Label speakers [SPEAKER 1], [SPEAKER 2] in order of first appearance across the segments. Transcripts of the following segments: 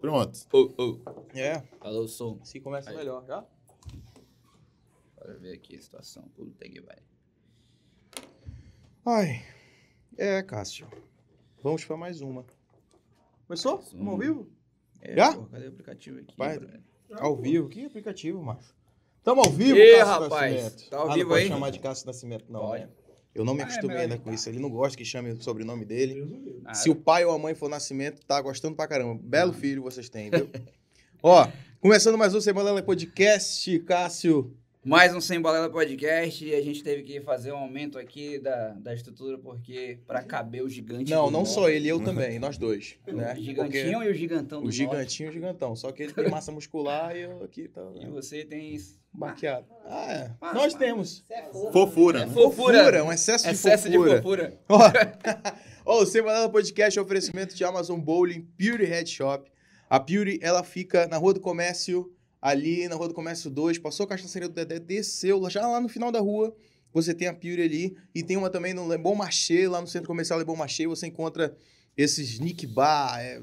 [SPEAKER 1] Pronto.
[SPEAKER 2] Oh, oh.
[SPEAKER 3] É,
[SPEAKER 2] Alô, som.
[SPEAKER 3] assim começa
[SPEAKER 2] Aí.
[SPEAKER 3] melhor. Já?
[SPEAKER 2] Bora ver aqui a situação. Puta que vai.
[SPEAKER 3] Ai. É, Cássio. Vamos pra mais uma. Começou?
[SPEAKER 2] Mais
[SPEAKER 3] Vamos
[SPEAKER 2] uma.
[SPEAKER 3] ao vivo?
[SPEAKER 2] É,
[SPEAKER 3] Já?
[SPEAKER 2] porra, cadê o aplicativo aqui?
[SPEAKER 3] Vai.
[SPEAKER 2] brother?
[SPEAKER 3] Ao vivo. Que aplicativo, macho? Tamo ao vivo,
[SPEAKER 2] Ih,
[SPEAKER 3] Cássio
[SPEAKER 2] rapaz,
[SPEAKER 3] Nascimento.
[SPEAKER 2] tá ao
[SPEAKER 3] ah,
[SPEAKER 2] vivo
[SPEAKER 3] não pode
[SPEAKER 2] aí?
[SPEAKER 3] chamar de Cássio Nascimento, não.
[SPEAKER 2] Pode.
[SPEAKER 3] né? Eu não me
[SPEAKER 2] Ah, é
[SPEAKER 3] acostumei
[SPEAKER 2] melhor
[SPEAKER 3] ainda
[SPEAKER 2] ele
[SPEAKER 3] com isso. Ele não gosta que chame o sobrenome dele.
[SPEAKER 2] Ah,
[SPEAKER 3] Se o pai ou a mãe for Nascimento, tá gostando pra caramba. Belo filho vocês têm, viu? Ó, começando mais um Semana Ela é Podcast, Cássio.
[SPEAKER 2] Mais um Sem Balela Podcast e a gente teve que fazer um aumento aqui da, da estrutura porque pra caber o gigante.
[SPEAKER 3] Não,
[SPEAKER 2] do
[SPEAKER 3] não
[SPEAKER 2] norte,
[SPEAKER 3] só ele, eu também, nós dois. Né?
[SPEAKER 2] O
[SPEAKER 3] Porque-
[SPEAKER 2] gigantinho e o gigantão do
[SPEAKER 3] O
[SPEAKER 2] norte.
[SPEAKER 3] gigantinho, o gigantão. Só que ele tem massa muscular e eu aqui tá
[SPEAKER 2] E você tem... isso.
[SPEAKER 3] maquiado. Ah, é.
[SPEAKER 2] Ah,
[SPEAKER 3] Nós
[SPEAKER 2] ah.
[SPEAKER 3] temos.
[SPEAKER 1] Fofura,
[SPEAKER 2] É
[SPEAKER 1] né?
[SPEAKER 2] fofura.
[SPEAKER 3] um excesso,
[SPEAKER 2] Excesso
[SPEAKER 3] de fofura.
[SPEAKER 2] de fofura.
[SPEAKER 3] Ó, o Semanada Podcast é um oferecimento de Amazon Bowling, Pure Head Shop. A Pure, ela fica na Rua do Comércio, ali na Rua do Comércio 2, passou a cachaçaria do Dedé, desceu, lá- já lá no final da rua, você tem a Pure ali. E tem uma também no Le Bon Marché, lá no Centro Comercial Le Bon Marché, você encontra esses Nick Bar, é,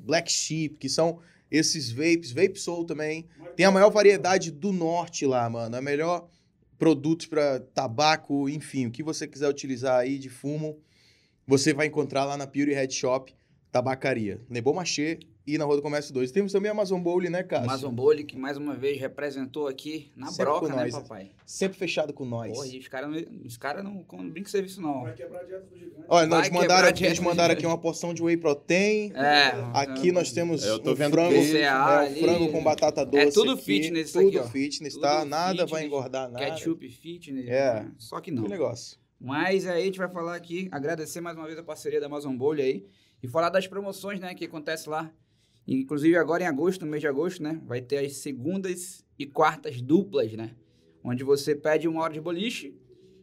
[SPEAKER 3] Black Sheep, que são esses vapes, Vape Soul também. Tem a maior variedade do norte lá, mano. A melhor produtos para tabaco, enfim, o que você quiser utilizar aí de fumo, você vai encontrar lá na Pure Head Shop, tabacaria. Nebo Machê e na Rua do Comércio 2. Temos também a Amazon Bowl, né, Cássio?
[SPEAKER 2] Amazon Bowling, que mais uma vez representou aqui na
[SPEAKER 3] Sempre
[SPEAKER 2] broca,
[SPEAKER 3] com
[SPEAKER 2] né,
[SPEAKER 3] nós.
[SPEAKER 2] papai?
[SPEAKER 3] Sempre fechado com nós.
[SPEAKER 2] Porra, e os caras não, os cara não, não brinca serviço, não.
[SPEAKER 3] é
[SPEAKER 4] Vai quebrar a dieta do gigante.
[SPEAKER 3] Olha,
[SPEAKER 2] vai
[SPEAKER 3] nós mandaram,
[SPEAKER 2] quebrar
[SPEAKER 3] aqui, eles
[SPEAKER 2] dieta,
[SPEAKER 3] mandaram
[SPEAKER 2] né?
[SPEAKER 3] aqui uma porção de whey protein.
[SPEAKER 2] É.
[SPEAKER 3] Aqui nós temos
[SPEAKER 1] É, eu tô
[SPEAKER 3] um
[SPEAKER 1] vendo
[SPEAKER 3] frango,
[SPEAKER 1] queijo,
[SPEAKER 3] é, um
[SPEAKER 2] ali. É
[SPEAKER 3] frango com batata doce.
[SPEAKER 2] tudo
[SPEAKER 3] aqui,
[SPEAKER 2] fitness isso
[SPEAKER 3] Tudo
[SPEAKER 2] aqui, ó.
[SPEAKER 3] fitness,
[SPEAKER 2] Tudo
[SPEAKER 3] tá? Nada vai
[SPEAKER 2] fitness,
[SPEAKER 3] engordar nada.
[SPEAKER 2] Ketchup Fitness.
[SPEAKER 3] É.
[SPEAKER 2] né? Só
[SPEAKER 3] Que
[SPEAKER 2] que não.
[SPEAKER 3] negócio.
[SPEAKER 2] Mas aí a gente vai falar aqui, agradecer mais uma vez a parceria da Amazon Bolha aí e falar das promoções, né, que acontece lá. Inclusive agora em agosto, no mês de agosto, né, vai ter as segundas e quartas duplas, né, onde você pede uma hora de boliche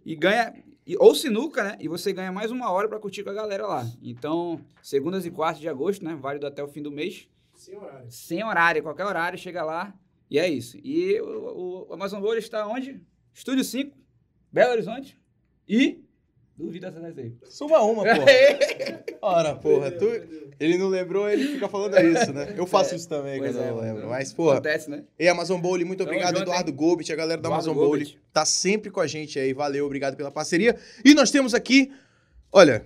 [SPEAKER 2] e ganha e- ou sinuca, né, e você ganha mais uma hora pra curtir com a galera lá. Então, segundas e quartas de agosto, né, válido até o fim do mês
[SPEAKER 4] Sem horário.
[SPEAKER 2] sem horário, qualquer horário, chega lá e é isso. E o, o Amazon Bowl está onde? Estúdio 5, Belo Horizonte e. Duvida essa dessa aí. É
[SPEAKER 3] Suma uma, porra. Ora, porra, tu...
[SPEAKER 4] Perdeu, perdeu.
[SPEAKER 3] Ele não lembrou, ele fica falando isso, né? Eu faço isso também
[SPEAKER 2] Pois
[SPEAKER 3] quando eu
[SPEAKER 2] é,
[SPEAKER 3] não
[SPEAKER 2] mano.
[SPEAKER 3] lembro. Mas, porra.
[SPEAKER 2] Acontece, né?
[SPEAKER 3] Ei, Amazon Bowl, muito
[SPEAKER 2] Tamo
[SPEAKER 3] obrigado,
[SPEAKER 2] junto,
[SPEAKER 3] Eduardo Gobit, a galera da
[SPEAKER 2] Eduardo
[SPEAKER 3] Amazon Bowl.
[SPEAKER 2] Gobit.
[SPEAKER 3] Tá sempre com a gente aí. Valeu, obrigado pela parceria. E nós temos aqui, olha,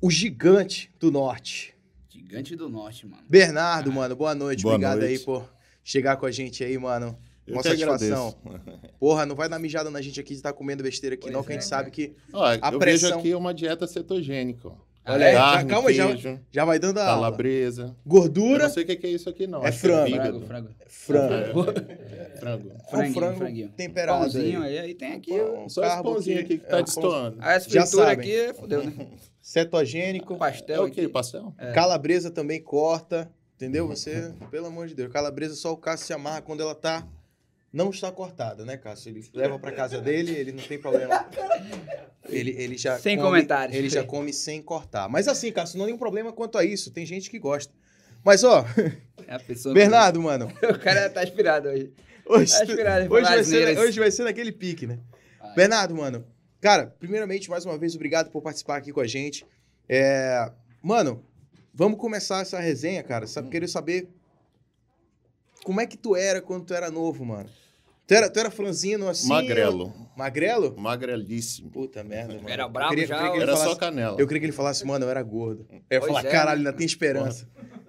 [SPEAKER 3] o gigante do norte.
[SPEAKER 2] Gigante do Norte, mano. Ah,
[SPEAKER 3] Bernardo, mano, boa noite.
[SPEAKER 1] Boa
[SPEAKER 3] obrigado
[SPEAKER 1] noite.
[SPEAKER 3] aí por chegar com a gente aí, mano.
[SPEAKER 1] Eu
[SPEAKER 3] Uma
[SPEAKER 1] que
[SPEAKER 3] satisfação.
[SPEAKER 1] agradeço.
[SPEAKER 3] Porra, não vai dar mijada na gente aqui de estar comendo besteira aqui,
[SPEAKER 2] Pois
[SPEAKER 3] não, que a
[SPEAKER 2] é,
[SPEAKER 3] gente
[SPEAKER 2] né?
[SPEAKER 3] sabe que.
[SPEAKER 1] Ó,
[SPEAKER 3] A
[SPEAKER 1] eu
[SPEAKER 3] pressão.
[SPEAKER 1] vejo aqui uma dieta cetogênica. ó.
[SPEAKER 2] Olha aí,
[SPEAKER 1] Carne,
[SPEAKER 3] calma, já-
[SPEAKER 1] queijo,
[SPEAKER 3] Já vai
[SPEAKER 2] Tá
[SPEAKER 3] dando a aula.
[SPEAKER 1] calabresa. Eu
[SPEAKER 3] Gordura,
[SPEAKER 1] não sei o que que é isso aqui, não.
[SPEAKER 3] É
[SPEAKER 1] Acho que
[SPEAKER 3] frango.
[SPEAKER 1] fígado.
[SPEAKER 2] Frango, frango.
[SPEAKER 3] frango.
[SPEAKER 1] Frango.
[SPEAKER 3] É um
[SPEAKER 2] Franguinho,
[SPEAKER 3] frango
[SPEAKER 2] franguinho.
[SPEAKER 3] temperado.
[SPEAKER 2] Pãozinho
[SPEAKER 3] aí.
[SPEAKER 2] aí, aí tem aqui.
[SPEAKER 3] Pão,
[SPEAKER 1] Só esse
[SPEAKER 3] um carbo
[SPEAKER 1] pãozinho
[SPEAKER 3] aqui.
[SPEAKER 1] aqui que tá
[SPEAKER 3] É,
[SPEAKER 1] destoando.
[SPEAKER 2] A
[SPEAKER 3] Já
[SPEAKER 2] fritura
[SPEAKER 3] sabem.
[SPEAKER 2] aqui é fodeu, né?
[SPEAKER 3] Cetogênico.
[SPEAKER 1] É
[SPEAKER 2] Pastel
[SPEAKER 1] o quê?
[SPEAKER 2] aqui.
[SPEAKER 1] Pastel?
[SPEAKER 3] Calabresa também corta, entendeu? Você, pelo amor de Deus, calabresa só o Cássio se amarra quando ela tá não está cortada, né, Cássio? Ele leva pra casa dele, ele não tem problema. Ele, ele já
[SPEAKER 2] Sem
[SPEAKER 3] come-
[SPEAKER 2] comentários.
[SPEAKER 3] Ele já come sem cortar. Mas assim, Cássio, não há nenhum problema quanto a isso. Tem gente que gosta. Mas ó,
[SPEAKER 2] É a pessoa que-
[SPEAKER 3] Bernardo, mano,
[SPEAKER 2] o cara tá aspirado hoje.
[SPEAKER 3] hoje,
[SPEAKER 2] Tá aspirado.
[SPEAKER 3] hoje
[SPEAKER 2] ele falou
[SPEAKER 3] vai ser,
[SPEAKER 2] asneiras.
[SPEAKER 3] hoje vai ser naquele pique, né?
[SPEAKER 2] Ai.
[SPEAKER 3] Bernardo, mano, cara, primeiramente, mais uma vez, obrigado por participar aqui com a gente. É, mano, vamos começar essa resenha, cara. Sabe, queria saber como é que tu era quando tu era novo, mano. Tu era, tu era franzino assim?
[SPEAKER 1] Magrelo.
[SPEAKER 3] Magrelo?
[SPEAKER 1] Magrelíssimo.
[SPEAKER 3] Puta merda, mano.
[SPEAKER 2] Era
[SPEAKER 3] Eu
[SPEAKER 2] brabo
[SPEAKER 3] queria- eu
[SPEAKER 2] já,
[SPEAKER 3] queria que ele
[SPEAKER 1] Era
[SPEAKER 3] falasse-
[SPEAKER 1] só canela.
[SPEAKER 3] Eu queria que ele falasse, mano, eu era gordo. Eu ia
[SPEAKER 2] Pois
[SPEAKER 3] falar,
[SPEAKER 2] é,
[SPEAKER 3] caralho,
[SPEAKER 2] né?
[SPEAKER 3] ainda tem esperança.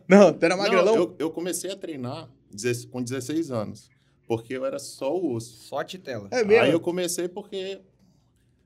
[SPEAKER 3] Não, tu era
[SPEAKER 1] Não,
[SPEAKER 3] magrelão?
[SPEAKER 1] eu, eu comecei a treinar deze- com 16 anos, porque eu era só o osso.
[SPEAKER 2] Só titela.
[SPEAKER 3] É mesmo?
[SPEAKER 1] Aí eu comecei porque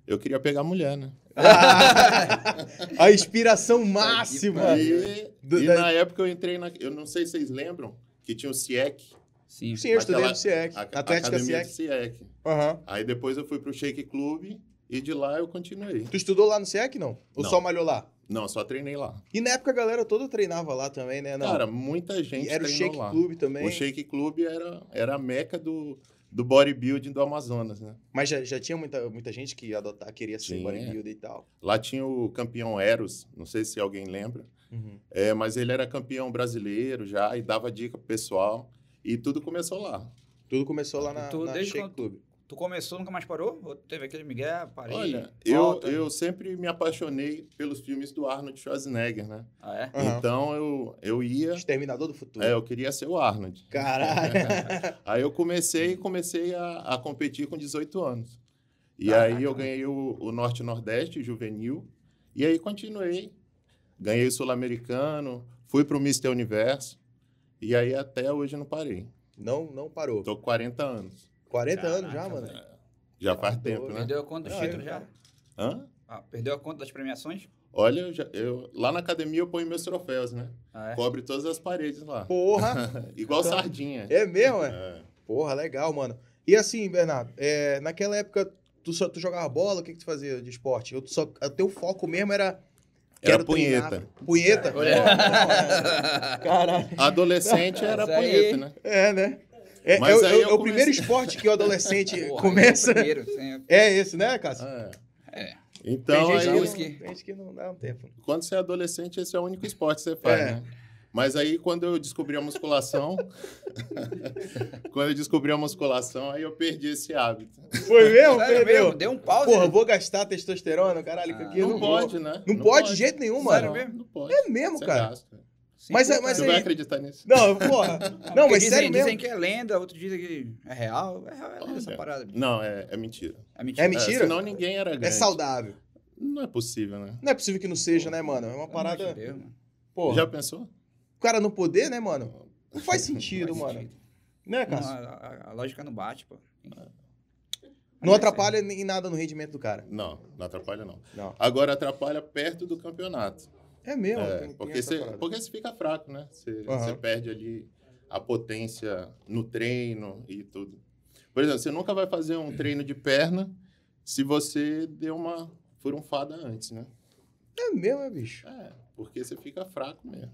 [SPEAKER 1] eu queria pegar mulher, né?
[SPEAKER 3] Ah. a inspiração máxima.
[SPEAKER 1] E,
[SPEAKER 3] É. Do-
[SPEAKER 1] e
[SPEAKER 3] da-
[SPEAKER 1] na época eu entrei na. Eu não sei se vocês lembram que tinha o CIEC.
[SPEAKER 2] Sim.
[SPEAKER 3] Sim, eu estudei
[SPEAKER 1] Aquela-
[SPEAKER 3] no CIEC.
[SPEAKER 1] A,
[SPEAKER 3] Atlética
[SPEAKER 1] Academia do
[SPEAKER 3] CIEC.
[SPEAKER 1] CIEC.
[SPEAKER 3] Aham.
[SPEAKER 1] Aí depois eu fui pro Shake Club e de lá eu continuei.
[SPEAKER 3] Tu estudou lá no SEC, não? Ou
[SPEAKER 1] Não.
[SPEAKER 3] só malhou lá?
[SPEAKER 1] Não, só treinei lá.
[SPEAKER 3] E na época a galera toda treinava lá também, né? Não.
[SPEAKER 1] Cara, muita gente
[SPEAKER 3] e era o
[SPEAKER 1] treinou
[SPEAKER 3] Shake
[SPEAKER 1] lá.
[SPEAKER 3] Club também.
[SPEAKER 1] O Shake Club era, era a meca do, do bodybuilding do Amazonas, né?
[SPEAKER 3] Mas já, já tinha muita, muita gente que ia adotar, queria ser
[SPEAKER 1] Sim,
[SPEAKER 3] bodybuilder e tal.
[SPEAKER 1] Lá tinha o campeão Eros, não sei se alguém lembra,
[SPEAKER 3] Uhum.
[SPEAKER 1] é, mas ele era campeão brasileiro já e dava dica pro pessoal. E tudo começou lá.
[SPEAKER 3] Tudo começou lá na,
[SPEAKER 2] Tu-
[SPEAKER 3] na
[SPEAKER 1] Tá
[SPEAKER 2] desde
[SPEAKER 3] Shake
[SPEAKER 2] quando-
[SPEAKER 3] Club.
[SPEAKER 2] Tu começou, nunca mais parou? Ou teve aquele Miguel, parei?
[SPEAKER 1] Olha, eu,
[SPEAKER 2] volta?
[SPEAKER 1] eu sempre me apaixonei pelos filmes do Arnold Schwarzenegger, né?
[SPEAKER 2] Ah, é?
[SPEAKER 3] Aham.
[SPEAKER 1] Então eu, eu ia.
[SPEAKER 3] Exterminador do Futuro.
[SPEAKER 1] É, eu queria ser o Arnold.
[SPEAKER 3] Caralho.
[SPEAKER 1] Aí eu
[SPEAKER 3] Uhum.
[SPEAKER 1] comecei comecei a, a competir com 18 anos. E
[SPEAKER 2] Caraca.
[SPEAKER 1] aí eu ganhei o, o Norte e Nordeste Juvenil. E aí continuei. Ganhei o Sul-Americano, fui pro Mister Universo. E aí até hoje não parei.
[SPEAKER 3] não, não parou.
[SPEAKER 1] Tô com 40 anos.
[SPEAKER 3] 40 anos já,
[SPEAKER 2] Caraca,
[SPEAKER 3] mano.
[SPEAKER 1] Já faz
[SPEAKER 3] Tá
[SPEAKER 1] tempo,
[SPEAKER 3] doido.
[SPEAKER 1] né?
[SPEAKER 2] Perdeu a conta dos
[SPEAKER 3] Ah,
[SPEAKER 2] títulos
[SPEAKER 3] eu-
[SPEAKER 2] já?
[SPEAKER 1] Hã?
[SPEAKER 2] Ah, perdeu a conta das premiações?
[SPEAKER 1] Olha, eu já- eu- lá na academia eu ponho meus troféus, né?
[SPEAKER 2] Ah, é?
[SPEAKER 1] Cobre todas as paredes lá.
[SPEAKER 3] Porra!
[SPEAKER 1] Igual sardinha.
[SPEAKER 3] É mesmo, é?
[SPEAKER 1] É.
[SPEAKER 3] Porra, legal, mano. E assim, Bernardo, é, naquela época, tu, só, tu jogava bola, o que, que tu fazia de esporte? Eu só, o teu foco mesmo era.
[SPEAKER 1] Era
[SPEAKER 3] quero treinar.
[SPEAKER 1] punheta.
[SPEAKER 3] Punheta?
[SPEAKER 2] É, Olha.
[SPEAKER 3] Caralho.
[SPEAKER 1] Adolescente era
[SPEAKER 2] Isso aí.
[SPEAKER 1] punheta, né?
[SPEAKER 3] É, né? É, é
[SPEAKER 1] Mas
[SPEAKER 3] o-
[SPEAKER 1] aí
[SPEAKER 3] é
[SPEAKER 1] eu
[SPEAKER 3] o
[SPEAKER 1] comecei-
[SPEAKER 3] primeiro esporte que o adolescente
[SPEAKER 2] Porra,
[SPEAKER 3] começa.
[SPEAKER 2] Primeiro, sem...
[SPEAKER 3] É esse, né, Cássio?
[SPEAKER 1] Ah,
[SPEAKER 2] É.
[SPEAKER 1] Então,
[SPEAKER 3] tem, gente
[SPEAKER 1] aí,
[SPEAKER 2] aí-
[SPEAKER 3] que não, tem gente que não dá um tempo.
[SPEAKER 1] quando você é adolescente, esse é o único esporte que você faz,
[SPEAKER 3] É.
[SPEAKER 1] né? Mas aí, quando eu descobri a musculação, quando eu descobri a musculação, aí eu perdi esse hábito.
[SPEAKER 3] Foi mesmo,
[SPEAKER 2] Sério
[SPEAKER 3] perdeu?
[SPEAKER 2] mesmo, deu um pause.
[SPEAKER 3] Porra,
[SPEAKER 2] né?
[SPEAKER 3] vou gastar testosterona, caralho, que
[SPEAKER 2] Ah,
[SPEAKER 3] aqui eu
[SPEAKER 1] Não,
[SPEAKER 3] não vou.
[SPEAKER 1] pode, né?
[SPEAKER 3] Não pode de jeito nenhum, mano.
[SPEAKER 2] Sério mesmo?
[SPEAKER 1] Não pode.
[SPEAKER 3] É mesmo,
[SPEAKER 1] Você
[SPEAKER 3] cara.
[SPEAKER 1] gasta.
[SPEAKER 2] Sim,
[SPEAKER 3] Mas- é,
[SPEAKER 2] puta,
[SPEAKER 3] mas
[SPEAKER 1] Você
[SPEAKER 3] aí-
[SPEAKER 1] vai acreditar nisso?
[SPEAKER 3] Não, porra.
[SPEAKER 2] Não,
[SPEAKER 3] Não,
[SPEAKER 2] porque
[SPEAKER 3] mas
[SPEAKER 2] dizem,
[SPEAKER 3] sério mesmo.
[SPEAKER 2] Dizem que é lenda, outro dizem que é real. É real é lenda essa
[SPEAKER 1] Olha.
[SPEAKER 2] parada.
[SPEAKER 1] Não, é, é mentira.
[SPEAKER 2] É mentira.
[SPEAKER 3] É mentira.
[SPEAKER 1] senão ninguém era grande.
[SPEAKER 3] É saudável.
[SPEAKER 1] Não é possível, né?
[SPEAKER 3] Não é possível que não seja, né, mano? É uma
[SPEAKER 2] Pelo amor de
[SPEAKER 3] parada.
[SPEAKER 2] Deus, mano.
[SPEAKER 3] Porra.
[SPEAKER 1] Já pensou?
[SPEAKER 3] O cara não poder, né, mano? Não faz sentido,
[SPEAKER 2] Faz
[SPEAKER 3] mano.
[SPEAKER 2] sentido.
[SPEAKER 3] Né,
[SPEAKER 2] Não,
[SPEAKER 3] Cássio?
[SPEAKER 2] a, a- a lógica não bate, pô.
[SPEAKER 3] Não,
[SPEAKER 2] é
[SPEAKER 3] atrapalha
[SPEAKER 2] assim.
[SPEAKER 3] em nada no rendimento do cara.
[SPEAKER 1] Não, não atrapalha, não.
[SPEAKER 3] Não.
[SPEAKER 1] Agora atrapalha perto do campeonato.
[SPEAKER 3] É mesmo.
[SPEAKER 1] É,
[SPEAKER 3] tem- tem
[SPEAKER 1] porque,
[SPEAKER 3] essa
[SPEAKER 1] você,
[SPEAKER 3] parada.
[SPEAKER 1] porque você fica fraco, né? Você,
[SPEAKER 3] Aham.
[SPEAKER 1] você perde ali a potência no treino e tudo. Por exemplo, você nunca vai fazer um treino de perna se você deu uma furunfada antes, né?
[SPEAKER 3] É mesmo, é, bicho.
[SPEAKER 1] É, porque você fica fraco mesmo.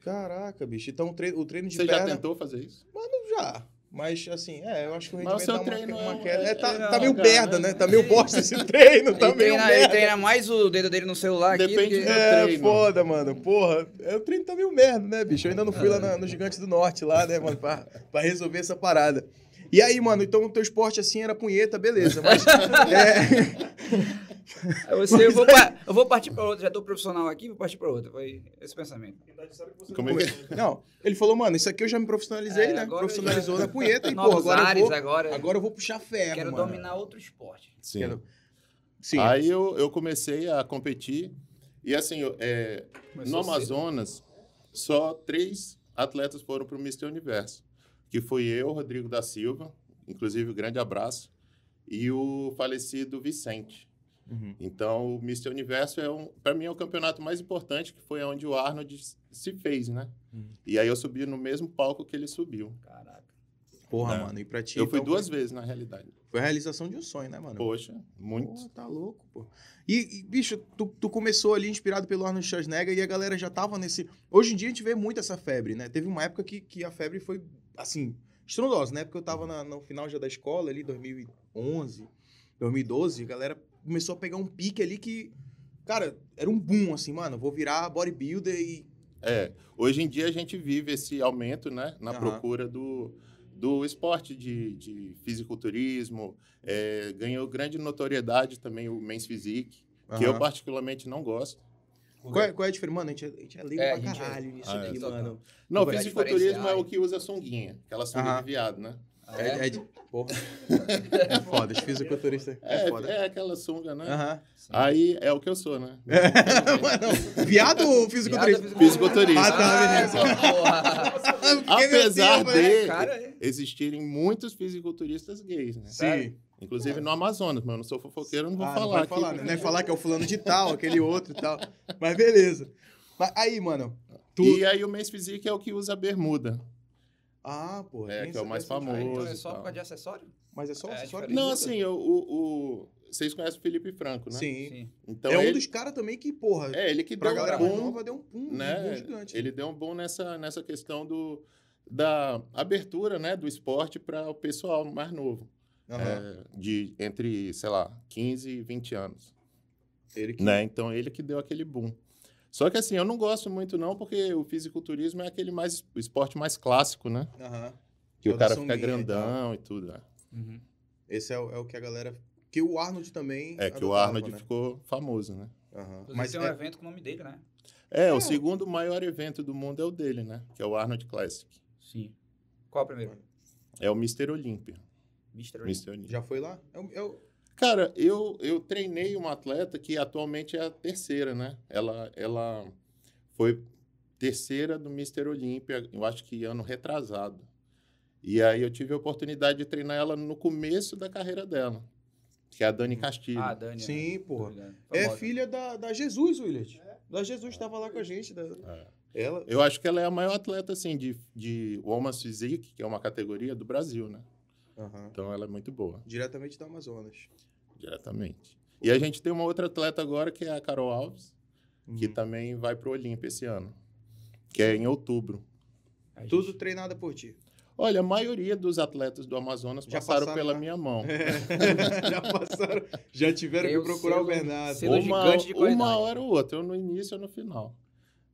[SPEAKER 3] Caraca, bicho. Então o treino, o treino de
[SPEAKER 1] você
[SPEAKER 3] perna...
[SPEAKER 1] já tentou fazer isso?
[SPEAKER 3] Mano, já. Mas, assim, é, eu acho que o
[SPEAKER 1] Mas o
[SPEAKER 3] rendimento
[SPEAKER 1] seu
[SPEAKER 3] dá uma,
[SPEAKER 1] treino é
[SPEAKER 3] uma
[SPEAKER 1] um-
[SPEAKER 3] queda. É, tá,
[SPEAKER 1] é
[SPEAKER 3] tá meio
[SPEAKER 1] um-
[SPEAKER 3] perda, né? Tá meio
[SPEAKER 2] Ele-
[SPEAKER 3] bosta esse treino. Tá
[SPEAKER 2] Ele
[SPEAKER 3] meio
[SPEAKER 2] treina, ele
[SPEAKER 3] merda.
[SPEAKER 2] treina mais o dedo dele no celular aqui.
[SPEAKER 1] Depende
[SPEAKER 2] do que-
[SPEAKER 1] do
[SPEAKER 3] É,
[SPEAKER 1] treino.
[SPEAKER 3] foda, mano. Porra, é, o treino tá meio merda, né, bicho? Eu ainda não fui lá na- no Gigante do Norte, lá, né, mano, pra, pra resolver essa parada. E aí, mano, então o teu esporte assim era punheta, beleza, mas. é,
[SPEAKER 2] Aí você, eu, vou pa- eu vou partir pra outra, já tô profissional aqui, vou partir pra outra. Foi esse pensamento.
[SPEAKER 1] Como é que...
[SPEAKER 3] não, ele falou, mano, isso aqui eu já me profissionalizei,
[SPEAKER 2] É,
[SPEAKER 3] né?
[SPEAKER 2] agora
[SPEAKER 3] Profissionalizou
[SPEAKER 2] eu já-
[SPEAKER 3] na punheta e, porra,
[SPEAKER 2] Novos
[SPEAKER 3] agora
[SPEAKER 2] ares
[SPEAKER 3] eu, vou,
[SPEAKER 2] agora.
[SPEAKER 3] agora eu vou puxar ferro.
[SPEAKER 2] Quero
[SPEAKER 3] mano.
[SPEAKER 2] dominar outro esporte.
[SPEAKER 1] Sim.
[SPEAKER 3] Quero- Sim.
[SPEAKER 1] Aí eu, eu comecei a competir. E assim, eu, é,
[SPEAKER 2] Começou
[SPEAKER 1] no
[SPEAKER 2] cedo.
[SPEAKER 1] Amazonas, só três atletas foram para o Mister Universo, que foi eu, Rodrigo da Silva, inclusive um grande abraço, e o falecido Vicente.
[SPEAKER 3] Uhum.
[SPEAKER 1] Então, o Mister Universo é um, para mim é o campeonato mais importante, que foi onde o Arnold s- se fez, né?
[SPEAKER 3] Uhum.
[SPEAKER 1] E aí eu subi no mesmo palco que ele subiu.
[SPEAKER 2] Caraca.
[SPEAKER 3] Porra,
[SPEAKER 1] Né?
[SPEAKER 3] mano, e pra ti.
[SPEAKER 1] Eu fui
[SPEAKER 3] então,
[SPEAKER 1] duas vezes na realidade.
[SPEAKER 3] Foi a realização de um sonho, né, mano?
[SPEAKER 1] Poxa, muito.
[SPEAKER 3] Pô, tá louco, pô. E, e, bicho, tu, tu começou ali inspirado pelo Arnold Schwarzenegger e a galera já tava nesse... Hoje em dia a gente vê muito essa febre, né? Teve uma época que, que a febre foi, assim, estrondosa, né? Porque eu tava na- no final já da escola ali, 2011, 2012, a galera começou a pegar um pique ali que, cara, era um boom, assim, mano, vou virar bodybuilder e...
[SPEAKER 1] É, hoje em dia a gente vive esse aumento, né, na
[SPEAKER 3] Aham.
[SPEAKER 1] procura do, do esporte de, de fisiculturismo, é, ganhou grande notoriedade também o Men's Physique, que eu
[SPEAKER 3] Aham.
[SPEAKER 1] particularmente não gosto.
[SPEAKER 3] Qual é, qual é a diferença? Mano, a gente, a gente é leigo
[SPEAKER 2] É, a
[SPEAKER 3] pra
[SPEAKER 2] gente é-
[SPEAKER 3] caralho nisso
[SPEAKER 1] Ah, é.
[SPEAKER 3] aqui,
[SPEAKER 2] Total.
[SPEAKER 3] mano.
[SPEAKER 1] Não,
[SPEAKER 2] Vai
[SPEAKER 1] fisiculturismo é
[SPEAKER 2] diferenciar,
[SPEAKER 1] o que usa sunguinha, aquela sunga
[SPEAKER 3] Aham.
[SPEAKER 1] de viado, né?
[SPEAKER 2] Ah,
[SPEAKER 3] É,
[SPEAKER 2] é?
[SPEAKER 3] é de... Porra. É foda, os fisiculturistas. É,
[SPEAKER 1] É,
[SPEAKER 3] foda.
[SPEAKER 1] é aquela sunga, né?
[SPEAKER 3] Aham.
[SPEAKER 1] Aí é o que eu sou, né?
[SPEAKER 3] Mano, viado ou fisiculturista?
[SPEAKER 2] Viado,
[SPEAKER 1] Fisiculturista.
[SPEAKER 3] Ah, tá,
[SPEAKER 2] Ah, porra.
[SPEAKER 3] Fiquei meio
[SPEAKER 1] Apesar
[SPEAKER 3] tempo, né?
[SPEAKER 1] de
[SPEAKER 2] Cara, é.
[SPEAKER 1] existirem muitos fisiculturistas gays, né?
[SPEAKER 3] Sim.
[SPEAKER 1] Inclusive no Amazonas, mas eu não sou fofoqueiro, eu não vou
[SPEAKER 3] É. Ah,
[SPEAKER 1] falar
[SPEAKER 3] não vai
[SPEAKER 1] aqui.
[SPEAKER 3] falar, né? Não é falar que é o fulano de tal, aquele outro e tal. Mas beleza. Mas aí, mano. Tu...
[SPEAKER 1] E aí o Men's Physique é o que usa bermuda.
[SPEAKER 3] Ah, pô.
[SPEAKER 1] É,
[SPEAKER 3] tem
[SPEAKER 1] que é
[SPEAKER 3] essa
[SPEAKER 1] o mais
[SPEAKER 3] questão.
[SPEAKER 2] Ah, então é
[SPEAKER 1] famoso
[SPEAKER 2] só
[SPEAKER 1] e
[SPEAKER 2] por
[SPEAKER 1] tal.
[SPEAKER 2] causa de acessório?
[SPEAKER 3] Mas é só
[SPEAKER 2] É,
[SPEAKER 3] acessório.
[SPEAKER 2] diferente.
[SPEAKER 1] Não, assim, eu- o, o- vocês conhecem o Felipe Franco, né?
[SPEAKER 3] Sim.
[SPEAKER 1] Então,
[SPEAKER 3] é um
[SPEAKER 1] ele,
[SPEAKER 3] dos caras também que, porra,
[SPEAKER 1] é, ele que
[SPEAKER 3] pra
[SPEAKER 1] deu
[SPEAKER 3] galera
[SPEAKER 1] um
[SPEAKER 3] mais
[SPEAKER 1] boom,
[SPEAKER 3] nova deu um pum, um boom
[SPEAKER 1] né?
[SPEAKER 3] gigante.
[SPEAKER 1] Ele deu um boom nessa, nessa questão do, da abertura né, do esporte para o pessoal mais novo.
[SPEAKER 3] Aham.
[SPEAKER 1] é, de entre, sei lá, 15 e 20 anos.
[SPEAKER 3] Ele que...
[SPEAKER 1] Né? Então, ele que deu aquele boom. Só que assim, eu não gosto muito não, porque o fisiculturismo é aquele mais, o esporte mais clássico, né?
[SPEAKER 3] Aham.
[SPEAKER 1] Que
[SPEAKER 3] É o
[SPEAKER 1] o
[SPEAKER 3] da
[SPEAKER 1] cara fica
[SPEAKER 3] sunguinha e tal.
[SPEAKER 2] Uhum.
[SPEAKER 1] grandão e tudo, né?
[SPEAKER 3] Esse é, o- é o que a galera. Que o Arnold também.
[SPEAKER 1] É que o
[SPEAKER 3] adotava,
[SPEAKER 1] Arnold
[SPEAKER 3] né?
[SPEAKER 1] ficou famoso, né?
[SPEAKER 3] Aham.
[SPEAKER 2] Inclusive,
[SPEAKER 3] Mas
[SPEAKER 2] tem
[SPEAKER 3] é,
[SPEAKER 2] um evento com o nome dele, né?
[SPEAKER 1] É,
[SPEAKER 3] É.
[SPEAKER 1] o segundo maior evento do mundo é o dele, né? Que é o Arnold Classic.
[SPEAKER 2] Sim. Qual é o primeiro?
[SPEAKER 1] É o Mr. Olympia.
[SPEAKER 2] Mr. Olympia.
[SPEAKER 1] Mr. Olympia.
[SPEAKER 3] já foi lá? É o- é o-
[SPEAKER 1] Cara, eu, eu treinei uma atleta que atualmente é a terceira, né? Ela, ela foi terceira do Mr. Olímpia, eu acho que ano retrasado. E aí eu tive a oportunidade de treinar ela no começo da carreira dela, que é a Dani
[SPEAKER 3] Hum,
[SPEAKER 1] Castilho.
[SPEAKER 2] Ah, Dani.
[SPEAKER 3] Sim,
[SPEAKER 2] né?
[SPEAKER 3] porra.
[SPEAKER 2] Tô ligado.
[SPEAKER 3] É
[SPEAKER 2] Famosa.
[SPEAKER 3] filha da, da Jesus, Willard. Da Jesus estava lá com a gente. da-
[SPEAKER 1] É.
[SPEAKER 3] Ela.
[SPEAKER 1] Eu acho que ela é a maior atleta, assim, de, de Woman's Physique, que é uma categoria do Brasil, né?
[SPEAKER 3] Aham.
[SPEAKER 1] Então ela é muito boa,
[SPEAKER 3] Diretamente da Amazonas.
[SPEAKER 1] diretamente. E a gente tem uma outra atleta agora, que é a Carol Alves, que tá-
[SPEAKER 3] Uhum.
[SPEAKER 1] também vai para o Olímpia esse ano, que é em outubro.
[SPEAKER 2] A gente-
[SPEAKER 3] Tudo treinada por ti.
[SPEAKER 1] Olha, a maioria dos atletas do Amazonas
[SPEAKER 3] Já
[SPEAKER 1] passaram,
[SPEAKER 3] passaram,
[SPEAKER 1] pela
[SPEAKER 3] né?
[SPEAKER 1] minha mão.
[SPEAKER 3] já passaram. Já tiveram
[SPEAKER 2] Tem
[SPEAKER 3] que
[SPEAKER 2] o
[SPEAKER 3] procurar o
[SPEAKER 2] selo-
[SPEAKER 3] Bernardo.
[SPEAKER 2] selo de-
[SPEAKER 1] uma,
[SPEAKER 2] gigante qualidade.
[SPEAKER 1] uma hora ou outra, ou no início ou no final.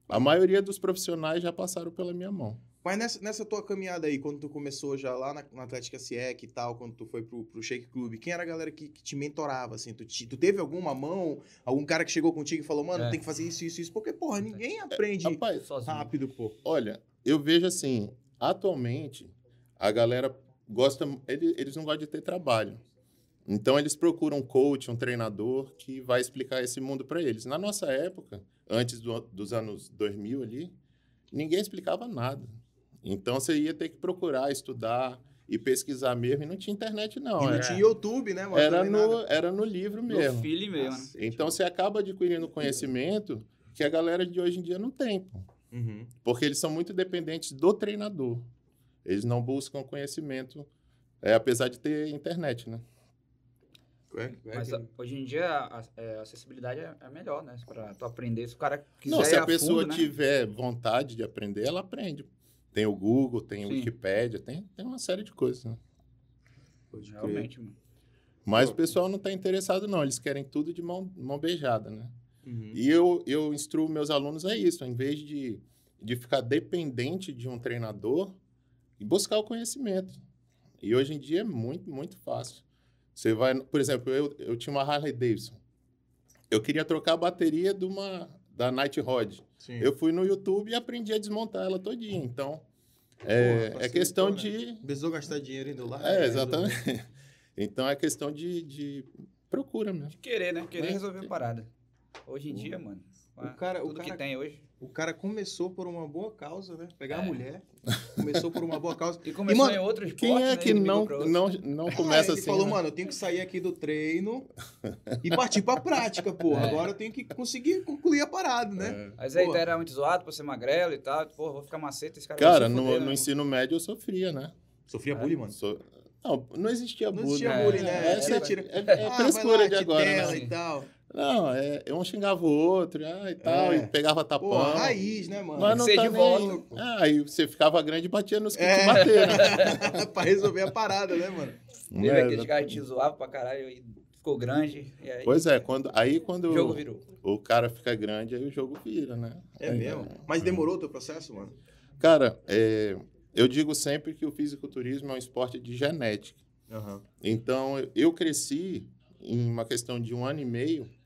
[SPEAKER 1] A maioria dos profissionais já passaram pela minha mão.
[SPEAKER 3] Mas nessa, nessa tua caminhada aí, quando tu começou já lá na, na Atlética SIEC e tal, quando tu foi pro, pro Shake Club, quem era a galera que, que te mentorava, assim? Tu, te- tu teve alguma mão, algum cara que chegou contigo e falou, mano,
[SPEAKER 2] É.
[SPEAKER 3] tem que fazer isso, isso, isso? Porque, porra, ninguém aprende
[SPEAKER 1] Rapaz,
[SPEAKER 2] Sozinho.
[SPEAKER 3] rápido, pô.
[SPEAKER 1] olha, eu vejo assim, atualmente, a galera gosta, ele- eles não gostam de ter trabalho. Então, eles procuram um coach, um treinador que vai explicar esse mundo para eles. Na nossa época, antes do- dos anos 2000 ali, ninguém explicava nada. Então, você ia ter que procurar, estudar e pesquisar mesmo. E não tinha internet, não.
[SPEAKER 3] e não
[SPEAKER 1] Era,
[SPEAKER 3] tinha YouTube, né, mano?
[SPEAKER 1] é. era
[SPEAKER 3] Também
[SPEAKER 1] no,
[SPEAKER 3] nada.
[SPEAKER 1] era no livro
[SPEAKER 2] No
[SPEAKER 1] mesmo.
[SPEAKER 2] filho mesmo, né?
[SPEAKER 3] Cacete,
[SPEAKER 1] Então, você acaba adquirindo conhecimento que a galera de hoje em dia não tem. Pô
[SPEAKER 3] mano. Uhum.
[SPEAKER 1] porque eles são muito dependentes do treinador. Eles não buscam conhecimento, é, apesar de ter internet, né?
[SPEAKER 3] É, é
[SPEAKER 2] Mas
[SPEAKER 3] que-
[SPEAKER 2] a- hoje em dia a, a- é, a acessibilidade é, é melhor, né? Pra tu aprender. Se o cara quiser
[SPEAKER 1] não, se
[SPEAKER 2] ir
[SPEAKER 1] a
[SPEAKER 2] fundo,
[SPEAKER 1] pessoa
[SPEAKER 2] né?
[SPEAKER 1] tiver vontade de aprender, ela aprende. Tem o Google, tem o
[SPEAKER 2] Sim.
[SPEAKER 1] Wikipedia, tem, tem uma série de coisas. Né?
[SPEAKER 3] Pode crer.
[SPEAKER 2] Realmente, mano.
[SPEAKER 1] Mas
[SPEAKER 3] Pô.
[SPEAKER 1] o pessoal não está interessado, não. Eles querem tudo de mão, mão beijada, né?
[SPEAKER 3] Uhum.
[SPEAKER 1] E eu, eu instruo meus alunos a isso, em vez de, de ficar dependente de um treinador e buscar o conhecimento. E hoje em dia é muito, muito fácil. Você vai, por exemplo, eu, eu tinha uma Harley Davidson. Eu queria trocar a bateria de uma da Night Rod.
[SPEAKER 3] Sim.
[SPEAKER 1] Eu fui no YouTube e aprendi a desmontar ela todinha. Então,
[SPEAKER 3] Porra,
[SPEAKER 1] é, é
[SPEAKER 3] facilitou,
[SPEAKER 1] questão
[SPEAKER 3] né?
[SPEAKER 1] de
[SPEAKER 3] Precisou gastar dinheiro indo lá.
[SPEAKER 1] é,
[SPEAKER 3] né?
[SPEAKER 1] exatamente. Então é questão de, de procura mesmo.
[SPEAKER 2] De querer, né? Querer
[SPEAKER 1] Né?
[SPEAKER 2] resolver a parada. Hoje em dia, mano.
[SPEAKER 3] O cara- o
[SPEAKER 2] tudo
[SPEAKER 3] cara-
[SPEAKER 2] que tem hoje.
[SPEAKER 3] O cara começou por uma boa causa, né? Pegar a
[SPEAKER 2] É.
[SPEAKER 3] mulher. Começou por uma boa causa.
[SPEAKER 2] E começou
[SPEAKER 3] mano,
[SPEAKER 2] em outros né?
[SPEAKER 1] Quem
[SPEAKER 3] né?
[SPEAKER 1] é que não, não, não começa
[SPEAKER 3] Começa Ah, ele
[SPEAKER 1] assim?
[SPEAKER 3] falou,
[SPEAKER 1] né?
[SPEAKER 3] mano, eu tenho que sair aqui do treino e partir pra prática, porra.
[SPEAKER 2] É.
[SPEAKER 3] Agora eu tenho que conseguir concluir a parada, né?
[SPEAKER 1] É.
[SPEAKER 2] Mas aí
[SPEAKER 3] Pô.
[SPEAKER 2] tu era muito zoado por ser magrelo e tal. Pô, vou ficar maceta, esse cara vai
[SPEAKER 1] Cara,
[SPEAKER 2] se
[SPEAKER 1] no,
[SPEAKER 2] fuder,
[SPEAKER 1] no
[SPEAKER 2] né?
[SPEAKER 1] ensino médio eu sofria, né?
[SPEAKER 3] Sofria
[SPEAKER 2] É.
[SPEAKER 3] bullying, mano.
[SPEAKER 1] So- Não, não existia
[SPEAKER 3] Não
[SPEAKER 1] bullying.
[SPEAKER 3] existia
[SPEAKER 1] né?
[SPEAKER 3] bullying,
[SPEAKER 2] né?
[SPEAKER 1] É,
[SPEAKER 2] Você
[SPEAKER 1] é,
[SPEAKER 3] tira-
[SPEAKER 1] é- é
[SPEAKER 3] Ah, vai
[SPEAKER 1] frescura
[SPEAKER 3] lá,
[SPEAKER 1] de
[SPEAKER 3] que
[SPEAKER 1] agora,
[SPEAKER 3] tela
[SPEAKER 1] né?
[SPEAKER 3] e tal.
[SPEAKER 1] Não, é, um xingava o outro, ah, e tal,
[SPEAKER 3] É.
[SPEAKER 1] e pegava tapão.
[SPEAKER 3] Pô, raiz, né, mano?
[SPEAKER 1] mas não
[SPEAKER 2] Tem que ser
[SPEAKER 1] tá nem
[SPEAKER 2] de
[SPEAKER 1] aí.
[SPEAKER 2] volta, pô.
[SPEAKER 1] Ah, aí você ficava grande e batia nos que
[SPEAKER 3] É.
[SPEAKER 1] te bateram. né?
[SPEAKER 3] pra resolver a parada, né, mano?
[SPEAKER 2] Teve
[SPEAKER 1] É,
[SPEAKER 2] aqueles
[SPEAKER 1] né?
[SPEAKER 2] caras que te zoavam pra caralho e ficou grande. E aí
[SPEAKER 1] Pois é, quando, aí
[SPEAKER 2] o jogo
[SPEAKER 1] quando
[SPEAKER 2] virou.
[SPEAKER 1] o cara fica grande, aí o jogo vira, né?
[SPEAKER 3] É
[SPEAKER 1] Aí,
[SPEAKER 3] mesmo. Mas demorou o teu processo, mano?
[SPEAKER 1] Cara, é, eu digo sempre que o fisiculturismo é um esporte de genética.
[SPEAKER 3] Aham.
[SPEAKER 1] Então, eu- eu cresci em uma questão de um ano e meio.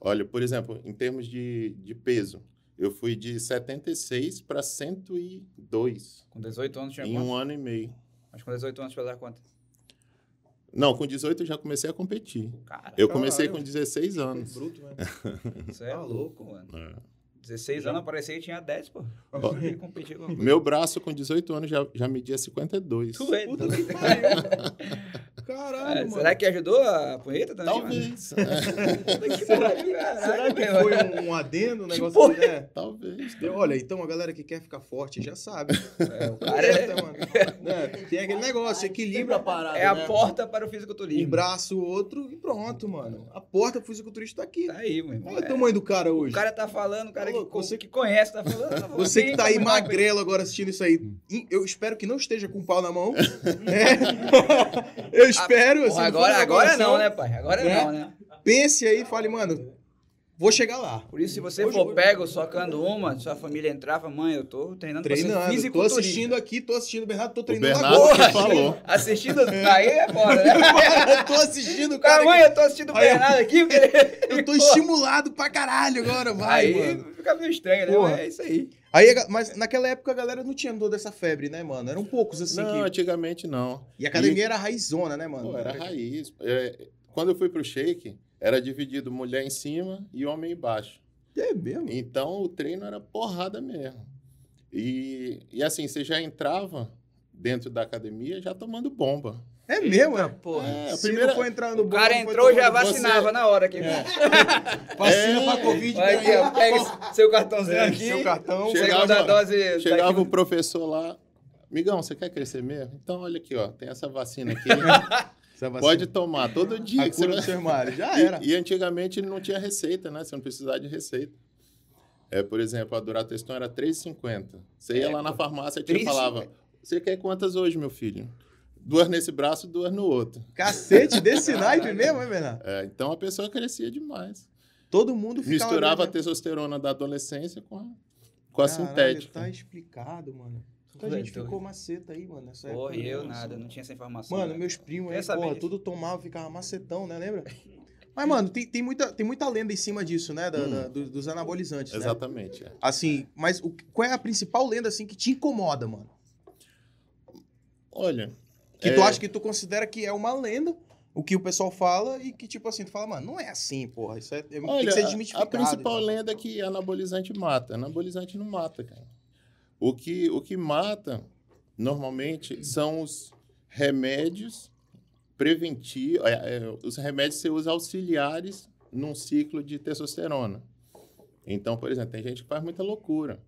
[SPEAKER 1] Olha, por exemplo, em termos de, de peso, eu fui de 76 para 102
[SPEAKER 2] Com 18 anos tinha
[SPEAKER 1] em
[SPEAKER 2] quanto?
[SPEAKER 1] um ano e meio.
[SPEAKER 2] Mas com 18 anos pesava quanto?
[SPEAKER 1] Não, com 18 eu já comecei a competir.
[SPEAKER 2] Cara,
[SPEAKER 1] Eu comecei com
[SPEAKER 3] Caralho.
[SPEAKER 1] 16 anos.
[SPEAKER 3] Bruto, né?
[SPEAKER 2] você é
[SPEAKER 3] Tá
[SPEAKER 2] louco, mano.
[SPEAKER 1] É.
[SPEAKER 2] 16 anos eu parecia que tinha 10, pô.
[SPEAKER 3] Ó.
[SPEAKER 2] Eu ia competir com...
[SPEAKER 1] Meu braço com 18 anos já, já media 52.
[SPEAKER 2] Tu é
[SPEAKER 3] Puta
[SPEAKER 2] doido.
[SPEAKER 3] que pariu. Caralho,
[SPEAKER 2] Ah,
[SPEAKER 3] mano.
[SPEAKER 2] será que ajudou a punheta também? mano?
[SPEAKER 1] Talvez. é,
[SPEAKER 2] Puta que
[SPEAKER 3] Será-
[SPEAKER 2] pariu, caralho,
[SPEAKER 3] Será que
[SPEAKER 2] mano.
[SPEAKER 3] foi um, um adeno, um
[SPEAKER 2] Que
[SPEAKER 3] negócio
[SPEAKER 2] porra é
[SPEAKER 3] assim, né?
[SPEAKER 1] talvez.
[SPEAKER 3] Eu- Olha, então a galera que quer ficar forte já sabe.
[SPEAKER 2] É, o cara é-
[SPEAKER 3] Careta, mano. Né? Tem aquele negócio, equilibra a parada.
[SPEAKER 2] É a
[SPEAKER 3] né?
[SPEAKER 2] porta para o
[SPEAKER 3] Um
[SPEAKER 2] fisiculturismo.
[SPEAKER 3] braço, outro e pronto, mano. A porta pro fisiculturista tá aqui.
[SPEAKER 2] Tá aí, meu irmão.
[SPEAKER 3] Olha o
[SPEAKER 2] É.
[SPEAKER 3] tamanho do cara
[SPEAKER 2] O
[SPEAKER 3] hoje.
[SPEAKER 2] cara tá falando, o cara
[SPEAKER 3] Ô,
[SPEAKER 2] que, co-
[SPEAKER 3] você-
[SPEAKER 2] que conhece tá falando. tá falando.
[SPEAKER 3] Você que
[SPEAKER 2] Quem
[SPEAKER 3] tá aí
[SPEAKER 2] come mais
[SPEAKER 3] magrelo agora assistindo isso aí, in- eu espero que não esteja com o pau na mão. É. Eu espero.
[SPEAKER 2] Porra,
[SPEAKER 3] assim, no fundo
[SPEAKER 2] agora, né?
[SPEAKER 3] do
[SPEAKER 2] agora
[SPEAKER 3] coração,
[SPEAKER 2] não, né, pai? Agora
[SPEAKER 3] Né?
[SPEAKER 2] não, né?
[SPEAKER 3] Pense aí e fale, mano, Vou chegar lá.
[SPEAKER 2] Por isso, se você
[SPEAKER 3] Hoje-
[SPEAKER 2] for pego socando uma, sua família entrava, mãe, eu tô treinando pra ser
[SPEAKER 3] Treinando, tô
[SPEAKER 2] fisiculturista."
[SPEAKER 3] assistindo aqui, tô assistindo o Bernardo, tô treinando
[SPEAKER 1] Bernardo
[SPEAKER 3] agora.
[SPEAKER 1] que falou.
[SPEAKER 2] Assistindo, aí é foda, né?
[SPEAKER 3] Agora, tô assistindo o cara.
[SPEAKER 2] Cara, mãe, eu tô assistindo o
[SPEAKER 3] Aí,
[SPEAKER 2] Bernardo aqui, porque-
[SPEAKER 3] aqui. Eu tô
[SPEAKER 2] Tá Pô,
[SPEAKER 3] estimulado pra caralho agora, vai,
[SPEAKER 2] Aí
[SPEAKER 3] mano.
[SPEAKER 2] fica meio estranho, né?
[SPEAKER 3] Porra.
[SPEAKER 2] Mas É isso aí.
[SPEAKER 3] Aí, a ga- mas naquela época a galera não tinha toda essa febre, né, mano? Eram poucos, assim,
[SPEAKER 1] Não,
[SPEAKER 3] que...
[SPEAKER 1] antigamente não.
[SPEAKER 3] E a academia era raizona, né, mano?
[SPEAKER 1] Pô, era raiz. É, quando eu fui pro shake, era dividido mulher em cima e homem embaixo.
[SPEAKER 3] É mesmo.
[SPEAKER 1] Então o treino era porrada mesmo. E, e assim, você já entrava dentro da academia já tomando bomba.
[SPEAKER 3] É mesmo, é.
[SPEAKER 2] porra.
[SPEAKER 1] É, a
[SPEAKER 3] Se
[SPEAKER 1] primeira-
[SPEAKER 3] não for entrar no
[SPEAKER 2] O
[SPEAKER 3] banco,
[SPEAKER 2] cara
[SPEAKER 3] não foi É.
[SPEAKER 2] entrou, já
[SPEAKER 3] tomar-
[SPEAKER 1] vai-
[SPEAKER 2] vacinava na hora aqui.
[SPEAKER 3] Vacina
[SPEAKER 1] É.
[SPEAKER 3] pra Covid.
[SPEAKER 2] Vai aqui, ó, pega esse- seu cartãozinho
[SPEAKER 3] É,
[SPEAKER 2] aqui.
[SPEAKER 3] seu cartão.
[SPEAKER 1] Chega-
[SPEAKER 2] Segunda
[SPEAKER 1] Chegava-
[SPEAKER 2] dose. tá
[SPEAKER 1] Chegava o
[SPEAKER 2] daqui-
[SPEAKER 1] professor lá, amigão, você quer crescer mesmo? Então olha aqui, ó, tem essa vacina aqui,
[SPEAKER 3] Essa vacina.
[SPEAKER 1] pode tomar todo dia.
[SPEAKER 3] A
[SPEAKER 1] que você
[SPEAKER 3] cura do
[SPEAKER 1] vai-
[SPEAKER 3] seu armário. Já
[SPEAKER 1] E-
[SPEAKER 3] era.
[SPEAKER 1] E, antigamente não tinha receita, né? Você não precisava de receita. É, por exemplo, a Durateston era 3,50. Você
[SPEAKER 3] É,
[SPEAKER 1] ia lá na farmácia e a tia
[SPEAKER 2] 3,50.
[SPEAKER 1] falava, você quer quantas hoje, meu filho? Duas nesse braço, duas no outro.
[SPEAKER 3] Cacete, desse naipe mesmo, hein, Bernardo?
[SPEAKER 1] É, então a pessoa crescia demais.
[SPEAKER 3] Todo mundo ficava...
[SPEAKER 1] Misturava a
[SPEAKER 3] até
[SPEAKER 1] testosterona da adolescência com a, com a sintética.
[SPEAKER 3] tá explicado, mano. Muita
[SPEAKER 2] Tá
[SPEAKER 3] gente
[SPEAKER 2] doido.
[SPEAKER 3] ficou maceta aí, mano. Nessa
[SPEAKER 2] Porra,
[SPEAKER 3] época,
[SPEAKER 2] eu
[SPEAKER 3] né?
[SPEAKER 2] nada, não tinha essa informação.
[SPEAKER 3] Mano,
[SPEAKER 2] né?
[SPEAKER 3] meus primos
[SPEAKER 2] Quer
[SPEAKER 3] aí,
[SPEAKER 2] saber
[SPEAKER 3] porra,
[SPEAKER 2] disso?
[SPEAKER 3] tudo tomava, ficava macetão, né? Lembra? Mas, mano, tem, tem, muita, tem muita lenda em cima disso, né? da-
[SPEAKER 1] Hum.
[SPEAKER 3] da- dos, dos anabolizantes, né?
[SPEAKER 1] Exatamente. é.
[SPEAKER 3] Assim, mas o- qual é a principal lenda, assim, que te incomoda, mano?
[SPEAKER 1] Olha,
[SPEAKER 3] Que
[SPEAKER 1] É.
[SPEAKER 3] tu acha que tu considera que é uma lenda, o que o pessoal fala, e que, tipo assim, tu fala, mano, não é assim, porra. Isso é, é- tem
[SPEAKER 1] olha
[SPEAKER 3] que ser
[SPEAKER 1] a,
[SPEAKER 3] desmitificado.
[SPEAKER 1] a principal
[SPEAKER 3] então.
[SPEAKER 1] lenda é que anabolizante mata. Anabolizante não mata, cara. O que, o que mata, normalmente, são os remédios preventivos, é, os remédios que você usa auxiliares num ciclo de testosterona. Então, por exemplo, tem gente que faz muita loucura.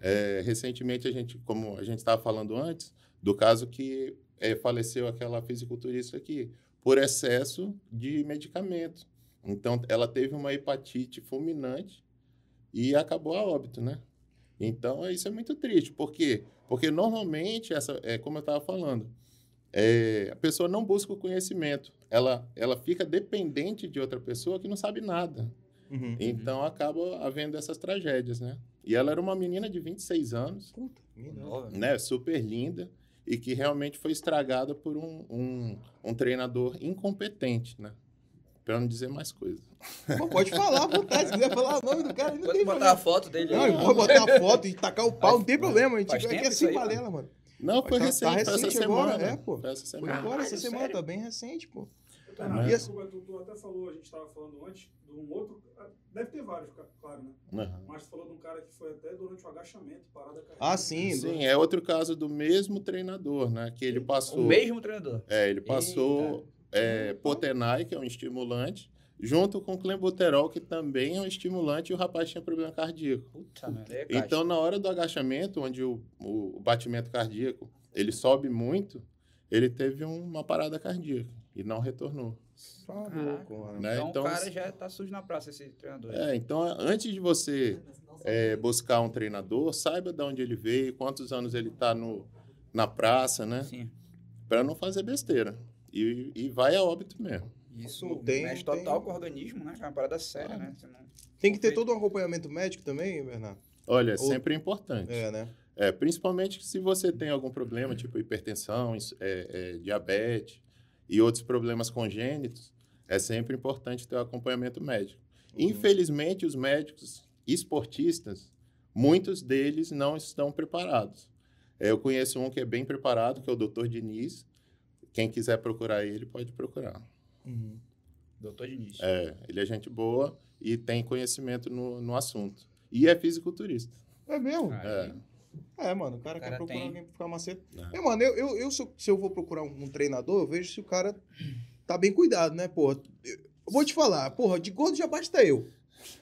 [SPEAKER 1] É, recentemente, a gente, como a gente estava falando antes, do caso que é, faleceu aquela fisiculturista aqui, por excesso de medicamento. Então, ela teve uma hepatite fulminante e acabou a óbito, né? Então, isso é muito triste. Por quê? Porque, normalmente, essa, é, como eu estava falando, é, a pessoa não busca o conhecimento. Ela, ela fica dependente de outra pessoa que não sabe nada.
[SPEAKER 3] Uhum.
[SPEAKER 1] Então, acaba havendo essas tragédias, né? E ela era uma menina de 26 anos,
[SPEAKER 3] Puta, mina.
[SPEAKER 2] Nova.
[SPEAKER 1] né? Super linda e que realmente foi estragada por um, um, um treinador incompetente, né? Para não dizer mais coisa.
[SPEAKER 3] Pô, pode falar, à vontade. Se quiser falar o nome do cara, não
[SPEAKER 2] Pode
[SPEAKER 3] tem
[SPEAKER 2] botar
[SPEAKER 3] problema.
[SPEAKER 2] a foto dele é
[SPEAKER 3] Não,
[SPEAKER 2] aí.
[SPEAKER 3] eu vou botar a foto e tacar o pau, não tem problema. A gente
[SPEAKER 2] Faz
[SPEAKER 3] aqui
[SPEAKER 2] tempo
[SPEAKER 3] é
[SPEAKER 2] isso
[SPEAKER 3] sem
[SPEAKER 2] aí,
[SPEAKER 3] balela, mano.
[SPEAKER 1] Não,
[SPEAKER 3] Mas
[SPEAKER 1] foi
[SPEAKER 3] tá- tá
[SPEAKER 1] recente, foi essa
[SPEAKER 3] recente
[SPEAKER 1] semana. né?
[SPEAKER 3] agora, é, pô.
[SPEAKER 1] Foi essa
[SPEAKER 3] Foi
[SPEAKER 1] semana.
[SPEAKER 3] agora, essa
[SPEAKER 2] Caralho, é
[SPEAKER 3] semana,
[SPEAKER 2] sério?
[SPEAKER 3] tá bem recente, pô.
[SPEAKER 4] Cara,
[SPEAKER 1] E
[SPEAKER 4] o
[SPEAKER 3] esse-
[SPEAKER 4] tu, tu até falou, a gente estava falando antes, de um outro. Deve ter vários, ca- claro, né?
[SPEAKER 1] Aham.
[SPEAKER 4] Mas tu falou de um cara que foi até durante o agachamento, parada caiu.
[SPEAKER 3] Ah, sim.
[SPEAKER 1] Sim, é outro caso do mesmo treinador, né? Que ele
[SPEAKER 2] O
[SPEAKER 1] passou.
[SPEAKER 2] mesmo treinador.
[SPEAKER 1] É, ele passou é, Potenai, que é um estimulante, junto com Clenbuterol, que também é um estimulante, e o rapaz tinha problema cardíaco.
[SPEAKER 2] Puta merda. é caixa.
[SPEAKER 1] Então, na hora do agachamento, onde o, o batimento cardíaco ele sobe muito, ele teve uma parada cardíaca e não retornou.
[SPEAKER 3] Tá
[SPEAKER 2] Caraca.
[SPEAKER 3] louco, mano.
[SPEAKER 1] né?
[SPEAKER 2] Então,
[SPEAKER 1] Então,
[SPEAKER 2] o cara
[SPEAKER 1] se-
[SPEAKER 2] já tá sujo na praça, esse treinador.
[SPEAKER 1] É, então, antes de você é, buscar um treinador, saiba de onde ele veio, quantos anos ele está na praça, né?
[SPEAKER 2] Sim.
[SPEAKER 1] Para não fazer besteira. E, e vai a óbito mesmo.
[SPEAKER 2] Isso
[SPEAKER 3] Não tem-
[SPEAKER 2] mexe
[SPEAKER 3] não tem-
[SPEAKER 2] total com o organismo, né? É uma parada séria, né? Você não-
[SPEAKER 3] Tem que ter todo um acompanhamento médico também, Bernardo?
[SPEAKER 1] Olha, é
[SPEAKER 3] Ou-
[SPEAKER 1] sempre importante.
[SPEAKER 3] É, né?
[SPEAKER 1] É, principalmente se você tem algum problema, tipo hipertensão, ins- é, é, diabetes e outros problemas congênitos, é sempre importante ter o acompanhamento médico.
[SPEAKER 3] Uhum.
[SPEAKER 1] Infelizmente, os médicos esportistas, muitos deles não estão preparados. É, eu conheço um que é bem preparado, que é o Dr. Diniz. Quem quiser procurar ele, pode procurar.
[SPEAKER 3] Uhum.
[SPEAKER 2] Doutor Diniz.
[SPEAKER 1] É, ele é gente boa e tem conhecimento no, no assunto. E é fisiculturista.
[SPEAKER 3] É mesmo?
[SPEAKER 2] Aí,
[SPEAKER 3] É, mano, o cara,
[SPEAKER 2] O cara
[SPEAKER 3] quer procurar
[SPEAKER 2] tem.
[SPEAKER 3] alguém pra ficar maceta.
[SPEAKER 1] É.
[SPEAKER 3] É, mano, eu, eu, eu se, se eu vou procurar um, um treinador, eu vejo se o cara tá bem cuidado, né, porra? Eu vou te falar, porra, de gordo já basta eu.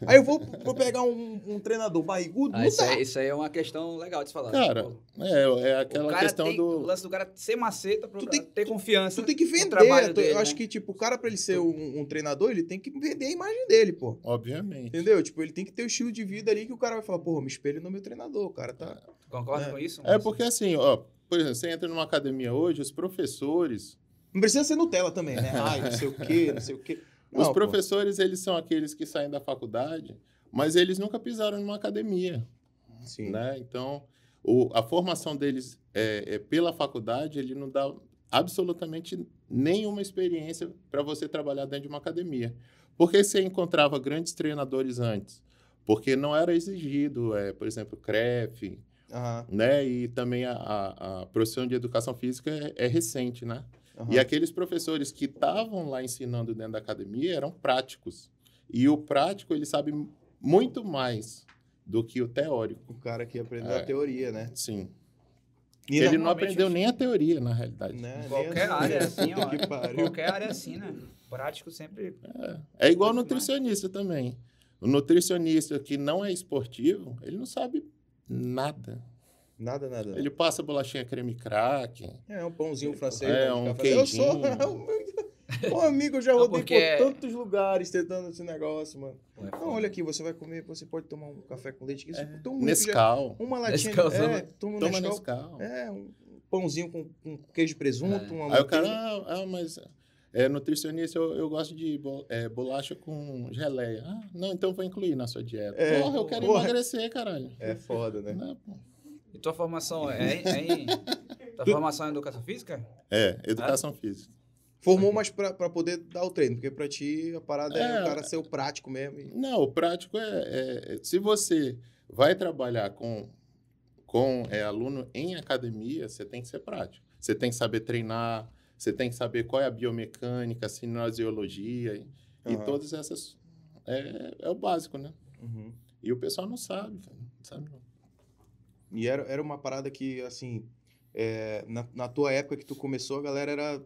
[SPEAKER 3] Aí eu vou, vou pegar um, um treinador barrigudo,
[SPEAKER 2] Ah,
[SPEAKER 3] não tá-
[SPEAKER 2] isso,
[SPEAKER 3] dá.
[SPEAKER 2] aí, isso aí é uma questão legal de se falar.
[SPEAKER 1] Cara,
[SPEAKER 2] Tipo,
[SPEAKER 1] É, é
[SPEAKER 2] o
[SPEAKER 1] aquela
[SPEAKER 2] cara
[SPEAKER 1] questão
[SPEAKER 2] tem- O
[SPEAKER 1] do.
[SPEAKER 2] lance do cara ser maceta pra
[SPEAKER 3] Tu
[SPEAKER 2] tu
[SPEAKER 3] tem-
[SPEAKER 2] ter confiança.
[SPEAKER 3] Tu tem que vender.
[SPEAKER 2] trabalho
[SPEAKER 3] tu- eu
[SPEAKER 2] dele,
[SPEAKER 3] acho
[SPEAKER 2] né?
[SPEAKER 3] que, tipo, o cara, pra ele ser um, um treinador, ele tem que vender a imagem dele, pô.
[SPEAKER 1] Obviamente.
[SPEAKER 3] Entendeu? Tipo, ele tem que ter o estilo de vida ali que o cara vai falar, porra, me espelho no meu treinador, o cara tá.
[SPEAKER 2] Tu concorda
[SPEAKER 3] É.
[SPEAKER 2] com isso?
[SPEAKER 1] É porque assim, ó, por exemplo, você entra numa academia hoje, os professores.
[SPEAKER 3] Não precisa ser Nutella também, né? Ai, não sei o quê, não sei o quê.
[SPEAKER 1] Os
[SPEAKER 3] Não, pô.
[SPEAKER 1] professores, eles são aqueles que saem da faculdade, mas eles nunca pisaram numa academia,
[SPEAKER 3] Sim.
[SPEAKER 1] né? Então, o- a formação deles é, é pela faculdade, ele não dá absolutamente nenhuma experiência para você trabalhar dentro de uma academia. Porque você encontrava grandes treinadores antes, porque não era exigido, é, por exemplo, CREF,
[SPEAKER 3] Aham,
[SPEAKER 1] né? E também a, a, a profissão de educação física é, é recente, né?
[SPEAKER 3] aham.
[SPEAKER 1] E aqueles professores que estavam lá ensinando dentro da academia eram práticos. E o prático, ele sabe m- muito mais do que o teórico.
[SPEAKER 3] O cara que aprendeu a
[SPEAKER 1] É.
[SPEAKER 3] teoria, né?
[SPEAKER 1] Sim.
[SPEAKER 3] E
[SPEAKER 1] ele não
[SPEAKER 2] normalmente
[SPEAKER 1] aprendeu
[SPEAKER 2] os-
[SPEAKER 1] nem a teoria, na realidade.
[SPEAKER 3] Né? Nem
[SPEAKER 2] Qualquer
[SPEAKER 3] a-
[SPEAKER 2] área é assim,
[SPEAKER 3] Puta
[SPEAKER 2] ó.
[SPEAKER 3] que pariu.
[SPEAKER 2] Qualquer área é assim, né? Prático sempre.
[SPEAKER 1] É igual
[SPEAKER 2] Muito
[SPEAKER 1] nutricionista também. O nutricionista que não é esportivo, ele não sabe nada.
[SPEAKER 3] Nada, nada.
[SPEAKER 1] Ele passa bolachinha creme crack.
[SPEAKER 3] É, um pãozinho francês.
[SPEAKER 1] É,
[SPEAKER 3] né, de
[SPEAKER 1] um
[SPEAKER 3] café. Eu sou... Ô, amigo, eu já
[SPEAKER 2] Não,
[SPEAKER 3] rodei
[SPEAKER 2] porque-
[SPEAKER 3] por tantos lugares tentando esse negócio, mano.
[SPEAKER 2] Ué,
[SPEAKER 3] Não, Então, olha aqui, você vai comer, você pode tomar um café com leite. Isso, é, toma um já-
[SPEAKER 1] Nescau.
[SPEAKER 3] Uma latinha.
[SPEAKER 2] Nescauzão,
[SPEAKER 3] é,
[SPEAKER 2] né?
[SPEAKER 3] toma um
[SPEAKER 1] Toma
[SPEAKER 3] Nescau.
[SPEAKER 1] Nescau.
[SPEAKER 3] É, um pãozinho com, com queijo e presunto,
[SPEAKER 2] É.
[SPEAKER 3] uma
[SPEAKER 1] Aí o cara,
[SPEAKER 3] manteiga.
[SPEAKER 1] ah, ah, mas é, nutricionista, eu, eu gosto de bo- é, bolacha com geleia. Ah, não, então eu vou incluir na sua dieta.
[SPEAKER 3] É.
[SPEAKER 1] porra, eu quero
[SPEAKER 3] Porra.
[SPEAKER 1] emagrecer, caralho.
[SPEAKER 3] É foda, né?
[SPEAKER 1] Né, pô?
[SPEAKER 2] E tua formação é em. é em- Tua formação é em educação física?
[SPEAKER 1] É, educação
[SPEAKER 3] Ah.
[SPEAKER 1] física.
[SPEAKER 3] Formou mais pra, pra poder dar o treino, porque pra ti a parada é,
[SPEAKER 1] É,
[SPEAKER 3] o cara ser o prático mesmo. e-
[SPEAKER 1] Não, o prático é, é- é- se você vai trabalhar com com é, aluno em academia, você tem que ser prático. Você tem que saber treinar, você tem que saber qual é a biomecânica, a cinesiologia e, e
[SPEAKER 3] Aham.
[SPEAKER 1] todas essas é, é o básico, né?
[SPEAKER 3] Uhum.
[SPEAKER 1] E o pessoal não sabe, cara. Não sabe não.
[SPEAKER 3] E era, era uma parada que, assim, é, na, na tua época que tu começou, a galera era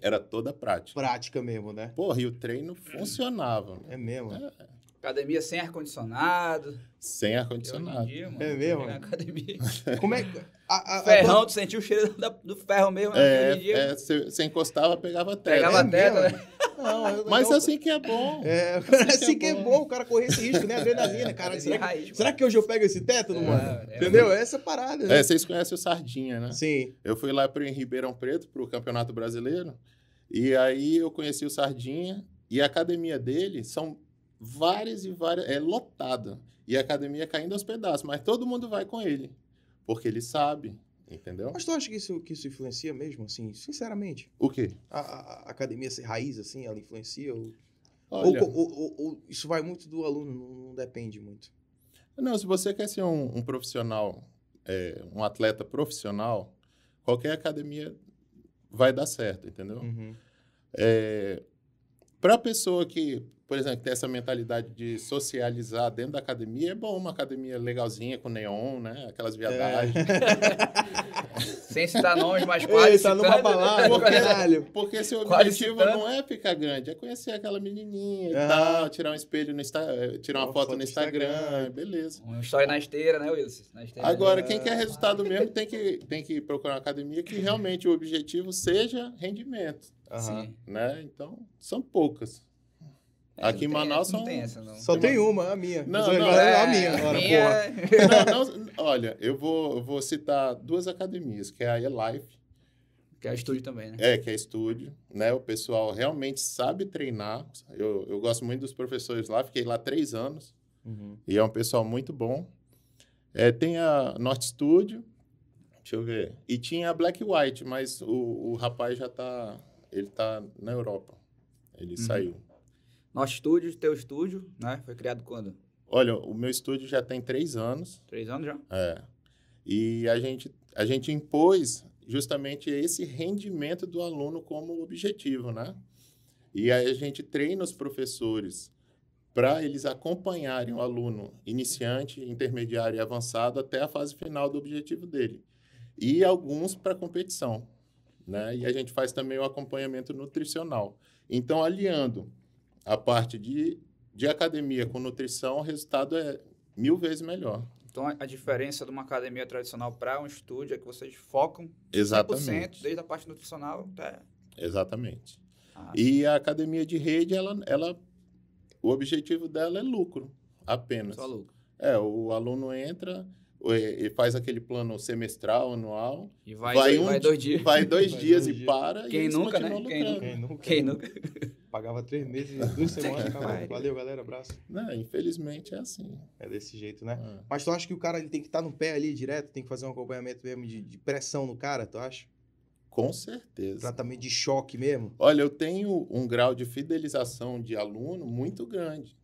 [SPEAKER 1] Era toda prática.
[SPEAKER 3] prática mesmo, né?
[SPEAKER 1] Porra, e o treino funcionava. né?
[SPEAKER 3] É mesmo.
[SPEAKER 1] É.
[SPEAKER 2] Academia sem ar-condicionado.
[SPEAKER 1] Sem
[SPEAKER 2] que hoje em
[SPEAKER 1] ar-condicionado.
[SPEAKER 2] dia, mano,
[SPEAKER 3] É mesmo?
[SPEAKER 2] chega Na academia.
[SPEAKER 3] Como é que. a- a- a-
[SPEAKER 2] Ferrão, tu sentiu o cheiro da- do ferro mesmo né? Hoje em dia.
[SPEAKER 1] É, você encostava, pegava teto.
[SPEAKER 2] Pegava
[SPEAKER 1] né?
[SPEAKER 2] teta,
[SPEAKER 3] É mesmo? Não, eu-
[SPEAKER 1] Mas
[SPEAKER 3] eu-
[SPEAKER 1] assim que é bom.
[SPEAKER 3] É, assim
[SPEAKER 1] Assim
[SPEAKER 3] que
[SPEAKER 1] que
[SPEAKER 3] é
[SPEAKER 1] é
[SPEAKER 3] bom o cara correr esse risco, né? Adrenalina, cara.
[SPEAKER 2] Academia
[SPEAKER 3] Será,
[SPEAKER 2] raiz,
[SPEAKER 3] que-
[SPEAKER 2] mano.
[SPEAKER 3] será que hoje eu pego esse tétano,
[SPEAKER 2] É,
[SPEAKER 3] mano?
[SPEAKER 2] é.
[SPEAKER 3] Entendeu? Essa parada, né?
[SPEAKER 1] É, vocês conhecem o Sardinha, né?
[SPEAKER 3] Sim. Então,
[SPEAKER 1] Eu fui lá para em Ribeirão Preto para o Campeonato Brasileiro e aí eu conheci o Sardinha e a academia dele são várias e várias é lotada e a academia é caindo aos pedaços, mas todo mundo vai com ele porque ele sabe, entendeu?
[SPEAKER 3] Mas tu acha que isso, que isso influencia mesmo, assim, sinceramente?
[SPEAKER 1] O quê?
[SPEAKER 3] A, a- a academia ser raiz, assim, ela influencia? Ou, ou,
[SPEAKER 1] Olha,
[SPEAKER 3] ou- ou- ou isso vai muito do aluno, não, não depende muito.
[SPEAKER 1] não, se você quer ser um, um profissional, é, um atleta profissional, qualquer academia vai dar certo, entendeu?
[SPEAKER 3] Uhum.
[SPEAKER 1] Para a pessoa que, por exemplo, tem essa mentalidade de socializar dentro da academia, é bom uma academia legalzinha com neon, né? Aquelas viadagens.
[SPEAKER 2] Sem citar nomes, mas quase.
[SPEAKER 3] Ele tá numa
[SPEAKER 2] citando,
[SPEAKER 3] balada,
[SPEAKER 2] né?
[SPEAKER 3] caralho.
[SPEAKER 1] Porque seu
[SPEAKER 2] Quase
[SPEAKER 1] objetivo
[SPEAKER 2] citando.
[SPEAKER 1] não é ficar grande, é conhecer aquela menininha e
[SPEAKER 3] Ah.
[SPEAKER 1] tal, tirar um espelho no Insta, eh, tirar uma, foto, no Instagram,
[SPEAKER 3] Instagram.
[SPEAKER 1] beleza.
[SPEAKER 2] Uma história na esteira, né, Wilson? Na esteira. né?
[SPEAKER 1] Agora, quem quer resultado mesmo tem que, tem que procurar uma academia que realmente o objetivo seja rendimento,
[SPEAKER 3] Aham.
[SPEAKER 2] Sim.
[SPEAKER 1] né? Então, são poucas.
[SPEAKER 2] É,
[SPEAKER 1] Aqui em
[SPEAKER 2] não tem-
[SPEAKER 1] Manaus
[SPEAKER 2] não
[SPEAKER 1] são-
[SPEAKER 2] tem essa, não.
[SPEAKER 3] Só tem uma, a minha.
[SPEAKER 1] Não,
[SPEAKER 3] Mas
[SPEAKER 1] não,
[SPEAKER 3] agora é a
[SPEAKER 2] É,
[SPEAKER 3] minha agora,
[SPEAKER 2] minha
[SPEAKER 3] porra.
[SPEAKER 2] é-
[SPEAKER 1] Não, não, olha, eu vou, eu vou citar duas academias, que é a E-Life
[SPEAKER 2] Que é o estúdio também, né?
[SPEAKER 1] É, que é estúdio, né? O pessoal realmente sabe treinar. Eu, eu gosto muito dos professores lá, fiquei lá três anos
[SPEAKER 3] Uhum.
[SPEAKER 1] e é um pessoal muito bom. É, tem a Norte Studio, deixa eu ver. E tinha a Black White, mas o, o rapaz já tá. Ele tá na Europa. Ele saiu.
[SPEAKER 2] Nosso estúdio, teu estúdio, né? Foi criado quando?
[SPEAKER 1] Olha, o meu estúdio já tem três anos.
[SPEAKER 2] Três anos já?
[SPEAKER 1] É. E a gente, a gente impôs justamente esse rendimento do aluno como objetivo, né? E aí a gente treina os professores para eles acompanharem o aluno iniciante, intermediário e avançado até a fase final do objetivo dele. E alguns para competição, né? E a gente faz também o acompanhamento nutricional. Então, aliando a parte de, de academia com nutrição, o resultado é mil vezes melhor.
[SPEAKER 2] Então, a a diferença de uma academia tradicional para um estúdio é que vocês focam 100%,
[SPEAKER 1] Exatamente.
[SPEAKER 2] desde a parte nutricional até...
[SPEAKER 1] Exatamente.
[SPEAKER 2] Ah,
[SPEAKER 1] E a academia de rede, ela, ela, o objetivo dela é lucro, apenas.
[SPEAKER 2] só lucro.
[SPEAKER 1] É, o aluno entra é, e faz aquele plano semestral, anual,
[SPEAKER 2] E vai,
[SPEAKER 1] Vai
[SPEAKER 2] dois-
[SPEAKER 1] um
[SPEAKER 2] vai
[SPEAKER 1] dia-
[SPEAKER 2] dois dias.
[SPEAKER 1] vai dois
[SPEAKER 3] Vai
[SPEAKER 1] dias
[SPEAKER 3] dois
[SPEAKER 1] e
[SPEAKER 3] dias.
[SPEAKER 1] para
[SPEAKER 2] Quem
[SPEAKER 1] e eles
[SPEAKER 2] nunca, né?
[SPEAKER 1] continuam
[SPEAKER 2] Quem
[SPEAKER 1] lucrando.
[SPEAKER 3] Quem nunca?
[SPEAKER 2] Quem nunca?
[SPEAKER 3] Pagava três meses, duas semanas.
[SPEAKER 2] que
[SPEAKER 3] acabava.
[SPEAKER 2] pariu.
[SPEAKER 3] Valeu, galera. Abraço.
[SPEAKER 1] Não, infelizmente é assim.
[SPEAKER 3] É desse jeito, né?
[SPEAKER 1] É.
[SPEAKER 3] Mas tu acha que o cara ele tem que estar no pé ali direto? Tem que fazer um acompanhamento mesmo de, de pressão no cara, tu acha?
[SPEAKER 1] Com certeza.
[SPEAKER 3] Tratamento de choque mesmo?
[SPEAKER 1] Olha, eu tenho um grau de fidelização de aluno muito grande.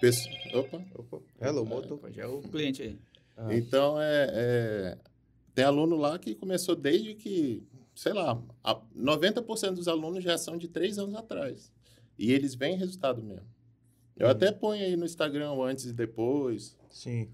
[SPEAKER 1] Pesso- Opa.
[SPEAKER 3] Opa. Hello, moto.
[SPEAKER 2] Opa, já é o cliente aí.
[SPEAKER 3] Ah.
[SPEAKER 1] Então, é, é- tem aluno lá que começou desde que, sei lá, a- 90% dos alunos já são de três anos atrás. E eles veem resultado mesmo. Eu
[SPEAKER 3] Uhum.
[SPEAKER 1] até ponho aí no Instagram o antes e depois.
[SPEAKER 3] Sim.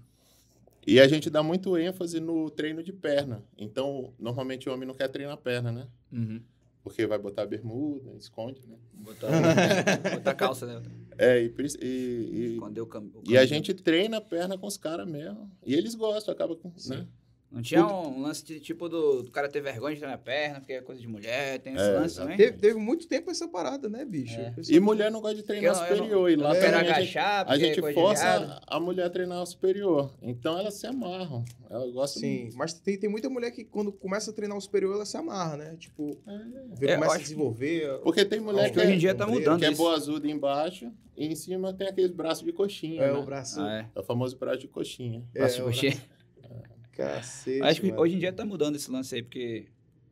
[SPEAKER 1] E a gente dá muito ênfase no treino de perna. Então, normalmente o homem não quer treinar perna, né?
[SPEAKER 2] Uhum.
[SPEAKER 1] Porque vai botar bermuda, esconde, né?
[SPEAKER 2] Botar, botar calça, né?
[SPEAKER 1] É, e, pre- e, e-
[SPEAKER 2] Esconder o cam- o
[SPEAKER 1] e a
[SPEAKER 2] caminho.
[SPEAKER 1] gente treina a perna com os caras mesmo. E eles gostam, acaba com. Né?
[SPEAKER 2] Não tinha um lance de, tipo do, do cara ter vergonha de ter na perna, porque é coisa de mulher, tem esse
[SPEAKER 1] É,
[SPEAKER 2] lance
[SPEAKER 1] exato.
[SPEAKER 2] também.
[SPEAKER 3] Teve, teve muito tempo essa parada, né, bicho?
[SPEAKER 2] É.
[SPEAKER 3] O pessoal-
[SPEAKER 1] E mulher não gosta de treinar
[SPEAKER 2] Eu não- eu não-
[SPEAKER 1] superior. e lá
[SPEAKER 2] Eu quero
[SPEAKER 1] também a gente-
[SPEAKER 2] agachar,
[SPEAKER 1] A
[SPEAKER 2] porque é
[SPEAKER 1] gente
[SPEAKER 2] coisa de viado.
[SPEAKER 1] força a mulher a treinar o superior. Então elas se amarram. Ela gosta
[SPEAKER 3] Sim, mas tem, tem muita mulher que quando começa a treinar o superior, ela se amarra, né? Tipo,
[SPEAKER 1] muito.
[SPEAKER 3] vê-
[SPEAKER 2] É, eu
[SPEAKER 3] começa a
[SPEAKER 2] acho-
[SPEAKER 3] desenvolver.
[SPEAKER 1] Porque tem mulher
[SPEAKER 2] Acho
[SPEAKER 1] que,
[SPEAKER 2] que hoje em dia tá
[SPEAKER 3] Ombreira,
[SPEAKER 1] é,
[SPEAKER 2] mudando
[SPEAKER 1] que é
[SPEAKER 2] isso.
[SPEAKER 1] boazuda embaixo e em cima tem aqueles braços de coxinha.
[SPEAKER 3] É,
[SPEAKER 1] né?
[SPEAKER 3] o braço.
[SPEAKER 2] Ah, é.
[SPEAKER 1] É o famoso braço de coxinha.
[SPEAKER 3] É,
[SPEAKER 2] Nossa,
[SPEAKER 3] o
[SPEAKER 2] gostei.
[SPEAKER 3] Cacete.
[SPEAKER 2] Acho que
[SPEAKER 1] é.
[SPEAKER 3] mano.
[SPEAKER 2] hoje em dia tá mudando esse lance aí, porque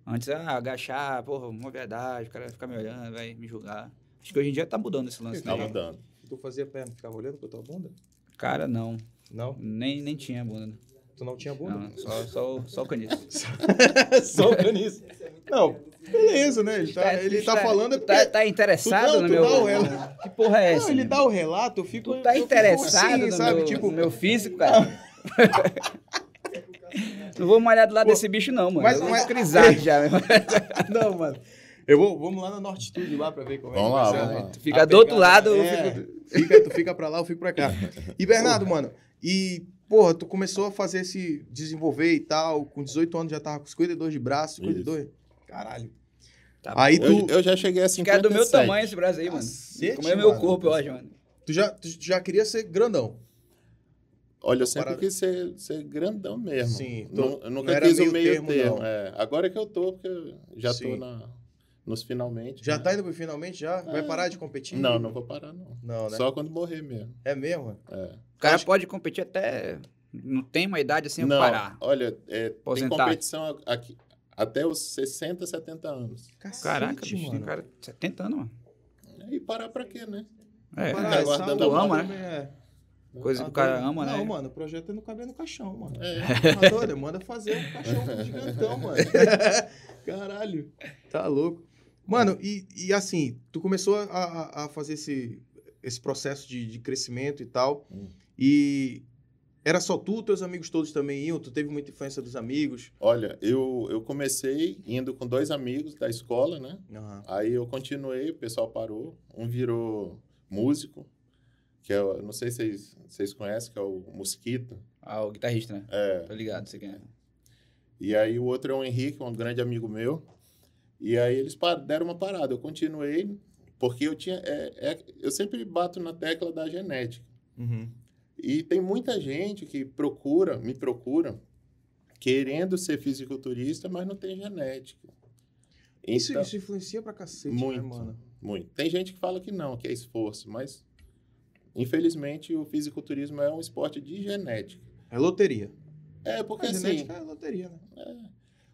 [SPEAKER 2] antes ah, agachar, porra, uma verdade, o cara vai ficar me olhando, vai me julgar. Acho que hoje em dia tá mudando esse lance.
[SPEAKER 1] Tá
[SPEAKER 3] Sim.
[SPEAKER 2] Né?
[SPEAKER 1] mudando.
[SPEAKER 3] Tu fazia perna, ficava olhando pra tua bunda?
[SPEAKER 2] Cara, não.
[SPEAKER 3] Não?
[SPEAKER 2] Nem, nem tinha bunda, né?
[SPEAKER 3] Tu não tinha bunda?
[SPEAKER 2] Não, É. só, só, o- só o caniço.
[SPEAKER 3] Só o caniço. Não, beleza, né? Ele tá, ele tá falando é
[SPEAKER 2] Tu
[SPEAKER 3] porque...
[SPEAKER 2] tá, tá
[SPEAKER 3] tu
[SPEAKER 2] interessado
[SPEAKER 3] não,
[SPEAKER 2] no
[SPEAKER 3] tu
[SPEAKER 2] meu.
[SPEAKER 3] dá o relato.
[SPEAKER 2] Que porra é essa?
[SPEAKER 3] Não, ele
[SPEAKER 1] tá
[SPEAKER 2] né?
[SPEAKER 3] dá o relato, eu fico...
[SPEAKER 2] Tu tá
[SPEAKER 3] eu fico
[SPEAKER 2] interessado
[SPEAKER 3] assim,
[SPEAKER 2] no,
[SPEAKER 3] sabe?
[SPEAKER 2] meu,
[SPEAKER 3] tipo,
[SPEAKER 2] no meu físico, cara? não vou malhar do lado
[SPEAKER 3] Pô,
[SPEAKER 2] desse bicho, não, mano.
[SPEAKER 3] mas-
[SPEAKER 2] Mas, eu
[SPEAKER 3] mas-
[SPEAKER 2] tô crisado já. meu irmão.
[SPEAKER 3] Não, mano. Eu vou, vamos lá na Norte Tudo lá pra ver como
[SPEAKER 1] Vamos
[SPEAKER 3] é que
[SPEAKER 1] lá,
[SPEAKER 3] vai ser,
[SPEAKER 1] vamos
[SPEAKER 3] né?
[SPEAKER 1] lá.
[SPEAKER 3] A
[SPEAKER 2] Fica do outro
[SPEAKER 3] pegada-
[SPEAKER 2] lado, eu
[SPEAKER 3] é, fica, tu fica pra lá, eu fico pra cá. E Bernardo, mano, e porra, tu começou a fazer esse desenvolver e tal, com 18 anos já tava com 52 de braço, 52. Caralho.
[SPEAKER 2] Tá
[SPEAKER 3] aí
[SPEAKER 1] Eu,
[SPEAKER 3] tu,
[SPEAKER 1] eu já cheguei a
[SPEAKER 2] Esse cara é
[SPEAKER 1] 57.
[SPEAKER 2] do meu tamanho, esse braço aí, mano.
[SPEAKER 3] Cacete,
[SPEAKER 2] Como é meu
[SPEAKER 3] mano.
[SPEAKER 2] corpo, eu acho, mano.
[SPEAKER 3] tu, já, tu já queria ser grandão.
[SPEAKER 1] Olha, eu sempre
[SPEAKER 3] Parada.
[SPEAKER 1] quis ser, ser grandão mesmo.
[SPEAKER 3] Sim, tu-
[SPEAKER 1] Não, eu
[SPEAKER 3] não
[SPEAKER 1] nunca
[SPEAKER 3] era
[SPEAKER 1] quis
[SPEAKER 3] meio
[SPEAKER 1] o meio
[SPEAKER 3] termo,
[SPEAKER 1] termo.
[SPEAKER 3] não.
[SPEAKER 1] é. agora que eu tô, porque eu já
[SPEAKER 3] Sim.
[SPEAKER 1] tô na, nos finalmente.
[SPEAKER 3] Já
[SPEAKER 1] né?
[SPEAKER 3] tá indo pro finalmente já? Vai
[SPEAKER 2] Ah.
[SPEAKER 1] É.
[SPEAKER 3] parar de competir?
[SPEAKER 1] Não, não vou parar, não.
[SPEAKER 3] Não, né?
[SPEAKER 1] Só quando morrer mesmo.
[SPEAKER 3] É mesmo?
[SPEAKER 1] É.
[SPEAKER 2] O cara
[SPEAKER 3] Acho-
[SPEAKER 2] pode competir até. Não tem uma idade assim
[SPEAKER 1] não,
[SPEAKER 2] pra parar.
[SPEAKER 1] olha, é, tem
[SPEAKER 2] Aposentar.
[SPEAKER 1] competição aqui, até os 60, 70 anos.
[SPEAKER 3] Cacete,
[SPEAKER 2] Caraca, bicho, tem
[SPEAKER 3] mano.
[SPEAKER 2] um cara de 70 anos, mano.
[SPEAKER 1] E parar pra quê, né?
[SPEAKER 2] É,
[SPEAKER 3] Parar,
[SPEAKER 1] tá
[SPEAKER 2] é,
[SPEAKER 3] essa
[SPEAKER 1] guardando
[SPEAKER 3] aula
[SPEAKER 2] a mão, né?
[SPEAKER 3] também é-
[SPEAKER 2] coisa
[SPEAKER 3] Ah,
[SPEAKER 2] que o cara
[SPEAKER 3] doido.
[SPEAKER 2] ama, né?
[SPEAKER 3] Não, mano, o projeto é não caber no caixão, mano.
[SPEAKER 1] É.
[SPEAKER 3] Tá doido? manda fazer um cachorro gigantão, mano. Caralho. Tá louco. Mano, e, e assim, tu começou a, a- a fazer esse, esse processo de, de crescimento e tal.
[SPEAKER 1] Hum.
[SPEAKER 3] E era só tu, teus amigos todos também iam? Tu teve muita influência dos amigos?
[SPEAKER 1] Olha, eu, eu comecei indo com dois amigos da escola, né?
[SPEAKER 3] Aham.
[SPEAKER 1] Aí eu continuei, o pessoal parou. Um virou músico, que é, o- eu não sei se vocês, vocês conhecem, que é o Mosquito.
[SPEAKER 2] Ah, o guitarrista, né?
[SPEAKER 1] É.
[SPEAKER 2] Tô ligado, né? você quer.
[SPEAKER 1] E aí o outro é o Henrique, um grande amigo meu. E aí eles pa- deram uma parada. Eu continuei, porque eu tinha. é- é- eu sempre bato na tecla da genética.
[SPEAKER 3] Uhum.
[SPEAKER 1] E tem muita gente que procura, me procura, querendo ser fisiculturista, mas não tem genética.
[SPEAKER 3] Isso,
[SPEAKER 1] Então-
[SPEAKER 3] isso influencia pra cacete, né,
[SPEAKER 1] Muito.
[SPEAKER 3] mano?
[SPEAKER 1] Muito. Tem gente que fala que não, que é esforço, mas infelizmente o fisiculturismo é um esporte de genética.
[SPEAKER 3] É loteria.
[SPEAKER 1] É, porque
[SPEAKER 3] A
[SPEAKER 1] assim, é.
[SPEAKER 3] genética é loteria, né?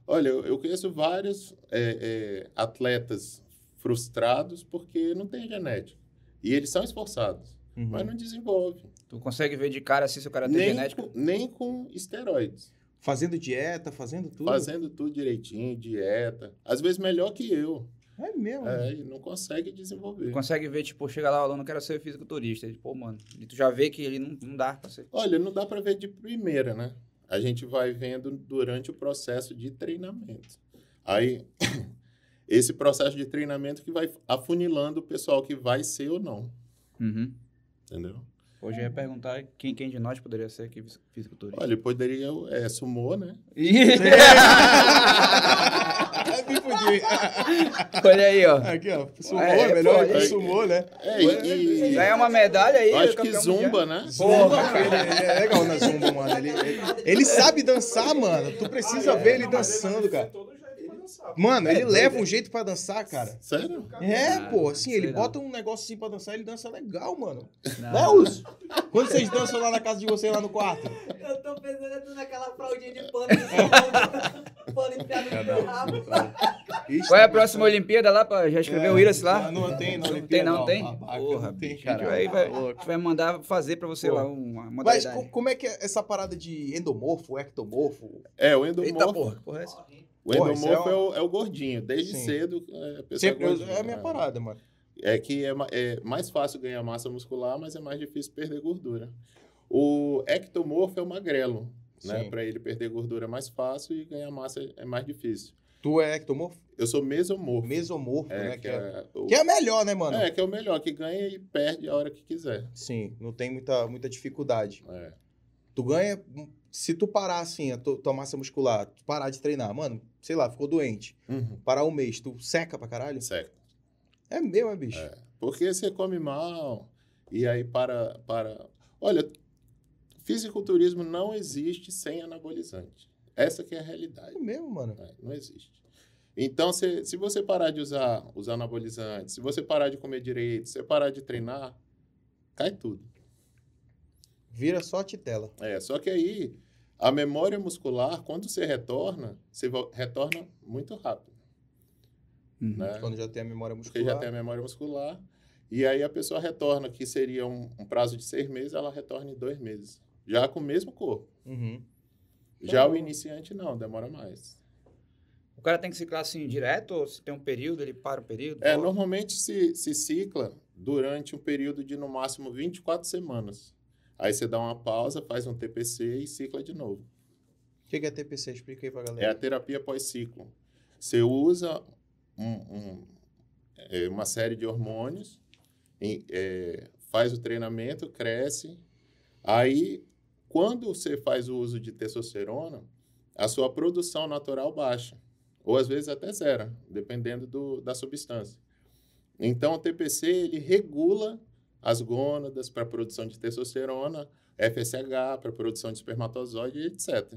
[SPEAKER 1] olha, eu eu conheço vários é, é, atletas frustrados porque não tem genética. E eles são esforçados,
[SPEAKER 3] Uhum.
[SPEAKER 1] mas não desenvolve.
[SPEAKER 2] Tu consegue ver de cara assim se o cara tem
[SPEAKER 1] Nem,
[SPEAKER 2] genética?
[SPEAKER 1] com, nem com esteroides.
[SPEAKER 3] Fazendo dieta, fazendo tudo.
[SPEAKER 1] Fazendo tudo direitinho, dieta. Às vezes melhor que eu.
[SPEAKER 3] É mesmo.
[SPEAKER 1] É, e não consegue
[SPEAKER 2] Tu
[SPEAKER 1] desenvolver.
[SPEAKER 2] consegue ver, tipo, chega lá, o aluno, quero ser fisiculturista. Ele, Pô, mano, e tu já vê que ele não, não dá pra ser.
[SPEAKER 1] Olha, não dá para ver de primeira, né? A gente vai vendo durante o processo de treinamento. Aí, esse processo de treinamento que vai afunilando o pessoal que vai ser ou não,
[SPEAKER 2] Uhum.
[SPEAKER 1] entendeu?
[SPEAKER 2] Hoje eu ia perguntar quem, quem de nós poderia ser aqui fis- fisiculturista.
[SPEAKER 1] Olha, poderia é, sumô, né?
[SPEAKER 3] Me fudi.
[SPEAKER 2] Olha aí, ó.
[SPEAKER 3] Aqui, ó. Sumou,
[SPEAKER 2] É,
[SPEAKER 3] é, melhor
[SPEAKER 2] pô,
[SPEAKER 3] que
[SPEAKER 1] aí-
[SPEAKER 3] sumou, né?
[SPEAKER 1] É, e,
[SPEAKER 2] Ganhar uma medalha aí.
[SPEAKER 1] eu acho que
[SPEAKER 2] campeão
[SPEAKER 1] zumba, né?
[SPEAKER 2] Porra,
[SPEAKER 3] Zumba, ele, ele é legal na Zumba, mano. Ele, ele- ele sabe dançar, mano. Tu precisa ver ele
[SPEAKER 4] Ah, é. Não, mas
[SPEAKER 3] dançando,
[SPEAKER 4] mas
[SPEAKER 3] cara.
[SPEAKER 4] todo jeito, mas não dançar. pô.
[SPEAKER 3] Mano,
[SPEAKER 1] É,
[SPEAKER 3] ele
[SPEAKER 1] doido,
[SPEAKER 3] leva
[SPEAKER 1] é.
[SPEAKER 3] um jeito pra dançar, cara.
[SPEAKER 1] Sério?
[SPEAKER 4] Cara,
[SPEAKER 3] É,
[SPEAKER 2] Ah,
[SPEAKER 3] pô, assim,
[SPEAKER 2] sei
[SPEAKER 3] ele
[SPEAKER 2] não. Ah.
[SPEAKER 3] bota um negócio assim pra dançar, ele dança legal, mano.
[SPEAKER 2] Não.
[SPEAKER 3] Né, Uso? Quando vocês dançam lá na casa de vocês, lá no quarto?
[SPEAKER 5] Eu tô pensando é tu naquela fraldinha de pano. que você- pano enfiado no meu rabo.
[SPEAKER 2] Qual é a próxima Olimpíada lá? Pra... Já escreveu o Iris lá?
[SPEAKER 3] Não, não tem, não.
[SPEAKER 2] Não
[SPEAKER 3] Olimpíada,
[SPEAKER 2] tem, não, tem?
[SPEAKER 3] Babaca,
[SPEAKER 2] Porra,
[SPEAKER 3] não tem,
[SPEAKER 2] bicho, é a gente
[SPEAKER 3] cara.
[SPEAKER 2] vai- vai-
[SPEAKER 3] Tá
[SPEAKER 2] A
[SPEAKER 3] louco.
[SPEAKER 2] gente vai mandar fazer pra você
[SPEAKER 3] Pô.
[SPEAKER 2] lá uma
[SPEAKER 3] Mas
[SPEAKER 2] modalidade.
[SPEAKER 3] co- como é que é essa parada de endomorfo, ectomorfo?
[SPEAKER 1] É, o
[SPEAKER 3] Eita
[SPEAKER 1] endomorfo.
[SPEAKER 3] porra, que porra é essa?
[SPEAKER 1] O
[SPEAKER 3] Porra, isso
[SPEAKER 1] endomorfo
[SPEAKER 3] é
[SPEAKER 1] é, o, é o gordinho. Desde
[SPEAKER 3] Sim.
[SPEAKER 1] cedo, é, a pessoa
[SPEAKER 3] Sempre
[SPEAKER 1] é
[SPEAKER 3] eu-
[SPEAKER 1] gordinha,
[SPEAKER 3] é a minha
[SPEAKER 1] né?
[SPEAKER 3] parada, mano.
[SPEAKER 1] É que é, ma- é mais fácil ganhar massa muscular, mas é mais difícil perder gordura. O ectomorfo é o magrelo, né?
[SPEAKER 3] Sim.
[SPEAKER 1] Para ele perder gordura é mais fácil e ganhar massa é mais difícil.
[SPEAKER 3] Tu é ectomorfo?
[SPEAKER 1] Eu sou mesomorfo.
[SPEAKER 3] Mesomorfo,
[SPEAKER 1] é,
[SPEAKER 3] né?
[SPEAKER 1] que, é, o,
[SPEAKER 3] que é melhor, né, mano?
[SPEAKER 1] é, que é o melhor, que ganha e perde a hora que quiser.
[SPEAKER 3] Sim, não tem muita, muita dificuldade.
[SPEAKER 1] É.
[SPEAKER 3] Tu ganha. Se tu parar assim, a tu- tua massa muscular, tu parar de treinar, mano, sei lá, ficou doente.
[SPEAKER 1] Uhum.
[SPEAKER 3] Parar um mês, tu seca pra caralho?
[SPEAKER 1] Certo.
[SPEAKER 3] É mesmo, é, bicho.
[SPEAKER 1] É. Porque você come mal e aí para para Olha, fisiculturismo não existe sem anabolizante. Essa que é a realidade.
[SPEAKER 3] É mesmo, mano.
[SPEAKER 1] né? Não existe. Então, se, se você parar de usar os anabolizantes, se você parar de comer direito, se você parar de treinar, cai tudo.
[SPEAKER 3] Vira só a titela.
[SPEAKER 1] É, só que aí, a memória muscular, quando você retorna, você vo- retorna muito rápido,
[SPEAKER 2] Uhum.
[SPEAKER 1] né?
[SPEAKER 3] Quando já tem a memória
[SPEAKER 1] Porque já
[SPEAKER 3] muscular.
[SPEAKER 1] tem a memória muscular. E aí a pessoa retorna, que seria um, um prazo de seis meses, ela retorna em dois meses. Já com o mesmo corpo.
[SPEAKER 3] Uhum. Então,
[SPEAKER 1] Já o iniciante não, demora mais.
[SPEAKER 2] O cara tem que ciclar assim direto? Ou se tem um período, ele para o período?
[SPEAKER 1] É,
[SPEAKER 2] volta?
[SPEAKER 1] normalmente se, se cicla durante um período de no máximo 24 semanas. Aí você dá uma pausa, faz um TPC e cicla de novo.
[SPEAKER 3] O que que é TPC? Explica aí pra
[SPEAKER 1] É a
[SPEAKER 3] galera.
[SPEAKER 1] terapia pós-ciclo. Você usa um- um- é, uma série de hormônios, em- é, faz o treinamento, cresce. Aí, quando você faz o uso de testosterona, a sua produção natural baixa, ou às vezes até zero, dependendo do- da substância. Então, o TPC ele regula as gônadas para produção de testosterona, FSH para produção de espermatozoide, etc.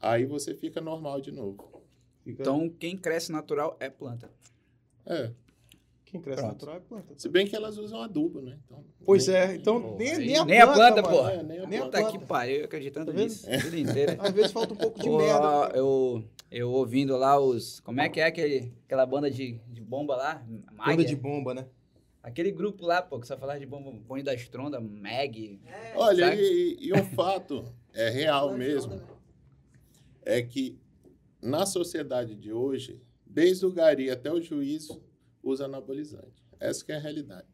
[SPEAKER 1] Aí você fica normal de novo.
[SPEAKER 3] Fica-
[SPEAKER 2] Então, quem cresce natural é planta.
[SPEAKER 1] É.
[SPEAKER 3] Quem cresce
[SPEAKER 2] Pronto.
[SPEAKER 3] natural é planta.
[SPEAKER 1] Se bem que elas usam adubo, né? Então,
[SPEAKER 3] Pois
[SPEAKER 1] nem-
[SPEAKER 3] é, então
[SPEAKER 1] Pô,
[SPEAKER 3] nem,
[SPEAKER 1] aí-
[SPEAKER 3] nem a
[SPEAKER 2] Nem a planta,
[SPEAKER 3] mano.
[SPEAKER 2] porra.
[SPEAKER 1] É, nem a
[SPEAKER 3] Nem a
[SPEAKER 1] planta.
[SPEAKER 2] Puta
[SPEAKER 3] planta.
[SPEAKER 2] que pariu, eu acreditando
[SPEAKER 3] Tá vendo?
[SPEAKER 2] nisso. Vida inteira.
[SPEAKER 3] Às vezes falta um pouco de
[SPEAKER 2] Pô,
[SPEAKER 3] merda.
[SPEAKER 2] Eu, eu ouvindo lá os. Como é que é aquele, aquela banda de, de bomba lá?
[SPEAKER 3] Banda
[SPEAKER 2] Mag?
[SPEAKER 3] de bomba, né?
[SPEAKER 2] Aquele grupo lá, pô, que só falava de bomba, Bonde da Estronda, Mag.
[SPEAKER 5] É,
[SPEAKER 1] Olha,
[SPEAKER 2] Sabe?
[SPEAKER 1] e, e- e um fato é real
[SPEAKER 5] não,
[SPEAKER 1] mesmo,
[SPEAKER 5] não, não.
[SPEAKER 1] é que na sociedade de hoje, desde o gari até o juiz usa anabolizante. Essa que é a realidade.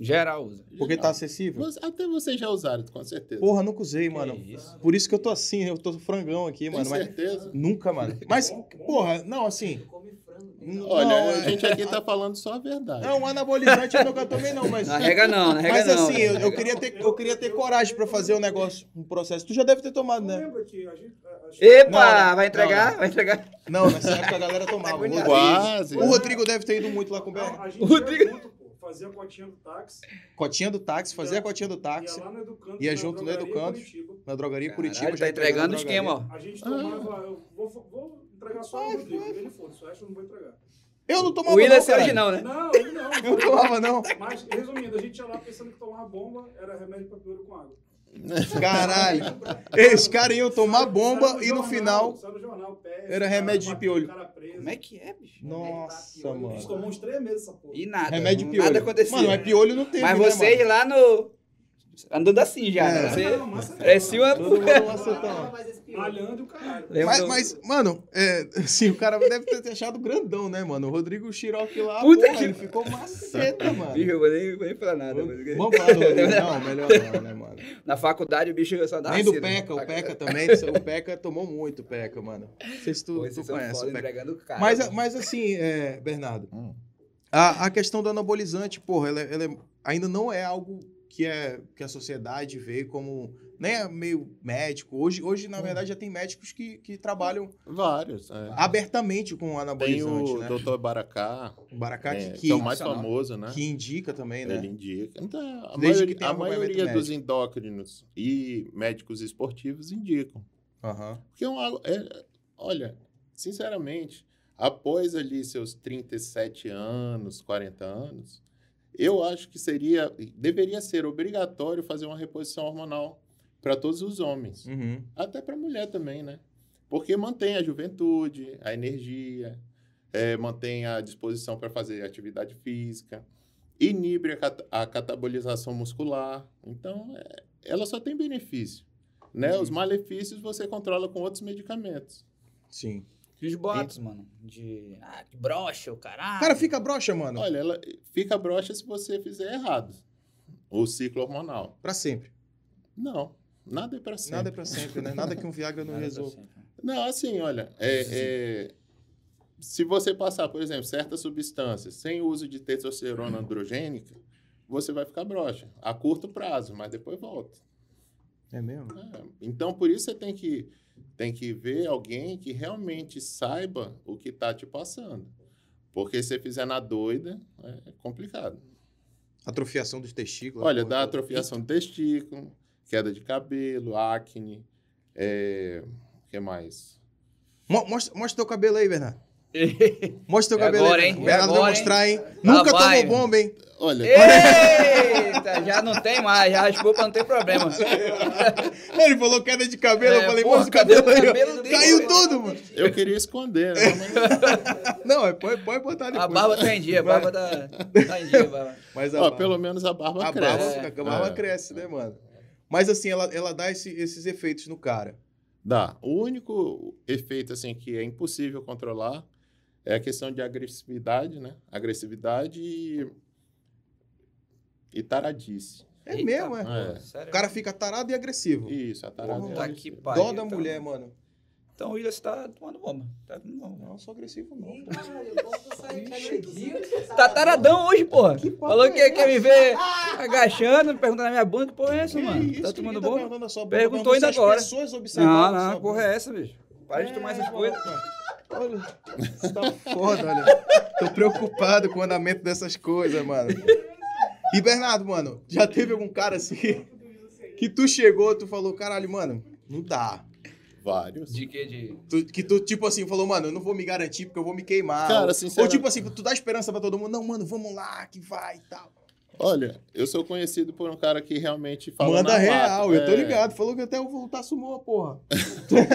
[SPEAKER 2] Geral usa.
[SPEAKER 3] Porque tá acessível.
[SPEAKER 1] Você- Até vocês já usaram, com certeza.
[SPEAKER 3] Porra, nunca usei,
[SPEAKER 2] Que
[SPEAKER 3] mano.
[SPEAKER 2] isso?
[SPEAKER 3] Por isso que eu tô assim, eu tô frangão aqui,
[SPEAKER 1] Tem
[SPEAKER 3] mano. Mas
[SPEAKER 1] certeza?
[SPEAKER 3] nunca, mano. Mas,
[SPEAKER 4] Bom, bom.
[SPEAKER 3] porra, não, assim.
[SPEAKER 5] Come frango. né?
[SPEAKER 3] Não.
[SPEAKER 5] Não.
[SPEAKER 1] Olha,
[SPEAKER 3] Não,
[SPEAKER 1] a
[SPEAKER 3] é-
[SPEAKER 1] gente aqui tá falando só a verdade.
[SPEAKER 3] Não, anabolizante eu nunca tomei, não, mas.
[SPEAKER 2] Na regra não, na regra
[SPEAKER 3] Mas
[SPEAKER 2] não. né?
[SPEAKER 3] assim, eu, eu queria ter, eu queria ter coragem pra fazer um negócio, um processo. Tu já deve ter
[SPEAKER 4] Eu
[SPEAKER 3] tomado, né? É,
[SPEAKER 4] lembro que a gente. a- a-
[SPEAKER 2] Epa,
[SPEAKER 3] Não, não,
[SPEAKER 2] vai entregar?
[SPEAKER 3] não,
[SPEAKER 2] Vai entregar?
[SPEAKER 3] Não, nessa época a galera tomava.
[SPEAKER 2] É
[SPEAKER 3] O Rodrigo,
[SPEAKER 1] Quase.
[SPEAKER 3] é. o Rodrigo deve ter ido muito lá com o
[SPEAKER 4] Não,
[SPEAKER 3] BR.
[SPEAKER 4] a gente
[SPEAKER 2] O
[SPEAKER 4] ia
[SPEAKER 2] Rodrigo-
[SPEAKER 4] junto, pô, fazia a cotinha do táxi,
[SPEAKER 3] Cotinha do táxi, fazia a cotinha do
[SPEAKER 4] ia
[SPEAKER 3] táxi
[SPEAKER 4] lá no Educanto.
[SPEAKER 3] Ia
[SPEAKER 4] na
[SPEAKER 3] junto no
[SPEAKER 4] drogaria
[SPEAKER 3] Educanto.
[SPEAKER 4] Curitiba.
[SPEAKER 3] na drogaria Curitiba.
[SPEAKER 2] Caralho,
[SPEAKER 3] já
[SPEAKER 2] tá entregando
[SPEAKER 3] na
[SPEAKER 2] o
[SPEAKER 3] drogaria.
[SPEAKER 2] esquema, ó.
[SPEAKER 4] A gente tomava. Eu vou, vou entregar só o Rodrigo. Ele foda-se, o resto eu não vou entregar.
[SPEAKER 3] Eu não tomava
[SPEAKER 2] O Willis
[SPEAKER 3] não,
[SPEAKER 2] é
[SPEAKER 3] caralho.
[SPEAKER 2] hoje não, né?
[SPEAKER 4] Não, ele não.
[SPEAKER 3] Eu não tomava não.
[SPEAKER 4] Mas, resumindo, a gente ia lá pensando que tomar bomba era remédio pra piolho com água.
[SPEAKER 3] Caralho. Esse cara iam tomar bomba e no final
[SPEAKER 4] Só no jornal, peste,
[SPEAKER 3] era remédio de
[SPEAKER 4] cara,
[SPEAKER 3] piolho.
[SPEAKER 4] cara preso.
[SPEAKER 2] Como é que é, bicho? É
[SPEAKER 3] Nossa,
[SPEAKER 5] A
[SPEAKER 4] A gente
[SPEAKER 3] mano.
[SPEAKER 4] tomou uns três meses essa porra.
[SPEAKER 2] E nada.
[SPEAKER 3] Remédio de
[SPEAKER 2] não-
[SPEAKER 3] piolho.
[SPEAKER 2] Nada aconteceu.
[SPEAKER 3] Mano, mas piolho não teve,
[SPEAKER 2] Mas
[SPEAKER 3] né,
[SPEAKER 2] vocês
[SPEAKER 3] mano?
[SPEAKER 2] lá no. Andando assim já.
[SPEAKER 3] É.
[SPEAKER 2] né? Você
[SPEAKER 4] Não, mas-
[SPEAKER 2] parecia uma-
[SPEAKER 3] Todo mundo É um
[SPEAKER 5] Não,
[SPEAKER 3] acetão.
[SPEAKER 5] mas esse pior.
[SPEAKER 4] Malhando e o caralho.
[SPEAKER 2] Lembra
[SPEAKER 3] Mas,
[SPEAKER 2] do-
[SPEAKER 3] mas, mano, é, assim, o cara deve ter te achado grandão, né, mano? O Rodrigo Xiroque lá,
[SPEAKER 2] Puta
[SPEAKER 3] porra,
[SPEAKER 2] que-
[SPEAKER 3] ele ficou maceta, mano.
[SPEAKER 2] Bicho, eu vou nem, vou nem falar nada. tá mas-
[SPEAKER 3] Vamos falar do Rodrigo, não, melhor não, né, mano?
[SPEAKER 2] Na faculdade o bicho só dá
[SPEAKER 3] Nem
[SPEAKER 2] assim, né?
[SPEAKER 3] do
[SPEAKER 2] vacilo.
[SPEAKER 3] Peca, o Peca também, o Peca tomou muito, Peca, mano. Não sei se tu,
[SPEAKER 2] Pô,
[SPEAKER 3] tu
[SPEAKER 2] Vocês são
[SPEAKER 3] é conhece
[SPEAKER 2] foda né?
[SPEAKER 3] o Peca.
[SPEAKER 2] entregando o cara.
[SPEAKER 3] Mas, mas assim, é, Bernardo,
[SPEAKER 1] Hum.
[SPEAKER 3] A, a questão do anabolizante, porra, ela, ela é- ainda não é algo que, é, que a sociedade vê como. Nem é meio médico. Hoje, hoje
[SPEAKER 2] Hum.
[SPEAKER 3] na verdade, já tem médicos que, que trabalham
[SPEAKER 1] Vários. é.
[SPEAKER 3] abertamente com
[SPEAKER 1] Tem
[SPEAKER 3] anabolizante,
[SPEAKER 1] o
[SPEAKER 3] né?
[SPEAKER 1] Dr. Baracá,
[SPEAKER 3] O Baracá
[SPEAKER 1] é,
[SPEAKER 3] que,
[SPEAKER 1] que é o mais
[SPEAKER 2] Nacional.
[SPEAKER 1] famoso, né?
[SPEAKER 3] que indica também, né?
[SPEAKER 1] Ele indica. Então,
[SPEAKER 3] Desde
[SPEAKER 1] a
[SPEAKER 3] que
[SPEAKER 1] maioria,
[SPEAKER 3] tenha
[SPEAKER 1] a
[SPEAKER 3] acompanhamento
[SPEAKER 1] maioria dos endócrinos e médicos esportivos indicam. um
[SPEAKER 3] Aham.
[SPEAKER 1] Porque é uma, é- olha, sinceramente, Após ali seus 37 anos, 40 anos, eu acho que seria, deveria ser obrigatório fazer uma reposição hormonal para todos os homens,
[SPEAKER 3] Uhum.
[SPEAKER 1] até para mulher também, né? Porque mantém a juventude, a energia, eh, mantém a disposição para fazer atividade física, inibe a, cat a catabolização muscular. Então, eh, ela só tem benefício. Né?
[SPEAKER 3] Uhum.
[SPEAKER 1] Os malefícios você controla com outros medicamentos.
[SPEAKER 3] Sim.
[SPEAKER 2] E os boatos, mano? De. Ah, que brocha, o caralho.
[SPEAKER 3] Cara, fica broxa, mano.
[SPEAKER 1] Olha, ela fica broxa se você fizer errado o ciclo hormonal.
[SPEAKER 3] Pra sempre.
[SPEAKER 1] Não, nada é para sempre.
[SPEAKER 3] Nada é pra sempre, né? Nada que um Viagra não
[SPEAKER 2] Nada é pra
[SPEAKER 3] resolva.
[SPEAKER 2] sempre.
[SPEAKER 1] Não, assim, olha, é- é, se você passar, por exemplo, certas substâncias sem uso de testosterona androgênica, você vai ficar broxa a curto prazo, mas depois volta.
[SPEAKER 3] É mesmo?
[SPEAKER 1] É, Então, por isso você tem que tem que ver alguém que realmente saiba o que tá te passando. Porque se você fizer na doida, é complicado.
[SPEAKER 3] Atrofiação dos testículos.
[SPEAKER 1] Olha,
[SPEAKER 3] pô.
[SPEAKER 1] dá atrofiação do testículo, queda de cabelo, acne, é, o que mais?
[SPEAKER 3] Mo- Mostra, mostra teu cabelo aí, Bernardo. Mostra teu
[SPEAKER 2] É
[SPEAKER 3] cabelo
[SPEAKER 2] agora,
[SPEAKER 3] aí.
[SPEAKER 2] hein?
[SPEAKER 3] Bernardo.
[SPEAKER 2] É
[SPEAKER 3] Bernardo vai
[SPEAKER 2] agora,
[SPEAKER 3] mostrar, hein?
[SPEAKER 2] Lá
[SPEAKER 3] Nunca
[SPEAKER 2] vai,
[SPEAKER 3] tomou bomba, hein?
[SPEAKER 1] Olha,
[SPEAKER 2] Eita, já não tem mais, já raspou pra não ter problema.
[SPEAKER 3] Ele falou queda de cabelo, eu
[SPEAKER 2] É,
[SPEAKER 3] falei,
[SPEAKER 2] porra,
[SPEAKER 3] mostra o cabelo
[SPEAKER 2] cadê o
[SPEAKER 3] aí. ó.
[SPEAKER 2] cabelo dele?
[SPEAKER 3] Caiu tudo, mano.
[SPEAKER 1] eu queria esconder, né? Mas-
[SPEAKER 3] Não, é, pode, pode botar depois.
[SPEAKER 2] A barba tá em dia, a barba tá, tá em dia. a Barba.
[SPEAKER 3] Mas a
[SPEAKER 1] ó,
[SPEAKER 3] barba-
[SPEAKER 1] pelo menos a barba
[SPEAKER 3] a
[SPEAKER 1] cresce.
[SPEAKER 3] barba, a barba
[SPEAKER 1] É.
[SPEAKER 3] cresce, né, mano? Mas assim, ela, ela dá esse- esses efeitos no cara.
[SPEAKER 1] Dá. O único efeito assim que é impossível controlar é a questão de agressividade, né? Agressividade e, e taradice.
[SPEAKER 3] É
[SPEAKER 2] Eita,
[SPEAKER 3] mesmo, é.
[SPEAKER 2] porra,
[SPEAKER 1] É.
[SPEAKER 2] Sério?
[SPEAKER 3] O cara fica tarado e agressivo.
[SPEAKER 1] Isso, a
[SPEAKER 3] Porra,
[SPEAKER 1] taradice.
[SPEAKER 2] Tá que pariu.
[SPEAKER 3] Dó da
[SPEAKER 2] então.
[SPEAKER 3] mulher, mano.
[SPEAKER 2] Então o Willis tá tomando bomba. Tá tomando bomba.
[SPEAKER 3] Não, eu sou agressivo, não.
[SPEAKER 5] Ih, caralho, o povo sai de cada dia.
[SPEAKER 2] Tá taradão hoje, porra.
[SPEAKER 3] papo
[SPEAKER 2] Falou que
[SPEAKER 3] é
[SPEAKER 2] quer me ver agachando, perguntando na minha bunda, que porra é essa,
[SPEAKER 3] Que
[SPEAKER 2] mano?
[SPEAKER 3] isso,
[SPEAKER 2] tá
[SPEAKER 3] que
[SPEAKER 2] tomando
[SPEAKER 3] tá
[SPEAKER 2] bomba?
[SPEAKER 3] perguntando a sua
[SPEAKER 2] Perguntou
[SPEAKER 3] perguntando
[SPEAKER 2] ainda
[SPEAKER 3] se as
[SPEAKER 2] agora.
[SPEAKER 3] pessoas
[SPEAKER 2] Não,
[SPEAKER 3] observavam
[SPEAKER 2] não,
[SPEAKER 3] a
[SPEAKER 2] que
[SPEAKER 3] sua
[SPEAKER 2] porra
[SPEAKER 3] bunda.
[SPEAKER 2] é essa, bicho? Para de tomar essas
[SPEAKER 3] É,
[SPEAKER 2] coisas.
[SPEAKER 3] Olha, você tá foda, olha. Tô preocupado com o andamento dessas coisas, mano. E Bernardo, mano, já teve algum cara assim que tu chegou, tu falou, caralho, mano, não dá.
[SPEAKER 1] Vários.
[SPEAKER 2] De que? De...
[SPEAKER 3] Tu- que tu, tipo assim, falou, mano, eu não vou me garantir porque eu vou me queimar.
[SPEAKER 1] Cara,
[SPEAKER 3] Ou- Ou
[SPEAKER 1] sinceramente-
[SPEAKER 3] tipo assim, tu dá esperança pra todo mundo, não, mano, vamos lá, que vai e tal.
[SPEAKER 1] Olha, eu sou conhecido por um cara que realmente fala
[SPEAKER 3] Manda
[SPEAKER 1] na
[SPEAKER 3] real,
[SPEAKER 1] lata.
[SPEAKER 3] eu tô
[SPEAKER 1] É.
[SPEAKER 3] ligado. Falou que até eu vou lutar sumou a porra.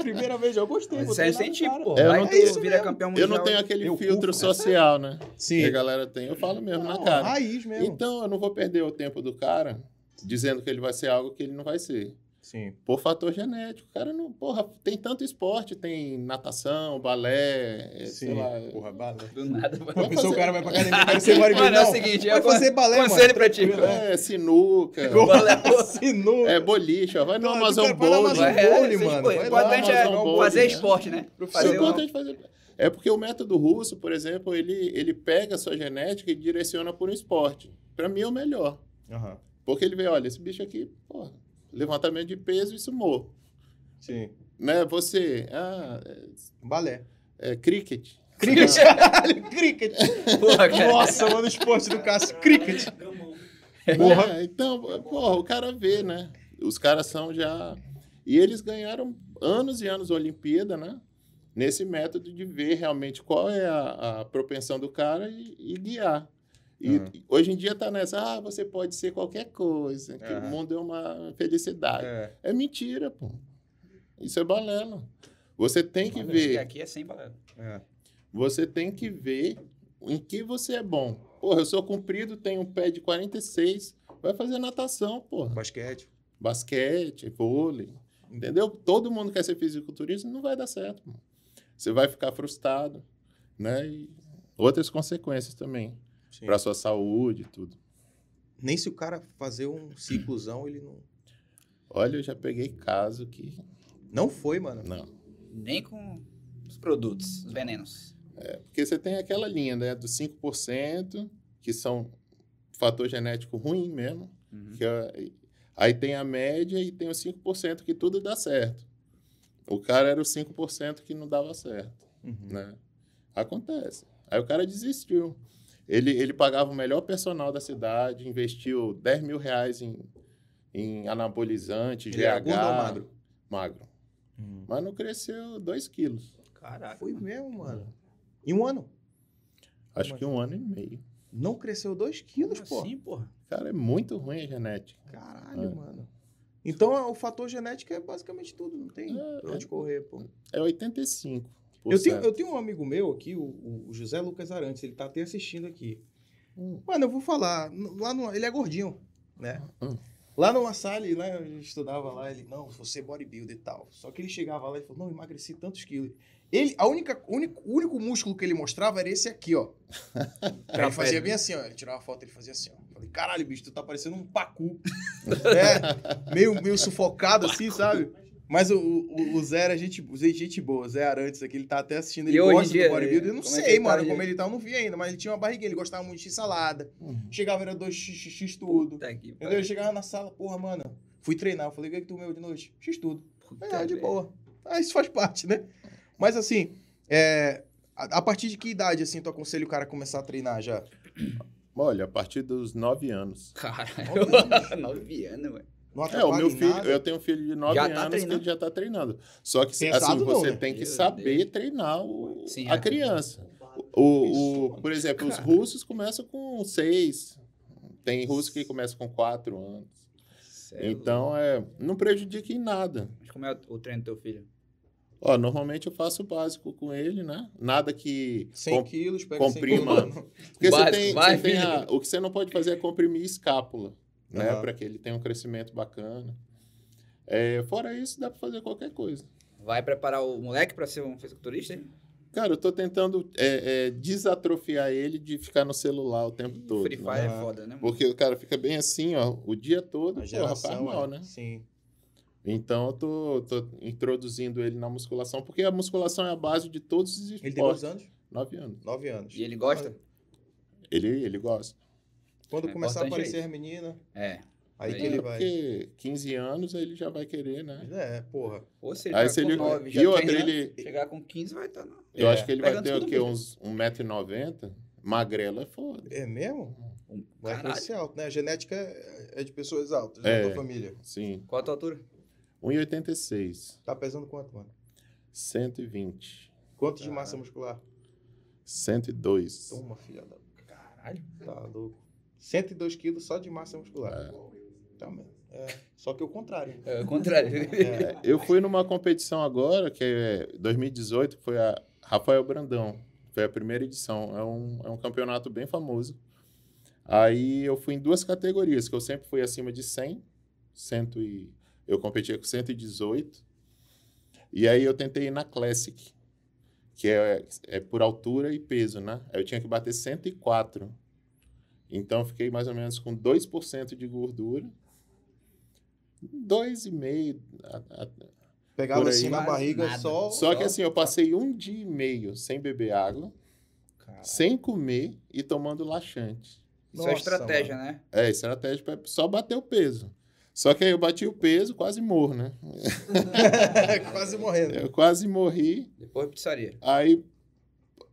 [SPEAKER 3] Primeira vez, eu gostei. vou
[SPEAKER 2] Isso é
[SPEAKER 3] treinar no
[SPEAKER 2] incentivo,
[SPEAKER 3] cara.
[SPEAKER 2] porra.
[SPEAKER 1] É, eu
[SPEAKER 2] Vai
[SPEAKER 1] não
[SPEAKER 2] que
[SPEAKER 3] tenho-
[SPEAKER 2] vira campeão
[SPEAKER 1] Eu
[SPEAKER 2] mundial.
[SPEAKER 1] não tenho aquele
[SPEAKER 3] Eu
[SPEAKER 1] filtro
[SPEAKER 3] curto, cara.
[SPEAKER 1] social, né? Que a
[SPEAKER 3] Sim.
[SPEAKER 1] galera tem. Eu falo mesmo
[SPEAKER 3] Não,
[SPEAKER 1] na cara.
[SPEAKER 3] Raiz mesmo.
[SPEAKER 1] Então, eu não vou perder o tempo do cara dizendo que ele vai ser algo que ele não vai ser.
[SPEAKER 3] Sim.
[SPEAKER 1] Por fator genético. O cara não. Porra, tem tanto esporte, tem natação, balé, é, sei lá.
[SPEAKER 3] Porra, balé.
[SPEAKER 2] Do nada, mano.
[SPEAKER 3] A pessoa, o
[SPEAKER 1] fazer-
[SPEAKER 3] cara vai pra academia, quero ser bodybuilder.
[SPEAKER 2] Mano, é o
[SPEAKER 3] Não,
[SPEAKER 2] seguinte,
[SPEAKER 3] vai
[SPEAKER 2] eu
[SPEAKER 3] fazer balé, mano.
[SPEAKER 2] Conselho pra ti.
[SPEAKER 3] Tranquilo,
[SPEAKER 1] É, sinuca.
[SPEAKER 2] Balé, porra.
[SPEAKER 3] Sinuca.
[SPEAKER 1] É boliche, ó. Vai no
[SPEAKER 3] Não,
[SPEAKER 1] Amazon
[SPEAKER 3] tu quer falar
[SPEAKER 1] Bowl.
[SPEAKER 3] Amazon
[SPEAKER 1] né?
[SPEAKER 3] Bowl? vôlei,
[SPEAKER 2] vocês-
[SPEAKER 3] mano.
[SPEAKER 2] pô,
[SPEAKER 3] Vai
[SPEAKER 2] O
[SPEAKER 1] lá,
[SPEAKER 2] importante é
[SPEAKER 1] jogar um vôlei,
[SPEAKER 2] fazer
[SPEAKER 1] né?
[SPEAKER 2] esporte, né?
[SPEAKER 1] Isso
[SPEAKER 2] Fazer
[SPEAKER 1] é
[SPEAKER 2] um-
[SPEAKER 1] importante fazer- É porque o método russo, por exemplo, ele, ele pega a sua genética e direciona por um esporte. Pra mim é o melhor.
[SPEAKER 3] Aham.
[SPEAKER 1] Porque ele vê, olha, esse bicho aqui, porra, levantamento de peso e sumô.
[SPEAKER 3] Sim.
[SPEAKER 1] Né? Você, ah,
[SPEAKER 3] Balé.
[SPEAKER 1] é, é, cricket.
[SPEAKER 3] Cricket. Caralho, cricket.
[SPEAKER 2] Porra, cara.
[SPEAKER 3] Nossa, mano, o esporte do Cássio. Cricket.
[SPEAKER 4] Gamão.
[SPEAKER 3] Porra.
[SPEAKER 1] É, então, porra, o cara vê, né? Os caras são já. E eles ganharam anos e anos Olimpíada, né? Nesse método de ver realmente qual é a, a propensão do cara e, e guiar. E
[SPEAKER 3] Aham.
[SPEAKER 1] e hoje em dia tá nessa, ah, você pode ser qualquer coisa, que
[SPEAKER 3] Aham.
[SPEAKER 1] o mundo é uma felicidade.
[SPEAKER 3] É.
[SPEAKER 1] É, mentira, pô. Isso é balela. Você tem que
[SPEAKER 2] Acho
[SPEAKER 1] ver.
[SPEAKER 2] Aqui é sem balé.
[SPEAKER 3] é.
[SPEAKER 1] Você tem que ver em que você é bom. Porra, eu sou comprido, tenho um pé de 46. Vai fazer natação, porra.
[SPEAKER 3] Basquete.
[SPEAKER 1] Basquete, vôlei. Entendeu? Todo mundo quer ser fisiculturista, não vai dar certo. mano. Você vai ficar frustrado, né? E outras consequências também
[SPEAKER 3] Sim.
[SPEAKER 1] para sua saúde e tudo.
[SPEAKER 3] Nem se o cara fazer um ciclozão, ele não...
[SPEAKER 1] Olha, eu já peguei caso que
[SPEAKER 3] Não foi, mano.
[SPEAKER 1] não.
[SPEAKER 2] Nem com os produtos, os venenos.
[SPEAKER 1] Porque você tem aquela linha, né, dos 5% que são fator genético ruim mesmo. Que é- aí tem a média e tem os 5% que tudo dá certo. O cara era os 5% que não dava certo,
[SPEAKER 3] Uhum.
[SPEAKER 1] né? Acontece. Aí o cara desistiu. Ele, ele pagava o melhor personal da cidade, investiu 10 mil reais em, em anabolizante,
[SPEAKER 3] Ele
[SPEAKER 1] GH.
[SPEAKER 3] era gordo ou magro?
[SPEAKER 1] Magro. Mas não cresceu 2 quilos.
[SPEAKER 2] Caraca.
[SPEAKER 3] Foi mesmo, mano. Em um ano.
[SPEAKER 1] Acho que um ano e meio.
[SPEAKER 3] Não cresceu dois quilos, pô.
[SPEAKER 2] Sim, assim, porra.
[SPEAKER 1] Cara, é muito ruim a genética.
[SPEAKER 3] Caralho,
[SPEAKER 1] É.
[SPEAKER 3] mano. Então o fator genético é basicamente tudo, não tem
[SPEAKER 1] É,
[SPEAKER 3] pra onde correr, pô.
[SPEAKER 1] É 85%.
[SPEAKER 3] Eu tenho, eu tenho um amigo meu aqui, o, o José Lucas Arantes, ele tá até assistindo aqui.
[SPEAKER 1] Hum.
[SPEAKER 3] Mano, eu vou falar, n- lá no, ele é gordinho, né?
[SPEAKER 1] Hum.
[SPEAKER 3] Lá numa sala, ele, né, eu estudava lá, ele, não, você é bodybuilder e tal. Só que ele chegava lá e falou, não, emagreci tantos quilos. Ele, a única, o único, o único músculo que ele mostrava era esse aqui, ó. Ele fazia bem assim, ó. Ele tirava a foto, ele fazia assim, ó. Eu Falei, caralho, bicho, tu tá parecendo um pacu. é, meio, meio sufocado assim, sabe? Mas o, o, o Zé era gente, o Zé é gente boa, o Zé Arantes aqui, ele tá até assistindo, ele
[SPEAKER 2] E hoje em
[SPEAKER 3] gosta
[SPEAKER 2] dia,
[SPEAKER 3] do bodybuilder. Eu não
[SPEAKER 2] como é que
[SPEAKER 3] sei,
[SPEAKER 2] ele tá
[SPEAKER 3] mano,
[SPEAKER 2] hoje?
[SPEAKER 3] como ele tá, eu não vi ainda, mas ele tinha uma barriguinha, ele gostava muito de salada.
[SPEAKER 2] Uhum.
[SPEAKER 3] Chegava, era dois x, x, x tudo.
[SPEAKER 2] Puta que
[SPEAKER 3] Entendeu?
[SPEAKER 2] pariu.
[SPEAKER 3] Eu chegava na sala, porra, mano, fui treinar. Eu falei, o que, é que tu comeu de noite? X tudo.
[SPEAKER 2] Puta
[SPEAKER 3] É, de
[SPEAKER 2] merda.
[SPEAKER 3] boa. Ah, isso faz parte, né? Mas assim, é, a, a partir de que idade, assim, tu aconselha o cara a começar a treinar já?
[SPEAKER 1] Olha, a partir dos 9 anos.
[SPEAKER 2] Caralho. Nove anos, velho.
[SPEAKER 3] Não
[SPEAKER 1] É, o
[SPEAKER 3] atrapalha
[SPEAKER 1] meu
[SPEAKER 3] em
[SPEAKER 1] filho,
[SPEAKER 3] nada?
[SPEAKER 1] eu tenho um filho de 9
[SPEAKER 2] Tá Já tá
[SPEAKER 1] anos que
[SPEAKER 2] treinando.
[SPEAKER 1] ele já tá treinando. Só que
[SPEAKER 3] Pesado
[SPEAKER 1] assim,
[SPEAKER 3] não,
[SPEAKER 1] você
[SPEAKER 3] né?
[SPEAKER 1] tem que
[SPEAKER 2] Meu
[SPEAKER 1] saber treinar o-
[SPEAKER 2] Sim,
[SPEAKER 1] a
[SPEAKER 2] é.
[SPEAKER 1] criança.
[SPEAKER 5] Bombado.
[SPEAKER 1] O, o- por exemplo, os russos começam com 6. Tem russo que começa com 4 anos.
[SPEAKER 2] Sério.
[SPEAKER 1] Então, é, não prejudica em nada.
[SPEAKER 2] Mas como é o o treino do teu filho?
[SPEAKER 1] Ó, normalmente eu faço o básico com ele, né? Nada que.
[SPEAKER 3] 100
[SPEAKER 1] com-
[SPEAKER 3] quilos, pega 100
[SPEAKER 1] comprima.
[SPEAKER 3] quilos.
[SPEAKER 1] Porque você
[SPEAKER 2] Básico,
[SPEAKER 1] tem,
[SPEAKER 2] vai,
[SPEAKER 1] você tem
[SPEAKER 2] filho.
[SPEAKER 1] a- o que você não pode fazer é comprimir escápula, né?
[SPEAKER 3] Aham.
[SPEAKER 1] Para que ele tenha um crescimento bacana. É, fora isso, dá para fazer qualquer coisa.
[SPEAKER 2] Vai preparar o moleque pra ser um fisiculturista, hein?
[SPEAKER 1] Cara, eu tô tentando é, é, desatrofiar ele de ficar no celular o tempo todo.
[SPEAKER 2] Free
[SPEAKER 1] né?
[SPEAKER 2] Fire
[SPEAKER 3] né?
[SPEAKER 2] é foda, né? mano?
[SPEAKER 1] Porque o cara fica bem assim, ó, o dia todo,
[SPEAKER 3] A
[SPEAKER 1] porra,
[SPEAKER 3] geração,
[SPEAKER 1] faz mal,
[SPEAKER 3] é.
[SPEAKER 1] né?
[SPEAKER 3] Sim.
[SPEAKER 1] Então eu tô, tô introduzindo ele na musculação, porque a musculação é a base de todos os
[SPEAKER 3] Ele tem quantos
[SPEAKER 1] esportes.
[SPEAKER 3] anos?
[SPEAKER 1] Nove anos.
[SPEAKER 3] 9 anos.
[SPEAKER 2] E ele gosta?
[SPEAKER 1] Ele, ele gosta.
[SPEAKER 3] Quando
[SPEAKER 2] É
[SPEAKER 3] começar a
[SPEAKER 2] importante
[SPEAKER 3] aparecer as meninas,
[SPEAKER 2] É.
[SPEAKER 3] aí
[SPEAKER 2] Aí
[SPEAKER 3] que ele
[SPEAKER 1] É,
[SPEAKER 3] vai.
[SPEAKER 1] Porque 15 anos aí ele já vai querer, né?
[SPEAKER 3] É, porra.
[SPEAKER 2] Ou se ele
[SPEAKER 1] Aí
[SPEAKER 2] tá
[SPEAKER 1] se
[SPEAKER 2] com
[SPEAKER 1] ele.
[SPEAKER 2] nove, já né?
[SPEAKER 1] e outra,
[SPEAKER 2] treina,
[SPEAKER 1] ele.
[SPEAKER 2] Chegar com 15 vai estar... na.
[SPEAKER 1] Eu
[SPEAKER 3] É.
[SPEAKER 1] acho que ele vai
[SPEAKER 2] Pegando
[SPEAKER 1] ter o
[SPEAKER 2] tudo
[SPEAKER 1] quê?
[SPEAKER 2] mesmo.
[SPEAKER 1] Uns 1,90m? Magrelo é foda.
[SPEAKER 3] É mesmo? Vai
[SPEAKER 2] Um Caralho.
[SPEAKER 3] crescer alto, né? A genética é é de pessoas altas,
[SPEAKER 1] É.
[SPEAKER 3] da tua família.
[SPEAKER 1] Sim.
[SPEAKER 2] Qual a tua altura?
[SPEAKER 1] 1,86.
[SPEAKER 3] Tá pesando quanto, mano?
[SPEAKER 1] 120.
[SPEAKER 3] Quanto de
[SPEAKER 2] Caralho.
[SPEAKER 3] massa muscular?
[SPEAKER 1] 102.
[SPEAKER 3] Toma, filha da...
[SPEAKER 2] Caralho.
[SPEAKER 3] Tá louco. 102 quilos só de massa muscular.
[SPEAKER 1] É.
[SPEAKER 3] Tá, mano. É. Só que o contrário. né?
[SPEAKER 2] É o contrário.
[SPEAKER 3] É.
[SPEAKER 1] Eu fui numa competição agora, que é 2018, foi a Rafael Brandão. Foi a primeira edição. É um, é um campeonato bem famoso. Aí eu fui em duas categorias, que eu sempre fui acima de 100. 100 e, eu competia com 118. E aí eu tentei ir na Classic, que é, é por altura e peso, né? Aí Eu tinha que bater 104. Então eu fiquei mais ou menos com 2% de gordura. 2,5%. a- a-
[SPEAKER 3] Pegava
[SPEAKER 1] Por aí.
[SPEAKER 3] assim na
[SPEAKER 2] Quase
[SPEAKER 3] barriga
[SPEAKER 2] nada.
[SPEAKER 3] só...
[SPEAKER 1] só que assim, eu passei um dia e meio sem beber água,
[SPEAKER 3] Caralho.
[SPEAKER 1] sem comer e tomando laxante.
[SPEAKER 2] Isso é
[SPEAKER 3] Nossa,
[SPEAKER 2] estratégia, né?
[SPEAKER 1] É, estratégia pra só bater o peso. Só que aí eu bati o peso, quase morro, né?
[SPEAKER 3] Quase morrendo.
[SPEAKER 1] Eu quase morri.
[SPEAKER 2] Depois pizzaria.
[SPEAKER 1] Aí.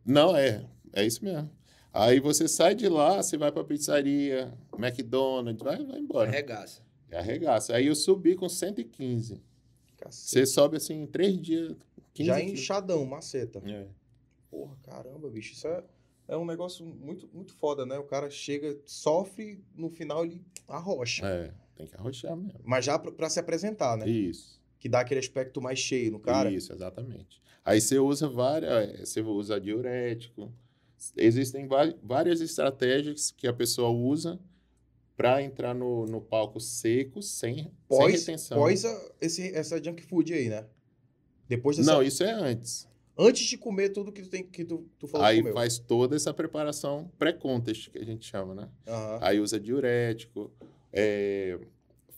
[SPEAKER 1] Não, é. É isso mesmo. Aí você sai de lá, você vai pra pizzaria, McDonald's, vai, vai embora.
[SPEAKER 2] Arregaça.
[SPEAKER 1] Arregaça. Aí eu subi com 115. Você sobe assim em três dias. 15
[SPEAKER 3] Já é
[SPEAKER 1] quilos.
[SPEAKER 3] inchadão, maceta.
[SPEAKER 1] É.
[SPEAKER 3] Porra, caramba, bicho, isso é, é um negócio muito, muito foda, né? O cara chega, sofre, no final ele arrocha.
[SPEAKER 1] é, tem que arrochar mesmo.
[SPEAKER 3] Mas já pra, pra se apresentar, né?
[SPEAKER 1] Isso.
[SPEAKER 3] Que dá aquele aspecto mais cheio no cara.
[SPEAKER 1] Isso, exatamente. Aí você usa várias, você usa diurético. Existem va- várias estratégias que a pessoa usa para entrar no, no palco seco, sem, sem
[SPEAKER 3] Pós,
[SPEAKER 1] retenção.
[SPEAKER 3] pós a- esse, essa junk food aí, né? Depois dessa.
[SPEAKER 1] Não, isso é antes.
[SPEAKER 3] Antes de comer tudo que tu, tem, que tu, tu falou
[SPEAKER 1] Aí
[SPEAKER 3] que comeu.
[SPEAKER 1] faz toda essa preparação pré-contest, que a gente chama, né?
[SPEAKER 3] Aham.
[SPEAKER 1] Aí usa diurético, é,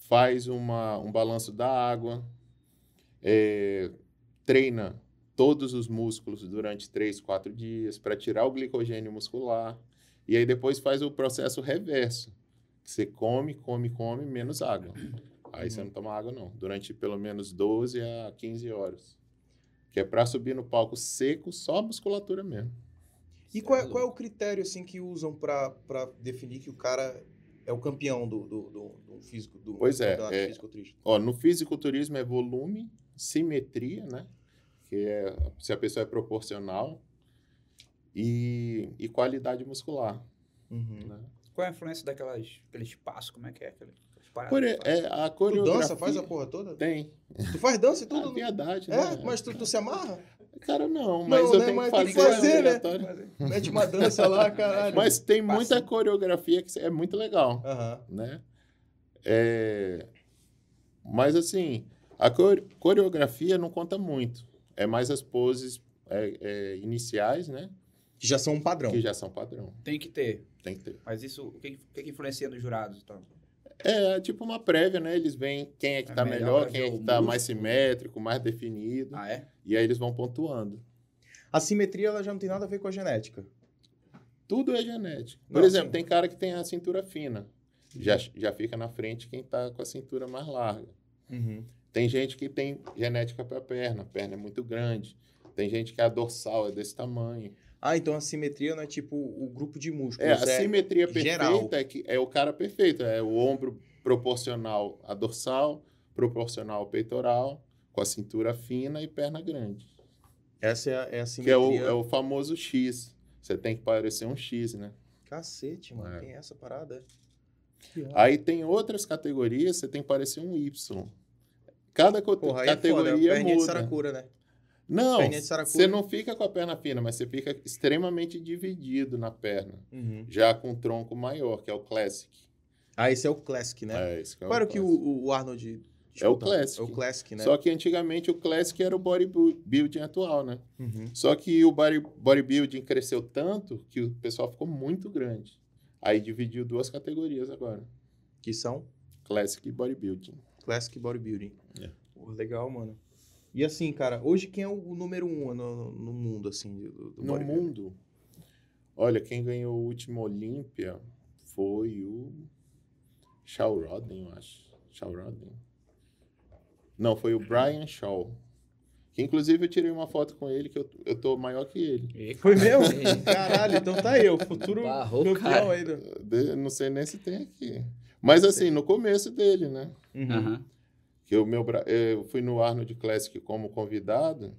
[SPEAKER 1] faz uma, um balanço da água, é, treina todos os músculos durante 3, 4 dias para tirar o glicogênio muscular. E aí depois faz o processo reverso. que Você come, come, come, menos água. Aí você
[SPEAKER 3] Uhum.
[SPEAKER 1] não toma água, não. Durante pelo menos 12 a 15 horas. Que é para subir no palco seco, só a musculatura mesmo.
[SPEAKER 3] E qual é, qual é o critério, assim, que usam pra, pra definir que o cara é o campeão do, do, do, do físico, do
[SPEAKER 1] Pois é,
[SPEAKER 3] campeonato
[SPEAKER 1] é.
[SPEAKER 3] físico triste?
[SPEAKER 1] Ó, no fisiculturismo é volume, simetria, né? que é se a pessoa é proporcional e, e qualidade muscular.
[SPEAKER 3] Uhum.
[SPEAKER 1] Né?
[SPEAKER 2] Qual é a influência daquelas, aqueles passos, como é que é? Aquelas paradas
[SPEAKER 1] Core-
[SPEAKER 2] que faz?
[SPEAKER 1] é, a
[SPEAKER 3] Tu
[SPEAKER 1] coreografia Ah,
[SPEAKER 3] dança, faz a porra toda?
[SPEAKER 1] tem.
[SPEAKER 3] Tu faz dança e
[SPEAKER 1] Tudo
[SPEAKER 3] tudo?
[SPEAKER 1] a piedade,
[SPEAKER 3] É,
[SPEAKER 1] né?
[SPEAKER 3] mas tu, tu se amarra?
[SPEAKER 1] Cara, não, mas eu
[SPEAKER 3] né,
[SPEAKER 1] tenho
[SPEAKER 3] mas
[SPEAKER 1] que
[SPEAKER 3] tem que
[SPEAKER 1] fazer,
[SPEAKER 3] fazer, né?
[SPEAKER 1] obrigatório.
[SPEAKER 3] Mete uma dança lá, caralho.
[SPEAKER 1] Mas tem
[SPEAKER 2] Passa.
[SPEAKER 1] muita coreografia que é muito legal,
[SPEAKER 3] Aham.
[SPEAKER 1] né? É, Mas assim, a core- coreografia não conta muito. É mais as poses é, é, iniciais, né?
[SPEAKER 3] Que já são um padrão.
[SPEAKER 1] Que já são padrão.
[SPEAKER 2] Tem que ter.
[SPEAKER 1] Tem que ter.
[SPEAKER 2] Mas isso, o que, o que, que influencia nos jurados então? e
[SPEAKER 3] Hum.
[SPEAKER 2] tal?
[SPEAKER 1] É, é tipo uma prévia, né? Eles veem quem é que
[SPEAKER 2] É
[SPEAKER 1] tá
[SPEAKER 2] melhor
[SPEAKER 1] melhor,
[SPEAKER 2] pra
[SPEAKER 1] quem
[SPEAKER 2] ver
[SPEAKER 1] é que
[SPEAKER 2] o
[SPEAKER 1] tá
[SPEAKER 2] músculo.
[SPEAKER 1] mais simétrico, mais definido.
[SPEAKER 2] Ah, é?
[SPEAKER 1] E aí eles vão pontuando.
[SPEAKER 3] A simetria ela já não tem nada a ver com a genética.
[SPEAKER 1] Tudo é genético. Por
[SPEAKER 3] Não,
[SPEAKER 1] exemplo,
[SPEAKER 3] sim.
[SPEAKER 1] tem cara que tem a cintura fina. Já, já fica na frente quem tá com a cintura mais larga.
[SPEAKER 3] Uhum.
[SPEAKER 1] Tem gente que tem genética para perna, a perna é muito grande. Tem gente que a dorsal é desse tamanho.
[SPEAKER 3] Ah, então a simetria não é tipo o grupo de músculos.
[SPEAKER 1] É, a simetria
[SPEAKER 3] geral.
[SPEAKER 1] perfeita é, que, é o cara perfeito. É o ombro proporcional à dorsal, proporcional ao peitoral, com a cintura fina e perna grande.
[SPEAKER 3] Essa é a, é a
[SPEAKER 1] Que
[SPEAKER 3] simetria.
[SPEAKER 1] é o, é o famoso X. Você tem que parecer um X, né?
[SPEAKER 3] Cacete, mano.
[SPEAKER 1] É.
[SPEAKER 3] Tem essa parada.
[SPEAKER 1] Aí tem outras categorias, você tem que parecer um Y. Cada co-
[SPEAKER 3] Porra, aí é foda.
[SPEAKER 1] categoria
[SPEAKER 3] É perninha de
[SPEAKER 1] muda.
[SPEAKER 3] saracura, né?
[SPEAKER 1] Não,
[SPEAKER 3] Perninha de saracura.
[SPEAKER 1] você não fica com a perna fina, mas você fica extremamente dividido na perna.
[SPEAKER 3] Uhum.
[SPEAKER 1] já com um tronco maior, que é o Classic.
[SPEAKER 3] Ah, esse é o classic, né?
[SPEAKER 1] É, esse que é
[SPEAKER 3] Claro que o,
[SPEAKER 1] Classic.
[SPEAKER 3] o Arnold...
[SPEAKER 1] É o
[SPEAKER 3] disputava.
[SPEAKER 1] classic.
[SPEAKER 3] É o classic, né?
[SPEAKER 1] Só que antigamente o Classic era o bodybuilding atual, né?
[SPEAKER 3] Uhum.
[SPEAKER 1] Só que o body- bodybuilding cresceu tanto que o pessoal ficou muito grande. Aí dividiu duas categorias agora:
[SPEAKER 3] Que são
[SPEAKER 1] Classic e Bodybuilding.
[SPEAKER 3] classic bodybuilding.
[SPEAKER 1] É.
[SPEAKER 3] Porra, legal, mano. E assim, cara, hoje quem é o o número um no, no- no mundo, assim, do, do
[SPEAKER 1] No
[SPEAKER 3] bodybuilding?
[SPEAKER 1] mundo, olha, quem ganhou o último Olímpia foi o Shaw Roden, eu acho. Shaw Roden. Não, foi o Brian Shaw. Que inclusive eu tirei uma foto com ele que eu, eu tô maior que ele.
[SPEAKER 3] Foi mesmo? Caralho, então tá eu, futuro
[SPEAKER 2] Barrou,
[SPEAKER 3] campeão
[SPEAKER 2] cara.
[SPEAKER 3] aí. do-
[SPEAKER 1] De- não sei nem se tem aqui. Mas assim, no começo dele, né?
[SPEAKER 3] Uhum.
[SPEAKER 2] Aham.
[SPEAKER 1] Que o meu, bra- eh, eu fui no Arnold Classic como convidado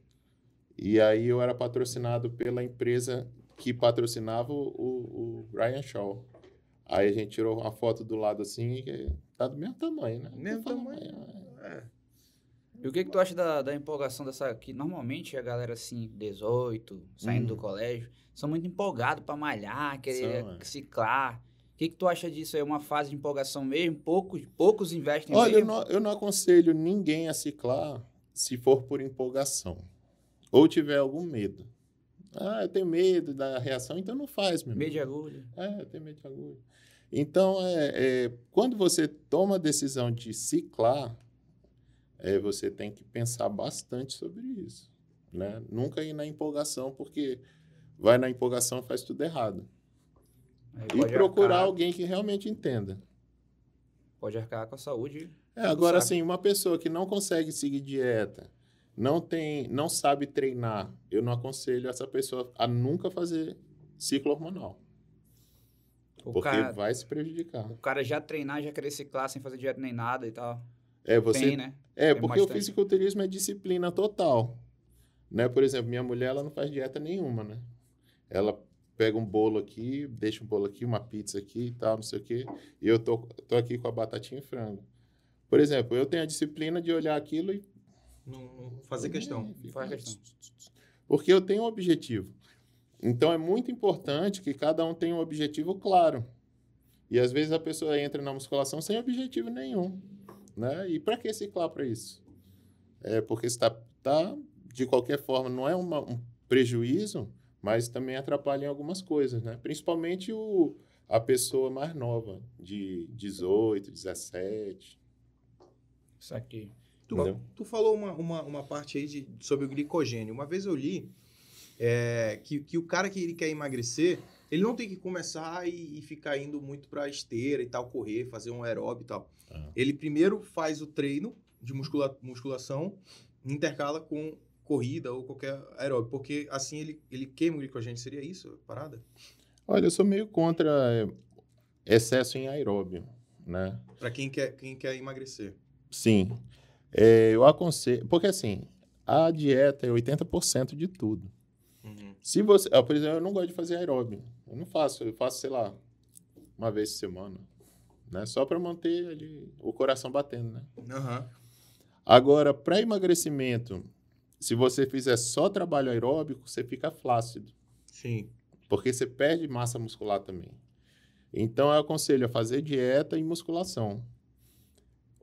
[SPEAKER 1] e aí eu era patrocinado pela empresa que patrocinava o, o- o Brian Shaw. Aí a gente tirou uma foto do lado assim, que tá do mesmo tamanho, né?
[SPEAKER 3] Mesmo
[SPEAKER 1] Tá
[SPEAKER 3] tamanho.
[SPEAKER 2] E o que, que tu acha da, da empolgação dessa. Que normalmente a galera, assim, 18, saindo
[SPEAKER 1] Uhum.
[SPEAKER 2] do colégio, são muito empolgados pra malhar, querer
[SPEAKER 1] São, é.
[SPEAKER 2] ciclar. O que, que tu acha disso? É uma fase de empolgação mesmo? Poucos, poucos investem
[SPEAKER 1] Olha, eu
[SPEAKER 2] mesmo?
[SPEAKER 1] não, eu não aconselho ninguém a ciclar se for por empolgação ou tiver algum medo. Ah, eu tenho medo da reação, então não faz, meu irmão.
[SPEAKER 2] Meio de agulha.
[SPEAKER 1] É, eu tenho medo de agulha. Então, é, é, quando você toma a decisão de ciclar, é, você tem que pensar bastante sobre isso. Né? Nunca ir na empolgação, porque vai na empolgação e faz tudo errado.
[SPEAKER 2] Aí
[SPEAKER 1] E
[SPEAKER 2] É, pode
[SPEAKER 1] procurar
[SPEAKER 2] arcar-
[SPEAKER 1] alguém que realmente entenda.
[SPEAKER 2] Pode arcar com a saúde.
[SPEAKER 1] É, agora,
[SPEAKER 2] sabe.
[SPEAKER 1] assim, uma pessoa que não consegue seguir dieta, não tem, não sabe treinar, eu não aconselho essa pessoa a nunca fazer ciclo hormonal,
[SPEAKER 2] O
[SPEAKER 1] porque
[SPEAKER 2] cara,
[SPEAKER 1] vai se prejudicar.
[SPEAKER 2] o cara já treinar, já querer ciclar sem fazer dieta nem nada e tal.
[SPEAKER 1] É, você
[SPEAKER 2] Tem, né?
[SPEAKER 1] É,
[SPEAKER 2] É
[SPEAKER 1] porque o
[SPEAKER 2] bastante.
[SPEAKER 1] fisiculturismo é disciplina total. Né? Por exemplo, minha mulher ela não faz dieta nenhuma, né? Ela pega um bolo aqui, deixa um bolo aqui, uma pizza aqui e tal, não sei o quê. E eu tô, tô aqui com a batatinha e frango. Por exemplo, eu tenho a disciplina de olhar aquilo e...
[SPEAKER 3] Não, não
[SPEAKER 1] É,
[SPEAKER 3] fazer questão.
[SPEAKER 1] Fica-
[SPEAKER 2] Faz questão.
[SPEAKER 1] Porque eu tenho um objetivo. Então, é muito importante que cada um tenha um objetivo claro. E, às vezes, a pessoa entra na musculação sem objetivo nenhum. Né? E para que ciclar para isso? É porque está, tá, de qualquer forma, não é uma- um prejuízo, mas também atrapalha em algumas coisas, né? Principalmente o, a pessoa mais nova, de 18, 17,
[SPEAKER 2] Isso aqui.
[SPEAKER 3] Tu,
[SPEAKER 1] Entendeu?
[SPEAKER 3] tu falou uma, uma, uma parte aí de, sobre o glicogênio. Uma vez eu li é, que, que o cara que ele quer emagrecer, ele não tem que começar e, e ficar indo muito pra esteira e tal, correr, fazer um aeróbio e tal.
[SPEAKER 1] Ah.
[SPEAKER 3] Ele primeiro faz o treino de muscula, musculação, intercala com corrida ou qualquer aeróbio, porque assim ele, ele queima o glicogênio. Seria isso a parada?
[SPEAKER 1] Olha, eu sou meio contra é, excesso em aeróbio, né?
[SPEAKER 3] Pra quem quer, quem quer emagrecer.
[SPEAKER 1] Sim. É, eu aconselho. Porque assim, a dieta é 80% de tudo.
[SPEAKER 3] Uhum.
[SPEAKER 1] Se você, ah, por exemplo, eu não gosto de fazer aeróbio. Eu não faço, eu faço, sei lá, uma vez por semana, né? Só para manter ali o coração batendo, né?
[SPEAKER 3] Aham.
[SPEAKER 1] Agora, para emagrecimento, se você fizer só trabalho aeróbico, você fica flácido,
[SPEAKER 3] Sim.
[SPEAKER 1] porque você perde massa muscular também. Então, eu aconselho a fazer dieta e musculação.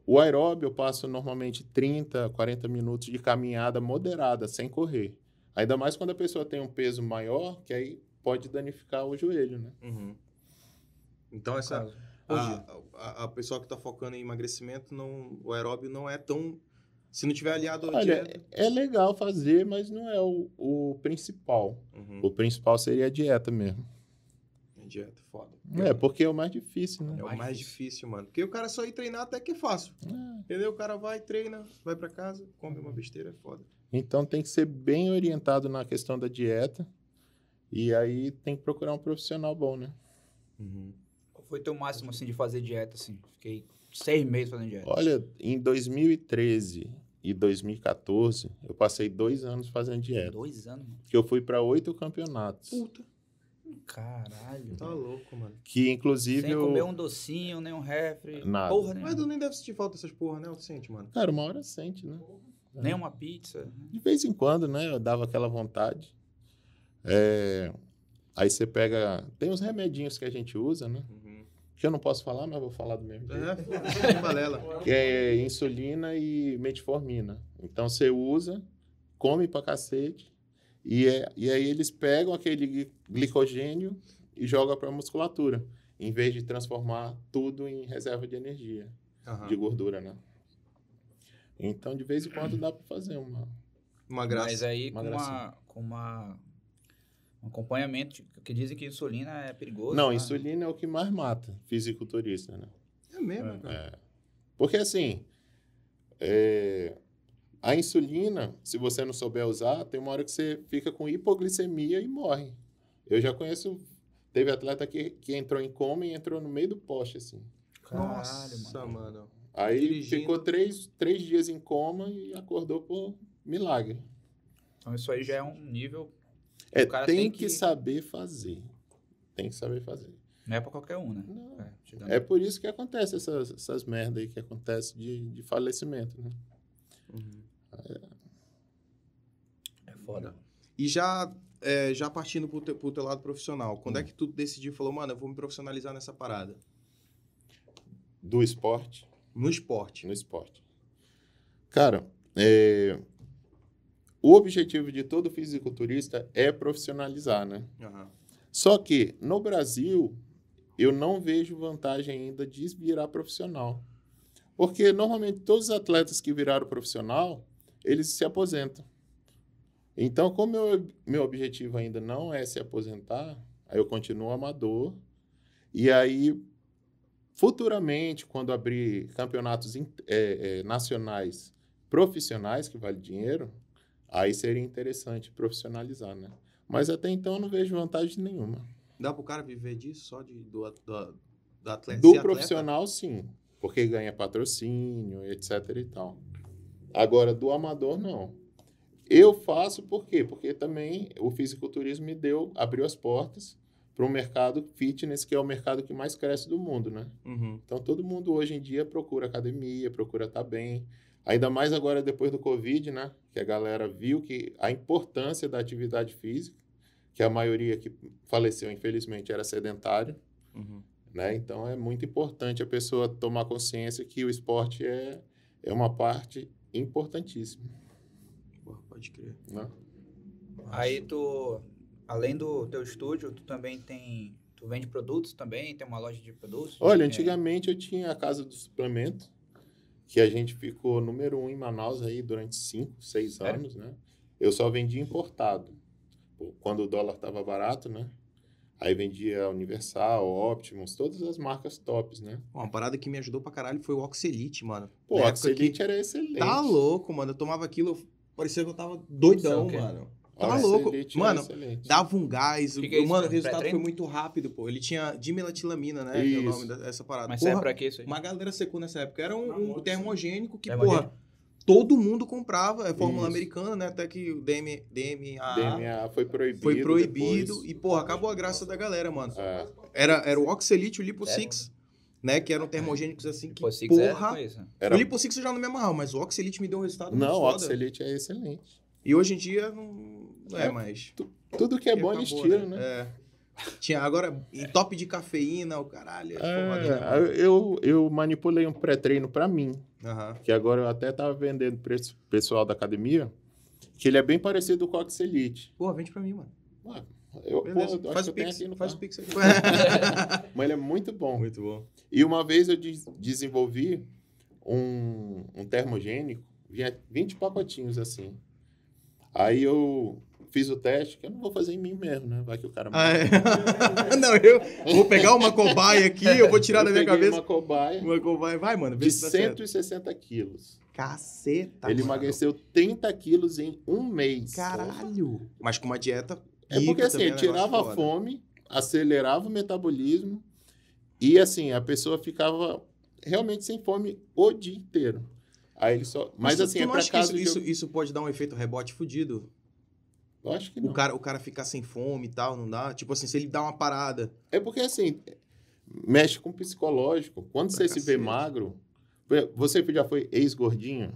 [SPEAKER 1] O aeróbio eu passo normalmente 30, 40 minutos de caminhada moderada, sem correr. Ainda mais quando a pessoa tem um peso maior, que aí pode danificar o joelho, né?
[SPEAKER 3] Uhum. Então, essa, a, a, a pessoa que tá focando em emagrecimento, não, o aeróbio não é tão. Se não tiver aliado à
[SPEAKER 1] Olha,
[SPEAKER 3] dieta.
[SPEAKER 1] é legal fazer, mas não é o, o principal.
[SPEAKER 3] Uhum.
[SPEAKER 1] O principal seria a dieta mesmo.
[SPEAKER 3] Dieta, foda.
[SPEAKER 1] É, porque é o mais difícil, né?
[SPEAKER 3] É o mais difícil, mano. Porque o cara só ir treinar até que é fácil. Entendeu? O cara vai, treina, vai pra casa, come uma besteira, é foda.
[SPEAKER 1] Então tem que ser bem orientado na questão da dieta. E aí tem que procurar um profissional bom, né?
[SPEAKER 3] Uhum.
[SPEAKER 2] Qual foi teu máximo, assim, de fazer dieta, assim? Fiquei seis meses fazendo dieta.
[SPEAKER 1] Olha, em 2013 e 2014, eu passei dois anos fazendo dieta.
[SPEAKER 2] Dois anos, mano.
[SPEAKER 1] Que eu fui para oito campeonatos.
[SPEAKER 3] Puta,
[SPEAKER 2] Caralho.
[SPEAKER 3] tá louco, mano.
[SPEAKER 1] Que inclusive.
[SPEAKER 2] Sem
[SPEAKER 1] eu-
[SPEAKER 2] comer um docinho, nem um refri.
[SPEAKER 1] Nada.
[SPEAKER 2] Porra,
[SPEAKER 3] Mas
[SPEAKER 2] nenhuma.
[SPEAKER 3] tu nem deve sentir falta dessas porra, né? Tu sente, mano.
[SPEAKER 1] Cara, uma hora sente, né?
[SPEAKER 2] Nem uma pizza.
[SPEAKER 1] De vez em quando, né? Eu dava aquela vontade. É, Aí você pega. Tem uns remedinhos que a gente usa, né?
[SPEAKER 3] Uhum.
[SPEAKER 1] Que eu não posso falar, mas vou falar do mesmo jeito.
[SPEAKER 3] É, foda-se, balela.
[SPEAKER 1] que é insulina e metformina. Então você usa, come pra cacete, e, é- e aí eles pegam aquele gli- glicogênio e jogam pra musculatura, em vez de transformar tudo em reserva de energia,
[SPEAKER 3] Aham.
[SPEAKER 1] de gordura, né? Então, de vez em quando dá pra fazer uma.
[SPEAKER 3] Uma graça.
[SPEAKER 2] Mas aí
[SPEAKER 1] uma
[SPEAKER 2] com uma,
[SPEAKER 1] gracinha.
[SPEAKER 2] com uma- um acompanhamento, de- que dizem que insulina é perigoso.
[SPEAKER 1] Não,
[SPEAKER 2] né?
[SPEAKER 1] insulina é o que mais mata fisiculturista, né?
[SPEAKER 3] É mesmo, cara.
[SPEAKER 1] É. Porque assim, é, a insulina, se você não souber usar, tem uma hora que você fica com hipoglicemia e morre. Eu já conheço, teve atleta que, que entrou em coma e entrou no meio do poste, assim.
[SPEAKER 2] Caralho,
[SPEAKER 3] Nossa,
[SPEAKER 2] mano.
[SPEAKER 3] mano.
[SPEAKER 1] Aí
[SPEAKER 3] Dirigindo.
[SPEAKER 1] ficou três, três dias em coma e acordou por milagre.
[SPEAKER 2] Então isso aí já é um nível.
[SPEAKER 1] É,
[SPEAKER 2] O cara
[SPEAKER 1] tem,
[SPEAKER 2] tem
[SPEAKER 1] que...
[SPEAKER 2] que-
[SPEAKER 1] saber fazer. Tem que saber fazer.
[SPEAKER 2] Não é pra qualquer um, né?
[SPEAKER 1] Não.
[SPEAKER 2] É, chegando-
[SPEAKER 1] É por isso que acontece essas, essas merdas aí que acontece de, de falecimento, né?
[SPEAKER 2] é foda.
[SPEAKER 3] E já, é, já partindo pro teu, pro teu lado profissional,
[SPEAKER 1] Hum.
[SPEAKER 3] quando é que tu decidiu e falou, mano, eu vou me profissionalizar nessa parada?
[SPEAKER 1] Do esporte.
[SPEAKER 3] No esporte.
[SPEAKER 1] no esporte. Cara, é, o objetivo de todo fisiculturista é profissionalizar, né?
[SPEAKER 3] Aham.
[SPEAKER 1] Só que no Brasil eu não vejo vantagem ainda de virar profissional, porque normalmente todos os atletas que viraram profissional eles se aposentam. Então, como eu, meu objetivo ainda não é se aposentar, aí eu continuo amador e aí futuramente quando abrir campeonatos in- é, é, nacionais profissionais que vale dinheiro, aí seria interessante profissionalizar, né? Mas até então eu não vejo vantagem nenhuma.
[SPEAKER 3] Dá pro cara viver disso só de, do, at- da- da atleta?
[SPEAKER 1] Do
[SPEAKER 3] ser atleta?
[SPEAKER 1] profissional, sim, porque ganha patrocínio, etc e tal. Agora, do amador, não. Eu faço por quê? Porque também o fisiculturismo me deu, abriu as portas para o mercado fitness, que é o mercado que mais cresce do mundo, né?
[SPEAKER 3] Uhum.
[SPEAKER 1] Então, todo mundo hoje em dia procura academia, procura estar bem. Ainda mais agora depois do Covid, né? Que a galera viu que a importância da atividade física, que a maioria que faleceu, infelizmente, era sedentário
[SPEAKER 3] Uhum.
[SPEAKER 1] né? Então é muito importante a pessoa tomar consciência que o esporte é, é uma parte importantíssima.
[SPEAKER 3] Porra, pode crer.
[SPEAKER 1] Né?
[SPEAKER 2] Aí tu, além do teu estúdio, tu também tem. Tu vende produtos também? Tem uma loja de produtos?
[SPEAKER 1] Olha,
[SPEAKER 2] É.
[SPEAKER 1] antigamente eu tinha a casa do suplemento, que a gente ficou número um em Manaus aí durante cinco, seis
[SPEAKER 2] Sério?
[SPEAKER 1] anos, né? Eu só vendia importado. Pô, Quando o dólar estava barato, né? Aí vendia Universal, Optimus, todas as marcas tops, né?
[SPEAKER 3] Uma parada que me ajudou pra caralho foi o Oxelite, mano.
[SPEAKER 1] Pô,
[SPEAKER 3] Na
[SPEAKER 1] a
[SPEAKER 3] época que-
[SPEAKER 1] Oxelite era excelente.
[SPEAKER 3] Tá louco, mano. Eu tomava aquilo, eu- parecia que eu tava doidão,
[SPEAKER 2] Sei é o quê.
[SPEAKER 3] mano.
[SPEAKER 1] A
[SPEAKER 3] Tá louco.
[SPEAKER 1] Oxelite era
[SPEAKER 3] Mano,
[SPEAKER 1] excelente.
[SPEAKER 3] dava um gás.
[SPEAKER 2] Que
[SPEAKER 3] o-
[SPEAKER 2] que é isso,
[SPEAKER 3] mano, o
[SPEAKER 2] cara?
[SPEAKER 3] resultado foi
[SPEAKER 2] Pré-treino?
[SPEAKER 3] muito rápido, pô. Ele tinha dimetilamina, né? Que é o
[SPEAKER 1] Isso.
[SPEAKER 3] nome dessa parada.
[SPEAKER 2] Mas é
[SPEAKER 3] Porra,
[SPEAKER 2] serve pra quê isso aí?
[SPEAKER 3] Uma galera secou nessa época. Era um, um termogênico que,
[SPEAKER 2] Termogênico.
[SPEAKER 3] porra, todo mundo comprava, é fórmula
[SPEAKER 1] É, Isso.
[SPEAKER 3] americana, né? Até que o DM, DMA,
[SPEAKER 1] DNA foi proibido.
[SPEAKER 3] foi proibido
[SPEAKER 1] depois.
[SPEAKER 3] e, porra, acabou a graça da galera, mano.
[SPEAKER 1] É.
[SPEAKER 3] Era, era o Oxelite e o Lipo
[SPEAKER 2] Sério?
[SPEAKER 3] 6, né? Que eram termogênicos assim, que
[SPEAKER 2] Pô, se
[SPEAKER 1] é
[SPEAKER 2] quiser,
[SPEAKER 3] porra...
[SPEAKER 2] foi é isso.
[SPEAKER 1] Era-
[SPEAKER 3] O Lipo 6 eu já não me amarrava, mas o Oxelite me deu um resultado muito
[SPEAKER 1] Não, o
[SPEAKER 3] foda.
[SPEAKER 1] Oxelite é excelente.
[SPEAKER 3] E hoje em dia não não é,
[SPEAKER 1] É,
[SPEAKER 3] mais.
[SPEAKER 1] Tudo que é bom de
[SPEAKER 3] Acabou,
[SPEAKER 1] estilo, né?
[SPEAKER 3] É. Tinha agora em top de cafeína, o caralho. né?
[SPEAKER 1] É, eu, eu manipulei um pré-treino pra mim,
[SPEAKER 3] Aham.
[SPEAKER 1] que agora eu até tava vendendo pro pessoal da academia, que ele é bem parecido com o Oxelite.
[SPEAKER 3] Pô, vende pra mim, mano.
[SPEAKER 1] Eu, pô,
[SPEAKER 3] Beleza,
[SPEAKER 1] eu
[SPEAKER 3] faz
[SPEAKER 1] acho
[SPEAKER 3] o
[SPEAKER 1] que eu tenho
[SPEAKER 3] pix,
[SPEAKER 1] aqui no
[SPEAKER 3] faz o
[SPEAKER 1] carro.
[SPEAKER 3] pix aí.
[SPEAKER 1] Mas ele é muito bom.
[SPEAKER 3] Muito bom.
[SPEAKER 1] E uma vez eu des- desenvolvi um, um termogênico, vinha 20 pacotinhos assim. Aí eu fiz o teste, que eu não vou fazer em mim mesmo, né? Vai que o cara
[SPEAKER 3] Ah, é. Não, eu vou pegar uma cobaia aqui, eu vou tirar
[SPEAKER 1] Eu
[SPEAKER 3] da minha
[SPEAKER 1] peguei
[SPEAKER 3] cabeça.
[SPEAKER 1] Uma cobaia
[SPEAKER 3] Uma cobaia, vai, mano, vê
[SPEAKER 1] de
[SPEAKER 3] se dá certo.
[SPEAKER 1] 160 quilos.
[SPEAKER 3] Caceta,
[SPEAKER 1] ele
[SPEAKER 3] mano.
[SPEAKER 1] emagreceu 30 quilos em um mês.
[SPEAKER 3] Caralho. Mas com uma dieta
[SPEAKER 1] É porque
[SPEAKER 3] rica
[SPEAKER 1] assim,
[SPEAKER 3] também, é um negócio
[SPEAKER 1] tirava a
[SPEAKER 3] foda.
[SPEAKER 1] fome, acelerava o metabolismo e assim, a pessoa ficava realmente sem fome o dia inteiro. Aí ele só, mas
[SPEAKER 3] tu-
[SPEAKER 1] assim,
[SPEAKER 3] tu
[SPEAKER 1] é
[SPEAKER 3] não
[SPEAKER 1] pra
[SPEAKER 3] acha que
[SPEAKER 1] caso
[SPEAKER 3] isso,
[SPEAKER 1] de
[SPEAKER 3] isso, isso pode dar um efeito rebote fudido?
[SPEAKER 1] eu acho que
[SPEAKER 3] O
[SPEAKER 1] não.
[SPEAKER 3] cara, o cara ficar sem fome e tal, não dá? Tipo assim, se ele dá uma parada.
[SPEAKER 1] É porque assim, mexe com o psicológico. Quando
[SPEAKER 3] Pra
[SPEAKER 1] você se vê
[SPEAKER 3] cacete.
[SPEAKER 1] magro, você já foi ex-gordinho?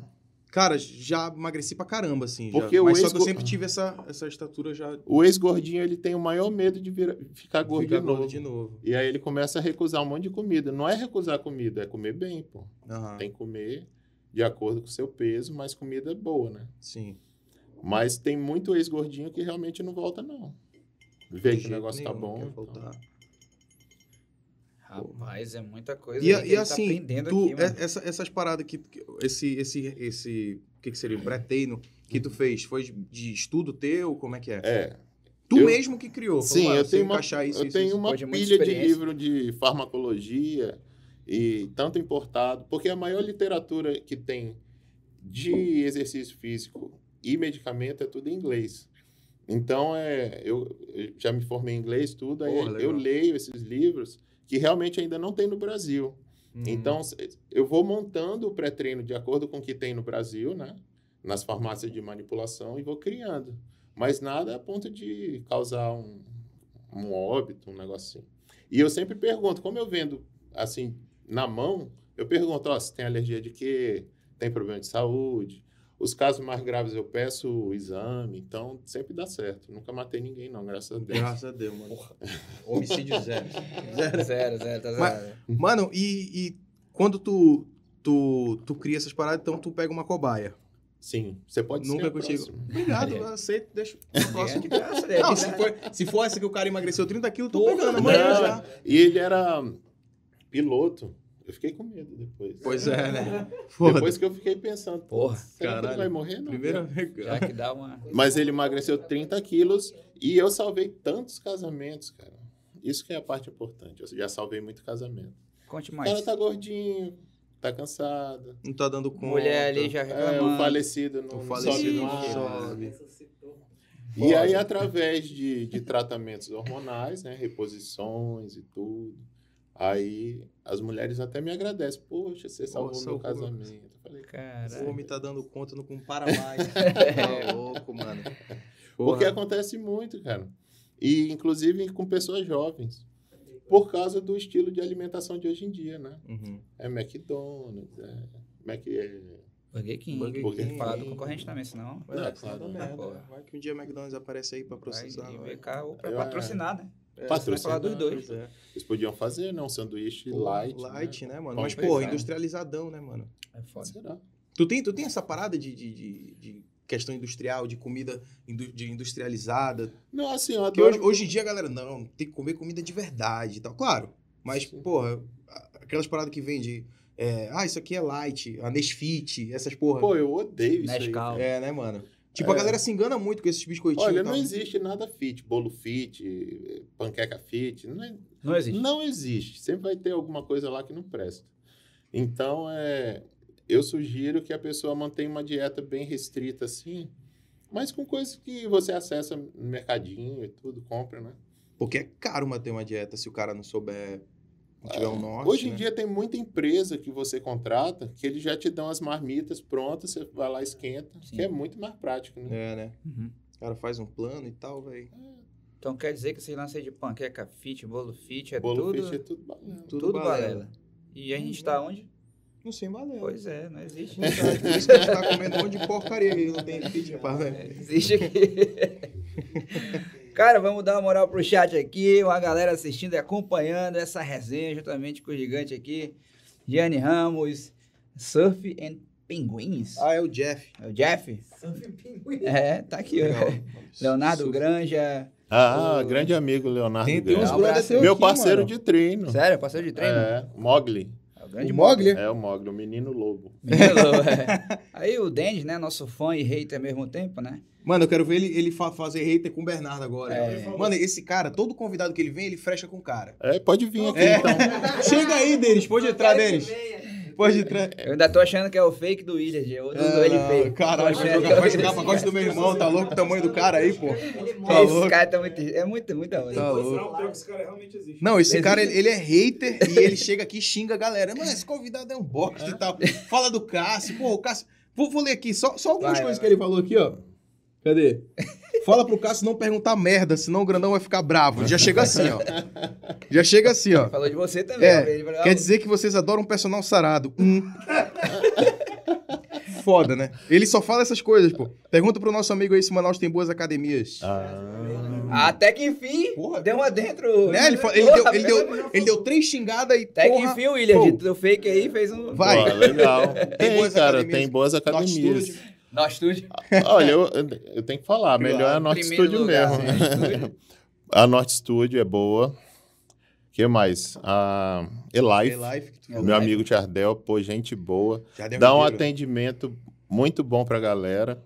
[SPEAKER 3] Cara, já emagreci pra caramba, assim. já.
[SPEAKER 1] Porque o
[SPEAKER 3] Mas só que eu
[SPEAKER 1] ex-go-
[SPEAKER 3] sempre tive essa, essa estatura já
[SPEAKER 1] O ex-gordinho, ele tem o maior medo de virar- ficar Tá gordo
[SPEAKER 3] ficar
[SPEAKER 1] de novo.
[SPEAKER 3] de novo.
[SPEAKER 1] E aí ele começa a recusar um monte de comida. Não é recusar comida, é comer bem, pô.
[SPEAKER 3] Aham,
[SPEAKER 1] Tem que comer de acordo com o seu peso, mas comida boa, né?
[SPEAKER 3] sim. Uhum.
[SPEAKER 1] Mas tem muito ex-gordinho que realmente não volta, não. Vê
[SPEAKER 3] De
[SPEAKER 1] que o
[SPEAKER 3] jeito
[SPEAKER 1] negócio tá
[SPEAKER 3] nenhum, não
[SPEAKER 1] bom.
[SPEAKER 3] quer
[SPEAKER 1] então.
[SPEAKER 3] voltar.
[SPEAKER 2] Rapaz, é muita coisa.
[SPEAKER 3] E,
[SPEAKER 2] aí que
[SPEAKER 3] e
[SPEAKER 2] ele tá
[SPEAKER 3] assim,
[SPEAKER 2] aprendendo
[SPEAKER 3] tu-
[SPEAKER 2] aqui, mano.
[SPEAKER 3] é- essa- essas paradas que, que- esse, esse, esse, o que que seria, o pré-treino que tu fez, foi de- de estudo teu, como é que é?
[SPEAKER 1] É,
[SPEAKER 3] tu
[SPEAKER 1] eu-
[SPEAKER 3] mesmo que criou, falou,
[SPEAKER 1] sim,
[SPEAKER 3] "Ah,
[SPEAKER 1] eu
[SPEAKER 3] se
[SPEAKER 1] tenho uma,
[SPEAKER 3] encaixar isso,
[SPEAKER 1] eu
[SPEAKER 3] isso,
[SPEAKER 1] tenho
[SPEAKER 3] isso."
[SPEAKER 1] uma
[SPEAKER 2] Depois de muita
[SPEAKER 1] pilha de
[SPEAKER 2] experiência.
[SPEAKER 1] livro de farmacologia e tanto importado, porque a maior literatura que tem de exercício físico e medicamento é tudo em inglês. Então, é, eu, eu já me formei em inglês, tudo, aí
[SPEAKER 3] Porra, legal.
[SPEAKER 1] eu leio esses livros que realmente ainda não tem no Brasil.
[SPEAKER 3] Uhum.
[SPEAKER 1] Então, se- eu vou montando o pré-treino de acordo com o que tem no Brasil, né? Nas farmácias de manipulação e vou criando. Mas nada a ponto de causar um, um óbito, um negocinho. E eu sempre pergunto, como eu vendo assim, na mão, eu pergunto, ó, se tem alergia de quê? Tem problema de saúde? Os casos mais graves eu peço o exame, então sempre dá certo. Nunca matei ninguém, não, graças a Deus.
[SPEAKER 3] Graças a Deus, mano. Homicídio zero.
[SPEAKER 2] Zero, zero, tá
[SPEAKER 3] Mas-
[SPEAKER 2] zero.
[SPEAKER 3] Mano, e, e quando tu, tu, tu cria essas paradas, então tu pega uma cobaia.
[SPEAKER 1] Sim, você pode
[SPEAKER 3] Nunca
[SPEAKER 1] ser a
[SPEAKER 3] contigo.
[SPEAKER 1] próxima.
[SPEAKER 3] Obrigado, eu aceito, deixa o próximo de graça. Não, se for, se for essa que o cara emagreceu 30 quilos, tô
[SPEAKER 2] Porra,
[SPEAKER 3] pegando amanhã
[SPEAKER 1] não.
[SPEAKER 3] já.
[SPEAKER 1] E ele era piloto. Eu fiquei com medo depois.
[SPEAKER 3] Pois é, né? Foda.
[SPEAKER 1] Depois que eu fiquei pensando,
[SPEAKER 2] Porra,
[SPEAKER 1] será que
[SPEAKER 3] caralho.
[SPEAKER 1] ele vai morrer? Não. né?"
[SPEAKER 3] Primeira vez.
[SPEAKER 2] Já que dá uma.
[SPEAKER 1] Mas ele emagreceu 30 quilos e eu salvei tantos casamentos, cara. Isso que é a parte importante. Eu já salvei muito casamento.
[SPEAKER 2] Conte
[SPEAKER 1] O
[SPEAKER 2] mais.
[SPEAKER 1] cara tá gordinho, tá cansado.
[SPEAKER 3] Não tá dando conta.
[SPEAKER 2] Mulher ali já
[SPEAKER 1] É,
[SPEAKER 2] reclamando.
[SPEAKER 1] o falecido não,
[SPEAKER 3] O
[SPEAKER 1] não
[SPEAKER 3] falecido
[SPEAKER 1] sobe
[SPEAKER 3] não
[SPEAKER 1] mais.
[SPEAKER 3] sobe.
[SPEAKER 5] tá
[SPEAKER 1] E aí, através de, de tratamentos hormonais, né? Reposições e tudo. Aí as mulheres até me agradecem. Poxa, você salvou
[SPEAKER 3] Nossa,
[SPEAKER 1] meu
[SPEAKER 3] horror.
[SPEAKER 1] casamento. Eu falei,
[SPEAKER 3] O
[SPEAKER 2] Caralho.
[SPEAKER 3] homem tá dando conta, não compara mais. Tá louco, mano.
[SPEAKER 1] Porque
[SPEAKER 3] Porra.
[SPEAKER 1] acontece muito, cara. E inclusive com pessoas jovens. Por causa do estilo de alimentação de hoje em dia, né?
[SPEAKER 3] Uhum.
[SPEAKER 1] É McDonald's, é Mac. é-
[SPEAKER 2] Burger King.
[SPEAKER 3] Burger
[SPEAKER 2] Tem
[SPEAKER 1] King.
[SPEAKER 2] que falar do concorrente também, senão.
[SPEAKER 1] Não,
[SPEAKER 3] É,
[SPEAKER 1] claro,
[SPEAKER 3] tá
[SPEAKER 1] né?
[SPEAKER 3] merda.
[SPEAKER 2] Porra.
[SPEAKER 3] Vai que um dia McDonald's aparece aí pra processar.
[SPEAKER 2] vai
[SPEAKER 3] vai.
[SPEAKER 2] invocar ou pra
[SPEAKER 1] Eu-
[SPEAKER 2] patrocinar, né?
[SPEAKER 3] É,
[SPEAKER 1] Patrocinar,
[SPEAKER 3] você vai falar dos dois.
[SPEAKER 2] pois
[SPEAKER 1] Eles podiam fazer, né? Um sanduíche light.
[SPEAKER 3] Light, né, mano?
[SPEAKER 1] Pão
[SPEAKER 3] Mas,
[SPEAKER 1] feijão.
[SPEAKER 3] porra, industrializadão, né, mano?
[SPEAKER 2] É foda.
[SPEAKER 1] Será?
[SPEAKER 3] Tu tem, tu tem essa parada de, de, de- de questão industrial, de comida indu- de industrializada?
[SPEAKER 1] Não, assim, eu
[SPEAKER 3] Porque
[SPEAKER 1] adoro.
[SPEAKER 3] hoje, hoje em dia, galera, não, tem que comer comida de verdade e tal. Claro, mas,
[SPEAKER 1] Sim.
[SPEAKER 3] porra, aquelas paradas que vende... é, ah, isso aqui é light, a Nesfit, essas porra.
[SPEAKER 1] Pô, eu odeio isso. Aí.
[SPEAKER 2] Nescau.
[SPEAKER 3] É, né, mano? Tipo, a
[SPEAKER 1] É.
[SPEAKER 3] galera se engana muito com esses biscoitinhos.
[SPEAKER 1] Olha,
[SPEAKER 3] e tal. né?
[SPEAKER 1] não existe nada fit, bolo fit, eh, panqueca fit, não, é-
[SPEAKER 2] Não existe.
[SPEAKER 1] não existe. Sempre vai ter alguma coisa lá que não presta. Então, é, eu sugiro que a pessoa mantenha uma dieta bem restrita assim, mas com coisas que você acessa no mercadinho e tudo, compra, né?
[SPEAKER 3] Porque é caro manter uma dieta se o cara não souber Se tiver o norte,
[SPEAKER 1] Hoje em
[SPEAKER 3] né?
[SPEAKER 1] dia tem muita empresa que você contrata que eles já te dão as marmitas prontas, você vai lá esquenta,
[SPEAKER 2] Sim.
[SPEAKER 1] que é muito mais prático, né?
[SPEAKER 3] É, né?
[SPEAKER 2] Uhum.
[SPEAKER 3] O cara faz um plano e tal, velho.
[SPEAKER 2] Então quer dizer que esses lances de panqueca fit, bolo fit, é
[SPEAKER 1] Bolo
[SPEAKER 2] tudo,
[SPEAKER 1] fit é tudo banana.
[SPEAKER 2] tudo,
[SPEAKER 3] balela.
[SPEAKER 2] balela. E a gente tá onde?
[SPEAKER 3] Não sei, balela.
[SPEAKER 2] Pois é, não existe.
[SPEAKER 3] Não sabe, Por isso que a gente tá comendo um monte de porcaria que não tem fit pra
[SPEAKER 2] É,
[SPEAKER 3] né?
[SPEAKER 2] Existe aqui. Cara, vamos dar uma moral pro chat aqui, uma galera assistindo e acompanhando essa resenha juntamente com o gigante aqui, Gianni Ramos, Surf and Penguins.
[SPEAKER 3] Ah, é o Jeff.
[SPEAKER 2] É o Jeff?
[SPEAKER 5] Surf pinguim.
[SPEAKER 2] É, tá aqui,
[SPEAKER 3] Legal.
[SPEAKER 2] ó. Leonardo
[SPEAKER 3] Surf.
[SPEAKER 2] Granja.
[SPEAKER 1] Ah,
[SPEAKER 2] O-
[SPEAKER 1] grande amigo Leonardo.
[SPEAKER 3] Tem, tem uns
[SPEAKER 1] Grau.
[SPEAKER 2] Um
[SPEAKER 3] brother
[SPEAKER 2] abraço.
[SPEAKER 3] teu
[SPEAKER 1] Meu
[SPEAKER 3] aqui,
[SPEAKER 1] parceiro
[SPEAKER 3] mano.
[SPEAKER 1] de treino.
[SPEAKER 2] Sério, parceiro de treino?
[SPEAKER 1] É, Mogli.
[SPEAKER 2] É o grande
[SPEAKER 3] O
[SPEAKER 2] Mogli.
[SPEAKER 3] Mogli?
[SPEAKER 1] É o Mogli, o menino lobo.
[SPEAKER 2] Menino louco, é. Aí o Denis, né, nosso fã e hater ao mesmo tempo, né?
[SPEAKER 3] Mano, eu quero ver ele, ele fa- fazer hater com o Bernardo agora.
[SPEAKER 2] É.
[SPEAKER 3] Mano, esse cara, todo convidado que ele vem, ele fecha com o cara.
[SPEAKER 1] É, pode vir aqui
[SPEAKER 3] É.
[SPEAKER 1] então.
[SPEAKER 3] Chega aí, Denis. Pode entrar,
[SPEAKER 5] Quero que
[SPEAKER 3] Denis.
[SPEAKER 5] venha.
[SPEAKER 3] Pode entrar.
[SPEAKER 2] Eu ainda tô achando que é o fake do Willard, eu não dou ele fake.
[SPEAKER 3] É, Caralho,
[SPEAKER 2] Tô
[SPEAKER 3] vai jogar, vai
[SPEAKER 2] achando que é o
[SPEAKER 3] jogar pra costa do meu irmão. Tá louco o tamanho do cara aí, pô.
[SPEAKER 5] Ele
[SPEAKER 3] Tá
[SPEAKER 5] morre.
[SPEAKER 2] Esse
[SPEAKER 3] louco.
[SPEAKER 2] cara tá muito. É muito, muita onda.
[SPEAKER 3] Tá
[SPEAKER 4] Não,
[SPEAKER 3] louco.
[SPEAKER 4] pior que esse cara realmente existe.
[SPEAKER 3] Não, esse cara, ele, ele é hater e ele chega aqui e xinga a galera. Mano, esse convidado é um bosta e tal. Fala do Cássio. Pô, o Cássio... Vou, vou ler aqui só, só algumas
[SPEAKER 2] Vai,
[SPEAKER 3] coisas
[SPEAKER 2] vai,
[SPEAKER 3] que ele falou aqui, ó. Cadê? Fala pro Cássio não perguntar merda, senão o grandão vai ficar bravo. Ele Já chega assim, ó. Já chega assim, ó.
[SPEAKER 2] Falou de você também.
[SPEAKER 3] É,
[SPEAKER 2] ó, ele falou,
[SPEAKER 3] Quer
[SPEAKER 2] ah,
[SPEAKER 3] dizer que vocês adoram um personal sarado. Hum. Foda, né? Ele só fala essas coisas, pô. Pergunta pro nosso amigo aí se Manaus tem boas academias.
[SPEAKER 1] Ah,
[SPEAKER 2] Até que enfim,
[SPEAKER 3] Porra.
[SPEAKER 2] deu uma dentro.
[SPEAKER 3] Né? Ele, fa- ele
[SPEAKER 2] tá
[SPEAKER 3] deu, ele,
[SPEAKER 2] Porra,
[SPEAKER 3] deu, ele deu três xingadas e
[SPEAKER 2] Até que
[SPEAKER 3] porra,
[SPEAKER 2] enfim, o Williard,
[SPEAKER 3] Pô.
[SPEAKER 2] do fake aí, fez um.
[SPEAKER 3] Vai.
[SPEAKER 1] Pô, legal. Tem,
[SPEAKER 3] boas
[SPEAKER 1] cara,
[SPEAKER 3] academias.
[SPEAKER 1] tem boas
[SPEAKER 3] Norte
[SPEAKER 1] academias.
[SPEAKER 3] Studio.
[SPEAKER 2] Nós tudo.
[SPEAKER 1] Olha, eu, eu tenho que falar, melhor é a Norte
[SPEAKER 2] Primeiro
[SPEAKER 1] Studio
[SPEAKER 2] lugar,
[SPEAKER 1] mesmo.
[SPEAKER 2] né? Estúdio.
[SPEAKER 1] A Norte Studio é boa. O que mais? A Elife,
[SPEAKER 3] Life, que tu
[SPEAKER 1] meu
[SPEAKER 3] falou.
[SPEAKER 1] amigo Tiardel, pô, gente boa.
[SPEAKER 3] Já deu
[SPEAKER 1] Dá um
[SPEAKER 3] dinheiro.
[SPEAKER 1] atendimento muito bom pra galera.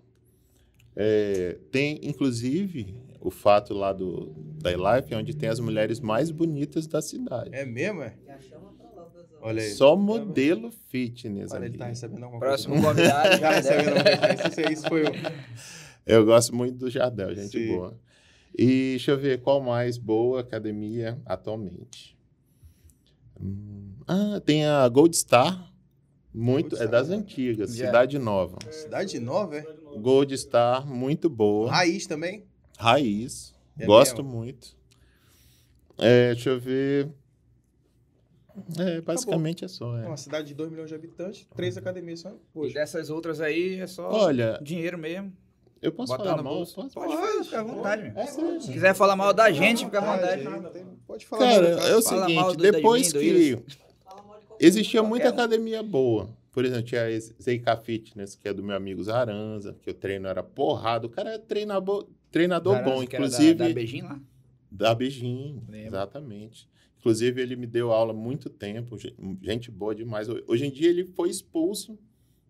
[SPEAKER 1] É, tem, inclusive, o fato lá do, da Elife, onde tem as mulheres mais bonitas da cidade.
[SPEAKER 3] É mesmo, é?
[SPEAKER 5] Já chama pra lá, pessoal.
[SPEAKER 3] Olha aí.
[SPEAKER 1] Só modelo fitness.
[SPEAKER 3] Olha, ele
[SPEAKER 1] amigo.
[SPEAKER 3] tá recebendo alguma
[SPEAKER 2] Próximo
[SPEAKER 3] coisa.
[SPEAKER 2] convidado.
[SPEAKER 3] Tá
[SPEAKER 2] já
[SPEAKER 3] recebendo
[SPEAKER 2] deve-
[SPEAKER 3] alguma coisa. Isso, aí, isso foi o...
[SPEAKER 1] Eu gosto muito do Jardel, gente
[SPEAKER 3] Sim.
[SPEAKER 1] boa. E deixa eu ver qual mais boa academia atualmente. Hum, ah, tem a Gold Star, muito,
[SPEAKER 3] Gold
[SPEAKER 1] é
[SPEAKER 3] Star,
[SPEAKER 1] das
[SPEAKER 3] né?
[SPEAKER 1] antigas,
[SPEAKER 2] Já.
[SPEAKER 1] Cidade Nova.
[SPEAKER 4] É,
[SPEAKER 3] Cidade Nova, é?
[SPEAKER 4] Cidade Nova.
[SPEAKER 1] Gold Star, muito boa.
[SPEAKER 3] Raiz também.
[SPEAKER 1] Raiz,
[SPEAKER 3] É
[SPEAKER 1] gosto
[SPEAKER 3] mesmo?
[SPEAKER 1] muito. É, deixa eu ver. É, basicamente é só.
[SPEAKER 3] É
[SPEAKER 1] É.
[SPEAKER 3] Uma cidade de 2 milhões de habitantes, três academias só.
[SPEAKER 2] E
[SPEAKER 3] Poxa.
[SPEAKER 2] dessas outras aí é só
[SPEAKER 1] Olha,
[SPEAKER 2] dinheiro mesmo.
[SPEAKER 1] eu posso
[SPEAKER 2] Botar
[SPEAKER 1] falar
[SPEAKER 2] no
[SPEAKER 1] mal?
[SPEAKER 2] bolso.
[SPEAKER 1] Posso?
[SPEAKER 2] Pode, falar, fica à vontade. meu.
[SPEAKER 1] É, sério.
[SPEAKER 2] Se quiser falar mal da gente, fica à
[SPEAKER 4] Verdade,
[SPEAKER 2] vontade.
[SPEAKER 4] nada, mano.
[SPEAKER 3] Pode falar.
[SPEAKER 1] Cara,
[SPEAKER 3] mano,
[SPEAKER 1] é o
[SPEAKER 2] Fala
[SPEAKER 1] seguinte,
[SPEAKER 2] mal do- da mim,
[SPEAKER 1] depois
[SPEAKER 2] do
[SPEAKER 1] que
[SPEAKER 2] Wilson.
[SPEAKER 5] Fala mal de qualquer
[SPEAKER 1] Existia
[SPEAKER 5] um.
[SPEAKER 1] muita
[SPEAKER 2] Qualquer um.
[SPEAKER 1] academia boa. Por exemplo, tinha a Zeika Fitness, que é do meu amigo Zaranza, que o treino era porrado. O cara é treinador, treinador bom,
[SPEAKER 2] Garanto que era da-
[SPEAKER 1] inclusive
[SPEAKER 2] Da,
[SPEAKER 1] da,
[SPEAKER 2] beijinho lá.
[SPEAKER 1] Beijinho.
[SPEAKER 2] Lembro.
[SPEAKER 1] Exatamente. Inclusive, ele me deu aula há muito tempo, ge- gente boa demais. Hoje em dia, ele foi expulso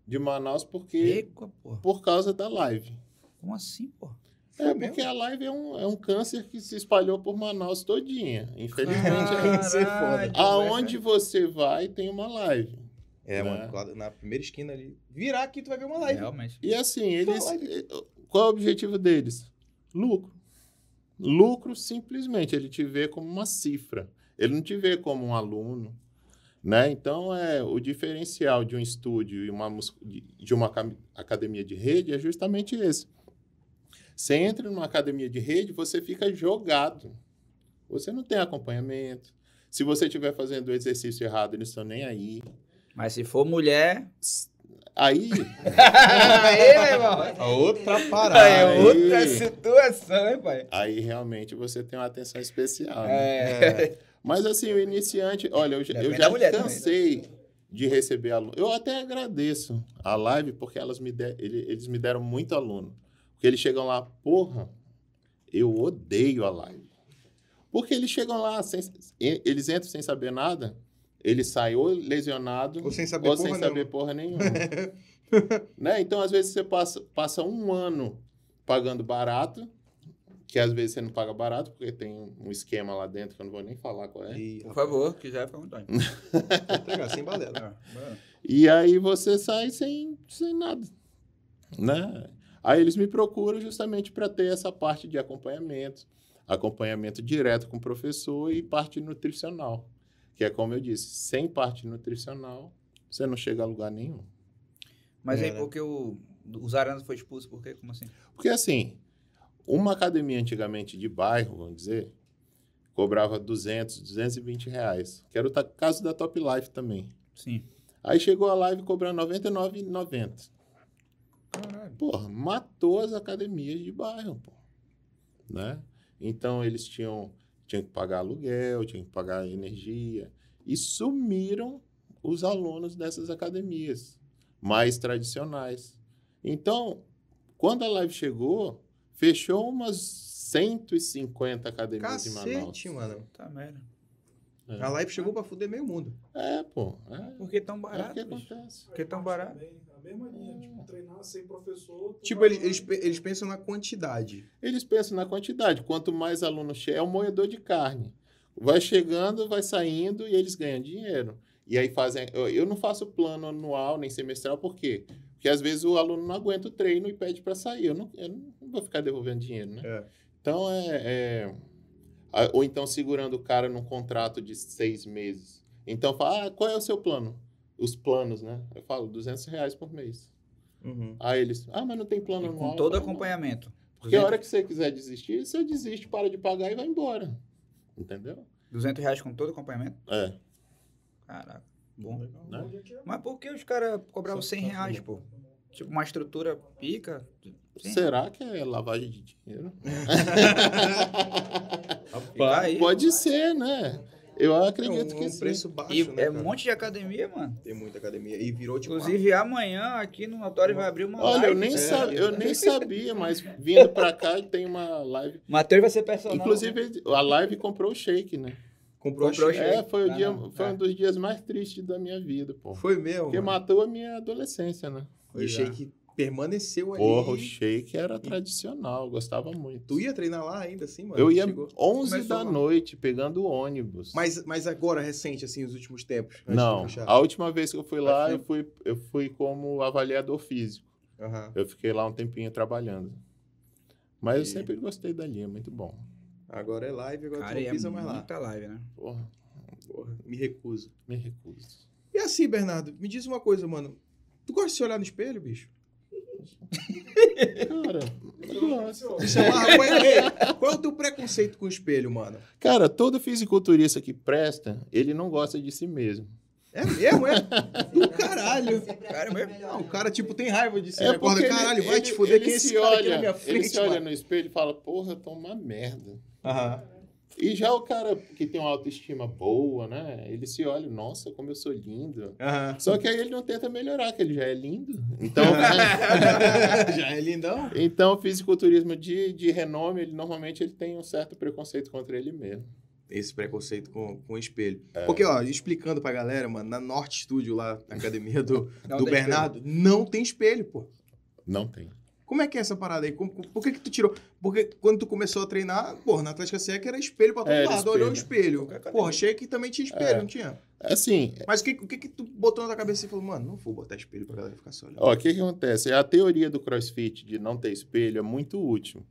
[SPEAKER 1] de Manaus porque
[SPEAKER 2] Eca, porra.
[SPEAKER 1] por causa da live.
[SPEAKER 2] Como assim, pô?
[SPEAKER 1] É,
[SPEAKER 3] mesmo?
[SPEAKER 1] porque a live é um, é um câncer que se espalhou por Manaus todinha. Infelizmente,
[SPEAKER 3] Caralho, você é foda.
[SPEAKER 1] aonde você vai, tem uma live.
[SPEAKER 3] É,
[SPEAKER 1] né?
[SPEAKER 3] mano, claro, na primeira esquina ali. Virar aqui, tu vai ver uma live.
[SPEAKER 2] Realmente.
[SPEAKER 1] E assim, eles.
[SPEAKER 3] live.
[SPEAKER 1] eh, Qual é o objetivo deles? Lucro. Lucro, simplesmente. Ele te vê como uma cifra. Ele não te vê como um aluno. Né? Então, é o diferencial de um estúdio e uma, mus- de- de uma acam- academia de rede é justamente esse. Você entra numa academia de rede, você fica jogado. Você não tem acompanhamento. Se você estiver fazendo o exercício errado, eles estão nem aí.
[SPEAKER 2] Mas se for mulher.
[SPEAKER 1] Aí,
[SPEAKER 2] Aí, meu irmão.
[SPEAKER 3] A outra
[SPEAKER 2] Ah, é
[SPEAKER 3] parada.
[SPEAKER 1] Aí.
[SPEAKER 2] outra situação, hein, pai?
[SPEAKER 1] aí realmente você tem uma atenção especial. né?
[SPEAKER 2] É.
[SPEAKER 1] Mas assim, o iniciante, olha, eu, já- eu
[SPEAKER 2] Depende
[SPEAKER 1] já
[SPEAKER 2] da mulher também, né?
[SPEAKER 1] cansei de receber aluno. Eu até agradeço a live, porque elas me de- ele- eles me deram muito aluno. Porque eles chegam lá, porra, eu odeio a live. Porque eles chegam lá, sem- e- eles entram sem saber nada, ele sai ou lesionado,
[SPEAKER 3] Ou sem saber
[SPEAKER 1] ou
[SPEAKER 3] porra
[SPEAKER 1] sem saber
[SPEAKER 3] nenhuma.
[SPEAKER 1] porra nenhuma. né? Então, às vezes, você passa, passa um ano pagando barato, que às vezes você não paga barato, porque tem um esquema lá dentro que eu não vou nem falar qual é.
[SPEAKER 3] Ih,
[SPEAKER 2] Por favor, quiser, fica à vontade.
[SPEAKER 3] vou pegar sem balela.
[SPEAKER 2] É,
[SPEAKER 1] E aí você sai sem, sem nada, né? Aí eles me procuram justamente para ter essa parte de acompanhamento, acompanhamento direto com o professor e parte nutricional, Que é como eu disse, sem parte nutricional, você não chega a lugar nenhum.
[SPEAKER 2] Mas
[SPEAKER 3] É,
[SPEAKER 2] aí,
[SPEAKER 3] né?
[SPEAKER 2] porque o, o Zaranda foi expulso, por quê? Como assim?
[SPEAKER 1] Porque assim, uma academia antigamente de bairro, vamos dizer, cobrava 200, 220 reais. Que era o ta- caso da Top Life também.
[SPEAKER 2] Sim.
[SPEAKER 1] Aí chegou a live cobrando R$ 99,90.
[SPEAKER 3] Caralho.
[SPEAKER 1] Porra, matou as academias de bairro, pô. Né? Então eles tinham, tinham que pagar aluguel, tinham que pagar energia. E sumiram os alunos dessas academias mais tradicionais. Então, quando a live chegou, fechou umas 150 academias em Manaus.
[SPEAKER 3] Cacete, mano.
[SPEAKER 2] Tá merda.
[SPEAKER 1] É.
[SPEAKER 3] A live chegou pra fuder meio mundo.
[SPEAKER 1] É, pô. É,
[SPEAKER 2] Por que tão
[SPEAKER 1] é o que
[SPEAKER 2] barato? bicho?
[SPEAKER 1] acontece.
[SPEAKER 2] Porque é tão barato.
[SPEAKER 4] Também, a mesma linha, tipo, treinar sem professor. tu
[SPEAKER 3] Ah. Tipo,
[SPEAKER 4] vai
[SPEAKER 3] eles,
[SPEAKER 4] lá.
[SPEAKER 3] eles, pe- eles pensam na quantidade.
[SPEAKER 1] Eles pensam na quantidade. Quanto mais aluno chega, é um moedor de carne. Vai chegando, vai saindo e eles ganham dinheiro. E aí fazem. eu- Eu não faço plano anual nem semestral, por quê? Porque às vezes o aluno não aguenta o treino e pede para sair. Eu não, eu não vou ficar devolvendo dinheiro, né?
[SPEAKER 3] É.
[SPEAKER 1] Então é, é- a- Ou então segurando o cara num contrato de seis meses. Então fala, ah, qual é o seu plano? Os planos, né? Eu falo, 200 reais por mês.
[SPEAKER 3] Uhum.
[SPEAKER 1] Aí eles, ah, mas não tem plano
[SPEAKER 2] E
[SPEAKER 1] anual.
[SPEAKER 2] com todo
[SPEAKER 1] Eu falo, "Não."
[SPEAKER 2] acompanhamento.
[SPEAKER 1] Porque a hora que você quiser desistir, você desiste, para de pagar e vai embora. Entendeu?
[SPEAKER 2] 200 reais com todo acompanhamento?
[SPEAKER 1] É.
[SPEAKER 2] Caraca, bom.
[SPEAKER 1] né?
[SPEAKER 4] Onde é que é?
[SPEAKER 2] Mas por que os caras cobravam
[SPEAKER 1] Só-
[SPEAKER 2] 100
[SPEAKER 3] tá
[SPEAKER 1] só-
[SPEAKER 2] reais, pô? Tipo, uma estrutura pica. Sim.
[SPEAKER 1] Será que é lavagem de dinheiro?
[SPEAKER 2] Fica tá aí.
[SPEAKER 1] Pode ser, né? Eu
[SPEAKER 3] É um,
[SPEAKER 1] acredito
[SPEAKER 3] é
[SPEAKER 1] que
[SPEAKER 3] um
[SPEAKER 1] sim.
[SPEAKER 3] preço baixo,
[SPEAKER 2] E
[SPEAKER 3] né,
[SPEAKER 2] é
[SPEAKER 3] cara?
[SPEAKER 2] um monte de academia, mano.
[SPEAKER 3] Tem muita academia. E virou tipo...
[SPEAKER 2] Inclusive, amanhã aqui no Notório vai abrir uma
[SPEAKER 1] Olha, eu
[SPEAKER 2] live.
[SPEAKER 1] nem,
[SPEAKER 3] É.
[SPEAKER 1] sa-
[SPEAKER 2] né?
[SPEAKER 1] eu nem sabia, mas vindo pra cá tem uma live.
[SPEAKER 2] Matheus vai ser personal.
[SPEAKER 1] Inclusive, a live comprou o shake, né?
[SPEAKER 3] ah, comprou comprou
[SPEAKER 2] comprou o shake.
[SPEAKER 1] É, foi, o
[SPEAKER 2] Ah,
[SPEAKER 1] dia,
[SPEAKER 2] não.
[SPEAKER 1] foi
[SPEAKER 2] É.
[SPEAKER 1] um dos dias mais tristes da minha vida, pô.
[SPEAKER 3] Foi mesmo.
[SPEAKER 1] Porque
[SPEAKER 3] mano.
[SPEAKER 1] matou a minha adolescência, né?
[SPEAKER 3] E o
[SPEAKER 2] Pois é.
[SPEAKER 3] shake permaneceu ali.
[SPEAKER 1] Porra, o shake era tradicional, eu gostava muito.
[SPEAKER 3] Tu ia treinar lá ainda assim, mano?
[SPEAKER 1] Eu ia
[SPEAKER 3] Chegou.
[SPEAKER 1] 11
[SPEAKER 2] Começou
[SPEAKER 1] da
[SPEAKER 2] lá.
[SPEAKER 1] noite pegando ônibus.
[SPEAKER 3] Mas, mas agora, recente, assim, os últimos tempos. antes de
[SPEAKER 1] não,
[SPEAKER 3] fechar.
[SPEAKER 1] a última vez que eu fui lá,
[SPEAKER 3] Mas
[SPEAKER 1] eu fui, eu fui como avaliador físico.
[SPEAKER 3] Aham.
[SPEAKER 1] Eu fiquei lá um tempinho trabalhando. Mas eu
[SPEAKER 3] E-
[SPEAKER 1] sempre gostei dali, é muito bom.
[SPEAKER 3] Agora é live, agora
[SPEAKER 2] Cara,
[SPEAKER 3] tu
[SPEAKER 2] e
[SPEAKER 3] não
[SPEAKER 2] é
[SPEAKER 3] pisa mais lá.
[SPEAKER 2] muita live, né?
[SPEAKER 1] Porra,
[SPEAKER 3] Porra, me recuso.
[SPEAKER 1] me recuso.
[SPEAKER 3] E assim, Bernardo, me diz uma coisa, mano. Tu gosta de se olhar no espelho, bicho?
[SPEAKER 1] Cara, eu gosto.
[SPEAKER 4] Ó,
[SPEAKER 3] Sei lá, qual, é, Ei, qual é o teu preconceito com o espelho, mano?
[SPEAKER 1] Cara, todo fisiculturista que presta, ele não gosta de si mesmo.
[SPEAKER 3] É mesmo, é? Do caralho.
[SPEAKER 5] é
[SPEAKER 2] Cara, mesmo?
[SPEAKER 3] Não,
[SPEAKER 5] né?
[SPEAKER 3] o cara, tipo, tem raiva de si.
[SPEAKER 1] É
[SPEAKER 3] né?
[SPEAKER 1] porque
[SPEAKER 3] Acorda,
[SPEAKER 1] ele-
[SPEAKER 3] caralho, vai
[SPEAKER 1] ele-
[SPEAKER 3] te foder,
[SPEAKER 1] ele
[SPEAKER 3] quem é
[SPEAKER 1] se
[SPEAKER 3] esse cara aqui na
[SPEAKER 1] olha-
[SPEAKER 3] minha
[SPEAKER 1] Ele
[SPEAKER 3] frente,
[SPEAKER 1] se olha
[SPEAKER 3] mano?
[SPEAKER 1] no espelho e fala, porra, eu tô uma merda.
[SPEAKER 3] Aham.
[SPEAKER 1] E já o cara que tem uma autoestima boa, né? Ele se olha, nossa, como eu sou lindo.
[SPEAKER 3] Aham.
[SPEAKER 1] Só que aí ele não tenta melhorar, que ele já é lindo. Então,
[SPEAKER 3] Já é lindão?
[SPEAKER 1] então o fisiculturismo de, de renome, ele normalmente ele tem um certo preconceito contra ele mesmo.
[SPEAKER 3] esse preconceito com, com o espelho. Porque, ó, explicando pra galera, mano, na Norte Studio lá, na academia do,
[SPEAKER 2] Não
[SPEAKER 3] do
[SPEAKER 2] tem
[SPEAKER 3] Bernardo, não tem espelho, pô.
[SPEAKER 1] Não tem.
[SPEAKER 3] Como é que é essa parada aí? Como- por que que tu tirou? Porque quando tu começou a treinar, porra, na Atlética Seca era espelho pra todo
[SPEAKER 1] Era
[SPEAKER 3] lado, olhou o espelho.
[SPEAKER 2] Qualquer academia.
[SPEAKER 3] Porra, achei que também tinha espelho,
[SPEAKER 1] É.
[SPEAKER 3] não tinha?
[SPEAKER 1] Assim,
[SPEAKER 3] Mas o que, o que que tu botou na tua cabeça e falou, mano, não vou botar espelho pra galera ficar só olhando.
[SPEAKER 1] ó, o que, que acontece? A teoria do crossfit de não ter espelho é muito útil.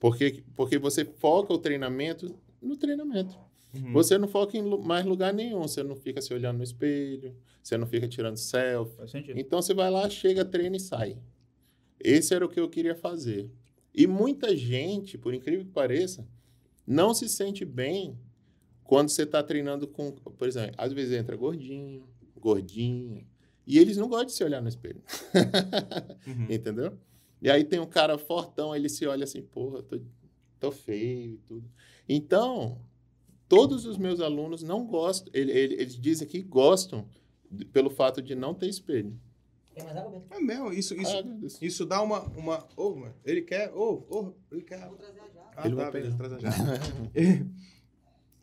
[SPEAKER 1] Porque, porque você foca o treinamento no treinamento.
[SPEAKER 3] Uhum.
[SPEAKER 1] Você não foca em lu- mais lugar nenhum. Você não fica se olhando no espelho, você não fica tirando selfie.
[SPEAKER 2] Faz sentido.
[SPEAKER 1] Então você vai lá, chega, treina e sai. Esse era o que eu queria fazer. E muita gente, por incrível que pareça, não se sente bem quando você está treinando com. Por exemplo, às vezes entra gordinho, gordinha. E eles não gostam de se olhar no espelho.
[SPEAKER 3] Uhum.
[SPEAKER 1] Entendeu? E aí tem um cara fortão, ele se olha assim, porra, tô, tô feio e tudo. Então, todos os meus alunos não gostam. ele- ele- eles dizem que gostam d- pelo fato de não ter espelho.
[SPEAKER 5] Tem mais argumento?
[SPEAKER 3] É mesmo, isso, assim, isso,
[SPEAKER 1] Agradeço.
[SPEAKER 3] isso dá uma, uma, ô, mano, ele quer, ô, ô, ele quer,
[SPEAKER 5] Vou trazer a jarra.
[SPEAKER 3] Ah,
[SPEAKER 1] Ele
[SPEAKER 3] tá,
[SPEAKER 1] vai
[SPEAKER 3] beleza,
[SPEAKER 1] pegar.
[SPEAKER 3] traz a jarra.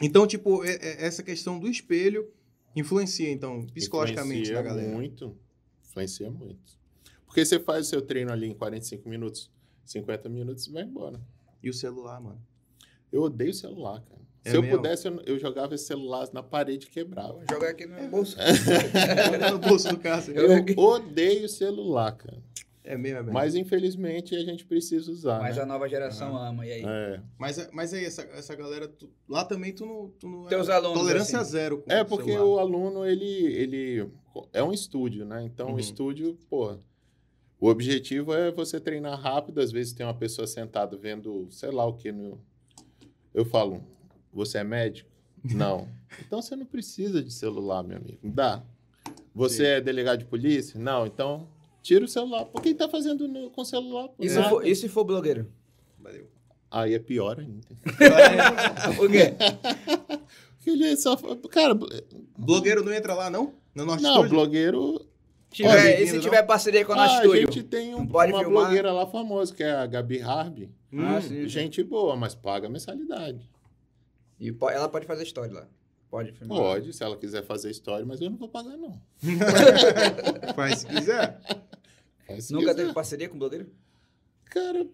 [SPEAKER 3] então, tipo, é- é- essa questão do espelho influencia, então, psicologicamente
[SPEAKER 1] Influencia
[SPEAKER 3] na galera.
[SPEAKER 1] muito. Influencia muito. Porque você faz o seu treino ali em 45 minutos, 50 minutos e vai embora.
[SPEAKER 3] E o celular, mano.
[SPEAKER 1] Eu odeio celular, cara.
[SPEAKER 3] É
[SPEAKER 1] Se eu
[SPEAKER 3] mesmo?
[SPEAKER 1] pudesse, eu, eu jogava esse celular na parede e quebrava.
[SPEAKER 2] Vou
[SPEAKER 3] Então,
[SPEAKER 2] jogar aqui no meu bolso.
[SPEAKER 3] Olha no bolso do Cássio.
[SPEAKER 2] Eu-
[SPEAKER 1] Eu odeio celular, cara.
[SPEAKER 3] É mesmo, é mesmo.
[SPEAKER 1] Mas infelizmente a gente precisa usar.
[SPEAKER 2] Mas
[SPEAKER 1] né?
[SPEAKER 2] a nova geração ama, e aí?
[SPEAKER 1] É.
[SPEAKER 3] Mas, mas aí, essa, essa galera, tu- lá também tu não. Tu não
[SPEAKER 2] Teus
[SPEAKER 3] é,
[SPEAKER 2] alunos,
[SPEAKER 3] tolerância
[SPEAKER 2] assim.
[SPEAKER 3] zero. Com
[SPEAKER 1] É,
[SPEAKER 3] o
[SPEAKER 1] porque
[SPEAKER 3] celular.
[SPEAKER 1] o aluno, ele, ele é um estúdio, né? Então,
[SPEAKER 3] Uhum.
[SPEAKER 1] o estúdio, pô, o objetivo é você treinar rápido. Às vezes tem uma pessoa sentada vendo, sei lá o que no... Eu falo, você é médico? Não. então, você não precisa de celular, meu amigo. Dá. Você é delegado de polícia? Não. Então, tira o celular. Por que tá fazendo no- com o celular? pô?
[SPEAKER 2] E se,
[SPEAKER 1] Nada.
[SPEAKER 2] for, e se for blogueiro?
[SPEAKER 3] Valeu.
[SPEAKER 1] Aí é pior ainda.
[SPEAKER 2] O quê?
[SPEAKER 1] Porque ele é só... Cara,
[SPEAKER 3] Blogueiro não entra lá, não? No nosso
[SPEAKER 1] não,
[SPEAKER 3] estúdio?
[SPEAKER 1] blogueiro...
[SPEAKER 2] Tiver-
[SPEAKER 3] Olha,
[SPEAKER 2] e se
[SPEAKER 3] não.
[SPEAKER 2] tiver parceria com o nosso
[SPEAKER 1] Ah,
[SPEAKER 2] estúdio?
[SPEAKER 1] A gente tem um-
[SPEAKER 2] Não
[SPEAKER 1] uma
[SPEAKER 2] pode filmar.
[SPEAKER 1] blogueira lá famosa, que é a Gabi Harbi.
[SPEAKER 3] Hum,
[SPEAKER 2] Ah, sim, sim.
[SPEAKER 1] hum, Gente boa, mas paga mensalidade.
[SPEAKER 2] E po- ela pode fazer história lá. Pode filmar.
[SPEAKER 1] Pode, se ela quiser fazer história, mas eu não vou pagar, não.
[SPEAKER 3] Faz se quiser.
[SPEAKER 1] Faz se
[SPEAKER 2] Nunca
[SPEAKER 1] quiser.
[SPEAKER 2] teve parceria com blogueiro?
[SPEAKER 1] Cara,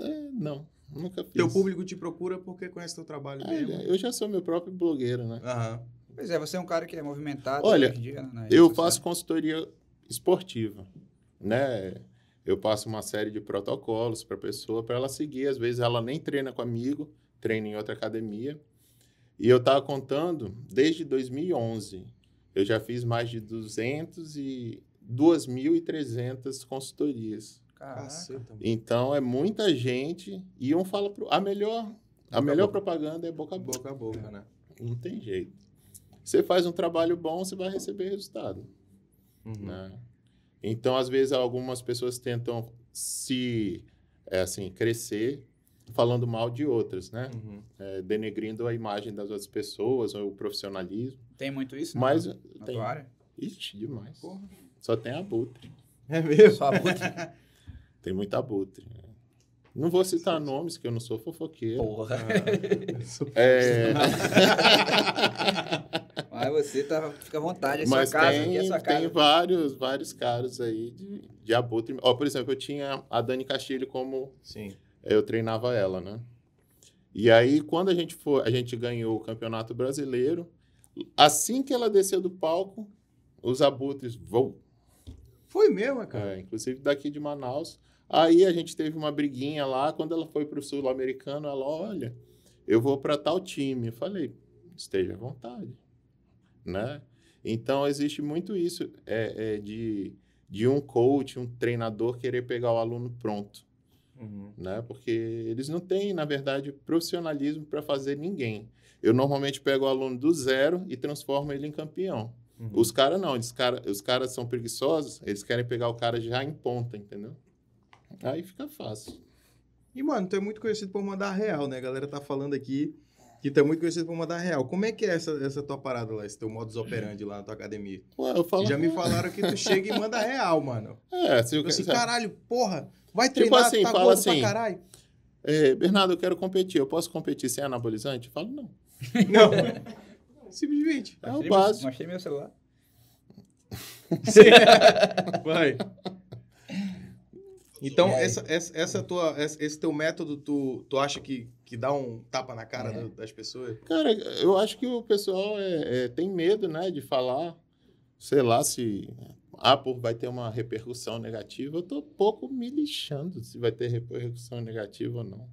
[SPEAKER 1] é, não. Nunca fiz.
[SPEAKER 3] Teu público te procura porque conhece teu trabalho
[SPEAKER 1] Ah,
[SPEAKER 3] mesmo.
[SPEAKER 1] eu já sou meu próprio blogueiro, né?
[SPEAKER 3] Aham.
[SPEAKER 2] Pois é, você é um cara que é movimentado.
[SPEAKER 1] Olha,
[SPEAKER 2] hoje em dia, né,
[SPEAKER 1] Eu
[SPEAKER 2] isso,
[SPEAKER 1] faço
[SPEAKER 2] né?
[SPEAKER 1] consultoria esportiva, né? Eu passo uma série de protocolos para a pessoa, para ela seguir. Às vezes ela nem treina comigo, treina em outra academia. E eu estava contando, desde 2011, eu já fiz mais de 200 e 2.300 consultorias.
[SPEAKER 2] Caraca.
[SPEAKER 1] Então é muita gente e um fala pro a melhor a melhor propaganda é boca a boca.
[SPEAKER 3] Boca a boca, né?
[SPEAKER 1] Não tem jeito. Você faz um trabalho bom, você vai receber resultado
[SPEAKER 3] Uhum.
[SPEAKER 2] Hum.
[SPEAKER 1] né? Então, às vezes, algumas pessoas tentam se, é, assim, crescer falando mal de outras,
[SPEAKER 2] Hum.
[SPEAKER 1] né?
[SPEAKER 3] Uhum.
[SPEAKER 1] É, denegrindo a imagem das outras pessoas ou o profissionalismo.
[SPEAKER 2] Tem muito isso? né,
[SPEAKER 1] Mas
[SPEAKER 2] na
[SPEAKER 1] tem...
[SPEAKER 2] tua área?
[SPEAKER 1] Ixi, demais.
[SPEAKER 3] Porra.
[SPEAKER 1] Só tem abutre.
[SPEAKER 3] É mesmo?
[SPEAKER 2] Só a puta.
[SPEAKER 1] Tem muito abutre. né? Não vou citar nomes, que eu não sou fofoqueiro.
[SPEAKER 2] Porra.
[SPEAKER 1] É,
[SPEAKER 2] Mas você tá, fica à vontade. É sua
[SPEAKER 1] mas
[SPEAKER 2] casa,
[SPEAKER 1] tem,
[SPEAKER 2] aqui é sua casa.
[SPEAKER 1] tem vários, vários caras aí de, de abutre. Ó, por exemplo, eu tinha a Dani Castilho como
[SPEAKER 3] Sim.
[SPEAKER 1] eu treinava ela, né? E aí, quando a gente foi, a gente ganhou o Campeonato Brasileiro, assim que ela desceu do palco, os abutres vão,
[SPEAKER 3] Foi mesmo, cara.
[SPEAKER 1] é, inclusive daqui de Manaus. Aí a gente teve uma briguinha lá, quando ela foi pro Sul-Americano, ela, olha, eu vou para tal time. Eu falei, esteja à vontade, né? Então, existe muito isso é, é, de, de um coach, um treinador querer pegar o aluno pronto
[SPEAKER 3] Uhum.
[SPEAKER 1] né? Porque eles não têm, na verdade, profissionalismo para fazer ninguém. Eu normalmente pego o aluno do zero e transformo ele em campeão.
[SPEAKER 3] Uhum.
[SPEAKER 1] Os caras não, eles cara, os caras são preguiçosos, eles querem pegar o cara já em ponta, entendeu? Aí fica fácil.
[SPEAKER 3] E, mano, tu é muito conhecido por mandar real, né? A galera tá falando aqui que tu é muito conhecido por mandar real. Como é que é essa, essa tua parada lá, esse teu modus operandi lá na tua academia?
[SPEAKER 1] Ué, eu falo,
[SPEAKER 3] Já me
[SPEAKER 1] "Ué,
[SPEAKER 3] falaram que tu chega e manda real, mano.
[SPEAKER 1] É, se eu,
[SPEAKER 3] Eu assim,
[SPEAKER 1] quiser-
[SPEAKER 3] caralho, porra, vai
[SPEAKER 1] Tipo
[SPEAKER 3] treinar,
[SPEAKER 1] assim,
[SPEAKER 3] tá
[SPEAKER 1] fala
[SPEAKER 3] gordo
[SPEAKER 1] assim.
[SPEAKER 3] pra caralho.
[SPEAKER 1] É, Bernardo, eu quero competir, eu posso competir sem anabolizante? Eu falo, não.
[SPEAKER 3] Não. Simplesmente.
[SPEAKER 1] É o
[SPEAKER 2] Mostrei meu-
[SPEAKER 1] básico.
[SPEAKER 2] Mostrei meu celular.
[SPEAKER 3] Vai. Então,
[SPEAKER 2] E aí?
[SPEAKER 3] essa, essa, essa tua, essa- esse teu método, tu, tu acha que, que dá um tapa na cara da- das pessoas?
[SPEAKER 1] Cara, eu acho que o pessoal é- é, tem medo, né, de falar, sei lá, se ah, pô, vai ter uma repercussão negativa. Eu tô um pouco me lixando se vai ter repercussão negativa ou não.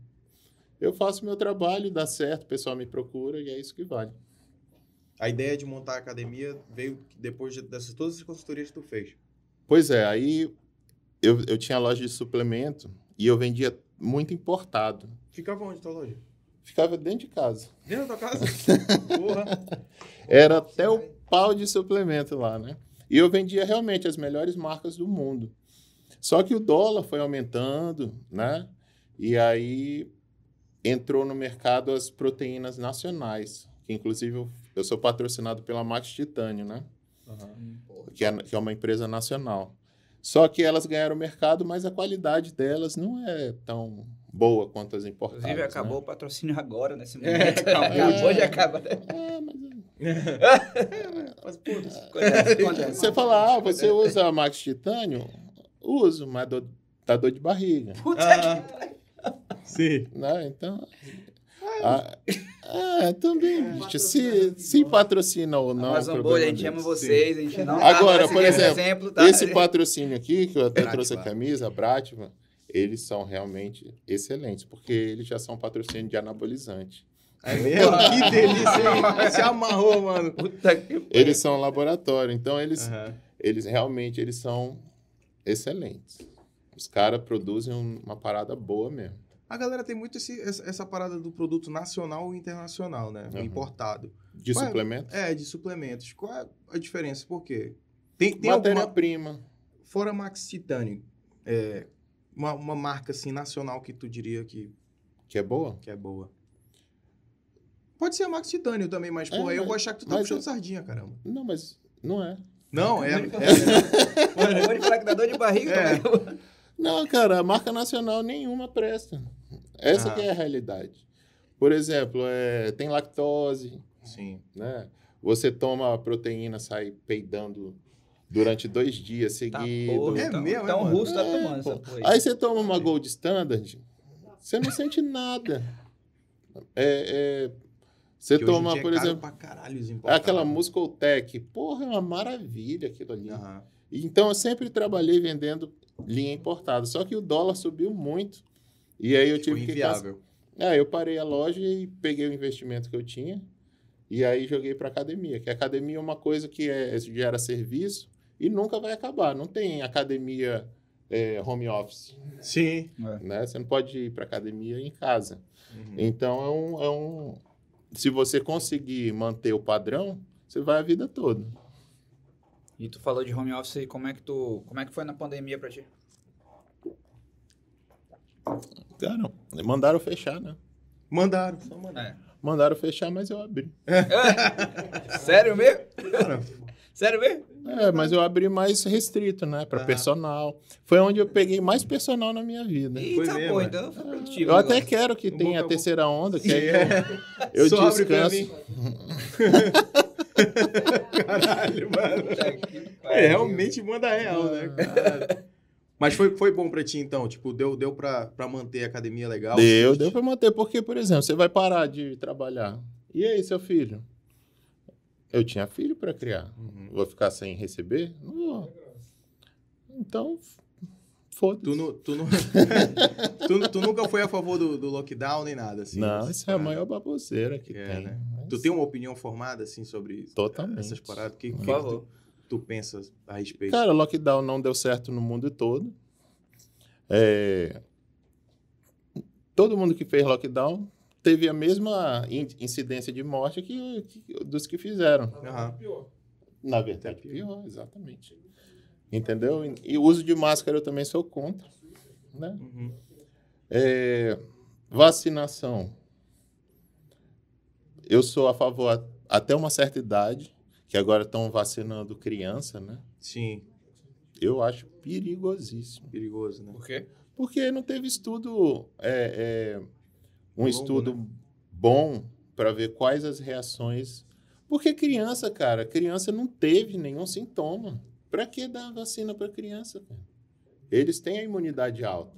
[SPEAKER 1] Eu faço meu trabalho, dá certo, o pessoal me procura e é isso que vale.
[SPEAKER 3] A ideia de montar a academia veio depois de- dessas todas as consultorias que tu fez.
[SPEAKER 1] Pois é, aí eu, eu tinha loja de suplemento e eu vendia muito importado.
[SPEAKER 3] Ficava onde tua loja?
[SPEAKER 1] Ficava dentro de casa.
[SPEAKER 3] Dentro da tua casa? Porra.
[SPEAKER 1] Era até o pau de suplemento lá, né? E eu vendia realmente as melhores marcas do mundo. Só que o dólar foi aumentando, né? E aí entrou no mercado as proteínas nacionais, que inclusive eu- eu sou patrocinado pela Max Titânio, né? Que é, que é uma empresa nacional. Só que elas ganharam o mercado, mas a qualidade delas não é tão boa quanto as importadas.
[SPEAKER 2] Inclusive,
[SPEAKER 1] né?
[SPEAKER 2] acabou o patrocínio agora, nesse momento.
[SPEAKER 3] É,
[SPEAKER 2] acabou,
[SPEAKER 1] é.
[SPEAKER 2] hoje acaba. né?
[SPEAKER 1] É, mas
[SPEAKER 3] Mas, porra.
[SPEAKER 2] Acontece, acontece.
[SPEAKER 1] Você fala, ah, você usa Max Titânio? Uso, tá mas dá dor- dá dor de barriga.
[SPEAKER 2] Puta que
[SPEAKER 3] Ah. Sim.
[SPEAKER 1] Né? Então, Ah, ah, também, bicho. Se, se patrocina ou não.
[SPEAKER 2] Amazon
[SPEAKER 1] o problema
[SPEAKER 2] Bolha, a gente
[SPEAKER 1] deles.
[SPEAKER 2] ama vocês, a gente não tá
[SPEAKER 1] Agora,
[SPEAKER 2] mais
[SPEAKER 1] por
[SPEAKER 2] seguindo
[SPEAKER 1] exemplo,
[SPEAKER 2] tá?
[SPEAKER 1] Esse patrocínio aqui, que eu até
[SPEAKER 2] Bratva.
[SPEAKER 1] trouxe a camisa, a Bratva, eles são realmente excelentes, porque eles já são patrocínio de anabolizante.
[SPEAKER 3] É mesmo? que delícia, hein? Se amarrou, mano.
[SPEAKER 2] Puta que...
[SPEAKER 1] Eles são laboratório, então
[SPEAKER 2] É.
[SPEAKER 1] eles,
[SPEAKER 3] Aham.
[SPEAKER 1] eles realmente eles são excelentes. Os caras produzem um- uma parada boa mesmo.
[SPEAKER 3] A galera tem muito esse- essa, essa parada do produto nacional e internacional, né?
[SPEAKER 1] Aham.
[SPEAKER 3] Importado.
[SPEAKER 1] De
[SPEAKER 3] Ué,
[SPEAKER 1] suplemento,
[SPEAKER 3] É, de suplementos. Qual é a diferença? Por quê? Tem, tem alguma...
[SPEAKER 1] matéria-prima.
[SPEAKER 3] Fora Max Titânio, é, uma, uma marca assim, nacional que tu diria que,
[SPEAKER 1] Que é boa?
[SPEAKER 3] que é boa. Pode ser a Max Titânio também, mas,
[SPEAKER 1] É,
[SPEAKER 3] porra, eu
[SPEAKER 1] mas-
[SPEAKER 3] vou achar que tu tá
[SPEAKER 1] mas
[SPEAKER 3] puxando
[SPEAKER 1] é-
[SPEAKER 3] sardinha, caramba.
[SPEAKER 1] Não, mas não é.
[SPEAKER 3] Não, é...
[SPEAKER 2] Mano, pode falar que dá dor de barriga,
[SPEAKER 3] É.
[SPEAKER 2] também.
[SPEAKER 1] Não, cara, a marca nacional nenhuma presta. Essa
[SPEAKER 3] Ah.
[SPEAKER 1] que é a realidade. Por exemplo, é, tem lactose,
[SPEAKER 3] Sim.
[SPEAKER 1] né? Você toma a proteína, sai peidando durante dois dias
[SPEAKER 2] Tá
[SPEAKER 1] seguidos.
[SPEAKER 2] porra,
[SPEAKER 3] É
[SPEAKER 2] então,
[SPEAKER 3] meu, é,
[SPEAKER 2] então o
[SPEAKER 3] mano?
[SPEAKER 2] russo tá
[SPEAKER 1] É,
[SPEAKER 2] tomando
[SPEAKER 1] pô.
[SPEAKER 2] essa porra aí.
[SPEAKER 1] Aí você toma uma Gold Standard, você não sente nada. É, é, você
[SPEAKER 3] Que hoje em
[SPEAKER 1] toma,
[SPEAKER 3] dia é
[SPEAKER 1] por
[SPEAKER 3] caro
[SPEAKER 1] exemplo,
[SPEAKER 3] pra caralho os importados.
[SPEAKER 1] aquela Muscoltech. Porra, é uma maravilha aquilo ali.
[SPEAKER 3] Aham.
[SPEAKER 1] Então eu sempre trabalhei vendendo linha importada. Só que o dólar subiu muito. E aí eu
[SPEAKER 3] Ficou
[SPEAKER 1] tive que. cancelar.
[SPEAKER 3] Tipo, inviável.
[SPEAKER 1] É, eu parei a loja e peguei o investimento que eu tinha e aí joguei para academia. Que academia é uma coisa que é, gera serviço e nunca vai acabar. Não tem academia é, home office,
[SPEAKER 3] Sim.
[SPEAKER 1] né? Você não pode ir para academia em casa.
[SPEAKER 3] Uhum.
[SPEAKER 1] Então é um, é um, se você conseguir manter o padrão, você vai a vida toda.
[SPEAKER 2] E tu falou de home office, como é que tu, como é que foi na pandemia pra ti?
[SPEAKER 1] Cara, mandaram fechar, né?
[SPEAKER 3] Mandaram, só mandaram.
[SPEAKER 1] Mandaram fechar, mas eu abri. É,
[SPEAKER 2] Sério mesmo?
[SPEAKER 3] Cara,
[SPEAKER 2] Sério mesmo?
[SPEAKER 1] É, mas eu abri mais restrito, né? Para
[SPEAKER 3] Aham.
[SPEAKER 1] personal. Foi onde eu peguei mais personal na minha vida.
[SPEAKER 2] Eita,
[SPEAKER 3] mesmo,
[SPEAKER 2] pô,
[SPEAKER 3] é.
[SPEAKER 2] então foi produtivo.
[SPEAKER 1] Eu
[SPEAKER 2] o
[SPEAKER 1] até
[SPEAKER 2] negócio.
[SPEAKER 1] quero que
[SPEAKER 3] Não
[SPEAKER 1] tenha a
[SPEAKER 3] vou-
[SPEAKER 1] terceira onda, que aí É, eu, eu
[SPEAKER 3] eu É, só abre pra
[SPEAKER 1] descanso.
[SPEAKER 3] mim. Caralho, mano.
[SPEAKER 2] Puta que pariu.
[SPEAKER 3] É, realmente manda real, né? Caralho. Mas foi, foi bom pra ti, então? Tipo, deu, deu pra, pra manter a academia legal?
[SPEAKER 1] Deu, deu pra manter. Porque, por exemplo, você vai parar de trabalhar. E aí, seu filho? Eu tinha filho para criar.
[SPEAKER 3] Uhum.
[SPEAKER 1] Vou ficar sem receber? Não vou. Então, f- foda-se.
[SPEAKER 3] Tu, nu- tu, nu- tu, tu nunca foi a favor do, do lockdown nem nada, assim?
[SPEAKER 1] Não,
[SPEAKER 3] dessas
[SPEAKER 1] isso é a
[SPEAKER 3] paradas.
[SPEAKER 1] maior baboseira que
[SPEAKER 3] É,
[SPEAKER 1] tem.
[SPEAKER 3] né?
[SPEAKER 1] Mas-
[SPEAKER 3] Tu tem uma opinião formada, assim, sobre
[SPEAKER 1] Totalmente.
[SPEAKER 3] essas paradas? O que, que
[SPEAKER 2] Por
[SPEAKER 3] que
[SPEAKER 2] favor.
[SPEAKER 3] tu, tu pensa a respeito?
[SPEAKER 1] Cara, lockdown não deu certo no mundo todo. É, Todo mundo que fez lockdown teve a mesma in- incidência de morte que, que- dos que fizeram.
[SPEAKER 3] Aham.
[SPEAKER 4] Pior.
[SPEAKER 1] Na verdade, pior, exatamente. Entendeu? E o uso de máscara eu também sou contra. Né?
[SPEAKER 3] Uhum.
[SPEAKER 1] É, Vacinação. Eu sou a favor a- até uma certa idade, que agora estão vacinando criança, né?
[SPEAKER 3] Sim,
[SPEAKER 1] Eu acho perigosíssimo.
[SPEAKER 3] perigoso, né?
[SPEAKER 2] Por quê?
[SPEAKER 1] Porque não teve estudo, é, é, um
[SPEAKER 3] Longo,
[SPEAKER 1] estudo bom para ver quais as reações. Porque criança, cara, criança não teve nenhum sintoma. Para que dar vacina para criança? cara? Eles têm a imunidade alta,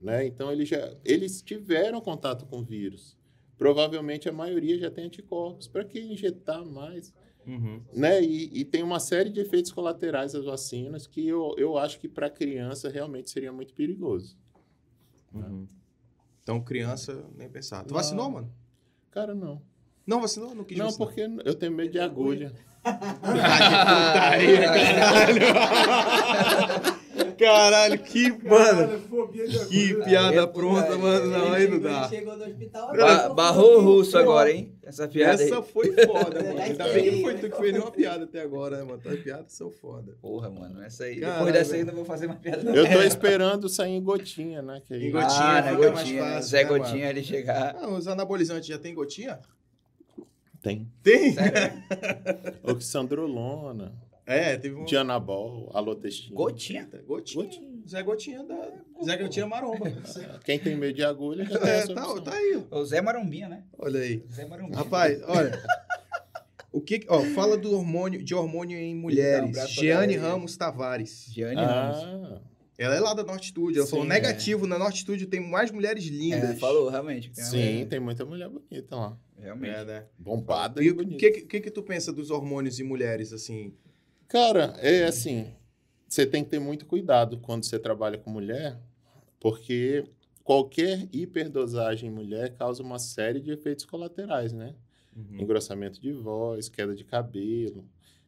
[SPEAKER 1] né? Então eles já eles tiveram contato com vírus. Provavelmente a maioria já tem anticorpos. Para que injetar mais?
[SPEAKER 3] Uhum.
[SPEAKER 1] né? E, e tem uma série de efeitos colaterais das vacinas que eu, eu acho que para criança realmente seria muito perigoso.
[SPEAKER 3] Uhum. Então, criança, nem pensar. Tu
[SPEAKER 1] Não.
[SPEAKER 3] vacinou, mano?
[SPEAKER 1] Cara, não.
[SPEAKER 3] Não vacinou? Não quis
[SPEAKER 1] não,
[SPEAKER 3] vacinar.
[SPEAKER 1] porque eu tenho medo de agulha.
[SPEAKER 3] Ah, que putaria, caralho. Caralho, que, mano,
[SPEAKER 4] Caralho, é fobia de
[SPEAKER 3] que
[SPEAKER 4] agulho.
[SPEAKER 3] piada
[SPEAKER 2] é
[SPEAKER 3] pronta,
[SPEAKER 2] putaria.
[SPEAKER 3] mano, não, aí não
[SPEAKER 5] Ele
[SPEAKER 3] dá.
[SPEAKER 5] Chegou no hospital.
[SPEAKER 2] Ba barrou o russo agora, hein? Essa piada
[SPEAKER 3] Essa
[SPEAKER 2] aí.
[SPEAKER 3] foi foda, mano. Ainda bem que não foi tu que fez nenhuma piada até agora, né, mano? Tuas piadas são foda.
[SPEAKER 2] Porra, mano, essa aí.
[SPEAKER 3] Caralho,
[SPEAKER 2] Depois dessa aí
[SPEAKER 3] velho.
[SPEAKER 2] não vou fazer mais piada. não.
[SPEAKER 1] Eu tô esperando sair em gotinha, né? Que aí-
[SPEAKER 3] Em gotinha.
[SPEAKER 2] ah,
[SPEAKER 3] fica
[SPEAKER 2] né,
[SPEAKER 3] mais
[SPEAKER 2] gotinha, né?
[SPEAKER 3] fácil,
[SPEAKER 2] Zé
[SPEAKER 3] né,
[SPEAKER 2] Gotinha ele chegar.
[SPEAKER 3] Ah, os anabolizantes já tem gotinha?
[SPEAKER 1] Tem.
[SPEAKER 3] Tem?
[SPEAKER 1] Oxandrolona,
[SPEAKER 3] É, teve uma.
[SPEAKER 1] Dianabol, Alotestina.
[SPEAKER 2] Gotinha?
[SPEAKER 3] Gotinha.
[SPEAKER 1] Gotinha.
[SPEAKER 3] Zé Gotinha da. Zé Gotinha maromba.
[SPEAKER 1] Quem tem medo de agulha já tem
[SPEAKER 3] É,
[SPEAKER 1] essa
[SPEAKER 3] tá,
[SPEAKER 1] opção.
[SPEAKER 3] tá aí.
[SPEAKER 2] O Zé Marombinha, né?
[SPEAKER 3] Olha aí.
[SPEAKER 2] Zé Marombinha.
[SPEAKER 3] Rapaz, olha. O que, que- ó, fala do hormônio, de hormônio em
[SPEAKER 2] Dá um
[SPEAKER 3] mulheres.
[SPEAKER 2] abraço pra
[SPEAKER 3] Jeane
[SPEAKER 2] galera aí.
[SPEAKER 3] Ramos Tavares.
[SPEAKER 2] Gianni Ramos.
[SPEAKER 1] Ah,
[SPEAKER 3] Ela é lá da Norte Studio. Ela
[SPEAKER 2] Sim,
[SPEAKER 3] falou
[SPEAKER 2] é.
[SPEAKER 3] negativo, na Norte Studio tem mais mulheres lindas.
[SPEAKER 2] É, falou, realmente. tem
[SPEAKER 1] Sim,
[SPEAKER 2] razão.
[SPEAKER 1] tem muita mulher bonita lá.
[SPEAKER 2] Realmente.
[SPEAKER 3] É, né?
[SPEAKER 1] Bombada
[SPEAKER 3] E
[SPEAKER 1] e
[SPEAKER 3] o
[SPEAKER 1] bonita.
[SPEAKER 3] que, que, que tu pensa dos hormônios em mulheres, assim?
[SPEAKER 1] Cara, é assim, você tem que ter muito cuidado quando você trabalha com mulher, porque qualquer hiperdosagem em mulher causa uma série de efeitos colaterais, né? Engrossamento de voz, queda de cabelo,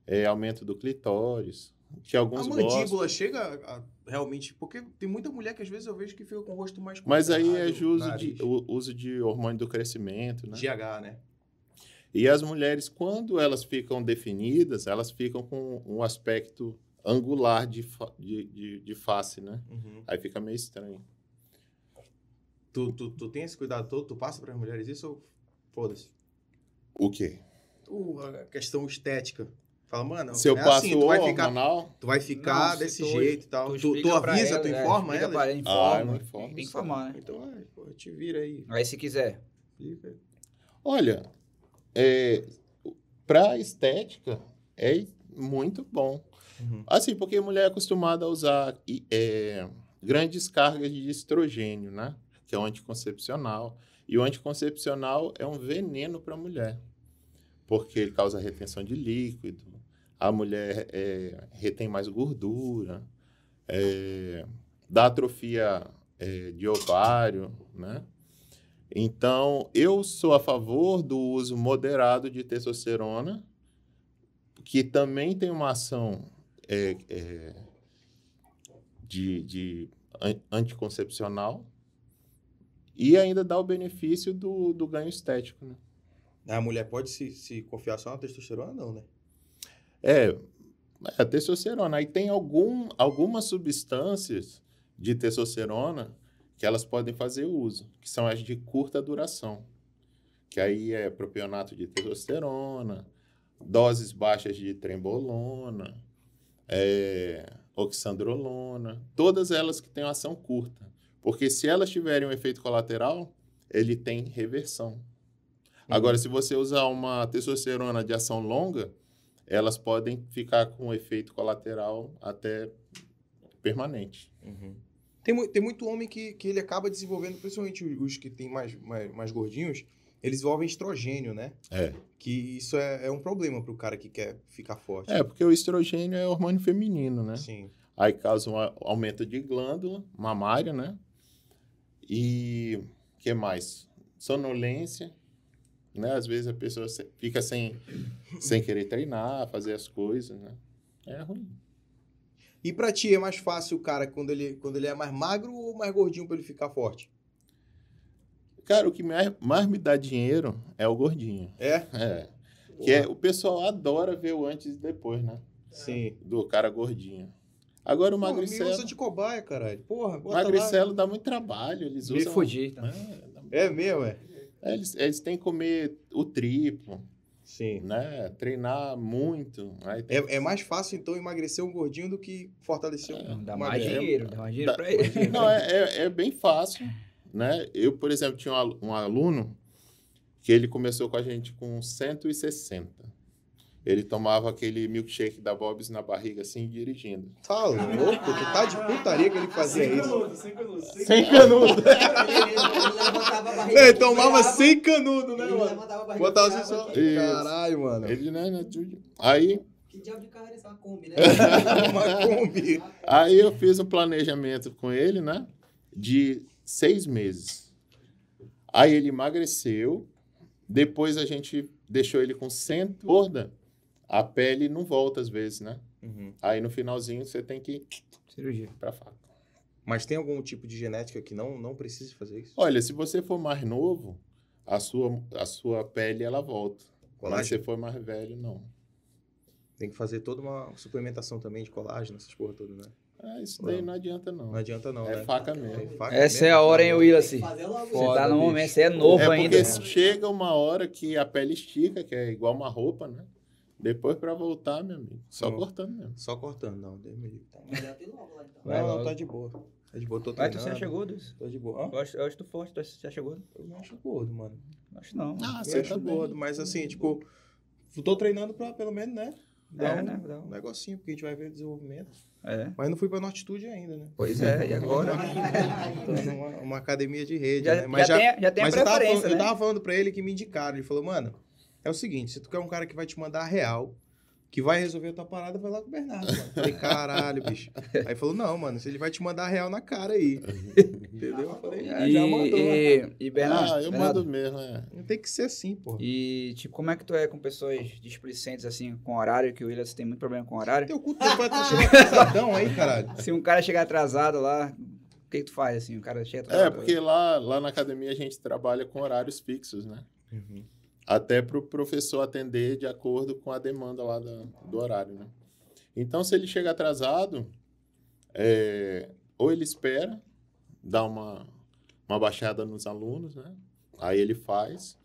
[SPEAKER 1] é, aumento do clitóris, que
[SPEAKER 3] A
[SPEAKER 1] alguns
[SPEAKER 3] mandíbula é
[SPEAKER 1] gostam.
[SPEAKER 3] chega a- a- realmente... Porque tem muita mulher que às vezes eu vejo que fica com o rosto mais...
[SPEAKER 1] Mas aí é
[SPEAKER 3] curvado,
[SPEAKER 1] ju- uso
[SPEAKER 3] nariz.
[SPEAKER 1] de, o uso de hormônio do crescimento, né?
[SPEAKER 3] GH, né?
[SPEAKER 1] E as mulheres, quando elas ficam definidas, elas ficam com um aspecto angular de, fa- de, de, de face, né?
[SPEAKER 3] Uhum.
[SPEAKER 1] Aí fica meio estranho.
[SPEAKER 3] Tu, tu, tu tem esse cuidado todo? Tu passa pras mulheres isso ou... Foda-se.
[SPEAKER 1] O quê?
[SPEAKER 3] Uh, a questão estética. Fala, mano,
[SPEAKER 1] Se eu
[SPEAKER 3] é
[SPEAKER 1] passo
[SPEAKER 3] assim,
[SPEAKER 1] o
[SPEAKER 3] tu vai ficar,
[SPEAKER 1] hormonal,
[SPEAKER 3] tu vai ficar
[SPEAKER 2] Não, se
[SPEAKER 3] desse
[SPEAKER 2] tu-
[SPEAKER 3] jeito e tal. Tu, tu
[SPEAKER 2] explica pra
[SPEAKER 3] avisa,
[SPEAKER 2] ela,
[SPEAKER 3] tu
[SPEAKER 2] é,
[SPEAKER 3] informa
[SPEAKER 2] explica
[SPEAKER 3] ela?
[SPEAKER 2] pra ela,
[SPEAKER 1] Ah, eu
[SPEAKER 2] informa.
[SPEAKER 1] informo,
[SPEAKER 2] tem que
[SPEAKER 1] sim.
[SPEAKER 2] informar, né?
[SPEAKER 3] Então,
[SPEAKER 1] é.
[SPEAKER 3] ai, pô, te vira aí.
[SPEAKER 2] Aí se quiser.
[SPEAKER 3] Fica.
[SPEAKER 1] olha, é, para estética é muito bom.
[SPEAKER 3] Uhum.
[SPEAKER 1] Assim, porque a mulher é acostumada a usar e, é, grandes cargas de estrogênio, né? Que é o anticoncepcional. E o anticoncepcional é um veneno para a mulher, porque ele causa retenção de líquido, a mulher é, retém mais gordura, é, dá atrofia é, de ovário, né? Então, eu sou a favor do uso moderado de testosterona, que também tem uma ação é, é, de, de an- anticoncepcional e ainda dá o benefício do, do ganho estético, né?
[SPEAKER 3] A mulher pode se, se confiar só na testosterona, não, né?
[SPEAKER 1] É, é testosterona. Aí tem algum, algumas substâncias de testosterona que elas podem fazer uso, que são as de curta duração. Que aí é propionato de testosterona, doses baixas de trembolona, é, oxandrolona, todas elas que têm uma ação curta. Porque se elas tiverem um efeito colateral, ele tem reversão. Agora, se você usar uma testosterona de ação longa, elas podem ficar com efeito colateral até permanente.
[SPEAKER 2] Uhum.
[SPEAKER 3] Tem, mu- tem muito homem que, que ele acaba desenvolvendo, principalmente os, os que tem mais, mais, mais gordinhos, eles desenvolvem estrogênio, né?
[SPEAKER 1] É.
[SPEAKER 3] Que isso é, é um problema pro cara que quer ficar forte.
[SPEAKER 1] É, porque o estrogênio é hormônio feminino, né?
[SPEAKER 3] Sim.
[SPEAKER 1] Aí causa um a- aumento de glândula mamária, né? E o que mais? Sonolência, né? Às vezes a pessoa se- fica sem, sem querer treinar, fazer as coisas, né? É ruim.
[SPEAKER 3] E pra ti é mais fácil o cara quando ele, quando ele é mais magro ou mais gordinho pra ele ficar forte?
[SPEAKER 1] Cara, o que mais, mais me dá dinheiro é o gordinho.
[SPEAKER 3] É?
[SPEAKER 1] É. Que é, o pessoal adora ver o antes e depois, né?
[SPEAKER 3] Sim.
[SPEAKER 1] Do cara gordinho. Agora o
[SPEAKER 3] Pô, me usa
[SPEAKER 1] magricelo.
[SPEAKER 3] de cobaia, caralho. Porra, bota lá.
[SPEAKER 1] Magricelo dá muito trabalho, eles
[SPEAKER 2] Me
[SPEAKER 1] usam.
[SPEAKER 2] fugir. Tá?
[SPEAKER 1] É, dá-
[SPEAKER 3] É mesmo, é?
[SPEAKER 1] é, eles, eles têm que comer o triplo,
[SPEAKER 3] Sim.
[SPEAKER 1] né? Treinar muito. Aí tem-
[SPEAKER 3] É, é mais fácil, então, emagrecer um gordinho do que fortalecer um
[SPEAKER 2] Não, É, Dá
[SPEAKER 3] um
[SPEAKER 2] mais
[SPEAKER 3] magrelo.
[SPEAKER 2] dinheiro, dá mais dinheiro
[SPEAKER 1] Hum. Dá-
[SPEAKER 2] pra
[SPEAKER 3] né?
[SPEAKER 2] ele.
[SPEAKER 1] Não, é, é- é bem fácil, né? Eu, por exemplo, tinha um alu- um aluno que ele começou com a gente com 160. Ele tomava aquele milkshake da Bob's na barriga, assim, dirigindo.
[SPEAKER 3] Tá louco? Tu tá de putaria que ele fazia
[SPEAKER 4] Sem
[SPEAKER 3] isso.
[SPEAKER 4] canudo, sem canudo. Sem
[SPEAKER 3] Sem canudo.
[SPEAKER 5] Ele, ele levantava a barriga.
[SPEAKER 3] Ele tomava
[SPEAKER 5] brilhava,
[SPEAKER 3] sem canudo, né,
[SPEAKER 5] Ele
[SPEAKER 3] mano?
[SPEAKER 5] levantava a barriga.
[SPEAKER 3] Botava assim
[SPEAKER 5] brilhava.
[SPEAKER 3] só.
[SPEAKER 1] Isso.
[SPEAKER 3] Caralho, mano.
[SPEAKER 1] Ele, né, né, tudo. Aí
[SPEAKER 5] Que diabo de carro era essa? Uma Kombi,
[SPEAKER 3] Uma
[SPEAKER 5] né?
[SPEAKER 3] Kombi.
[SPEAKER 1] Aí eu fiz um planejamento com ele, né? De seis meses. Aí ele emagreceu. Depois a gente deixou ele com 100 gorda. A pele não volta às vezes, né?
[SPEAKER 3] Uhum.
[SPEAKER 1] Aí no finalzinho você tem que ir
[SPEAKER 2] Cirurgia.
[SPEAKER 1] pra faca.
[SPEAKER 3] Mas tem algum tipo de genética que não, não precisa fazer isso?
[SPEAKER 1] Olha, se você for mais novo, a sua, a sua pele ela volta. Mas se
[SPEAKER 3] Colágeno.
[SPEAKER 1] você for mais velho, não.
[SPEAKER 3] Tem que fazer toda uma suplementação também de colágeno, essas porra toda, né?
[SPEAKER 1] Ah, isso daí não adianta, não.
[SPEAKER 3] Não adianta não,
[SPEAKER 1] É
[SPEAKER 3] né?
[SPEAKER 1] faca mesmo.
[SPEAKER 3] Tem faca
[SPEAKER 2] Essa é
[SPEAKER 3] mesmo. né?
[SPEAKER 2] a hora, hein, Willis?
[SPEAKER 5] Tem que
[SPEAKER 2] Você
[SPEAKER 5] fazer logo.
[SPEAKER 3] Foda,
[SPEAKER 2] tá no
[SPEAKER 3] bicho.
[SPEAKER 2] momento, você é novo
[SPEAKER 1] é
[SPEAKER 2] ainda.
[SPEAKER 1] porque chega uma hora que a pele estica, que é igual uma roupa, né? Depois pra voltar, meu amigo, só
[SPEAKER 3] Não.
[SPEAKER 1] cortando mesmo.
[SPEAKER 3] Só cortando, não. Deus me livre.
[SPEAKER 5] Melhor ter logo lá, então.
[SPEAKER 2] Vai
[SPEAKER 3] não,
[SPEAKER 2] logo.
[SPEAKER 3] tá de boa. Tá de boa, tô
[SPEAKER 2] Mas
[SPEAKER 3] treinando.
[SPEAKER 2] tu se acha gordo? Isso.
[SPEAKER 3] Tô de boa. Hã?
[SPEAKER 2] Eu acho, eu acho tu forte, tu se acha gordo?
[SPEAKER 3] Eu não acho gordo, mano.
[SPEAKER 2] Acho não. é,
[SPEAKER 1] Ah,
[SPEAKER 3] eu acho gordo, mas assim, tipo... Tô treinando pra, pelo menos, né? Dá
[SPEAKER 2] É,
[SPEAKER 3] um,
[SPEAKER 2] né? Dá
[SPEAKER 3] um
[SPEAKER 2] um-
[SPEAKER 3] negocinho, porque a gente vai ver desenvolvimento.
[SPEAKER 2] É.
[SPEAKER 3] Mas não fui pra Nortitude ainda, né?
[SPEAKER 2] Pois é, e agora?
[SPEAKER 3] Tô numa uma academia de rede,
[SPEAKER 2] Já,
[SPEAKER 3] né? Mas
[SPEAKER 2] já tem, já tem
[SPEAKER 3] mas
[SPEAKER 2] a
[SPEAKER 3] eu tava, falando,
[SPEAKER 2] preferência,
[SPEAKER 3] eu
[SPEAKER 2] né?
[SPEAKER 3] tava falando pra ele que me indicaram. Ele falou, mano, é o seguinte, se tu quer um cara que vai te mandar a real, que vai resolver a tua parada, vai lá com o Bernardo, mano. Eu Falei, caralho, bicho. Aí falou, não, mano, se ele vai te mandar a real na cara aí. Entendeu? Eu falei, ah,
[SPEAKER 2] E,
[SPEAKER 3] já mandou.
[SPEAKER 2] e, e Bernardo,
[SPEAKER 1] ah, eu
[SPEAKER 2] Bernardo,
[SPEAKER 1] mando mesmo, é.
[SPEAKER 3] Não tem que ser assim, pô.
[SPEAKER 2] E, tipo, como é que tu é com pessoas displicentes, assim, com horário, que o Willis tem muito problema com horário?
[SPEAKER 3] Teu cu tu vai tá chegando atrasadão aí, caralho.
[SPEAKER 2] Se um cara chegar atrasado lá, o que, que tu faz, assim? O cara chega atrasado.
[SPEAKER 1] É, porque lá, lá na academia a gente trabalha com horários fixos, né? Até para o professor atender de acordo com a demanda lá da- do horário, né? Então, se ele chega atrasado, é, ou ele espera, dá uma, uma baixada nos alunos, né? Aí ele faz.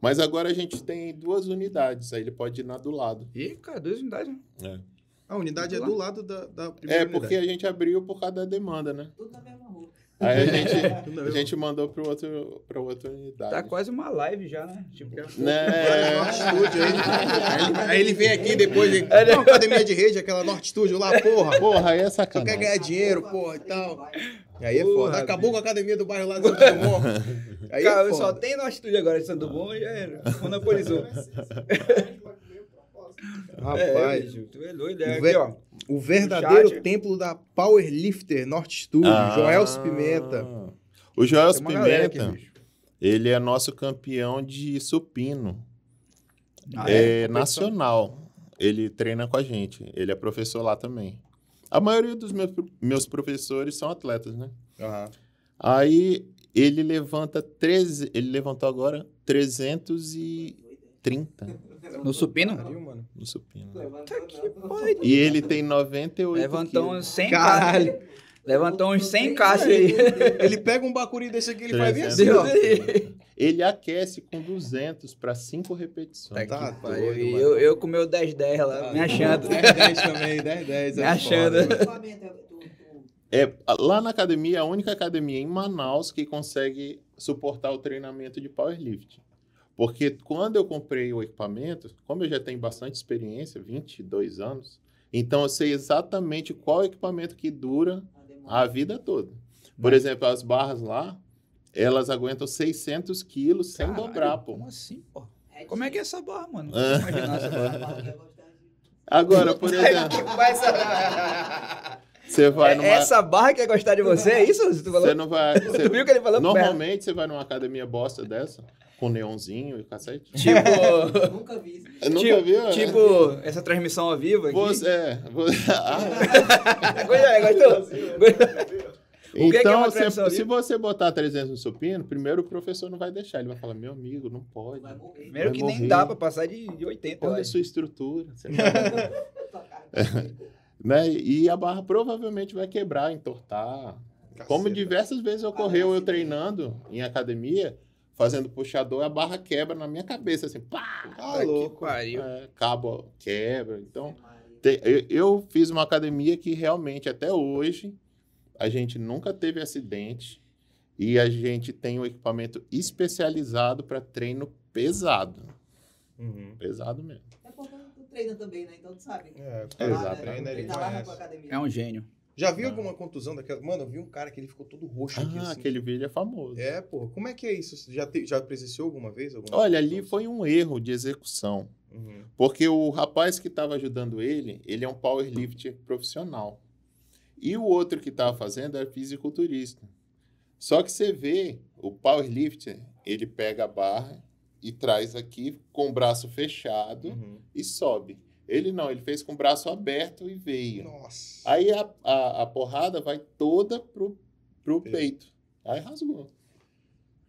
[SPEAKER 1] Mas agora a gente tem duas unidades, aí ele pode ir na do lado.
[SPEAKER 2] Ih, cara, duas unidades, né?
[SPEAKER 3] A unidade é do lado da, da primeira
[SPEAKER 1] É, porque a gente abriu por causa da demanda, né?
[SPEAKER 5] Tudo na mesma rua.
[SPEAKER 1] Aí a gente,
[SPEAKER 3] unidade.
[SPEAKER 1] a gente mandou para outra unidade.
[SPEAKER 2] Tá quase uma live já, né? Tipo,
[SPEAKER 1] Né?
[SPEAKER 3] Nortitude aí. Aí ele- Aí ele vem aqui depois de. Não, academia de rede, aquela Nortitude lá, porra.
[SPEAKER 1] Porra, aí é
[SPEAKER 3] Só quer
[SPEAKER 1] sacanagem.
[SPEAKER 3] ganhar dinheiro, porra, e tal. Aí é
[SPEAKER 2] Porra,
[SPEAKER 3] foda. Acabou com a academia do bairro lá do Santo Dumont. Aí
[SPEAKER 2] cara,
[SPEAKER 3] é
[SPEAKER 2] eu só
[SPEAKER 3] foda.
[SPEAKER 2] tem nosso estúdio agora de Santo Bom e já era. Monopolizou. É,
[SPEAKER 3] Rapaz,
[SPEAKER 2] bicho, tu é doido. É
[SPEAKER 3] Vê-
[SPEAKER 2] aqui, ó.
[SPEAKER 3] o verdadeiro
[SPEAKER 2] Chat.
[SPEAKER 3] templo da Powerlifter Norte Studio,
[SPEAKER 1] Ah.
[SPEAKER 3] Joel Pimenta.
[SPEAKER 1] O Joel
[SPEAKER 2] Tem uma galera aqui,
[SPEAKER 1] Pimenta,
[SPEAKER 2] bicho.
[SPEAKER 1] ele é nosso campeão de supino.
[SPEAKER 2] Ah,
[SPEAKER 1] é
[SPEAKER 2] é?
[SPEAKER 1] nacional. Ele treina com a gente. Ele é professor lá também. A maioria dos meus, meus professores são atletas, né?
[SPEAKER 3] Aham.
[SPEAKER 1] Aí ele levanta 13. Ele levantou agora 330
[SPEAKER 2] No supino?
[SPEAKER 3] Pariu, mano.
[SPEAKER 1] no supino.
[SPEAKER 5] Levantou,
[SPEAKER 2] que
[SPEAKER 5] não.
[SPEAKER 2] pariu.
[SPEAKER 1] E ele tem 98.
[SPEAKER 2] Levantou um
[SPEAKER 1] quilos.
[SPEAKER 2] uns 100 caixas.
[SPEAKER 3] Caralho.
[SPEAKER 2] Levantou uns 100
[SPEAKER 5] Tem
[SPEAKER 2] caixas aí.
[SPEAKER 3] Ele pega um bacuri desse aqui, ele faz bem assim,
[SPEAKER 2] Deus
[SPEAKER 3] ó.
[SPEAKER 2] aí.
[SPEAKER 1] Ele aquece com 200 para 5 repetições.
[SPEAKER 3] Tá doido,
[SPEAKER 2] Que pariu. E
[SPEAKER 3] mano.
[SPEAKER 2] eu, eu com o meu 10-10 lá, me achando.
[SPEAKER 3] 10-10 também, 10-10.
[SPEAKER 2] Me
[SPEAKER 3] é
[SPEAKER 2] achando.
[SPEAKER 3] foda.
[SPEAKER 5] Equipamento, é tu- tu-
[SPEAKER 1] É, lá na academia, é a única academia em Manaus que consegue suportar o treinamento de powerlifting. Porque quando eu comprei o equipamento, como eu já tenho bastante experiência, 22 anos, então eu sei exatamente qual equipamento que dura
[SPEAKER 5] a demanda.
[SPEAKER 1] a vida toda. Por exemplo, as barras lá, elas aguentam 600 quilos sem
[SPEAKER 2] Caralho,
[SPEAKER 1] dobrar, pô.
[SPEAKER 2] Como assim, pô? Como é que é essa barra, mano?
[SPEAKER 1] Ah.
[SPEAKER 2] Imagina essa barra.
[SPEAKER 1] Agora, por exemplo, você vai numa...
[SPEAKER 2] Essa barra que quer gostar de você, é isso? Tu, falou?
[SPEAKER 1] Você não vai... você-
[SPEAKER 2] tu viu que ele falou?
[SPEAKER 1] Normalmente você vai numa academia bosta dessa, com neonzinho e cacete.
[SPEAKER 2] Tipo,
[SPEAKER 5] Nunca vi isso.
[SPEAKER 1] Eu nunca
[SPEAKER 2] tipo,
[SPEAKER 1] vi, né?
[SPEAKER 2] tipo, essa transmissão ao vivo aqui. né?
[SPEAKER 1] Você, é, você- Ah,
[SPEAKER 2] Gostou? Gostou? Gostou? que que é
[SPEAKER 1] então,
[SPEAKER 2] uma
[SPEAKER 1] se-
[SPEAKER 2] tradição
[SPEAKER 1] se,
[SPEAKER 2] ali?
[SPEAKER 1] você botar 300 no supino, primeiro o professor não vai deixar. Ele vai falar, meu amigo, não pode.
[SPEAKER 5] Vai morrer.
[SPEAKER 2] Primeiro
[SPEAKER 1] Vai
[SPEAKER 2] que nem
[SPEAKER 1] morrer.
[SPEAKER 2] dá pra passar de, de 80, eu
[SPEAKER 1] Olha a
[SPEAKER 2] acho.
[SPEAKER 1] sua estrutura. você não vai- né? E a barra provavelmente vai quebrar, entortar. Como
[SPEAKER 3] Caceta.
[SPEAKER 1] diversas vezes ocorreu eu treinando em academia, fazendo puxador, a barra quebra na minha cabeça, assim, pá!
[SPEAKER 3] Tá louco.
[SPEAKER 2] pariu.
[SPEAKER 1] É, cabo quebra. Então, Te- eu- Eu fiz uma academia que realmente, até hoje, a gente nunca teve acidente e a gente tem um equipamento especializado para treino pesado.
[SPEAKER 3] Uhum.
[SPEAKER 1] Pesado mesmo.
[SPEAKER 5] É porque tu treina também, né? Então tu sabe.
[SPEAKER 3] É,
[SPEAKER 5] Tá lá,
[SPEAKER 1] exato.
[SPEAKER 5] né?
[SPEAKER 3] treina, ele
[SPEAKER 5] Treina lá na
[SPEAKER 3] conhece.
[SPEAKER 5] tua academia.
[SPEAKER 2] É um gênio.
[SPEAKER 3] Já viu alguma contusão daquela? Mano, eu vi um cara que ele ficou todo roxo aqui.
[SPEAKER 1] Ah,
[SPEAKER 3] assim.
[SPEAKER 1] aquele vídeo é famoso.
[SPEAKER 3] É, porra. Como é que é isso? Você Já, te- já presenciou alguma vez? Alguma
[SPEAKER 1] Olha, ali foi um erro de execução.
[SPEAKER 3] Uhum.
[SPEAKER 1] Porque o rapaz que estava ajudando ele, ele é um powerlifter profissional. E o outro que estava fazendo era fisiculturista. Só que você vê, o powerlifter, ele pega a barra e traz aqui com o braço fechado
[SPEAKER 3] Uhum.
[SPEAKER 1] e sobe. Ele não, ele fez com o braço aberto e veio.
[SPEAKER 3] Nossa.
[SPEAKER 1] Aí a, a, a porrada vai toda pro, pro peito. Aí rasgou.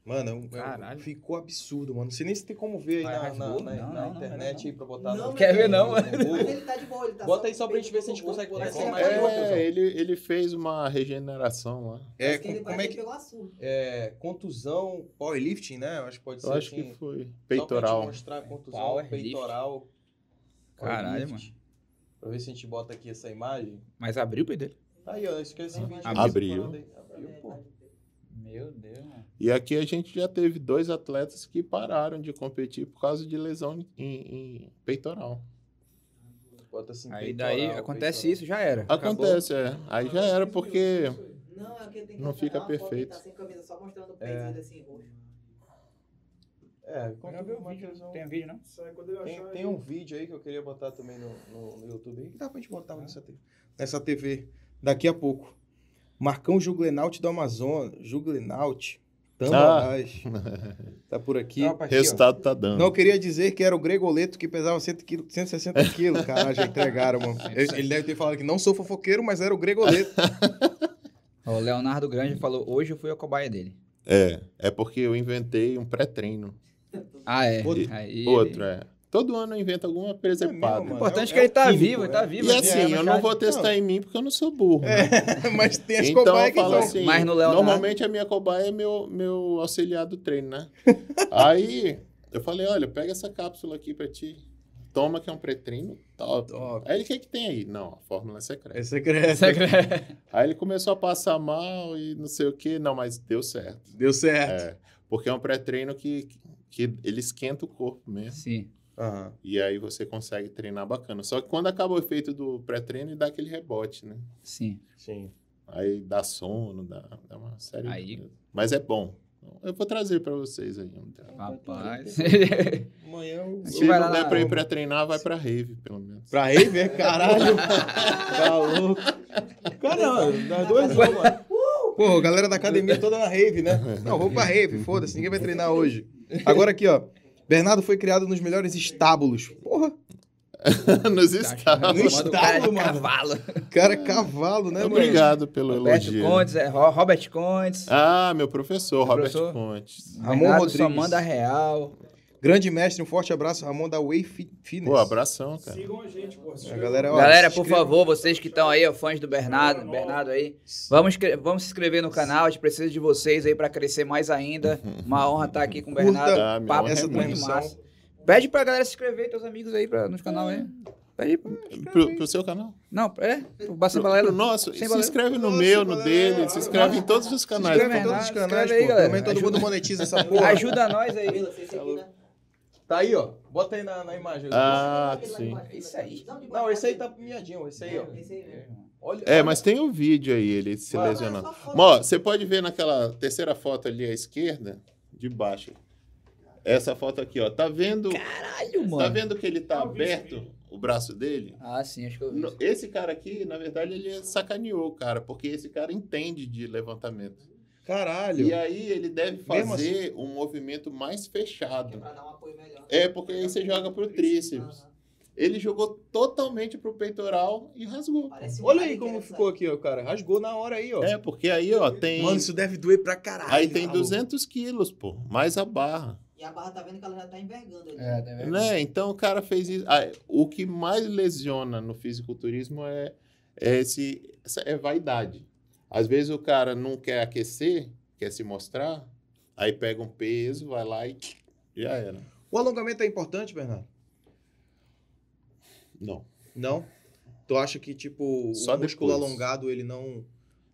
[SPEAKER 3] Mano, é eu- eu-
[SPEAKER 2] Caralho.
[SPEAKER 3] um ficou absurdo, mano. Não sei nem se tem como ver aí
[SPEAKER 2] Vai,
[SPEAKER 3] na,
[SPEAKER 2] mas
[SPEAKER 3] na-
[SPEAKER 2] boa?
[SPEAKER 3] na-
[SPEAKER 2] Não,
[SPEAKER 3] na
[SPEAKER 2] não, não,
[SPEAKER 3] internet
[SPEAKER 2] não.
[SPEAKER 3] aí pra botar.
[SPEAKER 5] Não,
[SPEAKER 3] no-
[SPEAKER 5] mas Quer
[SPEAKER 2] ver, não,
[SPEAKER 3] no
[SPEAKER 2] mano?
[SPEAKER 5] é Mas
[SPEAKER 3] Google. né? é,
[SPEAKER 5] ele tá de boa, ele tá
[SPEAKER 3] Bota
[SPEAKER 5] só
[SPEAKER 3] aí só
[SPEAKER 5] com
[SPEAKER 3] pra gente ver
[SPEAKER 5] peito
[SPEAKER 3] se a gente
[SPEAKER 5] no rosto.
[SPEAKER 3] consegue botar
[SPEAKER 5] Ele
[SPEAKER 3] essa
[SPEAKER 5] tá
[SPEAKER 3] imagem.
[SPEAKER 5] de boa.
[SPEAKER 1] É, ele, ele fez uma regeneração lá.
[SPEAKER 3] É,
[SPEAKER 5] Parece que
[SPEAKER 3] com-
[SPEAKER 5] ele
[SPEAKER 3] como é
[SPEAKER 5] parece que
[SPEAKER 3] que.
[SPEAKER 5] pegou a surra.
[SPEAKER 3] É, contusão, powerlifting, né? Eu acho que pode ser.
[SPEAKER 1] Eu acho
[SPEAKER 3] assim,
[SPEAKER 1] que foi
[SPEAKER 3] Só pra te
[SPEAKER 1] peitoral.
[SPEAKER 3] mostrar a contusão
[SPEAKER 2] Powerlift.
[SPEAKER 3] peitoral.
[SPEAKER 2] Caralho,
[SPEAKER 3] powerlift. Pra ver se a gente bota aqui essa imagem.
[SPEAKER 2] Mas abriu o peito dele?
[SPEAKER 3] Aí, ó, esquece esse vídeo.
[SPEAKER 1] Abriu.
[SPEAKER 3] Abriu,
[SPEAKER 5] né?
[SPEAKER 3] pô.
[SPEAKER 2] Meu Deus, mano.
[SPEAKER 1] E aqui a gente já teve dois atletas que pararam de competir por causa de lesão em, em peitoral.
[SPEAKER 3] Bota assim,
[SPEAKER 2] Aí
[SPEAKER 3] peitoral,
[SPEAKER 2] daí acontece
[SPEAKER 3] peitoral.
[SPEAKER 2] isso, já era. Acabou.
[SPEAKER 1] Acontece, é. Aí
[SPEAKER 4] Ah,
[SPEAKER 1] já era, porque
[SPEAKER 5] Não, é porque tem que
[SPEAKER 1] Não
[SPEAKER 5] tirar
[SPEAKER 1] fica
[SPEAKER 5] uma foto que
[SPEAKER 1] perfeito.
[SPEAKER 5] Tá sem camisa, só mostrando o peito
[SPEAKER 3] É.
[SPEAKER 5] dele assim, roxo.
[SPEAKER 3] É,
[SPEAKER 2] Já
[SPEAKER 3] conta
[SPEAKER 2] viu o
[SPEAKER 3] como é que eles vão...
[SPEAKER 2] Tem um vídeo, não?
[SPEAKER 4] Sai quando eu
[SPEAKER 3] Tem,
[SPEAKER 4] achar.
[SPEAKER 3] tem
[SPEAKER 4] eu-
[SPEAKER 3] um vídeo aí que eu queria botar também no, no, no YouTube aí. Tá. Que dá pra gente botar nessa TV. Nessa TV. Daqui a pouco. Marcão Juglenaut do Amazonas. Juglenaut. Tambalás. Tá por aqui.
[SPEAKER 2] Tropa aqui, ó.
[SPEAKER 1] resultado tá
[SPEAKER 3] Não, eu
[SPEAKER 1] dando.
[SPEAKER 3] queria dizer que era o Gregoleto que pesava 100 quilos, 160 quilos. Caralho, já entregaram, mano. Ele ele deve ter falado que não sou fofoqueiro, mas era o Gregoleto.
[SPEAKER 1] Tá
[SPEAKER 2] O Leonardo Grande falou, hoje eu fui a cobaia dele.
[SPEAKER 1] É, é porque eu inventei um pré-treino.
[SPEAKER 2] Ah, é.
[SPEAKER 1] Outro.
[SPEAKER 2] Aí
[SPEAKER 1] Outro,
[SPEAKER 2] ele-
[SPEAKER 1] é. Todo ano eu invento
[SPEAKER 3] É
[SPEAKER 1] alguma
[SPEAKER 3] mesmo,
[SPEAKER 1] presepada.
[SPEAKER 2] O
[SPEAKER 3] mano. É
[SPEAKER 2] importante é
[SPEAKER 3] o-
[SPEAKER 2] que
[SPEAKER 3] é
[SPEAKER 2] ele
[SPEAKER 3] o
[SPEAKER 2] tá
[SPEAKER 3] químico,
[SPEAKER 2] vivo,
[SPEAKER 3] é.
[SPEAKER 2] ele tá vivo.
[SPEAKER 1] e
[SPEAKER 2] né?
[SPEAKER 1] assim, eu não vou testar em mim porque eu não sou burro. né?
[SPEAKER 3] mas tem as
[SPEAKER 1] Então
[SPEAKER 3] cobaias
[SPEAKER 1] eu
[SPEAKER 3] que
[SPEAKER 1] falo
[SPEAKER 3] são.
[SPEAKER 1] assim,
[SPEAKER 2] Mas no Leonardo-
[SPEAKER 1] normalmente a minha cobaia é meu, meu auxiliar do treino, né? Aí eu falei, olha, pega essa cápsula aqui pra ti, toma que é um pré-treino, top.
[SPEAKER 3] Top.
[SPEAKER 1] Aí ele, o que que tem aí? Não, a fórmula é secreta.
[SPEAKER 3] É secreto.
[SPEAKER 2] Secreto.
[SPEAKER 1] Aí ele começou a passar mal e não sei o que, não, mas deu certo.
[SPEAKER 3] Deu certo.
[SPEAKER 1] É, porque é um pré-treino que, que ele esquenta o corpo mesmo.
[SPEAKER 2] Sim.
[SPEAKER 3] Aham.
[SPEAKER 1] E aí você consegue treinar bacana. Só que quando acaba o efeito do pré-treino, ele dá aquele rebote, né?
[SPEAKER 2] Sim.
[SPEAKER 3] Sim.
[SPEAKER 1] Aí dá sono, dá, dá uma série
[SPEAKER 2] Aí-
[SPEAKER 1] de... Mas é bom. Eu vou trazer pra vocês aí. um tempo.
[SPEAKER 2] Rapaz.
[SPEAKER 3] Amanhã eu...
[SPEAKER 2] A gente
[SPEAKER 1] Se
[SPEAKER 2] vai lá
[SPEAKER 1] não der
[SPEAKER 2] na-
[SPEAKER 1] pra ir pra treinar, vai pra rave, pelo menos.
[SPEAKER 3] Pra rave, é? caralho. tá louco. Cara, nós dois vamos, mano. Pô, a galera da academia toda na rave, né? Não, vou pra rave, foda-se, ninguém vai treinar hoje. Agora aqui, ó. Bernardo foi criado nos melhores estábulos. Porra,
[SPEAKER 1] Nos
[SPEAKER 2] Tá
[SPEAKER 1] estados.
[SPEAKER 3] No
[SPEAKER 2] chamando o cara de
[SPEAKER 3] estado, mano.
[SPEAKER 2] Cavalo.
[SPEAKER 3] o cara é cavalo, né, mano?
[SPEAKER 1] Obrigado pelo
[SPEAKER 2] Roberto
[SPEAKER 1] elogio.
[SPEAKER 2] Contes, é, Ro- Robert Contes.
[SPEAKER 1] Ah, meu professor, Robert
[SPEAKER 2] professor?
[SPEAKER 1] Contes.
[SPEAKER 3] Ramon
[SPEAKER 2] Bernardo
[SPEAKER 3] Rodrigues.
[SPEAKER 2] só manda real.
[SPEAKER 3] Grande mestre, um forte abraço, Ramon da Way Fit- Fitness.
[SPEAKER 1] Pô, abração, cara.
[SPEAKER 4] Sigam a gente, pô.
[SPEAKER 3] A galera, ó,
[SPEAKER 2] Galera,
[SPEAKER 3] se
[SPEAKER 2] por
[SPEAKER 3] inscreva.
[SPEAKER 2] favor, vocês que estão aí, ó, fãs do Bernardo, Bernardo aí, vamos, inscre- vamos se inscrever no canal, a gente precisa de vocês aí pra crescer mais ainda. Uma honra estar aqui com o
[SPEAKER 3] Curta
[SPEAKER 2] Bernardo.
[SPEAKER 1] Ah, minha
[SPEAKER 2] Papo
[SPEAKER 1] honra é
[SPEAKER 3] essa
[SPEAKER 2] muito
[SPEAKER 1] minha.
[SPEAKER 3] transmissão.
[SPEAKER 2] massa. Pede pra galera se inscrever, teus amigos aí pra, nos canal aí. Pede aí. pra-
[SPEAKER 1] Pro, pro seu canal?
[SPEAKER 2] Não, é, pro
[SPEAKER 1] Pro,
[SPEAKER 2] Bassa
[SPEAKER 1] pro
[SPEAKER 2] Balela.
[SPEAKER 1] nosso?
[SPEAKER 2] Sem
[SPEAKER 1] Se
[SPEAKER 2] balela.
[SPEAKER 1] inscreve no
[SPEAKER 3] Nossa,
[SPEAKER 1] meu, no
[SPEAKER 3] balela.
[SPEAKER 1] dele, se inscreve em todos os
[SPEAKER 3] Se
[SPEAKER 1] canais.
[SPEAKER 3] inscreve em
[SPEAKER 1] pô.
[SPEAKER 3] todos os
[SPEAKER 2] Inscreve
[SPEAKER 3] canais,
[SPEAKER 2] aí,
[SPEAKER 3] pô.
[SPEAKER 2] galera.
[SPEAKER 3] Também todo
[SPEAKER 2] Ajuda.
[SPEAKER 3] mundo monetiza essa porra.
[SPEAKER 2] Ajuda nós
[SPEAKER 3] É.
[SPEAKER 2] aí.
[SPEAKER 5] Vila, vocês aqui, né?
[SPEAKER 3] Tá aí, ó. Bota aí na, na imagem.
[SPEAKER 1] Ah,
[SPEAKER 5] Aquele lá
[SPEAKER 1] sim.
[SPEAKER 5] embaixo,
[SPEAKER 2] Isso
[SPEAKER 5] Vila.
[SPEAKER 2] aí.
[SPEAKER 5] de
[SPEAKER 3] Não,
[SPEAKER 5] baixo,
[SPEAKER 3] esse aí tá miadinho, esse aí, ó.
[SPEAKER 5] Esse aí mesmo. é
[SPEAKER 3] Olha,
[SPEAKER 1] É, mas tem o vídeo aí, ele se
[SPEAKER 3] Ah,
[SPEAKER 1] lesionando.
[SPEAKER 5] só foto.
[SPEAKER 1] Mas, ó, você pode ver naquela terceira foto ali à esquerda, de baixo. Essa foto aqui, ó. Tá vendo,
[SPEAKER 2] Caralho,
[SPEAKER 1] tá
[SPEAKER 2] mano.
[SPEAKER 1] vendo que ele tá
[SPEAKER 4] Eu vi esse
[SPEAKER 1] aberto,
[SPEAKER 4] vídeo.
[SPEAKER 1] o braço dele?
[SPEAKER 2] Ah, sim, acho que eu vi.
[SPEAKER 1] No- Esse cara aqui, na verdade, ele sacaneou o cara, porque esse cara entende de levantamento.
[SPEAKER 3] Caralho.
[SPEAKER 1] E aí ele deve
[SPEAKER 3] Mesmo assim.
[SPEAKER 1] fazer um movimento mais
[SPEAKER 5] Que é
[SPEAKER 1] fechado.
[SPEAKER 5] pra dar um apoio melhor.
[SPEAKER 1] É, porque aí você joga pro tríceps.
[SPEAKER 5] Aham.
[SPEAKER 1] Ele jogou totalmente pro peitoral e rasgou.
[SPEAKER 5] Parece um
[SPEAKER 3] Olha
[SPEAKER 5] cara
[SPEAKER 3] aí como
[SPEAKER 5] interessante.
[SPEAKER 3] ficou aqui, ó, cara. Rasgou na hora aí, ó.
[SPEAKER 1] É, porque aí, ó, tem.
[SPEAKER 3] Mano, isso deve doer pra caralho.
[SPEAKER 1] Aí tem
[SPEAKER 3] tá louco.
[SPEAKER 1] 200 quilos, pô, mais a barra.
[SPEAKER 5] E a barra tá vendo que ela já tá envergando ali.
[SPEAKER 2] É, deve-
[SPEAKER 1] Né? Então o cara fez isso. Ah, o que mais lesiona no fisiculturismo é, é, esse, essa- é vaidade. Às vezes o cara não quer aquecer, quer se mostrar, aí pega um peso, vai lá e já era.
[SPEAKER 3] O alongamento é importante, Bernardo?
[SPEAKER 1] Não.
[SPEAKER 3] Não? Tu acha que, tipo,
[SPEAKER 1] Só
[SPEAKER 3] o músculo
[SPEAKER 1] depois.
[SPEAKER 3] alongado, ele não...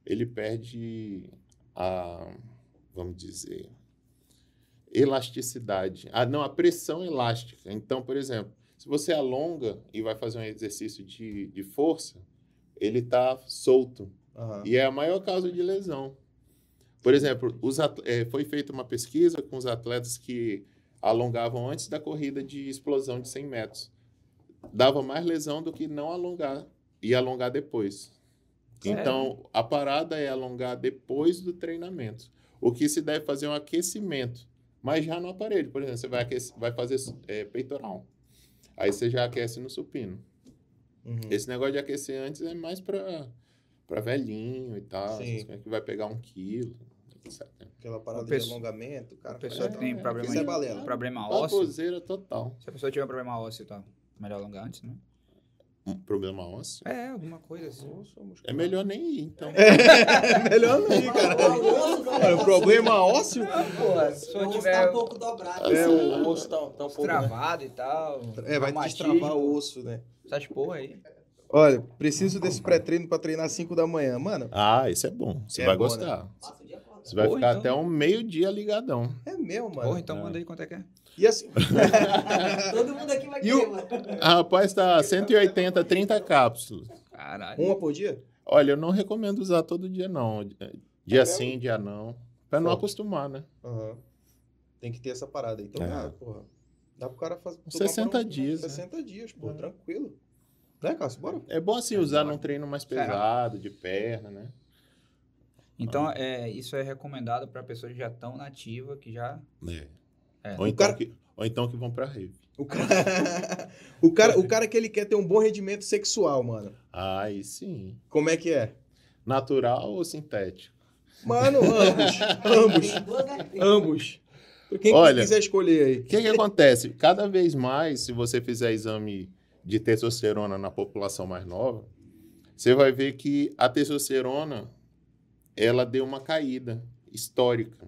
[SPEAKER 1] Ele perde a, vamos dizer, elasticidade. Ah, não, a pressão elástica. Então, por exemplo, se você alonga e vai fazer um exercício de, de força, ele está solto.
[SPEAKER 3] Aham.
[SPEAKER 1] E é a maior causa de lesão. Por exemplo, os at- eh, foi feita uma pesquisa com os atletas que alongavam antes da corrida de explosão de 100 metros. Dava mais lesão do que não alongar e alongar depois.
[SPEAKER 2] Sério?
[SPEAKER 1] Então, a parada é alongar depois do treinamento. O que se deve fazer é um aquecimento, mas já no aparelho. Por exemplo, você vai, aquecer, vai fazer eh, peitoral. Aí você já aquece no supino.
[SPEAKER 3] Uhum.
[SPEAKER 1] Esse negócio de aquecer antes é mais pra, pra velhinho e tal.
[SPEAKER 3] Sim.
[SPEAKER 1] essas coisas Que vai pegar um quilo. etc.
[SPEAKER 3] Aquela parada
[SPEAKER 2] A pessoa-
[SPEAKER 3] de alongamento, cara.
[SPEAKER 2] A pessoa
[SPEAKER 3] É,
[SPEAKER 2] tem
[SPEAKER 3] é,
[SPEAKER 2] problema
[SPEAKER 3] Isso é
[SPEAKER 2] de-
[SPEAKER 3] balela.
[SPEAKER 2] Problema
[SPEAKER 1] Tá
[SPEAKER 2] ósseo.
[SPEAKER 1] Baboseira total.
[SPEAKER 2] Se a pessoa tiver um problema ósseo, tá? Melhor alongar antes, né?
[SPEAKER 1] Um problema ósseo?
[SPEAKER 2] É, alguma coisa assim.
[SPEAKER 1] É melhor nem ir, então.
[SPEAKER 3] É melhor não ir,
[SPEAKER 5] Ah,
[SPEAKER 3] cara.
[SPEAKER 5] o osso vai-
[SPEAKER 3] Olha, o problema é ósseo
[SPEAKER 2] Porra, se
[SPEAKER 5] o
[SPEAKER 2] eu
[SPEAKER 5] osso
[SPEAKER 2] tiver
[SPEAKER 5] tá um pouco dobrado.
[SPEAKER 3] é o osso tá, tá um pouco, né?
[SPEAKER 2] travado e tal.
[SPEAKER 3] É, vai
[SPEAKER 2] traumatismo,
[SPEAKER 3] destravar o osso, né?
[SPEAKER 2] Essas porra aí.
[SPEAKER 3] Olha, preciso desse pré-treino pra treinar às 5 da manhã. Mano,
[SPEAKER 1] Ah, esse é bom. Você
[SPEAKER 3] É
[SPEAKER 1] vai
[SPEAKER 3] bom,
[SPEAKER 1] gostar.
[SPEAKER 5] Passa o dia fora.
[SPEAKER 1] Você vai
[SPEAKER 2] Ou
[SPEAKER 1] ficar
[SPEAKER 2] então-
[SPEAKER 1] até um meio-dia ligadão.
[SPEAKER 3] é meu, mano.
[SPEAKER 2] Porra, então
[SPEAKER 1] Não.
[SPEAKER 2] manda aí quanto é que é.
[SPEAKER 3] E assim.
[SPEAKER 5] Todo mundo aqui vai
[SPEAKER 3] E o-
[SPEAKER 5] querer, mano.
[SPEAKER 1] A rapaz tá 180, 30 cápsulas.
[SPEAKER 2] Caralho.
[SPEAKER 3] Uma por dia?
[SPEAKER 1] Olha, eu não recomendo usar todo dia, não.
[SPEAKER 3] É,
[SPEAKER 1] Dia sim, dia não. Pra não acostumar, né?
[SPEAKER 3] Aham. Tem que ter essa parada aí. Então,
[SPEAKER 1] É.
[SPEAKER 3] ah, porra. Dá pro cara fazer.
[SPEAKER 1] 60 dias, né?
[SPEAKER 3] 60 um dias, pô, tranquilo. Né, Cássio? Bora.
[SPEAKER 1] É bom assim usar num treino mais pesado, de perna, né?
[SPEAKER 2] Então, é, isso é recomendado para pessoas que já estão na ativa, que já. É.
[SPEAKER 1] né? Ou,
[SPEAKER 3] O
[SPEAKER 1] então
[SPEAKER 3] cara-
[SPEAKER 1] que, ou então que vão pra rave.
[SPEAKER 3] O cara... o, cara, o cara que ele quer ter um bom rendimento sexual, mano.
[SPEAKER 1] Aí sim.
[SPEAKER 3] Como é que é?
[SPEAKER 1] Natural ou sintético?
[SPEAKER 3] Mano, ambos.
[SPEAKER 5] Tem duas
[SPEAKER 3] ambos.
[SPEAKER 5] vertentes.
[SPEAKER 3] Ambos. Quem
[SPEAKER 1] Olha.
[SPEAKER 3] quiser escolher aí.
[SPEAKER 1] O que, que acontece? Cada vez mais, se você fizer exame de testosterona na população mais nova, você vai ver que a testosterona ela deu uma caída histórica.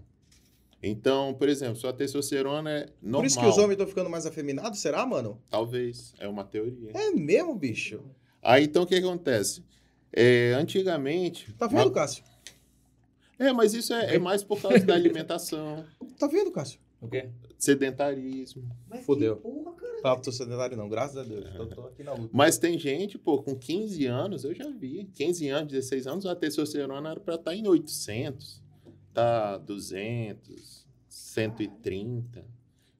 [SPEAKER 1] Então, por exemplo, sua testosterona é normal.
[SPEAKER 3] Por isso que os homens estão ficando mais afeminados, será, mano?
[SPEAKER 1] Talvez, é uma teoria.
[SPEAKER 3] É mesmo, bicho.
[SPEAKER 1] Aí então o que que acontece? É, antigamente.
[SPEAKER 3] Tá vendo, Cássio?
[SPEAKER 1] É, mas isso é, é mais por causa da alimentação,
[SPEAKER 3] Tá vendo, Cássio?
[SPEAKER 2] O quê?
[SPEAKER 1] sedentarismo.
[SPEAKER 5] Mas que
[SPEAKER 3] Fudeu.
[SPEAKER 5] porra, cara.
[SPEAKER 3] Tá, tô sedentário não, graças a Deus. Tô, tô aqui na luta.
[SPEAKER 1] Mas tem gente, pô, com 15 anos, eu já vi, 15 anos, 16 anos, a testosterona era pra estar em 800, tá 200, 130.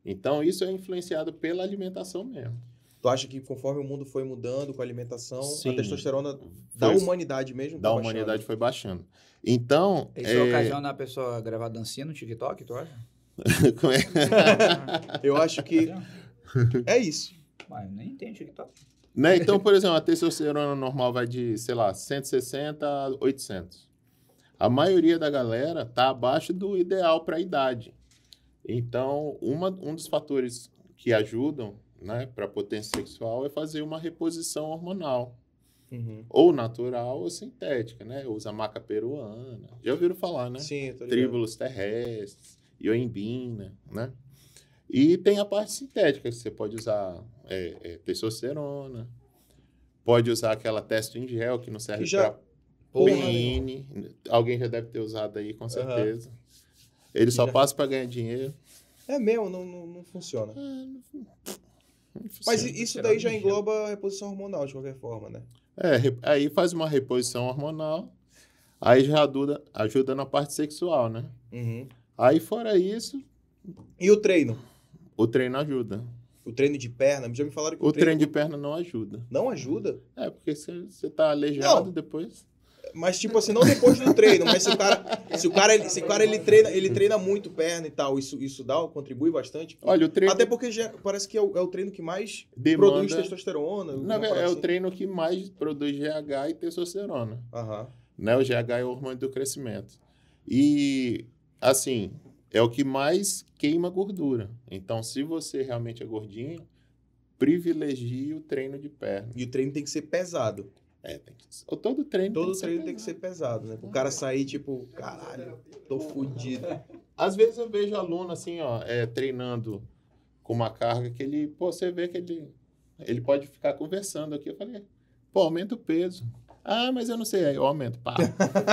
[SPEAKER 1] Então isso é influenciado pela alimentação mesmo.
[SPEAKER 3] Tu acha que conforme o mundo foi mudando com a alimentação, a
[SPEAKER 1] Sim.
[SPEAKER 3] testosterona da
[SPEAKER 1] Foi-
[SPEAKER 3] humanidade mesmo?
[SPEAKER 1] da
[SPEAKER 3] tá baixando?
[SPEAKER 1] humanidade foi baixando. Então,
[SPEAKER 2] Isso
[SPEAKER 1] é,
[SPEAKER 2] ocasiona a pessoa gravar dancinha no TikTok, tu acha?
[SPEAKER 1] como é-
[SPEAKER 3] Eu acho que é isso.
[SPEAKER 2] Mas eu nem tenho TikTok.
[SPEAKER 1] Né? Então, por exemplo, a testosterona normal vai de, sei lá, 160 a 800. A maioria da galera tá abaixo do ideal para a idade. Então, uma, um dos fatores que ajudam né, para potência sexual é fazer uma reposição hormonal,
[SPEAKER 3] Uhum.
[SPEAKER 1] ou natural ou sintética, né? Usa maca peruana. Já ouviram falar, né?
[SPEAKER 3] Sim, eu tô ligado.
[SPEAKER 1] Tríbulos terrestres, ioimbina, né? E tem a parte sintética, que você pode usar é, é, testosterona, pode usar aquela testo em gel, que não serve
[SPEAKER 3] Que já-
[SPEAKER 1] para
[SPEAKER 3] Porra,
[SPEAKER 1] PN. Alguém já deve ter usado aí, com certeza. Ele só
[SPEAKER 3] já-
[SPEAKER 1] passa para ganhar dinheiro. Ah,
[SPEAKER 3] É meu, não, não, não funciona.
[SPEAKER 1] Não
[SPEAKER 3] Mas
[SPEAKER 1] funciona.
[SPEAKER 3] isso daí já engloba a reposição hormonal de qualquer forma, né?
[SPEAKER 1] É, re- aí faz uma reposição hormonal, aí já ajuda, ajuda na parte sexual, né? Aí fora isso,
[SPEAKER 3] Uhum. E o treino?
[SPEAKER 1] o treino ajuda.
[SPEAKER 3] O treino de perna? Já me falaram que o,
[SPEAKER 1] O treino de perna não ajuda.
[SPEAKER 3] não ajuda.
[SPEAKER 1] É, porque você você tá aleijado
[SPEAKER 3] Não.
[SPEAKER 1] depois.
[SPEAKER 3] Mas, tipo assim, não depois do treino, mas se o cara, se o cara, ele, se o cara ele, treina, ele treina muito perna e tal, isso, isso dá, contribui bastante.
[SPEAKER 1] Olha, o treino
[SPEAKER 3] Até porque já, parece que é o, é o treino que mais
[SPEAKER 1] demanda...
[SPEAKER 3] produz testosterona.
[SPEAKER 1] Na
[SPEAKER 3] uma
[SPEAKER 1] verdade,
[SPEAKER 3] parada
[SPEAKER 1] é o
[SPEAKER 3] assim.
[SPEAKER 1] treino que mais produz GH e testosterona.
[SPEAKER 3] Aham.
[SPEAKER 1] Né? O GH é o hormônio do crescimento. E, assim, é o que mais queima gordura. Então, se você realmente é gordinho, privilegie o treino de perna.
[SPEAKER 3] E o treino tem que ser pesado.
[SPEAKER 1] É, tem que... ou Todo treino
[SPEAKER 3] Todo
[SPEAKER 1] tem que ser
[SPEAKER 3] treino tem que
[SPEAKER 1] pesado.
[SPEAKER 3] ser pesado, né? O cara sair, tipo, caralho, tô fudido.
[SPEAKER 1] Às vezes eu vejo aluno assim, ó, é, treinando com uma carga que ele, pô, você vê que ele, ele pode ficar conversando aqui. Eu falei, pô, aumenta o peso. Ah, mas eu não sei, aí eu aumento, pá.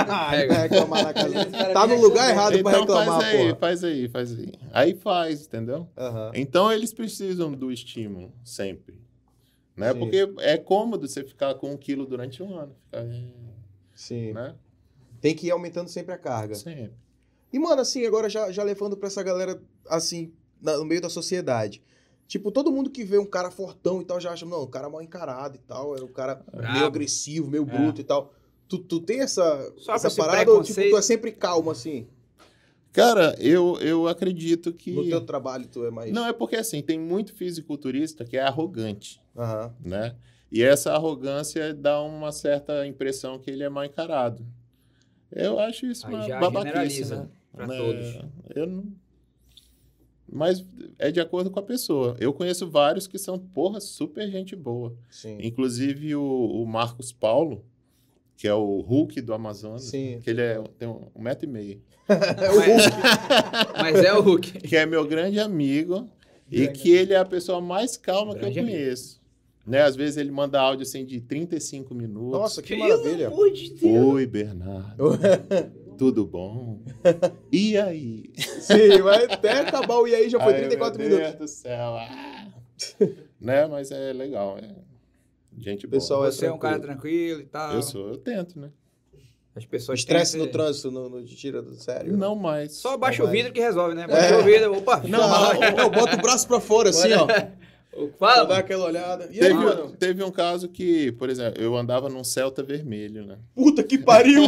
[SPEAKER 3] Ai,
[SPEAKER 2] Pega.
[SPEAKER 3] vai reclamar É, na casa.
[SPEAKER 5] Esse cara
[SPEAKER 3] Tá
[SPEAKER 5] me
[SPEAKER 3] no lugar
[SPEAKER 5] ajudou.
[SPEAKER 3] errado pra
[SPEAKER 1] então faz
[SPEAKER 3] reclamar,
[SPEAKER 1] aí,
[SPEAKER 3] porra.
[SPEAKER 1] faz aí, faz aí. Aí faz, entendeu?
[SPEAKER 3] Aham.
[SPEAKER 1] Então eles precisam do estímulo sempre, né?
[SPEAKER 3] Sim.
[SPEAKER 1] Porque é cômodo você ficar com um quilo durante um ano, ficar,
[SPEAKER 3] Sim.
[SPEAKER 1] né?
[SPEAKER 3] Tem que ir aumentando sempre a carga.
[SPEAKER 1] Sempre.
[SPEAKER 3] E, mano, assim, agora já, já levando pra essa galera, assim, na- no meio da sociedade. Tipo, todo mundo que vê um cara fortão e tal já acha, não, o cara é mal encarado e tal, é um cara meio
[SPEAKER 2] Brabo.
[SPEAKER 3] agressivo, meio
[SPEAKER 2] É.
[SPEAKER 3] bruto e tal. Tu, tu tem essa,
[SPEAKER 2] Só
[SPEAKER 3] essa
[SPEAKER 2] esse
[SPEAKER 3] parada ou tipo,
[SPEAKER 2] preconceito.
[SPEAKER 3] tu é sempre calmo, assim?
[SPEAKER 1] Cara, eu, eu acredito que
[SPEAKER 3] No teu trabalho tu é mais.
[SPEAKER 1] não é porque assim tem muito fisiculturista que é arrogante.
[SPEAKER 3] Aham.
[SPEAKER 1] né? E essa arrogância dá uma certa impressão que ele é mal encarado. Eu acho isso
[SPEAKER 2] Aí
[SPEAKER 1] uma
[SPEAKER 2] já
[SPEAKER 1] babaquice,
[SPEAKER 2] generaliza
[SPEAKER 1] né?
[SPEAKER 2] pra
[SPEAKER 1] Né?
[SPEAKER 2] todos.
[SPEAKER 1] Eu não... Mas é de acordo com a pessoa. Eu conheço vários que são, porra, super gente boa.
[SPEAKER 3] Sim.
[SPEAKER 1] Inclusive o, o Marcos Paulo, que é o Hulk do Amazonas,
[SPEAKER 3] Sim.
[SPEAKER 1] que ele é, tem um, um metro e meio,
[SPEAKER 3] É
[SPEAKER 2] Mas, mas é o Hulk.
[SPEAKER 1] que é meu grande amigo e
[SPEAKER 3] Grande
[SPEAKER 1] que ele é a pessoa mais calma que eu
[SPEAKER 2] Grande amigo.
[SPEAKER 1] conheço. Né? Às vezes ele manda áudio assim de 35 minutos.
[SPEAKER 3] Nossa, que
[SPEAKER 2] Pelo
[SPEAKER 3] maravilha.
[SPEAKER 2] amor de Deus.
[SPEAKER 1] Oi, Bernardo. Tudo bom? E aí?
[SPEAKER 3] Sim, vai até acabar o e aí já foi
[SPEAKER 1] Ai,
[SPEAKER 3] 34
[SPEAKER 1] meu
[SPEAKER 3] minutos.
[SPEAKER 1] Deus do céu. ah. né? Mas é legal. É... Gente boa.
[SPEAKER 3] Pessoal,
[SPEAKER 2] Você é um cara tranquilo e tal.
[SPEAKER 1] Eu sou, eu tento, né?
[SPEAKER 2] As pessoas
[SPEAKER 3] Estresse
[SPEAKER 2] têm
[SPEAKER 3] no
[SPEAKER 2] esse-
[SPEAKER 3] trânsito, não não te tira do sério.
[SPEAKER 1] Não mais.
[SPEAKER 2] Só baixa
[SPEAKER 3] Não
[SPEAKER 2] o
[SPEAKER 3] vai.
[SPEAKER 2] vidro que resolve,
[SPEAKER 1] É.
[SPEAKER 2] né? Baixa o vidro, opa,
[SPEAKER 3] Não,
[SPEAKER 2] fala.
[SPEAKER 3] não, não, bota o braço pra fora, assim, ó. Só dá
[SPEAKER 2] Fala,
[SPEAKER 3] aquela olhada. E aí,
[SPEAKER 1] Teve,
[SPEAKER 3] mano?
[SPEAKER 1] teve um caso que, por exemplo, eu andava num Celta vermelho, né?
[SPEAKER 3] Puta que pariu!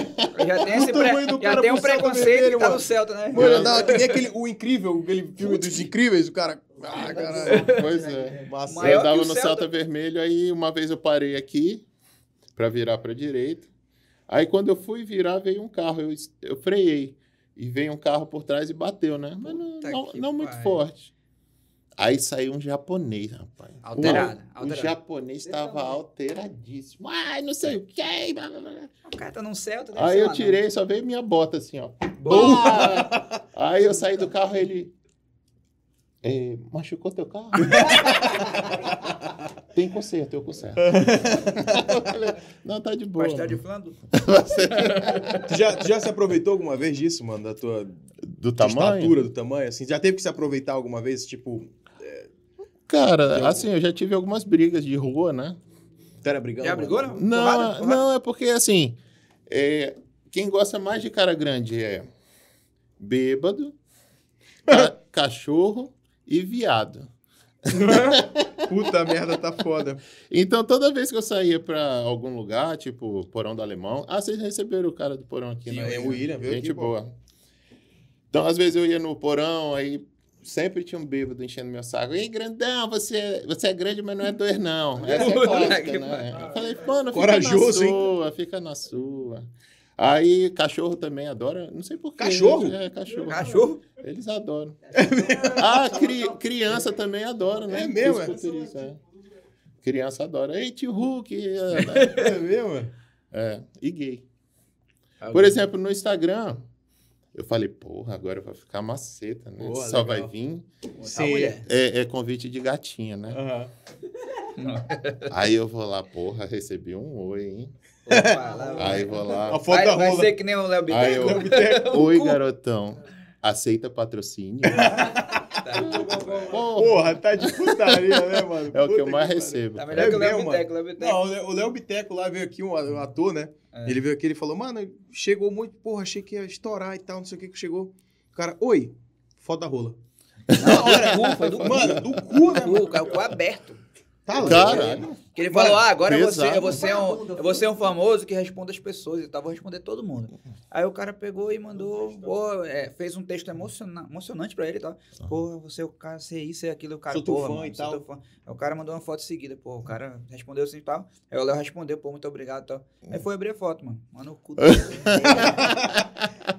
[SPEAKER 2] já tem esse
[SPEAKER 3] O tamanho do
[SPEAKER 2] pre...
[SPEAKER 3] cara
[SPEAKER 2] já tem um
[SPEAKER 3] pro Celta
[SPEAKER 2] preconceito
[SPEAKER 3] vermelho,
[SPEAKER 2] que tá
[SPEAKER 3] mano.
[SPEAKER 2] no Celta, né?
[SPEAKER 3] Mano, andava que nem aquele, o incrível, aquele filme dos incríveis, o cara. Ah, caralho.
[SPEAKER 1] Pois é.
[SPEAKER 3] Massa.
[SPEAKER 2] Maior
[SPEAKER 1] eu
[SPEAKER 2] que
[SPEAKER 1] andava
[SPEAKER 2] o
[SPEAKER 1] no
[SPEAKER 2] Celta.
[SPEAKER 1] Celta vermelho, aí uma vez eu parei aqui pra virar pra direita. Aí quando eu fui virar, veio um carro, eu, es- eu freiei. E veio um carro por trás e bateu, né? Mas não,
[SPEAKER 2] Puta
[SPEAKER 1] não,
[SPEAKER 2] que
[SPEAKER 1] não muito
[SPEAKER 2] pariu.
[SPEAKER 1] forte. Aí saiu um japonês, rapaz.
[SPEAKER 2] Alterado,
[SPEAKER 1] O, o
[SPEAKER 2] alterado.
[SPEAKER 1] japonês estava alteradíssimo. Ai, não sei o que. Blá, blá, blá.
[SPEAKER 2] O cara tá num Celta, deve
[SPEAKER 1] Aí
[SPEAKER 2] ser
[SPEAKER 1] eu
[SPEAKER 2] lá,
[SPEAKER 1] tirei, só veio minha bota assim, ó.
[SPEAKER 2] né? Boa.
[SPEAKER 1] Ah! Aí eu saí do carro ele. "É, machucou teu carro? Tem conserto, eu conserto. Eu falei, Não, tá de boa.
[SPEAKER 2] Pastel de
[SPEAKER 1] mano."
[SPEAKER 2] flando.
[SPEAKER 3] Tu já, tu já se aproveitou alguma vez disso, mano? Da tua
[SPEAKER 1] Do
[SPEAKER 3] tua
[SPEAKER 1] tamanho?
[SPEAKER 3] estatura, do tamanho, assim? Já teve que se aproveitar alguma vez, tipo.
[SPEAKER 1] Cara, assim, eu já tive algumas brigas de rua, né?
[SPEAKER 3] Tu era brigando?
[SPEAKER 2] Já brigou,
[SPEAKER 3] não?
[SPEAKER 2] não?
[SPEAKER 1] Não,
[SPEAKER 2] Porrada, porrada.
[SPEAKER 1] não é porque assim. é, quem gosta mais de cara grande é bêbado, ca- cachorro e viado.
[SPEAKER 3] Puta merda, tá foda.
[SPEAKER 1] Então, toda vez que eu saía pra algum lugar, tipo Porão do Alemão. Ah, vocês receberam o cara do Porão aqui,
[SPEAKER 3] Sim,
[SPEAKER 1] né?
[SPEAKER 3] é o William, veio
[SPEAKER 1] Gente
[SPEAKER 3] aqui, pô.
[SPEAKER 1] boa. Então, às vezes eu ia no Porão, aí sempre tinha um bêbado enchendo meu saco. Ei, grandão, você, é- você é grande, mas não é dois, não. Essa é
[SPEAKER 2] Puta
[SPEAKER 1] clássica,
[SPEAKER 2] que
[SPEAKER 1] né?
[SPEAKER 2] pariu.
[SPEAKER 1] Eu falei, mano, fica
[SPEAKER 3] Corajoso,
[SPEAKER 1] na
[SPEAKER 3] hein?
[SPEAKER 1] sua, fica na sua. Aí, cachorro também adora, não sei porquê.
[SPEAKER 3] Cachorro?
[SPEAKER 1] É, cachorro.
[SPEAKER 2] Cachorro?
[SPEAKER 1] Eles adoram. ah, cri- criança também adora, né?
[SPEAKER 3] É mesmo, é?
[SPEAKER 1] Escuta isso, é. Criança adora. Ei, tio Hulk! né?
[SPEAKER 3] É mesmo?
[SPEAKER 1] É, e gay. Por exemplo, no Instagram, eu falei, porra, agora vai ficar maceta, né?
[SPEAKER 3] Boa,
[SPEAKER 1] Só
[SPEAKER 3] legal.
[SPEAKER 1] vai vir.
[SPEAKER 2] A
[SPEAKER 3] Sim.
[SPEAKER 2] Tá mulher.
[SPEAKER 1] É, é convite de gatinha, né?
[SPEAKER 3] Aham.
[SPEAKER 1] Aí eu vou lá, porra, recebi um oi, hein?
[SPEAKER 2] Opa, lá vai.
[SPEAKER 1] Aí vou lá.
[SPEAKER 3] A foto
[SPEAKER 2] Vai-
[SPEAKER 3] da
[SPEAKER 2] Vai
[SPEAKER 3] rola.
[SPEAKER 2] ser que nem o Léo
[SPEAKER 1] Aí
[SPEAKER 2] Bittencourt.
[SPEAKER 1] eu. Oi, garotão. Aceita patrocínio?
[SPEAKER 2] Tá,
[SPEAKER 1] Porra,
[SPEAKER 3] Porra, tá de putaria, né, mano?
[SPEAKER 1] é o que
[SPEAKER 3] Puta
[SPEAKER 1] eu mais
[SPEAKER 3] pariu.
[SPEAKER 1] recebo.
[SPEAKER 2] Tá
[SPEAKER 1] cara.
[SPEAKER 2] melhor que o
[SPEAKER 3] É
[SPEAKER 2] Léo
[SPEAKER 3] meu,
[SPEAKER 2] Bittencourt, Léo Bittencourt.
[SPEAKER 3] Não, o Léo- o Léo Biteco lá veio aqui, um um ator, né?
[SPEAKER 2] É.
[SPEAKER 3] Ele veio aqui, ele falou, mano, chegou muito, porra, achei que ia estourar e tal, não sei o que que chegou. O cara, oi, foto da rola.
[SPEAKER 2] Não, do cu, foi do cu.
[SPEAKER 3] é Mano, do cu, né?
[SPEAKER 2] Do cu, cara, o cu aberto.
[SPEAKER 3] Tá louco.
[SPEAKER 1] Caralho.
[SPEAKER 2] Que ele falou, ah, agora eu vou,
[SPEAKER 1] pesado.
[SPEAKER 2] ser, eu, vou ser um, eu vou ser um famoso que responde as pessoas e tal, vou responder todo mundo. Aí o cara pegou e mandou, pô, é, fez um texto emociona- emocionante pra ele e tal. Pô, você é o cara, você é isso, é aquilo, o cara,
[SPEAKER 3] Sou teu
[SPEAKER 2] porra,
[SPEAKER 3] fã
[SPEAKER 2] mano,
[SPEAKER 3] e
[SPEAKER 2] sou
[SPEAKER 3] tal.
[SPEAKER 2] teu fã. Aí o cara mandou uma foto em seguida, pô, o cara respondeu assim e tal. Aí o Léo respondeu, pô, muito obrigado e tal. Aí foi abrir a foto, mano. Mano, o cu do...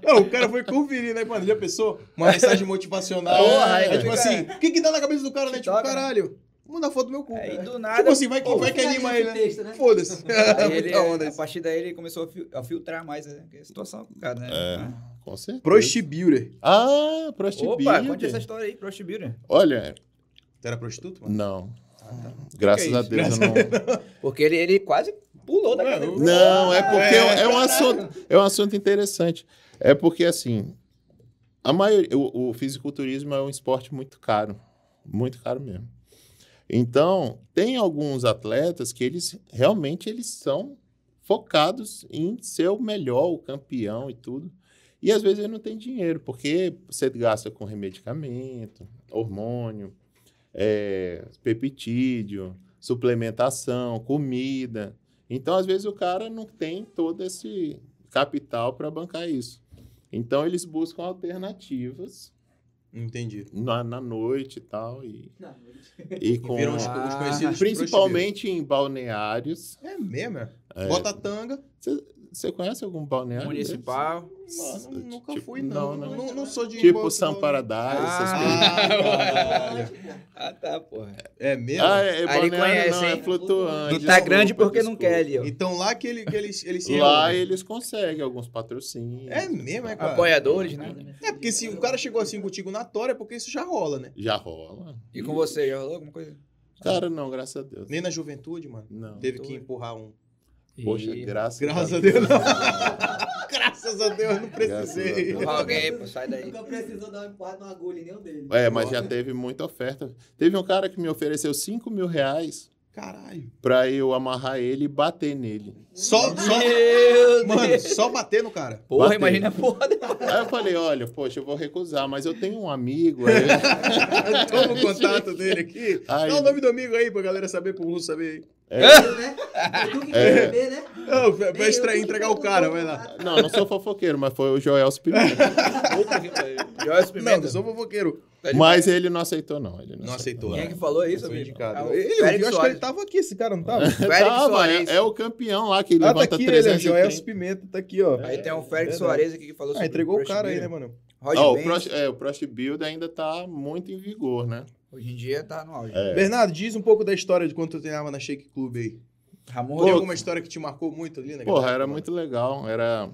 [SPEAKER 3] Não, o cara foi conferir, né, mano? Já pensou? Uma mensagem motivacional.
[SPEAKER 2] Porra, aí
[SPEAKER 3] é,
[SPEAKER 2] tu
[SPEAKER 3] tipo
[SPEAKER 2] fica-
[SPEAKER 3] assim, o que que dá na cabeça do cara, né? Tipo,
[SPEAKER 2] TikTok, né?
[SPEAKER 3] caralho, manda a foto do meu cu.
[SPEAKER 2] Aí do
[SPEAKER 3] Tipo
[SPEAKER 2] nada...
[SPEAKER 3] assim, vai que,
[SPEAKER 5] Pô,
[SPEAKER 3] vai que
[SPEAKER 5] finaliza
[SPEAKER 3] anima
[SPEAKER 5] o
[SPEAKER 3] ele, né?
[SPEAKER 5] texto, né?
[SPEAKER 3] Foda-se.
[SPEAKER 2] aí ele, é
[SPEAKER 3] Muita onda
[SPEAKER 2] a
[SPEAKER 3] isso.
[SPEAKER 2] partir daí ele começou a, fil- a filtrar mais né, a situação com o cara, né? É.
[SPEAKER 1] Com certeza.
[SPEAKER 3] Prostibuilder.
[SPEAKER 1] Ah,
[SPEAKER 2] Opa,
[SPEAKER 1] prostituída.
[SPEAKER 2] conte essa história aí, Prostibuira.
[SPEAKER 1] Olha,
[SPEAKER 3] Tu era prostituto, mano?
[SPEAKER 1] não. Graças
[SPEAKER 3] Que é
[SPEAKER 1] a
[SPEAKER 3] isso?
[SPEAKER 1] Deus eu não.
[SPEAKER 2] Porque ele, ele quase pulou da
[SPEAKER 3] Ué,
[SPEAKER 2] cadeira.
[SPEAKER 3] o-
[SPEAKER 1] Não, é porque
[SPEAKER 3] É.
[SPEAKER 1] é, um assunto, é um assunto interessante. É porque assim, a maioria, o, o fisiculturismo é um esporte muito caro, muito caro mesmo. Então, tem alguns atletas que eles realmente eles são focados em ser o melhor, o campeão e tudo. E às vezes ele não tem dinheiro, porque você gasta com remedicamento, hormônio, é, peptídeo, suplementação, comida. Então, às vezes, o cara não tem todo esse capital para bancar isso. Então, eles buscam alternativas
[SPEAKER 3] Entendi.
[SPEAKER 1] na, na noite e tal. E,
[SPEAKER 5] Não, eu-
[SPEAKER 1] e com,
[SPEAKER 3] Viram os,
[SPEAKER 2] Ah,
[SPEAKER 3] os conhecidos
[SPEAKER 1] principalmente em balneários.
[SPEAKER 3] prostituídos. É mesmo, é?
[SPEAKER 1] É.
[SPEAKER 3] Bota a tanga.
[SPEAKER 1] Você conhece algum balneário?
[SPEAKER 2] Municipal.
[SPEAKER 1] Mano,
[SPEAKER 3] Mano, nunca
[SPEAKER 1] tipo,
[SPEAKER 3] fui, não. Não,
[SPEAKER 1] não, não.
[SPEAKER 3] não, sou de...
[SPEAKER 1] desses? Tipo
[SPEAKER 3] Bota-
[SPEAKER 1] São Paradise, essas
[SPEAKER 2] Ah.
[SPEAKER 1] coisas.
[SPEAKER 3] Ah, caralho.
[SPEAKER 2] Ah, tá, porra.
[SPEAKER 3] É mesmo?
[SPEAKER 1] Ah, é, é
[SPEAKER 2] ele
[SPEAKER 1] balneário
[SPEAKER 2] conhece,
[SPEAKER 1] não, é
[SPEAKER 2] hein?
[SPEAKER 1] flutuante.
[SPEAKER 2] Não tá grande
[SPEAKER 1] desculpa,
[SPEAKER 2] porque não
[SPEAKER 1] desculpa.
[SPEAKER 2] quer ali, ó.
[SPEAKER 3] Então lá que, ele, que eles, eles se
[SPEAKER 1] Lá
[SPEAKER 3] reúnem.
[SPEAKER 1] eles conseguem alguns patrocínios.
[SPEAKER 3] É mesmo, é, cara?
[SPEAKER 2] Apoiadores, né?
[SPEAKER 3] É, porque se o cara chegou assim contigo na tora, é porque isso já rola, né?
[SPEAKER 1] Já rola.
[SPEAKER 2] E com você, já rolou alguma coisa?
[SPEAKER 1] Cara, não, graças a Deus.
[SPEAKER 3] Nem na juventude, mano.
[SPEAKER 1] Não.
[SPEAKER 3] Teve que empurrar um.
[SPEAKER 1] Poxa,
[SPEAKER 2] Ih.
[SPEAKER 1] graças,
[SPEAKER 3] Graças a Deus, não.
[SPEAKER 1] não.
[SPEAKER 3] Graças Graças a Deus, não precisei.
[SPEAKER 1] Graças
[SPEAKER 2] Porra, alguém, pô, sai daí.
[SPEAKER 5] Nunca precisou dar uma empurrada numa agulha em nenhum deles.
[SPEAKER 1] É, mas já teve muita oferta. Teve um cara que me ofereceu 5 mil reais
[SPEAKER 3] Caralho.
[SPEAKER 1] pra eu amarrar ele e bater nele.
[SPEAKER 3] Só, só,
[SPEAKER 2] Meu
[SPEAKER 3] mano,
[SPEAKER 2] Deus.
[SPEAKER 3] só bater no cara.
[SPEAKER 2] Porra,
[SPEAKER 1] Bateu.
[SPEAKER 2] imagina a porra. da-
[SPEAKER 1] Aí eu falei, olha, poxa, eu vou recusar, mas eu tenho um amigo. Aí,
[SPEAKER 3] Eu tomo o contato dele aqui.
[SPEAKER 1] Ai.
[SPEAKER 3] Dá o nome do amigo aí pra galera saber, pro Lúcio saber
[SPEAKER 5] Foi, né? Foi tu que quis
[SPEAKER 1] É.
[SPEAKER 5] beber, né?
[SPEAKER 3] aí. Não, vai
[SPEAKER 5] Nem eu
[SPEAKER 3] extrair,
[SPEAKER 5] que
[SPEAKER 3] entregar
[SPEAKER 5] quis
[SPEAKER 3] o cara, vai
[SPEAKER 5] beber.
[SPEAKER 3] lá.
[SPEAKER 1] não, não sou fofoqueiro, mas foi o Joel
[SPEAKER 3] Tá
[SPEAKER 1] Pimenta.
[SPEAKER 2] Puta que pariu. Joyce
[SPEAKER 3] Não,
[SPEAKER 2] Pimenta.
[SPEAKER 3] eu sou fofoqueiro.
[SPEAKER 1] Mas ele não aceitou, não. Ele não,
[SPEAKER 3] Não aceitou,
[SPEAKER 2] Quem é
[SPEAKER 3] né?
[SPEAKER 2] que falou isso,
[SPEAKER 3] Eu sou
[SPEAKER 2] amigo?
[SPEAKER 3] indicado.
[SPEAKER 2] Ah, o
[SPEAKER 3] Ele, eu,
[SPEAKER 2] Félix
[SPEAKER 3] acho que
[SPEAKER 2] Soares.
[SPEAKER 3] ele tava aqui, esse cara, não
[SPEAKER 1] Ah,
[SPEAKER 3] tava?
[SPEAKER 2] Félix
[SPEAKER 1] Tava,
[SPEAKER 2] Soares.
[SPEAKER 1] é, é o campeão lá que
[SPEAKER 3] Ah, tá
[SPEAKER 1] levanta
[SPEAKER 3] aqui ele, é
[SPEAKER 1] 330.
[SPEAKER 3] Joel Pimenta, tá aqui, ó.
[SPEAKER 2] Aí tem o Félix
[SPEAKER 3] É,
[SPEAKER 2] Soares aqui que falou
[SPEAKER 3] Ah,
[SPEAKER 2] sobre
[SPEAKER 3] entregou o
[SPEAKER 2] Prost
[SPEAKER 3] cara aí, né,
[SPEAKER 2] Beer.
[SPEAKER 3] mano?
[SPEAKER 2] Roger
[SPEAKER 1] Ó, o
[SPEAKER 2] Benz,
[SPEAKER 1] Prost, é, o Prost Build ainda tá muito em vigor, né?
[SPEAKER 2] hoje em dia tá no auge.
[SPEAKER 1] É.
[SPEAKER 3] Bernardo, diz um pouco da história de quando tu treinava na Shake Club aí.
[SPEAKER 2] Ramon
[SPEAKER 3] Tem
[SPEAKER 2] Rodrigues.
[SPEAKER 3] alguma história que te marcou muito ali, né?
[SPEAKER 1] Porra,
[SPEAKER 3] galera?
[SPEAKER 1] era muito legal. Era.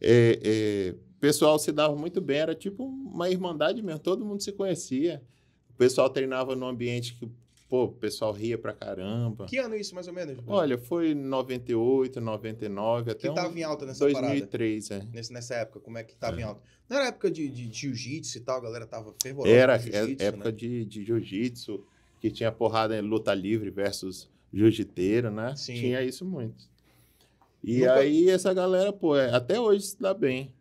[SPEAKER 1] é, é, o pessoal se dava muito bem, era tipo uma irmandade mesmo, todo mundo se conhecia. O pessoal treinava num ambiente que, pô, o pessoal ria pra caramba.
[SPEAKER 3] Que ano isso, mais ou menos?
[SPEAKER 1] Olha, foi 98, 99, até
[SPEAKER 3] que
[SPEAKER 1] um
[SPEAKER 3] tava em alta nessa parada?
[SPEAKER 1] 2003, é.
[SPEAKER 3] Nesse- nessa época, como é que tava em alta? Não era época de, de jiu-jitsu e tal, a galera tava fervorosa
[SPEAKER 1] Era
[SPEAKER 3] com jiu-jitsu,
[SPEAKER 1] é- época
[SPEAKER 3] né?
[SPEAKER 1] de, de jiu-jitsu, que tinha porrada em luta livre versus jiu-jiteiro, né?
[SPEAKER 3] Sim.
[SPEAKER 1] Tinha isso muito. E
[SPEAKER 3] Nunca-
[SPEAKER 1] aí essa galera, pô, é- até hoje se dá bem,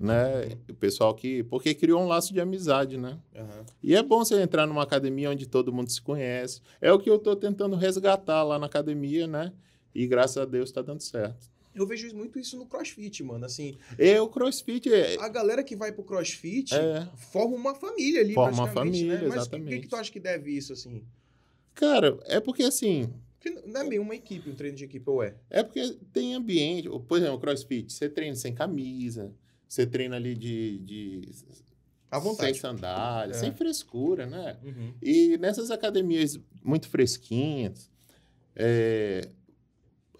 [SPEAKER 1] né? O pessoal que... Porque criou um laço de amizade, né?
[SPEAKER 3] Aham.
[SPEAKER 1] E é bom você entrar numa academia onde todo mundo se conhece. É o que eu tô tentando resgatar lá na academia, né? E graças a Deus tá dando certo.
[SPEAKER 3] Eu vejo muito isso no crossfit, mano. Assim,
[SPEAKER 1] E o crossfit é...
[SPEAKER 3] a galera que vai pro crossfit
[SPEAKER 1] é
[SPEAKER 3] forma uma família ali,
[SPEAKER 1] Forma uma
[SPEAKER 3] praticamente,
[SPEAKER 1] família,
[SPEAKER 3] né? Mas o que- que,
[SPEAKER 1] exatamente.
[SPEAKER 3] que tu acha que deve isso, assim?
[SPEAKER 1] cara, é porque assim...
[SPEAKER 3] Porque não é bem uma equipe, um treino de equipe, ou é?
[SPEAKER 1] É porque tem ambiente. ou, Por exemplo, crossfit, você treina sem camisa, você treina ali de. de
[SPEAKER 3] À
[SPEAKER 1] Sem
[SPEAKER 3] vontade.
[SPEAKER 1] sandália,
[SPEAKER 3] É.
[SPEAKER 1] sem frescura, né?
[SPEAKER 3] Uhum.
[SPEAKER 1] E nessas academias muito fresquinhas, é,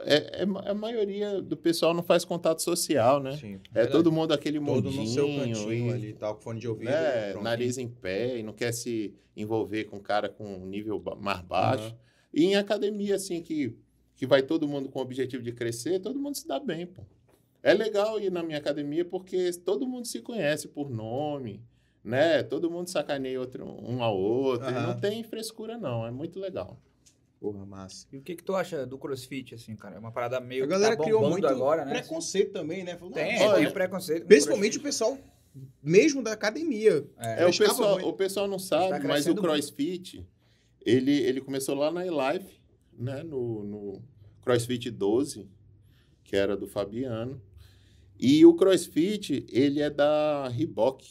[SPEAKER 1] é, é ma- a maioria do pessoal não faz contato social, né?
[SPEAKER 3] Sim.
[SPEAKER 1] É
[SPEAKER 2] Verdade.
[SPEAKER 1] todo mundo aquele
[SPEAKER 3] Todo
[SPEAKER 1] mundinho,
[SPEAKER 3] no seu cantinho
[SPEAKER 1] e,
[SPEAKER 3] ali e tal, com fone de ouvido.
[SPEAKER 1] né,
[SPEAKER 3] pronto.
[SPEAKER 1] nariz em pé, e não quer se envolver com um cara com um nível ba- mais baixo. E em academia, assim, que, que vai todo mundo com o objetivo de crescer, todo mundo se dá bem, pô. É legal ir na minha academia porque todo mundo se conhece por nome, né? Todo mundo sacaneia outro, um ao outro. e
[SPEAKER 3] Aham.
[SPEAKER 1] Não tem frescura, não. É muito legal.
[SPEAKER 3] Porra, massa.
[SPEAKER 2] E o que, que tu acha do crossfit, assim, cara? É uma parada meio
[SPEAKER 3] A galera
[SPEAKER 2] que tá
[SPEAKER 3] criou
[SPEAKER 2] bombando
[SPEAKER 3] muito
[SPEAKER 2] agora, né?
[SPEAKER 3] preconceito também, né? Falou,
[SPEAKER 2] Tem,
[SPEAKER 3] "Não,
[SPEAKER 1] Olha,
[SPEAKER 2] tem um preconceito. com
[SPEAKER 3] Principalmente o pessoal, mesmo da academia.
[SPEAKER 1] É, o,
[SPEAKER 3] Gostava
[SPEAKER 1] pessoal,
[SPEAKER 3] muito.
[SPEAKER 1] o pessoal não sabe,
[SPEAKER 2] Está
[SPEAKER 1] mas o
[SPEAKER 2] crescendo muito.
[SPEAKER 1] CrossFit, ele, ele começou lá na Life, né? No, no CrossFit 12, que era do Fabiano. E o CrossFit, ele é da Reebok,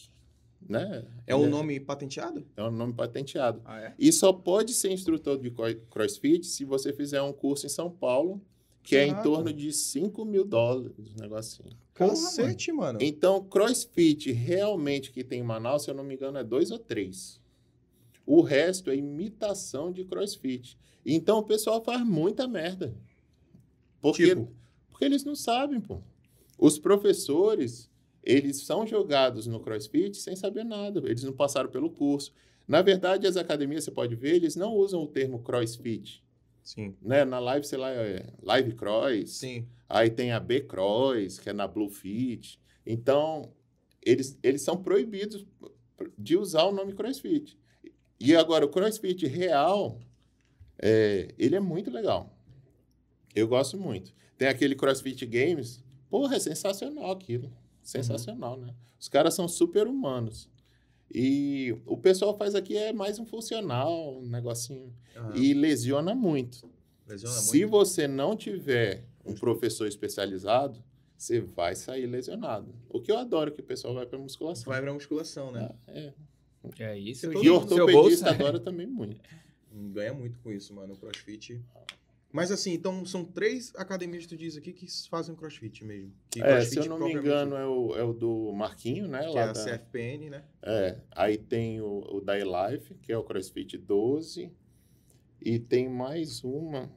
[SPEAKER 1] né?
[SPEAKER 3] É um
[SPEAKER 1] Ele
[SPEAKER 3] nome patenteado?
[SPEAKER 1] É um nome patenteado.
[SPEAKER 2] Ah, é?
[SPEAKER 1] E só pode ser instrutor de cro- crossfit se você fizer um curso em São Paulo, que é em
[SPEAKER 3] Caraca.
[SPEAKER 1] torno de 5 mil dólares, um negocinho.
[SPEAKER 3] Cacete, mano.
[SPEAKER 1] Então, crossfit realmente que tem em Manaus, se eu não me engano, é dois ou três. O resto é imitação de crossfit. Então, o pessoal faz muita merda. Porque,
[SPEAKER 3] Tipo?
[SPEAKER 1] porque eles não sabem, pô. Os professores, eles são jogados no crossfit sem saber nada. Eles não passaram pelo curso. Na verdade, as academias, você pode ver, eles não usam o termo crossfit.
[SPEAKER 3] Sim.
[SPEAKER 1] Né? Na live, sei lá, é live cross.
[SPEAKER 3] Sim.
[SPEAKER 1] Aí tem a B-Cross, que é na Blue Fit. Então, eles, eles são proibidos de usar o nome CrossFit. E agora, o CrossFit real, é, ele é muito legal. Eu gosto muito. Tem aquele CrossFit Games. Porra, é sensacional aquilo. Sensacional, né? Os caras são super humanos. E o pessoal faz aqui é mais um funcional, um negocinho.
[SPEAKER 3] Ah.
[SPEAKER 1] E lesiona muito. Se você não tiver um professor especializado, você vai sair lesionado. O que eu adoro que o pessoal vai para musculação.
[SPEAKER 3] Vai pra musculação, né?
[SPEAKER 1] É.
[SPEAKER 2] É isso.
[SPEAKER 3] Todo
[SPEAKER 1] E
[SPEAKER 3] mundo no seu né?
[SPEAKER 1] ortopedista agora também muito.
[SPEAKER 3] Ganha muito com isso, mano, o crossfit. Mas assim, então são três academias, tu diz aqui, que fazem crossfit mesmo. Que
[SPEAKER 1] É,
[SPEAKER 3] crossfit
[SPEAKER 1] se eu não me
[SPEAKER 3] propriamente
[SPEAKER 1] engano, é o, é o do Marquinho, né?
[SPEAKER 3] Que é
[SPEAKER 1] lá
[SPEAKER 3] a
[SPEAKER 1] da-
[SPEAKER 3] CFPN, né?
[SPEAKER 1] é. Aí tem o, o da Life, que é o CrossFit 12. E tem mais uma.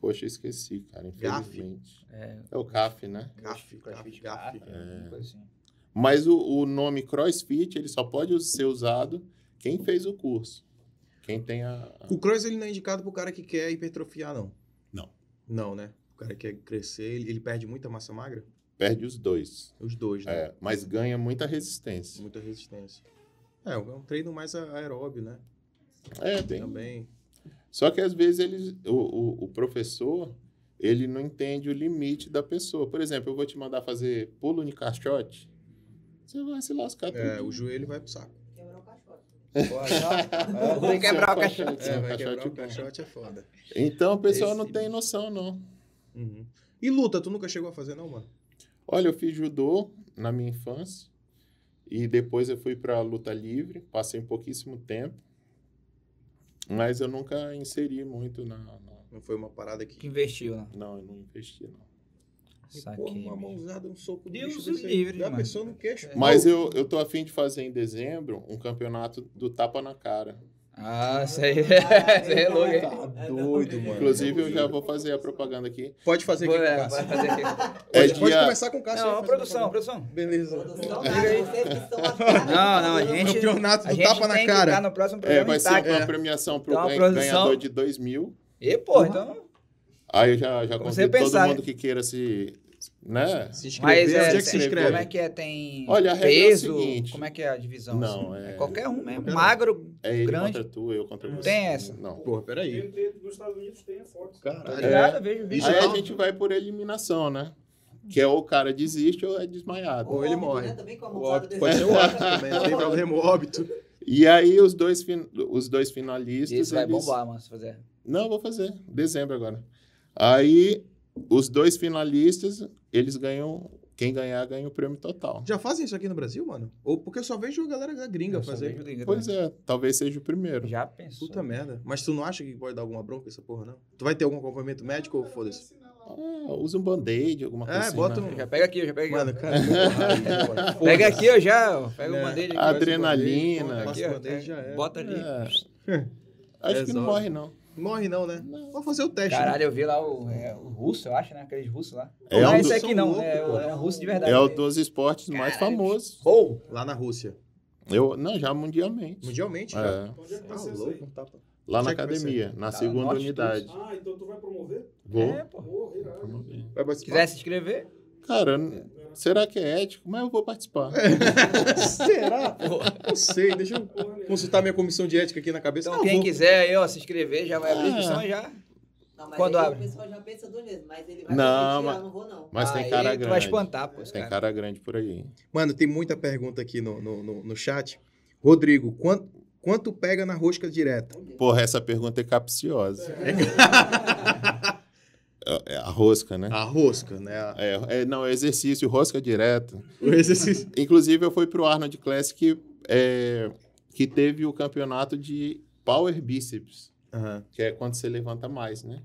[SPEAKER 1] Poxa, eu esqueci, cara,
[SPEAKER 3] Gaf.
[SPEAKER 1] infelizmente. É o CAF, né?
[SPEAKER 3] CAF, CAF, CAF.
[SPEAKER 1] É.
[SPEAKER 2] alguma coisa assim.
[SPEAKER 1] Mas o, o nome CrossFit, ele só pode us- ser usado quem fez o curso. Quem tem a... a-
[SPEAKER 3] O cross, ele não é indicado pro cara que quer hipertrofiar, não.
[SPEAKER 1] Não.
[SPEAKER 3] Não, né? O cara quer crescer, ele, ele perde muita massa magra?
[SPEAKER 1] Perde os dois.
[SPEAKER 3] Os dois, né?
[SPEAKER 1] É, mas ganha muita resistência.
[SPEAKER 3] Muita resistência. É, é um treino mais a- aeróbio, né?
[SPEAKER 1] É, bem.
[SPEAKER 3] Também.
[SPEAKER 1] Só que às vezes eles, o, o, o professor ele não entende o limite da pessoa. Por exemplo, eu vou te mandar fazer pulo de caixote, você vai se lascar
[SPEAKER 3] É,
[SPEAKER 1] tudo.
[SPEAKER 3] o joelho vai pro saco.
[SPEAKER 5] Quebrou o caixote.
[SPEAKER 2] Vou quebrar o caixote.
[SPEAKER 1] É,
[SPEAKER 3] É, vai quebrar
[SPEAKER 1] caixote
[SPEAKER 3] o
[SPEAKER 1] bom.
[SPEAKER 3] caixote, é foda.
[SPEAKER 1] Então o pessoal
[SPEAKER 3] Esse
[SPEAKER 1] não tem
[SPEAKER 3] bicho.
[SPEAKER 1] noção, não.
[SPEAKER 3] Uhum. E luta, tu nunca chegou a fazer, não, mano?
[SPEAKER 1] Olha, eu fiz judô na minha infância e depois eu fui para luta livre, passei um pouquíssimo tempo, mas eu nunca inseri muito na, na-
[SPEAKER 3] Não foi uma parada que.
[SPEAKER 2] Que investiu, né?
[SPEAKER 1] não, eu não investi não.
[SPEAKER 3] Porra,
[SPEAKER 2] Saquei.
[SPEAKER 3] uma mãozada, um soco do
[SPEAKER 2] Deus
[SPEAKER 3] bicho
[SPEAKER 2] o
[SPEAKER 3] desse aí.
[SPEAKER 2] livre,
[SPEAKER 3] Dá uma
[SPEAKER 2] mano.
[SPEAKER 3] pessoa no queixo.
[SPEAKER 2] É.
[SPEAKER 1] Mas eu, eu tô afim de fazer em dezembro um campeonato do tapa na cara.
[SPEAKER 2] Ah, isso aí.
[SPEAKER 5] Ah,
[SPEAKER 2] isso aí é louco, hein?
[SPEAKER 5] tá
[SPEAKER 3] Tá doido, mano.
[SPEAKER 1] Inclusive eu já vou fazer a propaganda aqui.
[SPEAKER 3] Pode fazer aqui
[SPEAKER 2] Vou,
[SPEAKER 3] com o
[SPEAKER 2] é,
[SPEAKER 3] Cássio.
[SPEAKER 2] vai fazer aqui.
[SPEAKER 1] É
[SPEAKER 3] Pode, pode
[SPEAKER 1] dia,
[SPEAKER 3] começar com o Cássio.
[SPEAKER 2] Não,
[SPEAKER 3] aí,
[SPEAKER 2] ó,
[SPEAKER 3] fazer
[SPEAKER 2] produção,
[SPEAKER 3] uma parada.
[SPEAKER 2] produção.
[SPEAKER 3] Beleza.
[SPEAKER 5] Produção,
[SPEAKER 3] Diga aí.
[SPEAKER 5] vocês que estão atrás.
[SPEAKER 2] Não, não, a gente.
[SPEAKER 3] Campeonato
[SPEAKER 2] A
[SPEAKER 3] do
[SPEAKER 2] gente
[SPEAKER 3] tapa na
[SPEAKER 2] tem que
[SPEAKER 3] cara.
[SPEAKER 2] entrar no próximo
[SPEAKER 1] é,
[SPEAKER 2] programa
[SPEAKER 1] vai ser
[SPEAKER 2] intacto.
[SPEAKER 1] uma
[SPEAKER 3] né?
[SPEAKER 1] premiação pro
[SPEAKER 2] Então, a
[SPEAKER 1] ganha-
[SPEAKER 2] produção-
[SPEAKER 1] ganhador de 2 mil.
[SPEAKER 2] E, pô, então.
[SPEAKER 1] Aí eu já, já
[SPEAKER 2] Comecei a
[SPEAKER 1] convido todo
[SPEAKER 2] pensar,
[SPEAKER 1] mundo
[SPEAKER 2] hein?
[SPEAKER 1] que queira se, né?
[SPEAKER 3] Se
[SPEAKER 2] Mas
[SPEAKER 3] inscrever,
[SPEAKER 2] é,
[SPEAKER 3] onde é que se
[SPEAKER 1] tem-
[SPEAKER 2] como é
[SPEAKER 3] inscreve?
[SPEAKER 2] que é? Tem
[SPEAKER 1] Olha, a regra é o
[SPEAKER 2] peso?
[SPEAKER 1] seguinte.
[SPEAKER 2] como é que é a divisão?
[SPEAKER 1] Não,
[SPEAKER 2] assim?
[SPEAKER 1] é-
[SPEAKER 2] Qualquer um mesmo.
[SPEAKER 3] Qualquer um.
[SPEAKER 2] Magro.
[SPEAKER 1] É ele
[SPEAKER 2] Grande.
[SPEAKER 1] contra tu, eu contra
[SPEAKER 4] Não
[SPEAKER 1] você.
[SPEAKER 2] tem essa.
[SPEAKER 1] Não.
[SPEAKER 3] Porra, peraí.
[SPEAKER 4] Tem- tem- Nos Estados Unidos tem a Fox.
[SPEAKER 1] Tá
[SPEAKER 3] Caralho.
[SPEAKER 2] Obrigado, vejo o vídeo.
[SPEAKER 3] Isso
[SPEAKER 1] Aí
[SPEAKER 3] é
[SPEAKER 1] a
[SPEAKER 3] um-
[SPEAKER 1] gente vai por eliminação, né? Que é ou o cara desiste ou é desmaiado.
[SPEAKER 3] Ou ele morre.
[SPEAKER 5] Né? Também com a
[SPEAKER 3] O
[SPEAKER 5] mãozada
[SPEAKER 3] óbito
[SPEAKER 5] desse
[SPEAKER 3] pode ser o
[SPEAKER 5] jeito.
[SPEAKER 3] óbito também, né? não tem
[SPEAKER 2] um
[SPEAKER 3] problema o óbito.
[SPEAKER 1] E aí os dois, fin- os dois finalistas.
[SPEAKER 2] Isso vai
[SPEAKER 1] eles-
[SPEAKER 2] bombar, mano, se fazer.
[SPEAKER 1] Não, eu vou fazer. Dezembro agora. Aí os dois finalistas, eles ganham. Quem ganhar ganha o prêmio total.
[SPEAKER 3] Já fazem isso aqui no Brasil, mano? Ou porque eu só vejo a galera da gringa fazer.
[SPEAKER 1] Pois é, talvez seja o primeiro.
[SPEAKER 2] Já pensou.
[SPEAKER 3] Puta merda. Mas tu não acha que pode dar alguma bronca essa porra, não? Tu vai ter algum acompanhamento médico ou foda-se?
[SPEAKER 1] Ah, usa um band-aid, alguma coisa
[SPEAKER 3] É,
[SPEAKER 1] assim,
[SPEAKER 3] bota
[SPEAKER 1] né?
[SPEAKER 3] um.
[SPEAKER 2] Já pega aqui, já pega aqui.
[SPEAKER 3] Mano, cara, porra, aí, mano,
[SPEAKER 2] Pega
[SPEAKER 3] foda-se.
[SPEAKER 2] aqui, ó, já. ó. Pega
[SPEAKER 3] É.
[SPEAKER 2] o bandeja aqui.
[SPEAKER 1] Adrenalina.
[SPEAKER 3] Passa o
[SPEAKER 2] Aqui, ó,
[SPEAKER 3] bandeja, já é.
[SPEAKER 2] Bota ali.
[SPEAKER 1] É. Acho que não
[SPEAKER 3] Resolve.
[SPEAKER 1] morre, não.
[SPEAKER 3] Morre não, né? Vou fazer o teste. né?
[SPEAKER 2] Caralho, eu vi lá o, é, o russo, eu acho, né? Aqueles russos lá.
[SPEAKER 1] É
[SPEAKER 2] não
[SPEAKER 1] um
[SPEAKER 2] é
[SPEAKER 1] do-
[SPEAKER 2] esse aqui, não.
[SPEAKER 3] São
[SPEAKER 2] é,
[SPEAKER 3] louco, pô.
[SPEAKER 2] é um russo de verdade.
[SPEAKER 1] É um dos esportes mais famosos.
[SPEAKER 2] Ou.
[SPEAKER 3] Lá na Rússia.
[SPEAKER 1] Eu, não, já mundialmente.
[SPEAKER 3] Mundialmente, já.
[SPEAKER 1] É,
[SPEAKER 4] Onde é que
[SPEAKER 3] Ah,
[SPEAKER 4] vai ser isso aí?
[SPEAKER 3] louco, um tapa.
[SPEAKER 1] lá na
[SPEAKER 3] Onde é que vai ser?
[SPEAKER 1] academia, na
[SPEAKER 2] Tá,
[SPEAKER 1] segunda
[SPEAKER 2] nós
[SPEAKER 1] unidade.
[SPEAKER 4] Ah, então tu vai promover?
[SPEAKER 1] Vou.
[SPEAKER 2] É, pô.
[SPEAKER 4] Porra, irado.
[SPEAKER 3] Vai
[SPEAKER 2] Se
[SPEAKER 3] participar?
[SPEAKER 2] quiser se inscrever,
[SPEAKER 1] Cara, n- será que é ético? Mas eu vou participar.
[SPEAKER 3] Será? Não sei, deixa eu
[SPEAKER 4] Porra, né?
[SPEAKER 3] consultar minha comissão de ética aqui na cabeça.
[SPEAKER 1] um
[SPEAKER 2] então
[SPEAKER 3] Não,
[SPEAKER 2] quem
[SPEAKER 3] vou.
[SPEAKER 2] quiser aí, ó, se inscrever, já vai abrir a
[SPEAKER 1] É.
[SPEAKER 2] inscrição e já.
[SPEAKER 5] Não, mas
[SPEAKER 2] Quando
[SPEAKER 5] aí
[SPEAKER 2] abre?
[SPEAKER 5] O pessoal já pensa duas vezes, mas ele vai
[SPEAKER 1] Não,
[SPEAKER 5] tirar,
[SPEAKER 1] mas-
[SPEAKER 5] não vou não.
[SPEAKER 1] Mas
[SPEAKER 2] Aí
[SPEAKER 1] tem cara
[SPEAKER 2] tu
[SPEAKER 1] grande.
[SPEAKER 2] vai espantar, pô. esse
[SPEAKER 1] Tem
[SPEAKER 2] cara.
[SPEAKER 1] cara grande por aí. hein?
[SPEAKER 3] Mano, tem muita pergunta aqui no, no, no, no chat. Rodrigo, quanto, quanto pega na rosca direta?
[SPEAKER 1] Porra, essa pergunta é capciosa. É, é a rosca, né?
[SPEAKER 3] A rosca, né? A-
[SPEAKER 1] É, é, não, é exercício, rosca direta.
[SPEAKER 3] O exercício.
[SPEAKER 1] Inclusive, eu fui pro Arnold Classic é, que teve o campeonato de Power Biceps.
[SPEAKER 3] Aham.
[SPEAKER 1] que é quando você levanta mais, né?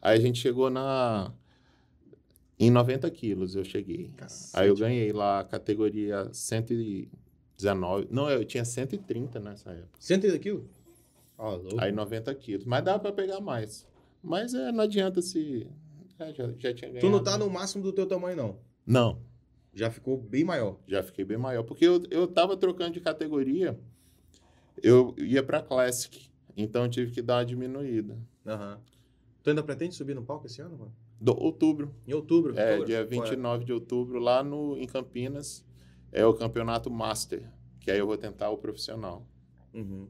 [SPEAKER 1] Aí a gente chegou na em 90 quilos, eu cheguei.
[SPEAKER 3] Cacete.
[SPEAKER 1] Aí eu ganhei lá a categoria 119. Não, eu tinha 130 nessa época.
[SPEAKER 3] Senta aí daquilo? Ó, Tá louco.
[SPEAKER 1] Aí 90 quilos. Mas dá pra pegar mais. Mas é, não adianta se. é, já, já tinha ganhado.
[SPEAKER 3] Tu não tá no máximo do teu tamanho, não.
[SPEAKER 1] Não,
[SPEAKER 3] Já ficou bem maior.
[SPEAKER 1] já fiquei bem maior. Porque eu, eu tava trocando de categoria, eu ia pra Classic. Então eu tive que dar uma diminuída.
[SPEAKER 3] Aham. Tu ainda pretende subir no palco esse ano, mano?
[SPEAKER 1] Do outubro.
[SPEAKER 3] Em outubro?
[SPEAKER 1] É,
[SPEAKER 3] outubro?
[SPEAKER 1] dia
[SPEAKER 3] Qual é?
[SPEAKER 1] 29 de outubro, lá no, em Campinas, é o campeonato Master, que aí eu vou tentar o profissional.
[SPEAKER 3] Uhum.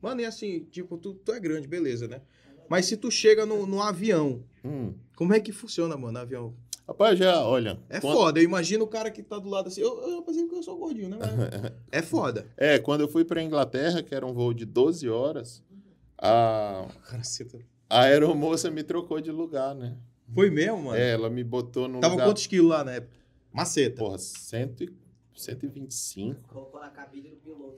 [SPEAKER 3] Mano, e assim, tipo, tu, tu é grande, beleza, né? Mas se tu chega no, no avião,
[SPEAKER 1] Hum.
[SPEAKER 3] como é que funciona, mano, avião?
[SPEAKER 1] Rapaz, já, olha.
[SPEAKER 3] É
[SPEAKER 1] quan-
[SPEAKER 3] foda, eu imagino o cara que tá do lado assim. Eu, eu pensei que eu sou gordinho, né? Mas é foda.
[SPEAKER 1] É, quando eu fui para Inglaterra, que era um voo de 12 horas, a,
[SPEAKER 3] Caceta.
[SPEAKER 1] a aeromoça me trocou de lugar, né?
[SPEAKER 3] Foi mesmo, mano?
[SPEAKER 1] É, ela me botou no
[SPEAKER 3] Tava
[SPEAKER 1] lugar.
[SPEAKER 3] quantos quilos lá na época? Maceta.
[SPEAKER 1] Porra, cento e, 125.
[SPEAKER 5] Colocou na cabine do piloto.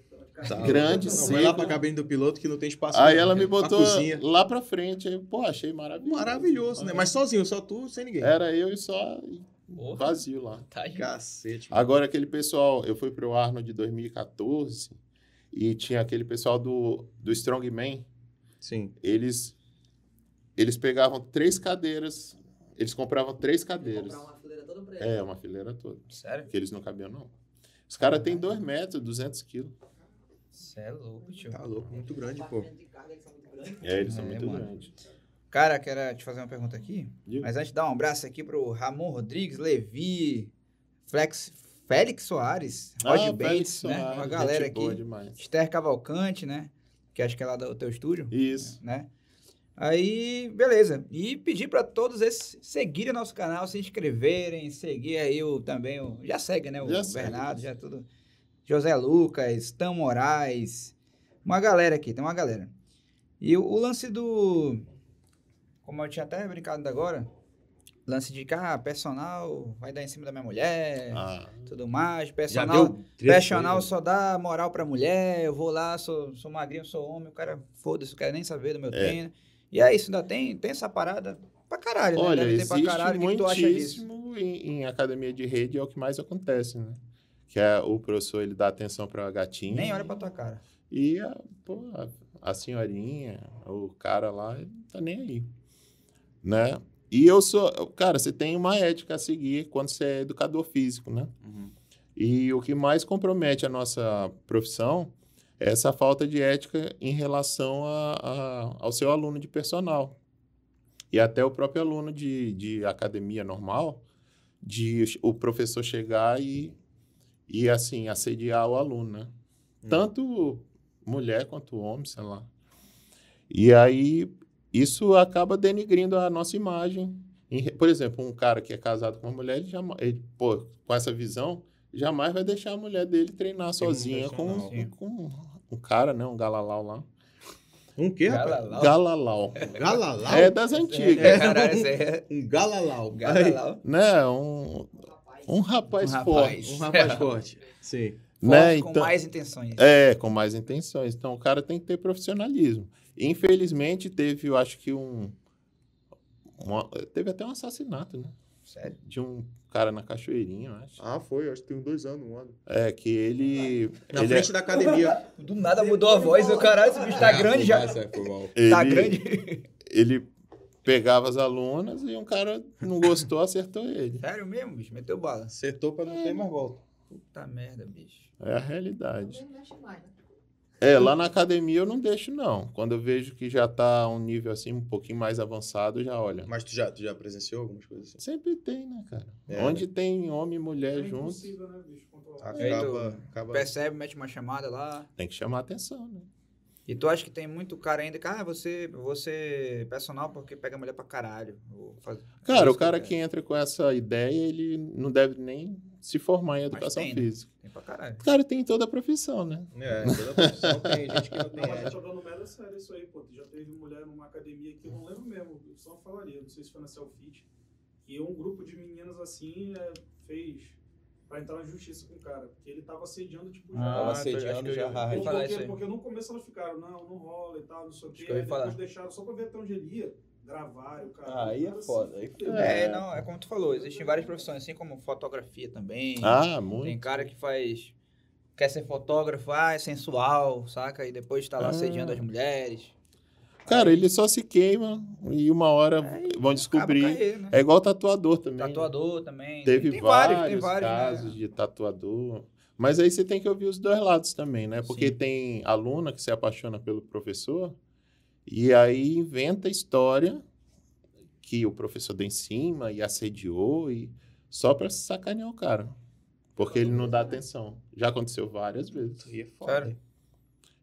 [SPEAKER 3] Tá.
[SPEAKER 1] grande,
[SPEAKER 3] Não,
[SPEAKER 1] sim.
[SPEAKER 3] Vai lá pra cabine do piloto que não tem espaço.
[SPEAKER 1] Aí
[SPEAKER 3] não,
[SPEAKER 1] ela
[SPEAKER 3] né?
[SPEAKER 1] me
[SPEAKER 3] Pra
[SPEAKER 1] botou
[SPEAKER 3] cozinha.
[SPEAKER 1] lá pra frente. Aí, pô, achei maravilhoso.
[SPEAKER 3] Maravilhoso, né? Mas sozinho, só tu, sem ninguém.
[SPEAKER 1] Era eu e só e
[SPEAKER 2] Porra.
[SPEAKER 1] vazio lá.
[SPEAKER 2] Tá aí.
[SPEAKER 3] Cacete. mano.
[SPEAKER 1] Agora, aquele pessoal, eu fui pro Arnold de 2014 e tinha aquele pessoal do, do Strongman.
[SPEAKER 3] Sim.
[SPEAKER 1] Eles, eles pegavam três cadeiras, eles compravam três cadeiras.
[SPEAKER 5] Comprar uma fileira toda pra ele.
[SPEAKER 1] É, uma fileira toda,
[SPEAKER 2] Sério?
[SPEAKER 1] porque eles não cabiam, não. Os caras têm dois metros, 200 quilos.
[SPEAKER 2] Você é louco, tio.
[SPEAKER 3] Tá louco, muito grande, pô.
[SPEAKER 5] Compartimento de carga, eles são muito grandes.
[SPEAKER 1] É, eles são
[SPEAKER 2] É,
[SPEAKER 1] muito
[SPEAKER 2] mano. é
[SPEAKER 1] grandes.
[SPEAKER 2] Cara, quero te fazer uma pergunta aqui.
[SPEAKER 1] Diga.
[SPEAKER 2] Mas antes, dá um abraço aqui pro Ramon Rodrigues, Levi, Flex, Félix Soares,
[SPEAKER 1] Ah,
[SPEAKER 2] Rod
[SPEAKER 1] o Félix
[SPEAKER 2] Bates, né?
[SPEAKER 1] Soares,
[SPEAKER 2] Uma galera
[SPEAKER 1] gente boa
[SPEAKER 2] aqui.
[SPEAKER 1] demais.
[SPEAKER 2] Esther Cavalcante, né? Que acho que é lá do teu estúdio,
[SPEAKER 1] Isso.
[SPEAKER 2] né? Aí, beleza. E pedir pra todos esses seguirem o nosso canal, se inscreverem, seguir aí o também o já segue, né, o
[SPEAKER 1] Já segue,
[SPEAKER 2] Bernardo,
[SPEAKER 1] já
[SPEAKER 2] já tudo. José Lucas, Tam Moraes, uma galera aqui, tem uma galera. E o, o lance do como eu tinha até brincado agora, lance de cá, personal vai dar em cima da minha mulher,
[SPEAKER 1] Ah,
[SPEAKER 2] tudo mais,
[SPEAKER 6] Já
[SPEAKER 2] personal
[SPEAKER 6] deu treta
[SPEAKER 2] Profissional
[SPEAKER 6] aí,
[SPEAKER 2] só dá moral pra mulher, eu vou lá, sou, sou magrinho, sou homem, o cara, foda-se, o cara nem saber do meu treino. E é isso, ainda tem, tem essa parada pra caralho, né?
[SPEAKER 1] olha,
[SPEAKER 2] Deve ter pra
[SPEAKER 1] existe
[SPEAKER 2] caralho, o que que tu acha disso?
[SPEAKER 1] muitíssimo em, em academia de rede, é o que mais acontece, né? Que é, o professor, ele dá atenção para a gatinha.
[SPEAKER 2] Nem olha pra tua cara.
[SPEAKER 1] E a, pô, a, a senhorinha, o cara lá, ele não tá nem aí. Né? E eu sou. Cara, você tem uma ética a seguir quando você é educador físico, né?
[SPEAKER 3] Uhum.
[SPEAKER 1] E o que mais compromete a nossa profissão é essa falta de ética em relação a, a- ao seu aluno de personal. E até o próprio aluno de, de academia normal, de o professor chegar e, e assim, assediar o aluno, né?
[SPEAKER 2] Hum.
[SPEAKER 1] tanto mulher quanto homem, sei lá. E aí isso acaba denigrindo a nossa imagem. Em re- Por exemplo, um cara que é casado com uma mulher, ele, jama- ele, pô, com essa visão, jamais vai deixar a mulher dele treinar sozinha com,
[SPEAKER 3] personal.
[SPEAKER 1] um- com um cara, né? Um galalau lá.
[SPEAKER 3] Um quê? rapaz?
[SPEAKER 2] Galalau.
[SPEAKER 1] Galalau.
[SPEAKER 3] Galalau?
[SPEAKER 1] É das antigas,
[SPEAKER 2] É, caralho, isso aí é
[SPEAKER 3] Um galalau.
[SPEAKER 2] galalau.
[SPEAKER 1] né? Um, um rapaz
[SPEAKER 2] Um rapaz.
[SPEAKER 1] forte,
[SPEAKER 3] Um rapaz forte. Sim.
[SPEAKER 1] né?
[SPEAKER 2] Foco Com mais intenções.
[SPEAKER 1] É, com mais intenções. Então, o cara tem que ter profissionalismo. Infelizmente, teve, eu acho que um. uma- teve até um assassinato, né?
[SPEAKER 2] Sério.
[SPEAKER 1] De um cara na Cachoeirinha, eu acho.
[SPEAKER 3] Ah, foi. Acho que tem dois anos, um ano.
[SPEAKER 1] É, que ele.
[SPEAKER 3] Na
[SPEAKER 1] ele, é-
[SPEAKER 3] frente da academia. É,
[SPEAKER 2] Do nada mudou a voz, o caralho, esse bicho tá grande já.
[SPEAKER 3] Foi mal.
[SPEAKER 1] ele,
[SPEAKER 2] Tá grande.
[SPEAKER 1] ele pegava as alunas e um cara não gostou, acertou ele.
[SPEAKER 2] Sério mesmo, bicho? Meteu bala.
[SPEAKER 3] Acertou pra não ter mais volta.
[SPEAKER 2] Puta merda, bicho.
[SPEAKER 1] É a realidade.
[SPEAKER 5] Não mexe mais, né?
[SPEAKER 1] É, lá na academia eu não deixo, não. Quando eu vejo que já tá um nível assim, um pouquinho mais avançado, eu já olha.
[SPEAKER 3] Mas tu já, tu já presenciou algumas coisas assim?
[SPEAKER 1] Sempre tem, né, cara?
[SPEAKER 3] É,
[SPEAKER 1] Onde tem homem e mulher
[SPEAKER 4] É
[SPEAKER 1] juntos,
[SPEAKER 4] impossível, né, bicho, controlar.
[SPEAKER 2] É, então,
[SPEAKER 3] assim? Acaba, acaba...
[SPEAKER 2] Percebe, mete uma chamada lá.
[SPEAKER 1] tem que chamar atenção, né?
[SPEAKER 2] E tu acha que tem muito cara ainda que, ah, você, você é personal porque pega mulher pra caralho. Ou faz- é
[SPEAKER 1] Cara,
[SPEAKER 2] isso
[SPEAKER 1] o cara
[SPEAKER 2] eu
[SPEAKER 1] que
[SPEAKER 2] quero.
[SPEAKER 1] entra com essa ideia, ele não deve nem se formar em educação
[SPEAKER 2] tem, né?
[SPEAKER 1] física.
[SPEAKER 2] Tem pra caralho.
[SPEAKER 1] O cara tem em toda a profissão, né?
[SPEAKER 3] É, toda profissão tem gente que não tem é.
[SPEAKER 4] Não,
[SPEAKER 2] É.
[SPEAKER 4] mas eu
[SPEAKER 3] ética.
[SPEAKER 4] tô dando merda sério isso aí, pô. Já teve mulher numa academia que eu não lembro mesmo, eu só falaria, não sei se foi na Selfit, que um grupo de meninas assim é, fez pra entrar na justiça com o cara, porque ele tava assediando, tipo,
[SPEAKER 2] Ah, tô-
[SPEAKER 4] já.
[SPEAKER 2] acho que eu já-
[SPEAKER 4] Pô,
[SPEAKER 2] ouvi falar
[SPEAKER 4] porque,
[SPEAKER 2] isso aí.
[SPEAKER 4] porque no começo elas ficaram, não, não rola e tal, não sei o
[SPEAKER 2] Acho
[SPEAKER 4] quê.
[SPEAKER 2] que eu ouvi
[SPEAKER 4] Aí
[SPEAKER 2] falar.
[SPEAKER 4] depois deixaram só pra ver até onde ele ia, gravaram o cara.
[SPEAKER 6] Ah, aí é
[SPEAKER 4] Cara, assim,
[SPEAKER 6] foda, aí
[SPEAKER 4] fudeu.
[SPEAKER 2] É, não, é como tu falou, existem várias profissões, assim como fotografia também.
[SPEAKER 1] Ah,
[SPEAKER 2] tem
[SPEAKER 1] muito.
[SPEAKER 2] cara que faz. Quer ser fotógrafo, ah, é sensual, saca? E depois tá lá
[SPEAKER 1] Ah.
[SPEAKER 2] sediando as mulheres.
[SPEAKER 1] Cara, ele só se queima e uma hora
[SPEAKER 2] Aí
[SPEAKER 1] vão
[SPEAKER 2] Acaba
[SPEAKER 1] descobrir.
[SPEAKER 2] caindo, né?
[SPEAKER 1] É igual tatuador também. né?
[SPEAKER 2] Tatuador também.
[SPEAKER 1] Teve
[SPEAKER 2] tem
[SPEAKER 1] vários,
[SPEAKER 2] vários, tem vários.
[SPEAKER 1] casos
[SPEAKER 2] né?
[SPEAKER 1] de tatuador. Mas aí você tem que ouvir os dois lados também, né? Porque
[SPEAKER 2] Sim.
[SPEAKER 1] tem aluna que se apaixona pelo professor e aí inventa história que o professor deu em cima e assediou e só pra sacanear o cara. Porque ele não dá atenção. Já aconteceu várias vezes.
[SPEAKER 3] Isso aí é
[SPEAKER 2] Sério.
[SPEAKER 3] foda.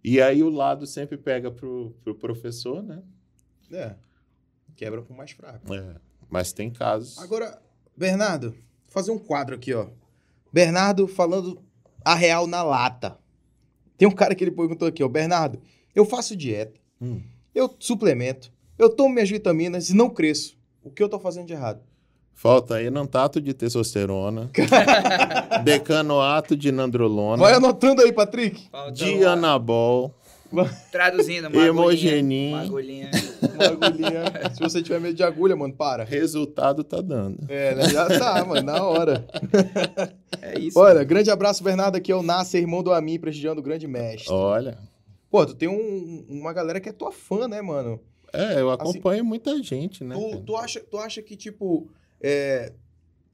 [SPEAKER 1] E aí o lado sempre pega pro, pro professor, né?
[SPEAKER 3] É. Quebra pro mais fraco.
[SPEAKER 1] É, Mas tem casos.
[SPEAKER 3] Agora, Bernardo, vou fazer um quadro aqui, ó. Bernardo falando a real na lata. Tem um cara que ele perguntou aqui, ó. Bernardo, eu faço dieta,
[SPEAKER 1] Hum.
[SPEAKER 3] eu suplemento, eu tomo minhas vitaminas e não cresço. O que eu tô fazendo de errado?
[SPEAKER 1] Falta enantato de testosterona, decanoato de nandrolona.
[SPEAKER 3] Vai anotando aí, Patrick.
[SPEAKER 2] Falta
[SPEAKER 1] de anabol,
[SPEAKER 2] uma- Traduzindo, uma
[SPEAKER 1] Hemogenin.
[SPEAKER 2] agulhinha, uma agulhinha.
[SPEAKER 3] Uma agulhinha. Se você tiver medo de agulha, mano, para.
[SPEAKER 1] resultado tá dando.
[SPEAKER 3] É, né? já tá, mano, na hora.
[SPEAKER 2] É isso.
[SPEAKER 3] Olha, grande abraço, Bernardo, aqui é o Nasser, irmão do Amin, prestigiando o grande mestre.
[SPEAKER 1] Olha,
[SPEAKER 3] Pô, tu tem um- uma galera que é tua fã, né, mano?
[SPEAKER 1] é, eu acompanho muita gente, né?
[SPEAKER 3] Assim, Tu,
[SPEAKER 1] cara?
[SPEAKER 3] tu, acha, tu acha que, tipo, é,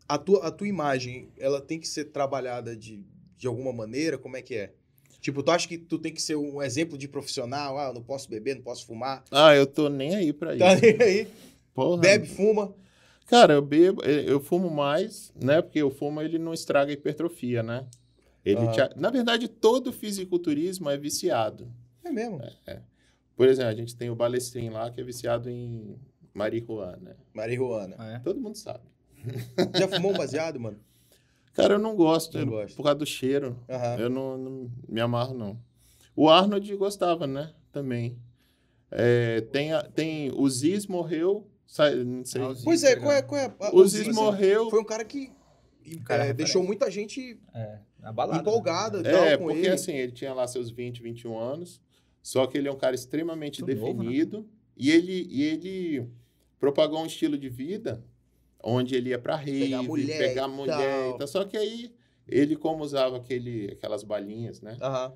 [SPEAKER 3] a, tua, a tua imagem, ela tem que ser trabalhada de, de alguma maneira? Como é que é? Tipo, tu acha que tu tem que ser um exemplo de profissional? Ah, eu não posso beber, não posso fumar.
[SPEAKER 1] Ah, eu tô nem aí pra
[SPEAKER 3] Tá
[SPEAKER 1] isso.
[SPEAKER 3] nem aí.
[SPEAKER 1] Porra.
[SPEAKER 3] Bebe, fuma.
[SPEAKER 1] Cara, eu bebo, eu eu fumo mais, né? Porque o fumo ele não estraga a hipertrofia, né? Ele
[SPEAKER 3] Ah.
[SPEAKER 1] te a- Na verdade, todo fisiculturismo é viciado.
[SPEAKER 3] É mesmo.
[SPEAKER 1] Por exemplo, a gente tem o Balestrin lá que é viciado em marihuana.
[SPEAKER 3] Marihuana.
[SPEAKER 2] É.
[SPEAKER 1] Todo mundo sabe.
[SPEAKER 3] Já fumou um baseado, mano?
[SPEAKER 1] Cara, eu não gosto,
[SPEAKER 3] Não
[SPEAKER 1] eu-
[SPEAKER 3] gosta. Ah.
[SPEAKER 1] por causa do cheiro.
[SPEAKER 3] Aham.
[SPEAKER 2] É,
[SPEAKER 1] Eu não, não me amarro, não. O Arnold gostava, né? Também. É, tem, a- tem. O Ziz morreu. sai- não sei.
[SPEAKER 2] Ah, o Ziz.
[SPEAKER 3] Pois é, qual é, qual é a- a-
[SPEAKER 1] O Ziz
[SPEAKER 3] assim,
[SPEAKER 1] morreu.
[SPEAKER 3] Foi um cara que e,
[SPEAKER 2] Um Cara,
[SPEAKER 3] é,
[SPEAKER 2] referência.
[SPEAKER 3] deixou muita gente
[SPEAKER 2] Abalado. né?
[SPEAKER 3] empolgada e
[SPEAKER 1] É,
[SPEAKER 3] tal com
[SPEAKER 1] porque
[SPEAKER 3] ele.
[SPEAKER 1] assim, ele tinha lá seus 20, 21 anos, só que ele é um cara extremamente
[SPEAKER 2] Muito novo,
[SPEAKER 1] definido e, ele, e ele propagou um estilo de vida onde ele ia pra rave, pegar
[SPEAKER 3] mulher
[SPEAKER 1] mulher,
[SPEAKER 3] e
[SPEAKER 1] pegar mulher e
[SPEAKER 3] tal.
[SPEAKER 1] tal. Só que aí, ele como usava aquele, aquelas balinhas, né?
[SPEAKER 3] Aham.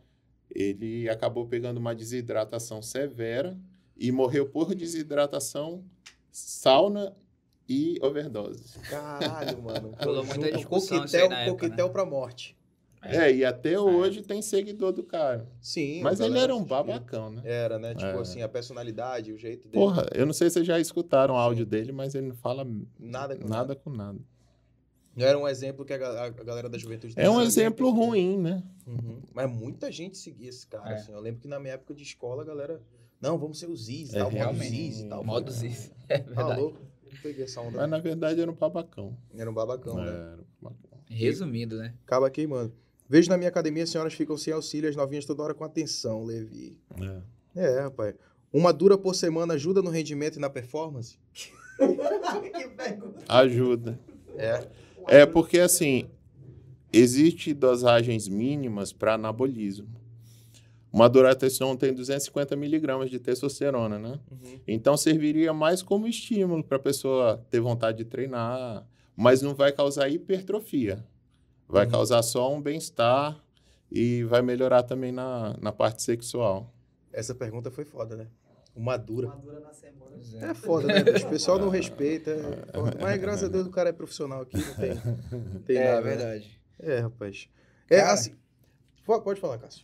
[SPEAKER 1] Ele acabou pegando uma desidratação severa e morreu por desidratação, sauna e overdose.
[SPEAKER 3] Caralho, mano.
[SPEAKER 2] Rolou
[SPEAKER 3] Conjunto,
[SPEAKER 2] muita discussão isso aí
[SPEAKER 3] coquetel,
[SPEAKER 2] na época, né?
[SPEAKER 3] coquetel pra morte.
[SPEAKER 1] É, e até hoje tem seguidor do cara.
[SPEAKER 3] Sim.
[SPEAKER 1] Mas
[SPEAKER 3] a
[SPEAKER 1] ele
[SPEAKER 3] galera
[SPEAKER 1] era um
[SPEAKER 3] assistia.
[SPEAKER 1] babacão, né?
[SPEAKER 3] Era, né? Tipo
[SPEAKER 1] É.
[SPEAKER 3] assim, a personalidade, o jeito dele.
[SPEAKER 1] Porra, eu não sei se vocês já escutaram o áudio dele, mas ele não fala
[SPEAKER 3] Nada com nada.
[SPEAKER 1] nada com nada.
[SPEAKER 3] Era um exemplo que a, ga- a galera da juventude
[SPEAKER 1] É um
[SPEAKER 3] tem.
[SPEAKER 1] exemplo ruim, né?
[SPEAKER 3] Uhum. Mas muita gente seguia esse cara,
[SPEAKER 2] É.
[SPEAKER 3] assim. Eu lembro que na minha época de escola, a galera. Não, vamos ser os Ziz,
[SPEAKER 1] É,
[SPEAKER 3] tal, modo
[SPEAKER 2] realmente.
[SPEAKER 3] Ziz e tal.
[SPEAKER 2] Modo Ziz. É
[SPEAKER 3] Tá
[SPEAKER 2] verdade.
[SPEAKER 3] louco? Não peguei essa onda.
[SPEAKER 1] Mas na verdade era um babacão.
[SPEAKER 3] Era um babacão,
[SPEAKER 2] É.
[SPEAKER 3] né?
[SPEAKER 1] Era um babacão.
[SPEAKER 2] Resumido, né?
[SPEAKER 3] Acaba queimando. Vejo na minha academia, as senhoras ficam sem auxílio, as novinhas toda hora com atenção, Levi.
[SPEAKER 1] É.
[SPEAKER 3] É, rapaz. Uma dura por semana ajuda no rendimento e na performance?
[SPEAKER 5] que pergunta.
[SPEAKER 1] Ajuda.
[SPEAKER 3] É.
[SPEAKER 1] É porque assim, existe dosagens mínimas para anabolismo. Uma durateção tem 250 miligramas de testosterona, né?
[SPEAKER 2] Uhum.
[SPEAKER 1] Então serviria mais como estímulo para a pessoa ter vontade de treinar, mas não vai causar hipertrofia.
[SPEAKER 2] Uhum.
[SPEAKER 1] Vai causar só um bem-estar e vai melhorar também na, na parte sexual.
[SPEAKER 3] Essa pergunta foi foda, né? Uma dura.
[SPEAKER 5] Madura na semana.
[SPEAKER 3] É foda, né? bicho? O pessoal não respeita. é foda. Mas graças a Deus o cara é profissional aqui, não tem,
[SPEAKER 1] É,
[SPEAKER 3] não tem nada. né?
[SPEAKER 2] É verdade.
[SPEAKER 3] É, rapaz. É
[SPEAKER 2] Cara.
[SPEAKER 3] assim. Fo- Pode falar, Cássio.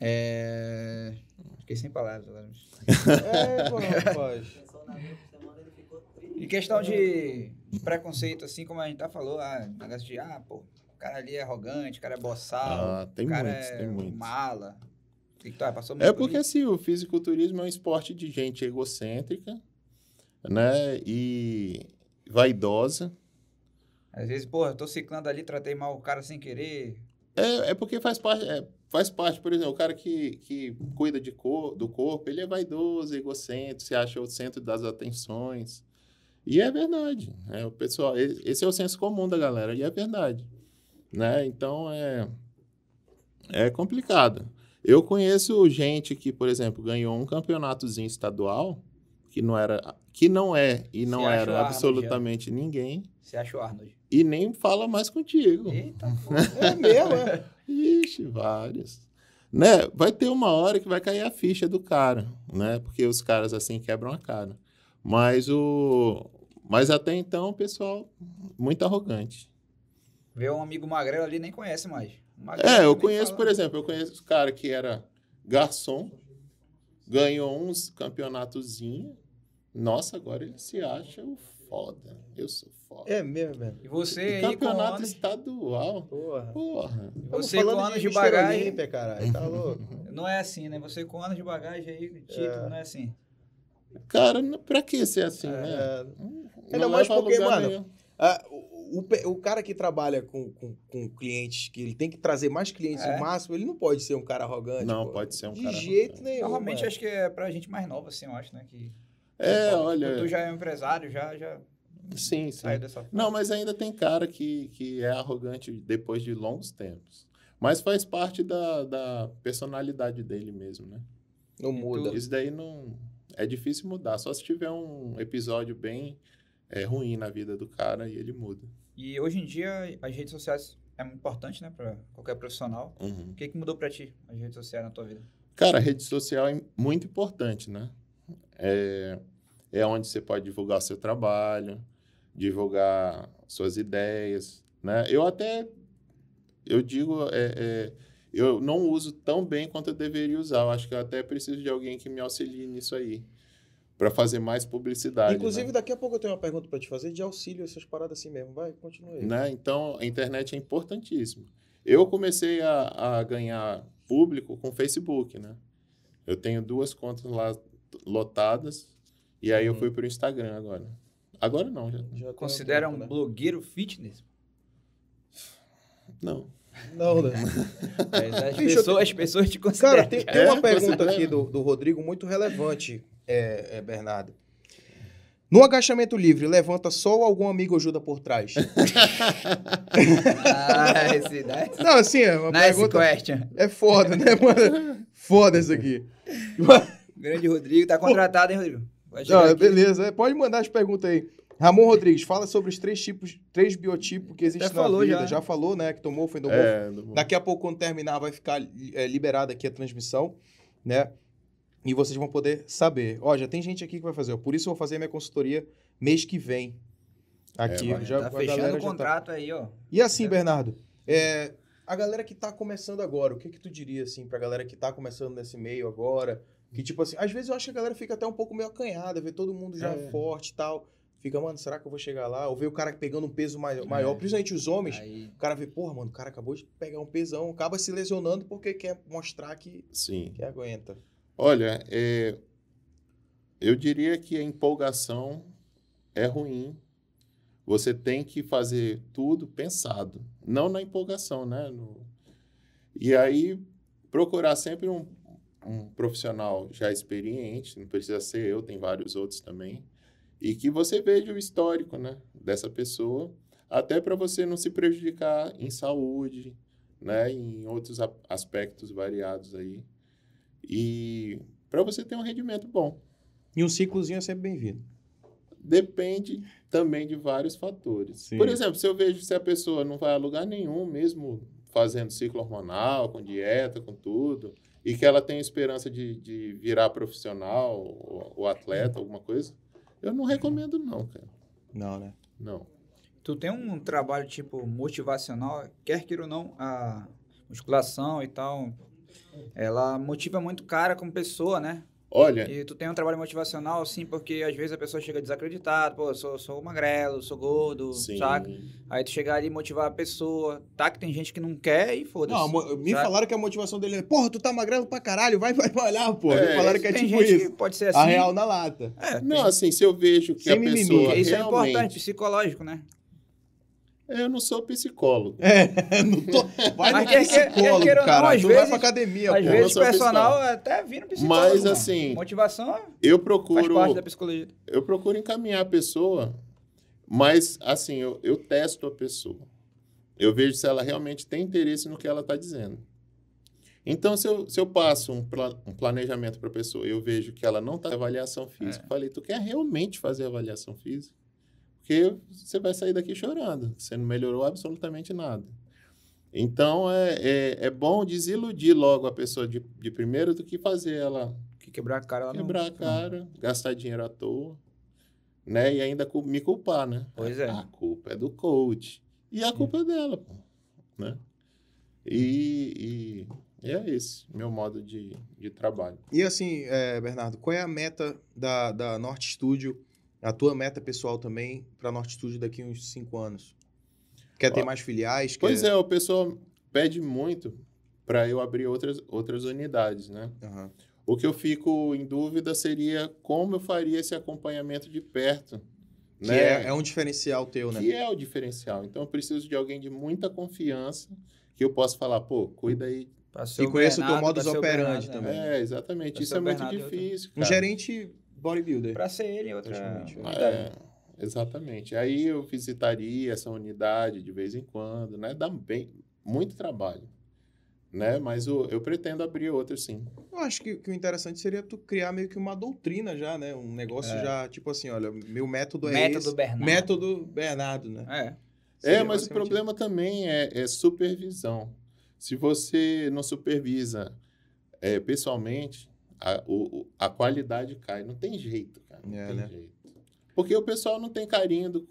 [SPEAKER 2] É... Fiquei sem palavras agora.
[SPEAKER 3] É, pô, rapaz.
[SPEAKER 5] Pensou na minha semana, ele ficou triste.
[SPEAKER 2] E questão de, de preconceito, assim como a gente tá falou, ah, negócio de, ah, pô, o cara ali é arrogante, o cara é boçal,
[SPEAKER 1] Ah, tem
[SPEAKER 2] o cara
[SPEAKER 1] muitos,
[SPEAKER 2] é
[SPEAKER 1] tem muitos.
[SPEAKER 2] mala. O que que tu acha? Passou
[SPEAKER 1] É
[SPEAKER 2] muito por
[SPEAKER 1] porque
[SPEAKER 2] isso?
[SPEAKER 1] assim, o fisiculturismo é um esporte de gente egocêntrica, né? E vaidosa.
[SPEAKER 2] Às vezes, pô, eu tô ciclando ali, tratei mal o cara sem querer.
[SPEAKER 1] É, é porque faz parte, é, faz parte, por exemplo, o cara que, que cuida de cor, do corpo, ele é vaidoso, egocêntrico, se acha o centro das atenções. E é verdade. É, o pessoal, e- esse é o senso comum da galera, e é verdade. Né? Então é, é complicado. Eu conheço gente que, por exemplo, ganhou um campeonatozinho estadual, que não era, que não é e não
[SPEAKER 2] Se acha o
[SPEAKER 1] era
[SPEAKER 2] Arnold,
[SPEAKER 1] absolutamente ninguém,
[SPEAKER 2] Você acha o Arnold?
[SPEAKER 1] e nem fala mais contigo.
[SPEAKER 2] Eita, pô.
[SPEAKER 3] É mesmo, é.
[SPEAKER 1] Ixi, vários. Né? Vai ter uma hora que vai cair a ficha do cara, né? Porque os caras assim quebram a cara. Mas o mas até então o pessoal muito arrogante.
[SPEAKER 2] Vê um amigo magrelo ali, nem conhece mais. Um Magrelo
[SPEAKER 1] É, eu
[SPEAKER 2] nem
[SPEAKER 1] conheço,
[SPEAKER 2] fala.
[SPEAKER 1] por exemplo, eu conheço um cara que era garçom, ganhou uns campeonatozinho. Nossa, agora ele se acha o foda. Eu sou foda.
[SPEAKER 3] É mesmo, velho.
[SPEAKER 2] E você
[SPEAKER 1] E
[SPEAKER 2] aí com
[SPEAKER 1] campeonato
[SPEAKER 2] anos,
[SPEAKER 1] estadual.
[SPEAKER 3] Porra.
[SPEAKER 1] Porra.
[SPEAKER 3] Estamos
[SPEAKER 2] você com
[SPEAKER 3] falando
[SPEAKER 2] anos de
[SPEAKER 3] Mister
[SPEAKER 2] bagagem,
[SPEAKER 3] Olímpia, caralho. Tá louco?
[SPEAKER 2] não é assim, né? Você com anos de bagagem aí, título,
[SPEAKER 3] É.
[SPEAKER 2] não é assim.
[SPEAKER 1] Cara, n- pra que ser assim, né?
[SPEAKER 3] É,
[SPEAKER 1] Não
[SPEAKER 3] Ainda mais
[SPEAKER 1] leva a
[SPEAKER 3] porque,
[SPEAKER 1] lugar
[SPEAKER 3] mano,
[SPEAKER 1] nenhum.
[SPEAKER 3] Ah, o, o pe- o cara que trabalha com, com, com clientes, que ele tem que trazer mais clientes
[SPEAKER 2] É.
[SPEAKER 3] no máximo, ele não pode ser um cara arrogante.
[SPEAKER 1] Não,
[SPEAKER 3] pô.
[SPEAKER 1] pode ser um
[SPEAKER 3] De
[SPEAKER 1] cara
[SPEAKER 3] jeito
[SPEAKER 1] arrogante.
[SPEAKER 3] nenhum.
[SPEAKER 2] Normalmente
[SPEAKER 3] mano.
[SPEAKER 2] acho que é pra gente mais nova, assim, eu acho, né? Que
[SPEAKER 1] É,
[SPEAKER 2] tu
[SPEAKER 1] olha.
[SPEAKER 2] já é um empresário, já, já
[SPEAKER 1] Sim, sim.
[SPEAKER 2] saiu dessa
[SPEAKER 1] Não, mas ainda tem cara que, que é arrogante depois de longos tempos. Mas faz parte da, da personalidade dele mesmo, né?
[SPEAKER 3] não muda.
[SPEAKER 1] Isso daí não. É difícil mudar. Só se tiver um episódio bem é, ruim na vida do cara e ele muda.
[SPEAKER 2] E hoje em dia as redes sociais é muito importante, né, pra qualquer profissional.
[SPEAKER 1] Uhum.
[SPEAKER 2] O que, que mudou pra ti as redes sociais na tua vida?
[SPEAKER 1] Cara, a rede social é muito importante, né? É, é onde você pode divulgar seu trabalho, divulgar suas ideias, né? Eu até, eu digo, é, é, eu não uso tão bem quanto eu deveria usar. Eu acho que eu até preciso de alguém que me auxilie nisso aí. para fazer mais publicidade.
[SPEAKER 3] Inclusive,
[SPEAKER 1] né?
[SPEAKER 3] daqui a pouco eu tenho uma pergunta pra te fazer de auxílio, essas paradas assim mesmo. Vai, continua aí.
[SPEAKER 1] né? Então, a internet é importantíssima. Eu comecei a, a ganhar público com Facebook, né? Eu tenho duas contas lá lotadas e aí eu
[SPEAKER 3] Uhum.
[SPEAKER 1] fui pro Instagram agora. Agora não, já
[SPEAKER 3] Já tem
[SPEAKER 2] Considera
[SPEAKER 3] uma
[SPEAKER 2] um
[SPEAKER 3] pergunta,
[SPEAKER 2] blogueiro fitness?
[SPEAKER 1] não.
[SPEAKER 3] né? Não, né?
[SPEAKER 2] Mas as,
[SPEAKER 3] Bicho, eu
[SPEAKER 2] pessoas, as pessoas te
[SPEAKER 3] Cara,
[SPEAKER 2] consideram.
[SPEAKER 3] tem,
[SPEAKER 1] cara.
[SPEAKER 3] tem uma
[SPEAKER 1] É,
[SPEAKER 3] pergunta
[SPEAKER 1] considera.
[SPEAKER 3] aqui do, do Rodrigo muito relevante, é, é, Bernardo. No agachamento livre, levanta só ou algum amigo ajuda por trás?
[SPEAKER 2] Ah, esse, né?
[SPEAKER 3] Não, assim, é uma
[SPEAKER 2] Nice
[SPEAKER 3] pergunta...
[SPEAKER 2] question.
[SPEAKER 3] É foda, né, mano? Foda isso aqui.
[SPEAKER 2] Grande Rodrigo, tá contratado, hein, Rodrigo? Vai chegar
[SPEAKER 3] Não,
[SPEAKER 2] aqui.
[SPEAKER 3] beleza, é, pode mandar as perguntas aí. Ramon Rodrigues, fala sobre os três tipos, três biotipos que existem na
[SPEAKER 2] falou
[SPEAKER 3] vida. Já.
[SPEAKER 2] já.
[SPEAKER 3] falou, né? Que tomou, foi endomorfo.
[SPEAKER 1] É, não-
[SPEAKER 3] Uhum. Daqui a pouco, quando terminar, vai ficar é, liberada aqui a transmissão, né? E vocês vão poder saber. Ó, já tem gente aqui que vai fazer. ó, Por isso eu vou fazer minha consultoria mês que vem. Aqui,
[SPEAKER 1] É, vai.
[SPEAKER 3] já,
[SPEAKER 2] tá
[SPEAKER 3] a
[SPEAKER 2] fechando
[SPEAKER 3] galera já
[SPEAKER 2] o
[SPEAKER 3] tá-
[SPEAKER 2] contrato aí, ó.
[SPEAKER 3] E assim, Bernardo, é, a galera que tá começando agora, o que que tu diria, assim, pra galera que tá começando nesse meio agora? Que, tipo assim, às vezes eu acho que a galera fica até um pouco meio acanhada, vê todo mundo já
[SPEAKER 1] É.
[SPEAKER 3] forte e tal. Fica, mano, será que eu vou chegar lá? Ou vê o cara pegando um peso
[SPEAKER 1] É.
[SPEAKER 3] maior, maior principalmente os homens.
[SPEAKER 2] Aí,
[SPEAKER 3] O cara vê, porra, mano, o cara acabou de pegar um pesão, acaba se lesionando porque quer mostrar que,
[SPEAKER 1] Sim.
[SPEAKER 3] que aguenta.
[SPEAKER 1] Olha, é, eu diria que a empolgação é ruim. Você tem que fazer tudo pensado, não na empolgação, né? No- E aí procurar sempre um, um profissional já experiente, não precisa ser eu, tem vários outros também, e que você veja o histórico, né, dessa pessoa, até para você não se prejudicar em saúde, né, em outros a- aspectos variados aí. E para você ter um rendimento bom.
[SPEAKER 3] E um ciclozinho é sempre bem-vindo.
[SPEAKER 1] Depende também de vários fatores.
[SPEAKER 3] Sim.
[SPEAKER 1] Por exemplo, se eu vejo se a pessoa não vai a lugar nenhum, mesmo fazendo ciclo hormonal, com dieta, com tudo, e que ela tem esperança de, de virar profissional ou, ou atleta, alguma coisa, eu não recomendo não, cara.
[SPEAKER 3] Não, né?
[SPEAKER 1] Não.
[SPEAKER 2] tu tem um trabalho, tipo, motivacional, quer queira ou não, a musculação e tal, ela motiva muito o cara como pessoa, né?
[SPEAKER 3] É.
[SPEAKER 1] Olha,
[SPEAKER 2] E tu tem um trabalho motivacional, sim, porque às vezes a pessoa chega desacreditada, pô, eu sou, sou magrelo, sou gordo,
[SPEAKER 1] sim.
[SPEAKER 2] saca? Aí tu chegar ali e motivar a pessoa, tá? Que tem gente que não quer e foda-se.
[SPEAKER 3] Não, mo- me
[SPEAKER 2] saca?
[SPEAKER 3] falaram que a motivação dele é, porra, tu tá magrelo pra caralho, vai, vai malhar, porra.
[SPEAKER 1] É,
[SPEAKER 3] me falaram que é
[SPEAKER 2] Tem
[SPEAKER 3] tipo
[SPEAKER 2] gente
[SPEAKER 3] isso.
[SPEAKER 2] que pode ser assim.
[SPEAKER 3] A real na lata.
[SPEAKER 2] É, tem-
[SPEAKER 1] Não, assim, se eu vejo que
[SPEAKER 3] Sem
[SPEAKER 1] a
[SPEAKER 3] mimimi.
[SPEAKER 1] pessoa
[SPEAKER 2] isso é importante,
[SPEAKER 1] realmente...
[SPEAKER 2] psicológico, né?
[SPEAKER 1] eu não sou psicólogo.
[SPEAKER 3] É, não tô... Vai
[SPEAKER 2] Mas
[SPEAKER 3] no
[SPEAKER 2] quer- quer-
[SPEAKER 3] psicólogo,
[SPEAKER 2] queira ou não,
[SPEAKER 3] cara.
[SPEAKER 2] às
[SPEAKER 3] tu vai
[SPEAKER 2] vezes-
[SPEAKER 3] pra academia,
[SPEAKER 2] Às
[SPEAKER 3] porra.
[SPEAKER 2] vezes o
[SPEAKER 1] sou
[SPEAKER 2] personal até vira um psicólogo.
[SPEAKER 1] Mas,
[SPEAKER 2] mano.
[SPEAKER 1] assim,
[SPEAKER 2] Motivação
[SPEAKER 1] Eu
[SPEAKER 2] faz
[SPEAKER 1] procuro...
[SPEAKER 2] parte da psicologia.
[SPEAKER 1] eu procuro encaminhar a pessoa, mas assim, eu, eu testo a pessoa. Eu vejo se ela realmente tem interesse no que ela está dizendo. Então, se eu, se eu passo um, pla- um planejamento para a pessoa e eu vejo que ela não está avaliação física, eu falei, tu quer realmente fazer avaliação física? Porque você vai sair daqui chorando, você não melhorou absolutamente nada. Então, é, é, é bom desiludir logo a pessoa de, de primeiro do que fazer ela
[SPEAKER 2] Que quebrar a cara lá né? não-
[SPEAKER 1] quebrar a cara, gastar dinheiro à toa, né? E ainda cu- me culpar, né?
[SPEAKER 2] Pois é.
[SPEAKER 1] A culpa é do coach. E a culpa é dela, pô, né? E, e- e é esse meu modo de, de trabalho.
[SPEAKER 3] E assim, é, Bernardo, qual é a meta da, da Norte Studio, a tua meta pessoal também, pra Norte Studio daqui uns cinco anos? Quer ter
[SPEAKER 1] Ó,
[SPEAKER 3] mais filiais?
[SPEAKER 1] Pois
[SPEAKER 3] quer...
[SPEAKER 1] é, o pessoal pede muito para eu abrir outras, outras unidades, né?
[SPEAKER 3] Aham.
[SPEAKER 1] O que eu fico em dúvida seria como eu faria esse acompanhamento de perto.
[SPEAKER 3] Que é,
[SPEAKER 1] né?
[SPEAKER 3] é um diferencial teu, né?
[SPEAKER 1] que é o diferencial. Então, eu preciso de alguém de muita confiança que eu possa falar, pô, cuida aí.
[SPEAKER 2] Pra ser
[SPEAKER 3] E conheço o teu
[SPEAKER 2] Bernardo,
[SPEAKER 3] modus
[SPEAKER 2] pra ser o
[SPEAKER 3] operandi
[SPEAKER 2] Bernardo,
[SPEAKER 3] também.
[SPEAKER 2] né?
[SPEAKER 1] É, exatamente.
[SPEAKER 2] Vai
[SPEAKER 1] Isso
[SPEAKER 2] ser
[SPEAKER 1] é
[SPEAKER 2] o
[SPEAKER 1] muito
[SPEAKER 2] Bernardo e eu
[SPEAKER 1] difícil.
[SPEAKER 3] Um
[SPEAKER 1] cara.
[SPEAKER 3] gerente bodybuilder.
[SPEAKER 2] Pra ser ele, é outra...
[SPEAKER 3] Praticamente.
[SPEAKER 1] É, exatamente. Aí eu visitaria essa unidade de vez em quando, né? Dá bem, muito trabalho, né? Mas o- eu pretendo abrir outra, sim.
[SPEAKER 3] Eu acho que, que o interessante seria tu criar meio que uma doutrina já, né? Um negócio
[SPEAKER 1] É.
[SPEAKER 3] já, tipo assim, olha, meu método é
[SPEAKER 2] Método
[SPEAKER 3] esse.
[SPEAKER 2] Bernardo.
[SPEAKER 3] Método Bernardo, né?
[SPEAKER 2] É.
[SPEAKER 1] é,
[SPEAKER 3] Seria
[SPEAKER 1] mas o
[SPEAKER 3] basicamente
[SPEAKER 1] problema também é, é supervisão. Se você não supervisa é, pessoalmente, a, o- o- a qualidade cai. Não tem jeito, cara. Não
[SPEAKER 3] É,
[SPEAKER 1] tem
[SPEAKER 3] né?
[SPEAKER 1] jeito. Porque o pessoal não tem carinho do.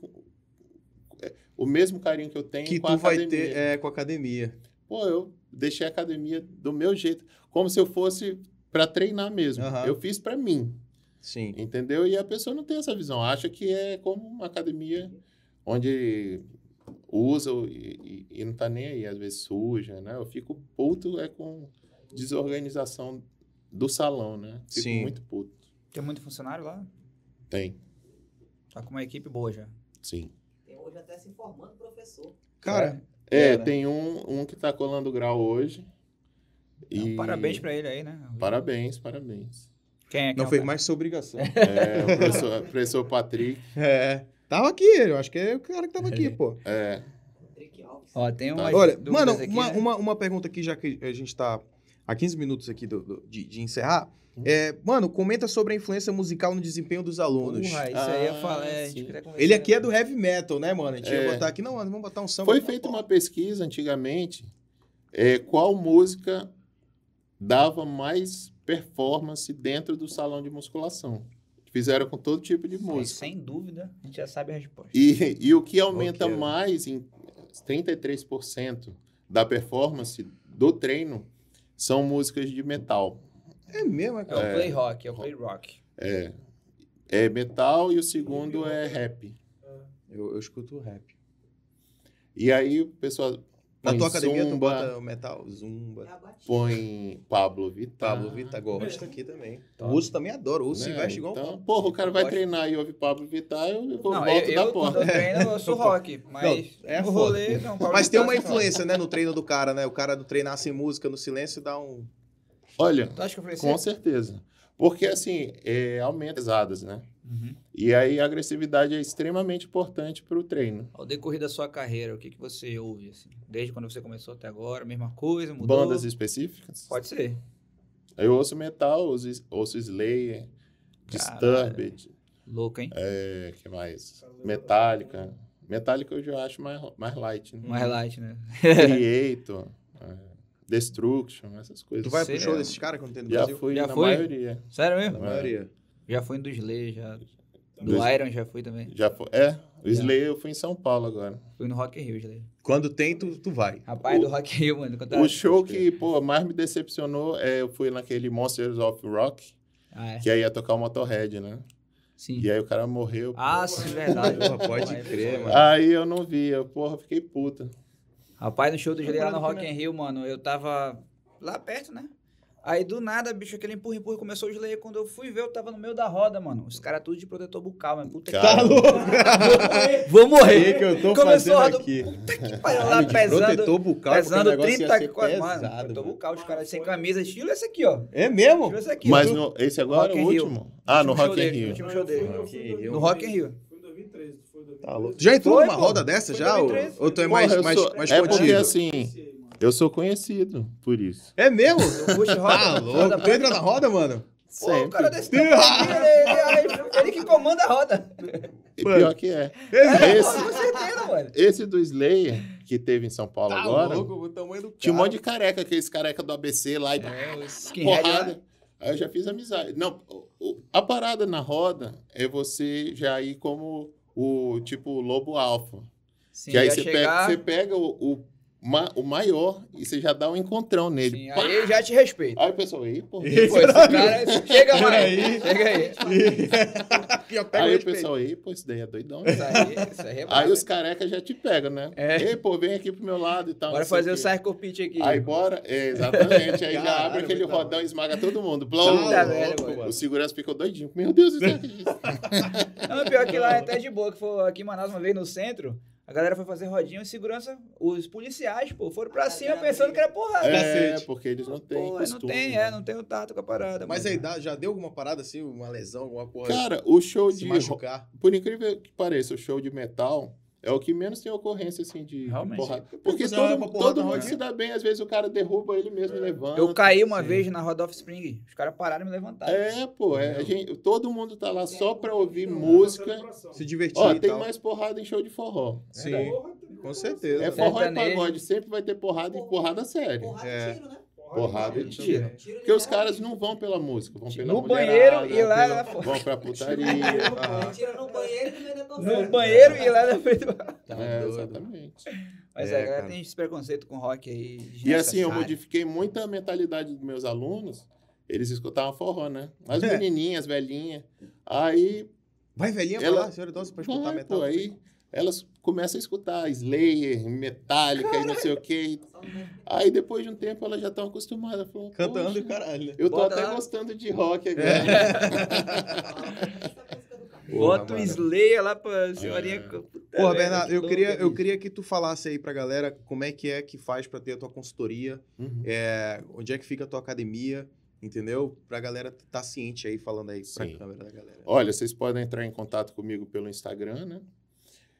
[SPEAKER 1] é, O mesmo carinho que eu tenho
[SPEAKER 3] que
[SPEAKER 1] com a
[SPEAKER 3] tu vai
[SPEAKER 1] academia.
[SPEAKER 3] ter é, com a academia.
[SPEAKER 1] Pô, eu deixei a academia do meu jeito, como se eu fosse para treinar mesmo.
[SPEAKER 3] Aham.
[SPEAKER 1] Eu fiz para mim.
[SPEAKER 3] Sim.
[SPEAKER 1] Entendeu? E a pessoa não tem essa visão. Acha que é como uma academia onde usa e, e- e não tá nem aí, às vezes suja, né? Eu fico puto é com desorganização do salão, né? Fico
[SPEAKER 3] Sim.
[SPEAKER 1] muito puto.
[SPEAKER 2] Tem muito funcionário lá?
[SPEAKER 1] Tem,
[SPEAKER 2] Tá com uma equipe boa já.
[SPEAKER 1] sim.
[SPEAKER 5] Tem hoje até se formando professor.
[SPEAKER 3] Cara,
[SPEAKER 1] É,
[SPEAKER 3] Cara.
[SPEAKER 1] tem um, um que tá colando grau hoje.
[SPEAKER 2] Então,
[SPEAKER 1] E...
[SPEAKER 2] Parabéns pra ele aí, né?
[SPEAKER 1] Parabéns, parabéns.
[SPEAKER 2] Quem é que
[SPEAKER 3] não
[SPEAKER 2] é o
[SPEAKER 3] fez
[SPEAKER 2] cara?
[SPEAKER 3] mais sua obrigação.
[SPEAKER 1] É, o professor, professor Patrick,
[SPEAKER 3] é. Tava aqui, eu acho que é o cara que tava aqui, pô.
[SPEAKER 1] é,
[SPEAKER 5] Patrick Alves.
[SPEAKER 2] Ó, tem umas
[SPEAKER 3] Olha,
[SPEAKER 2] dúvidas
[SPEAKER 3] mano,
[SPEAKER 2] aqui,
[SPEAKER 3] uma,
[SPEAKER 2] né?
[SPEAKER 3] uma, uma pergunta aqui, já que a gente tá a 15 minutos aqui do- do- de, de encerrar.
[SPEAKER 2] Uhum.
[SPEAKER 3] É, mano, comenta sobre a influência musical no desempenho dos alunos.
[SPEAKER 2] Porra, isso aí eu
[SPEAKER 1] Ah,
[SPEAKER 2] falo, é, a
[SPEAKER 1] sim.
[SPEAKER 2] gente queria conversar.
[SPEAKER 3] Ele aqui é do heavy metal, né, mano? A gente ia
[SPEAKER 1] É.
[SPEAKER 3] botar aqui, não, mano, vamos botar um samba.
[SPEAKER 1] Foi feita uma pesquisa antigamente é, qual música dava mais performance dentro do salão de musculação. Fizeram com todo tipo de
[SPEAKER 2] Pô,
[SPEAKER 1] música.
[SPEAKER 2] Sem dúvida, a gente já sabe a resposta.
[SPEAKER 1] E, e o que aumenta
[SPEAKER 3] Ok.
[SPEAKER 1] mais, em 33% da performance do treino, são músicas de metal.
[SPEAKER 3] É mesmo, é,
[SPEAKER 2] É o
[SPEAKER 3] cara.
[SPEAKER 2] play rock, é o play rock.
[SPEAKER 1] É, é metal e o segundo é rap.
[SPEAKER 3] Eu, eu escuto rap.
[SPEAKER 1] E aí o pessoal
[SPEAKER 3] Na
[SPEAKER 1] põe
[SPEAKER 3] tua academia, tu
[SPEAKER 1] Zumba,
[SPEAKER 3] bota o metal,
[SPEAKER 5] É
[SPEAKER 3] zumba.
[SPEAKER 5] a batida.
[SPEAKER 1] põe Pablo Vittar.
[SPEAKER 3] Pablo Vita gosta aqui também. O
[SPEAKER 2] Ah, é. Top.
[SPEAKER 3] Russo também adora, o Russo se
[SPEAKER 1] né?
[SPEAKER 3] veste igual.
[SPEAKER 1] Então, porra, o cara vai
[SPEAKER 2] Gosto.
[SPEAKER 1] treinar e ouve Pablo Vittar, eu, eu
[SPEAKER 2] não,
[SPEAKER 1] volto
[SPEAKER 2] eu,
[SPEAKER 1] da
[SPEAKER 2] eu quando eu
[SPEAKER 1] porta.
[SPEAKER 2] treino, eu sou rock, mas
[SPEAKER 3] Não, é
[SPEAKER 2] no rolê, não. tá Paulo
[SPEAKER 3] Mas
[SPEAKER 2] de
[SPEAKER 3] tem uma
[SPEAKER 2] Tarso,
[SPEAKER 3] influência, né, no treino do cara, né? O cara do treinar sem música no silêncio dá um.
[SPEAKER 1] Olha,
[SPEAKER 2] não. Tu acha que eu falei
[SPEAKER 1] com
[SPEAKER 2] assim?
[SPEAKER 1] certeza. Porque assim, é, aumenta as pesadas, né?
[SPEAKER 2] Uhum.
[SPEAKER 1] E aí a agressividade é extremamente importante para o treino.
[SPEAKER 2] Ao decorrer da sua carreira, o que, que você ouve, assim? Desde quando você começou até agora, mesma coisa, mudou?
[SPEAKER 1] Bandas específicas?
[SPEAKER 2] Pode ser.
[SPEAKER 1] Eu ouço metal, ouço, ouço Slayer,
[SPEAKER 2] Caralho.
[SPEAKER 1] Disturbed,
[SPEAKER 2] Louco, hein?
[SPEAKER 1] é, que mais? Metallica. Metallica eu já acho mais, mais light, né?
[SPEAKER 2] Um highlight, né?
[SPEAKER 1] Creator, é, Destruction, essas coisas.
[SPEAKER 3] Tu vai
[SPEAKER 2] Sei,
[SPEAKER 3] pro show
[SPEAKER 2] é.
[SPEAKER 3] desses caras quando tem no
[SPEAKER 1] Já
[SPEAKER 3] Brasil?
[SPEAKER 1] fui
[SPEAKER 2] Já
[SPEAKER 1] na
[SPEAKER 2] foi?
[SPEAKER 1] maioria.
[SPEAKER 2] Sério mesmo?
[SPEAKER 3] Na maioria.
[SPEAKER 2] Já fui do Slayer, já. Do
[SPEAKER 1] Dois-
[SPEAKER 2] Iron já fui também.
[SPEAKER 1] Já foi. É, o Slayer eu fui em São Paulo agora.
[SPEAKER 2] Fui no Rock in Rio, Slayer.
[SPEAKER 3] Quando tem, tu, tu vai.
[SPEAKER 2] Rapaz,
[SPEAKER 1] O-
[SPEAKER 2] do Rock in Rio, mano. quando eu-
[SPEAKER 1] O show que, pô, mais me decepcionou é eu fui naquele Monsters of Rock,
[SPEAKER 2] Ah, é.
[SPEAKER 1] que aí ia tocar o Motorhead, né?
[SPEAKER 2] Sim.
[SPEAKER 1] E aí o cara morreu.
[SPEAKER 2] Ah, sim, verdade.
[SPEAKER 3] Porra, pode
[SPEAKER 2] Porra,
[SPEAKER 3] crer,
[SPEAKER 2] é.
[SPEAKER 3] mano.
[SPEAKER 1] Aí eu não vi, eu, porra, fiquei puta.
[SPEAKER 2] Rapaz, no show do Juliano lá no
[SPEAKER 3] Lembrando
[SPEAKER 2] Rock in Rio, mano, eu tava lá perto, né? Aí do nada, bicho, aquele empurra, empurra, começou o Slayer. Quando eu fui ver, eu tava no meio da roda, mano. Os caras tudo de protetor bucal, mano. Puta
[SPEAKER 1] Cara. Tá
[SPEAKER 3] louco?
[SPEAKER 2] que Vou
[SPEAKER 3] que
[SPEAKER 2] morrer.
[SPEAKER 3] que eu tô
[SPEAKER 2] Começou a
[SPEAKER 3] fazendo
[SPEAKER 2] roda-
[SPEAKER 3] aqui?
[SPEAKER 2] Puta que pariu, lá
[SPEAKER 3] de
[SPEAKER 2] pesando.
[SPEAKER 3] protetor bucal, porque o um
[SPEAKER 2] Pesando
[SPEAKER 3] negócio
[SPEAKER 2] 30,
[SPEAKER 3] ia ser
[SPEAKER 2] quase- mano.
[SPEAKER 3] pesado,
[SPEAKER 2] Protetor
[SPEAKER 3] mano.
[SPEAKER 2] bucal, os caras sem camisa, estilo esse aqui, ó.
[SPEAKER 3] É mesmo?
[SPEAKER 2] Estilo esse aqui,
[SPEAKER 1] Mas
[SPEAKER 2] ó.
[SPEAKER 1] no- esse agora
[SPEAKER 2] Rock
[SPEAKER 1] é
[SPEAKER 2] in
[SPEAKER 1] o
[SPEAKER 2] Rio.
[SPEAKER 1] último? Ah, no
[SPEAKER 2] Último show
[SPEAKER 1] Rock in
[SPEAKER 2] dele,
[SPEAKER 1] Rio.
[SPEAKER 2] último
[SPEAKER 4] tá- Não,
[SPEAKER 2] show
[SPEAKER 4] eu fui-
[SPEAKER 2] dele.
[SPEAKER 4] eu
[SPEAKER 3] Rock
[SPEAKER 4] fui
[SPEAKER 3] in
[SPEAKER 4] em
[SPEAKER 3] Rio.
[SPEAKER 2] No Rock in
[SPEAKER 4] 2013,
[SPEAKER 2] Rio.
[SPEAKER 4] Fui em 2013, tu foi em 2013.
[SPEAKER 3] Tá louco. Já entrou
[SPEAKER 2] Foi,
[SPEAKER 3] numa
[SPEAKER 2] pô.
[SPEAKER 3] roda dessa
[SPEAKER 2] Foi
[SPEAKER 3] já? Ou,
[SPEAKER 2] 2013,
[SPEAKER 3] ou tu é
[SPEAKER 1] Porra,
[SPEAKER 3] mais,
[SPEAKER 1] eu
[SPEAKER 3] mais,
[SPEAKER 1] sou-
[SPEAKER 3] mais
[SPEAKER 1] é porque
[SPEAKER 3] contido?
[SPEAKER 1] assim,
[SPEAKER 4] Esse aí, mano.
[SPEAKER 1] eu sou conhecido por isso.
[SPEAKER 3] É mesmo?
[SPEAKER 2] Puxa, roda.
[SPEAKER 3] Tá
[SPEAKER 2] roda,
[SPEAKER 3] louco? Tu entra na roda, mano?
[SPEAKER 2] Pô, o cara desse
[SPEAKER 3] Sempre.
[SPEAKER 2] tamanho aqui, ele, ele- ele que comanda a roda.
[SPEAKER 1] E
[SPEAKER 3] Mano.
[SPEAKER 1] pior que é.
[SPEAKER 3] É
[SPEAKER 2] Pô,
[SPEAKER 1] Esse,
[SPEAKER 2] com certeza, mano.
[SPEAKER 1] esse do Slayer, que teve em São Paulo
[SPEAKER 3] Tá
[SPEAKER 1] agora,
[SPEAKER 3] louco, o tamanho do cara.
[SPEAKER 1] tinha um monte de careca, aqueles careca do ABC lá e
[SPEAKER 2] É, o skinhead lá.
[SPEAKER 1] porrada. né? Aí eu já fiz amizade. Não, o- o- a parada na roda é você já ir como o tipo lobo alfa.
[SPEAKER 2] Sim,
[SPEAKER 1] Que aí
[SPEAKER 2] já
[SPEAKER 1] você
[SPEAKER 2] chegar-
[SPEAKER 1] pega, você pega o, o, ma- o maior e você já dá um encontrão nele.
[SPEAKER 2] Sim,
[SPEAKER 1] Pá!
[SPEAKER 2] aí já te respeito.
[SPEAKER 1] Aí o pessoal, aí, pô.
[SPEAKER 2] Pô, esse cara chega mais.
[SPEAKER 3] Peraí.
[SPEAKER 2] Chega aí.
[SPEAKER 3] Pior, pega
[SPEAKER 1] Aí o
[SPEAKER 3] respeito.
[SPEAKER 1] pessoal, aí, pô, isso daí é doidão. né?
[SPEAKER 2] Isso aí, isso aí é
[SPEAKER 1] Aí
[SPEAKER 2] brabo.
[SPEAKER 1] os carecas já te pegam, né?
[SPEAKER 2] É.
[SPEAKER 1] Ei, pô, vem aqui pro meu lado e tal.
[SPEAKER 2] Bora
[SPEAKER 1] não sei
[SPEAKER 2] fazer o
[SPEAKER 1] quê.
[SPEAKER 2] circle pitch aqui.
[SPEAKER 1] Aí bora, é, exatamente. Aí já
[SPEAKER 3] Caralho,
[SPEAKER 1] abre aquele
[SPEAKER 3] muito
[SPEAKER 1] rodão e esmaga todo mundo.
[SPEAKER 3] Tá
[SPEAKER 1] Blum,
[SPEAKER 2] Puta
[SPEAKER 3] louco,
[SPEAKER 2] merda, mano.
[SPEAKER 1] o segurança ficou doidinho. Meu Deus do céu. que isso? é
[SPEAKER 2] Não, pior que lá é até de boa, que foi aqui em Manaus uma vez no centro, a galera foi fazer rodinha e segurança, os policiais, pô, foram pra cima pensando que era porrada.
[SPEAKER 1] é,
[SPEAKER 3] Cacete.
[SPEAKER 1] porque eles não têm
[SPEAKER 2] Pô, não
[SPEAKER 1] costume.
[SPEAKER 2] tem,
[SPEAKER 1] né?
[SPEAKER 2] é, não tem o tato com a parada.
[SPEAKER 3] Mas
[SPEAKER 2] mano.
[SPEAKER 3] aí dá- já deu alguma parada assim, uma lesão, alguma porra?
[SPEAKER 1] Cara, o show
[SPEAKER 3] se
[SPEAKER 1] de... ro-
[SPEAKER 3] machucar.
[SPEAKER 1] Por incrível que pareça, o show de metal é o que menos tem ocorrência, assim, de de
[SPEAKER 2] Realmente.
[SPEAKER 1] porrada. Porque
[SPEAKER 3] Você vai
[SPEAKER 1] todo,
[SPEAKER 3] pra
[SPEAKER 1] todo
[SPEAKER 3] porrada, É.
[SPEAKER 1] mundo
[SPEAKER 3] né?
[SPEAKER 1] se dá bem, às vezes o cara derruba ele mesmo e levanta.
[SPEAKER 2] Eu caí uma
[SPEAKER 3] Sim.
[SPEAKER 2] vez na Roda Offspring, os caras pararam e me levantaram.
[SPEAKER 1] É, pô, é, a gente, todo mundo tá lá só pra ouvir
[SPEAKER 4] Não, não
[SPEAKER 1] música.
[SPEAKER 4] tá celebração.
[SPEAKER 3] Se divertir
[SPEAKER 1] Ó,
[SPEAKER 3] e
[SPEAKER 1] tem
[SPEAKER 3] tal.
[SPEAKER 1] mais porrada em show de forró.
[SPEAKER 3] Sim.
[SPEAKER 4] Porra, tem
[SPEAKER 3] Com
[SPEAKER 4] coração.
[SPEAKER 3] certeza.
[SPEAKER 1] É
[SPEAKER 3] né?
[SPEAKER 1] forró e
[SPEAKER 2] Sertanejo.
[SPEAKER 1] pagode, sempre vai ter porrada e porrada séria.
[SPEAKER 5] Porrada
[SPEAKER 3] É.
[SPEAKER 5] e tiro, né?
[SPEAKER 1] Porrada e
[SPEAKER 4] Porra,
[SPEAKER 1] tiro.
[SPEAKER 5] Tiro
[SPEAKER 1] Porque os
[SPEAKER 5] liberado.
[SPEAKER 1] caras não vão pela música, vão pela
[SPEAKER 2] Tipo, No
[SPEAKER 1] mulherada,
[SPEAKER 2] banheiro e lá né, Tá na
[SPEAKER 1] Vão pra
[SPEAKER 4] Tiro.
[SPEAKER 1] putaria.
[SPEAKER 3] Ah,
[SPEAKER 5] Tiro É, no banheiro e no meio da torcida.
[SPEAKER 2] No banheiro e lá na frente. do-
[SPEAKER 3] tá
[SPEAKER 1] É,
[SPEAKER 3] doido.
[SPEAKER 1] exatamente.
[SPEAKER 3] É,
[SPEAKER 2] Mas a galera
[SPEAKER 3] cara.
[SPEAKER 2] tem esse preconceito com rock aí.
[SPEAKER 1] E assim, eu
[SPEAKER 2] desnecessário.
[SPEAKER 1] modifiquei muito a mentalidade dos meus alunos. Eles escutavam forró, né? As
[SPEAKER 3] É.
[SPEAKER 1] menininhas, velhinhas. Aí,
[SPEAKER 3] Vai velhinha pra
[SPEAKER 1] Ela-
[SPEAKER 3] lá, senhora então, idosa, pra escutar
[SPEAKER 1] vai,
[SPEAKER 3] metal.
[SPEAKER 1] pô, aí elas começam a escutar Slayer, Metallica e não sei o quê.
[SPEAKER 5] né?
[SPEAKER 1] Aí depois de um tempo elas já estão acostumadas. Falam,
[SPEAKER 3] Cantando e
[SPEAKER 1] "Poxa,
[SPEAKER 3] caralho. né? É.
[SPEAKER 1] Eu tô
[SPEAKER 2] Bota
[SPEAKER 1] até
[SPEAKER 2] lá.
[SPEAKER 1] gostando de rock agora.
[SPEAKER 5] é
[SPEAKER 3] Porra,
[SPEAKER 2] Bota o
[SPEAKER 3] mano.
[SPEAKER 2] Slayer lá pra senhorinha.
[SPEAKER 1] É.
[SPEAKER 2] Puta
[SPEAKER 3] Porra,
[SPEAKER 2] merda,
[SPEAKER 3] Bernardo,
[SPEAKER 2] que
[SPEAKER 3] eu
[SPEAKER 2] louco, é
[SPEAKER 3] queria,
[SPEAKER 1] Então,
[SPEAKER 3] eu
[SPEAKER 2] bicho.
[SPEAKER 3] queria que tu falasse aí pra galera como é que é que faz pra ter a tua consultoria,
[SPEAKER 1] Uhum.
[SPEAKER 3] é, onde é que fica a tua academia, entendeu? Pra galera tá ciente aí, falando aí pra
[SPEAKER 1] Sim.
[SPEAKER 3] câmera da galera.
[SPEAKER 1] Olha, vocês podem entrar em contato comigo pelo Instagram, né?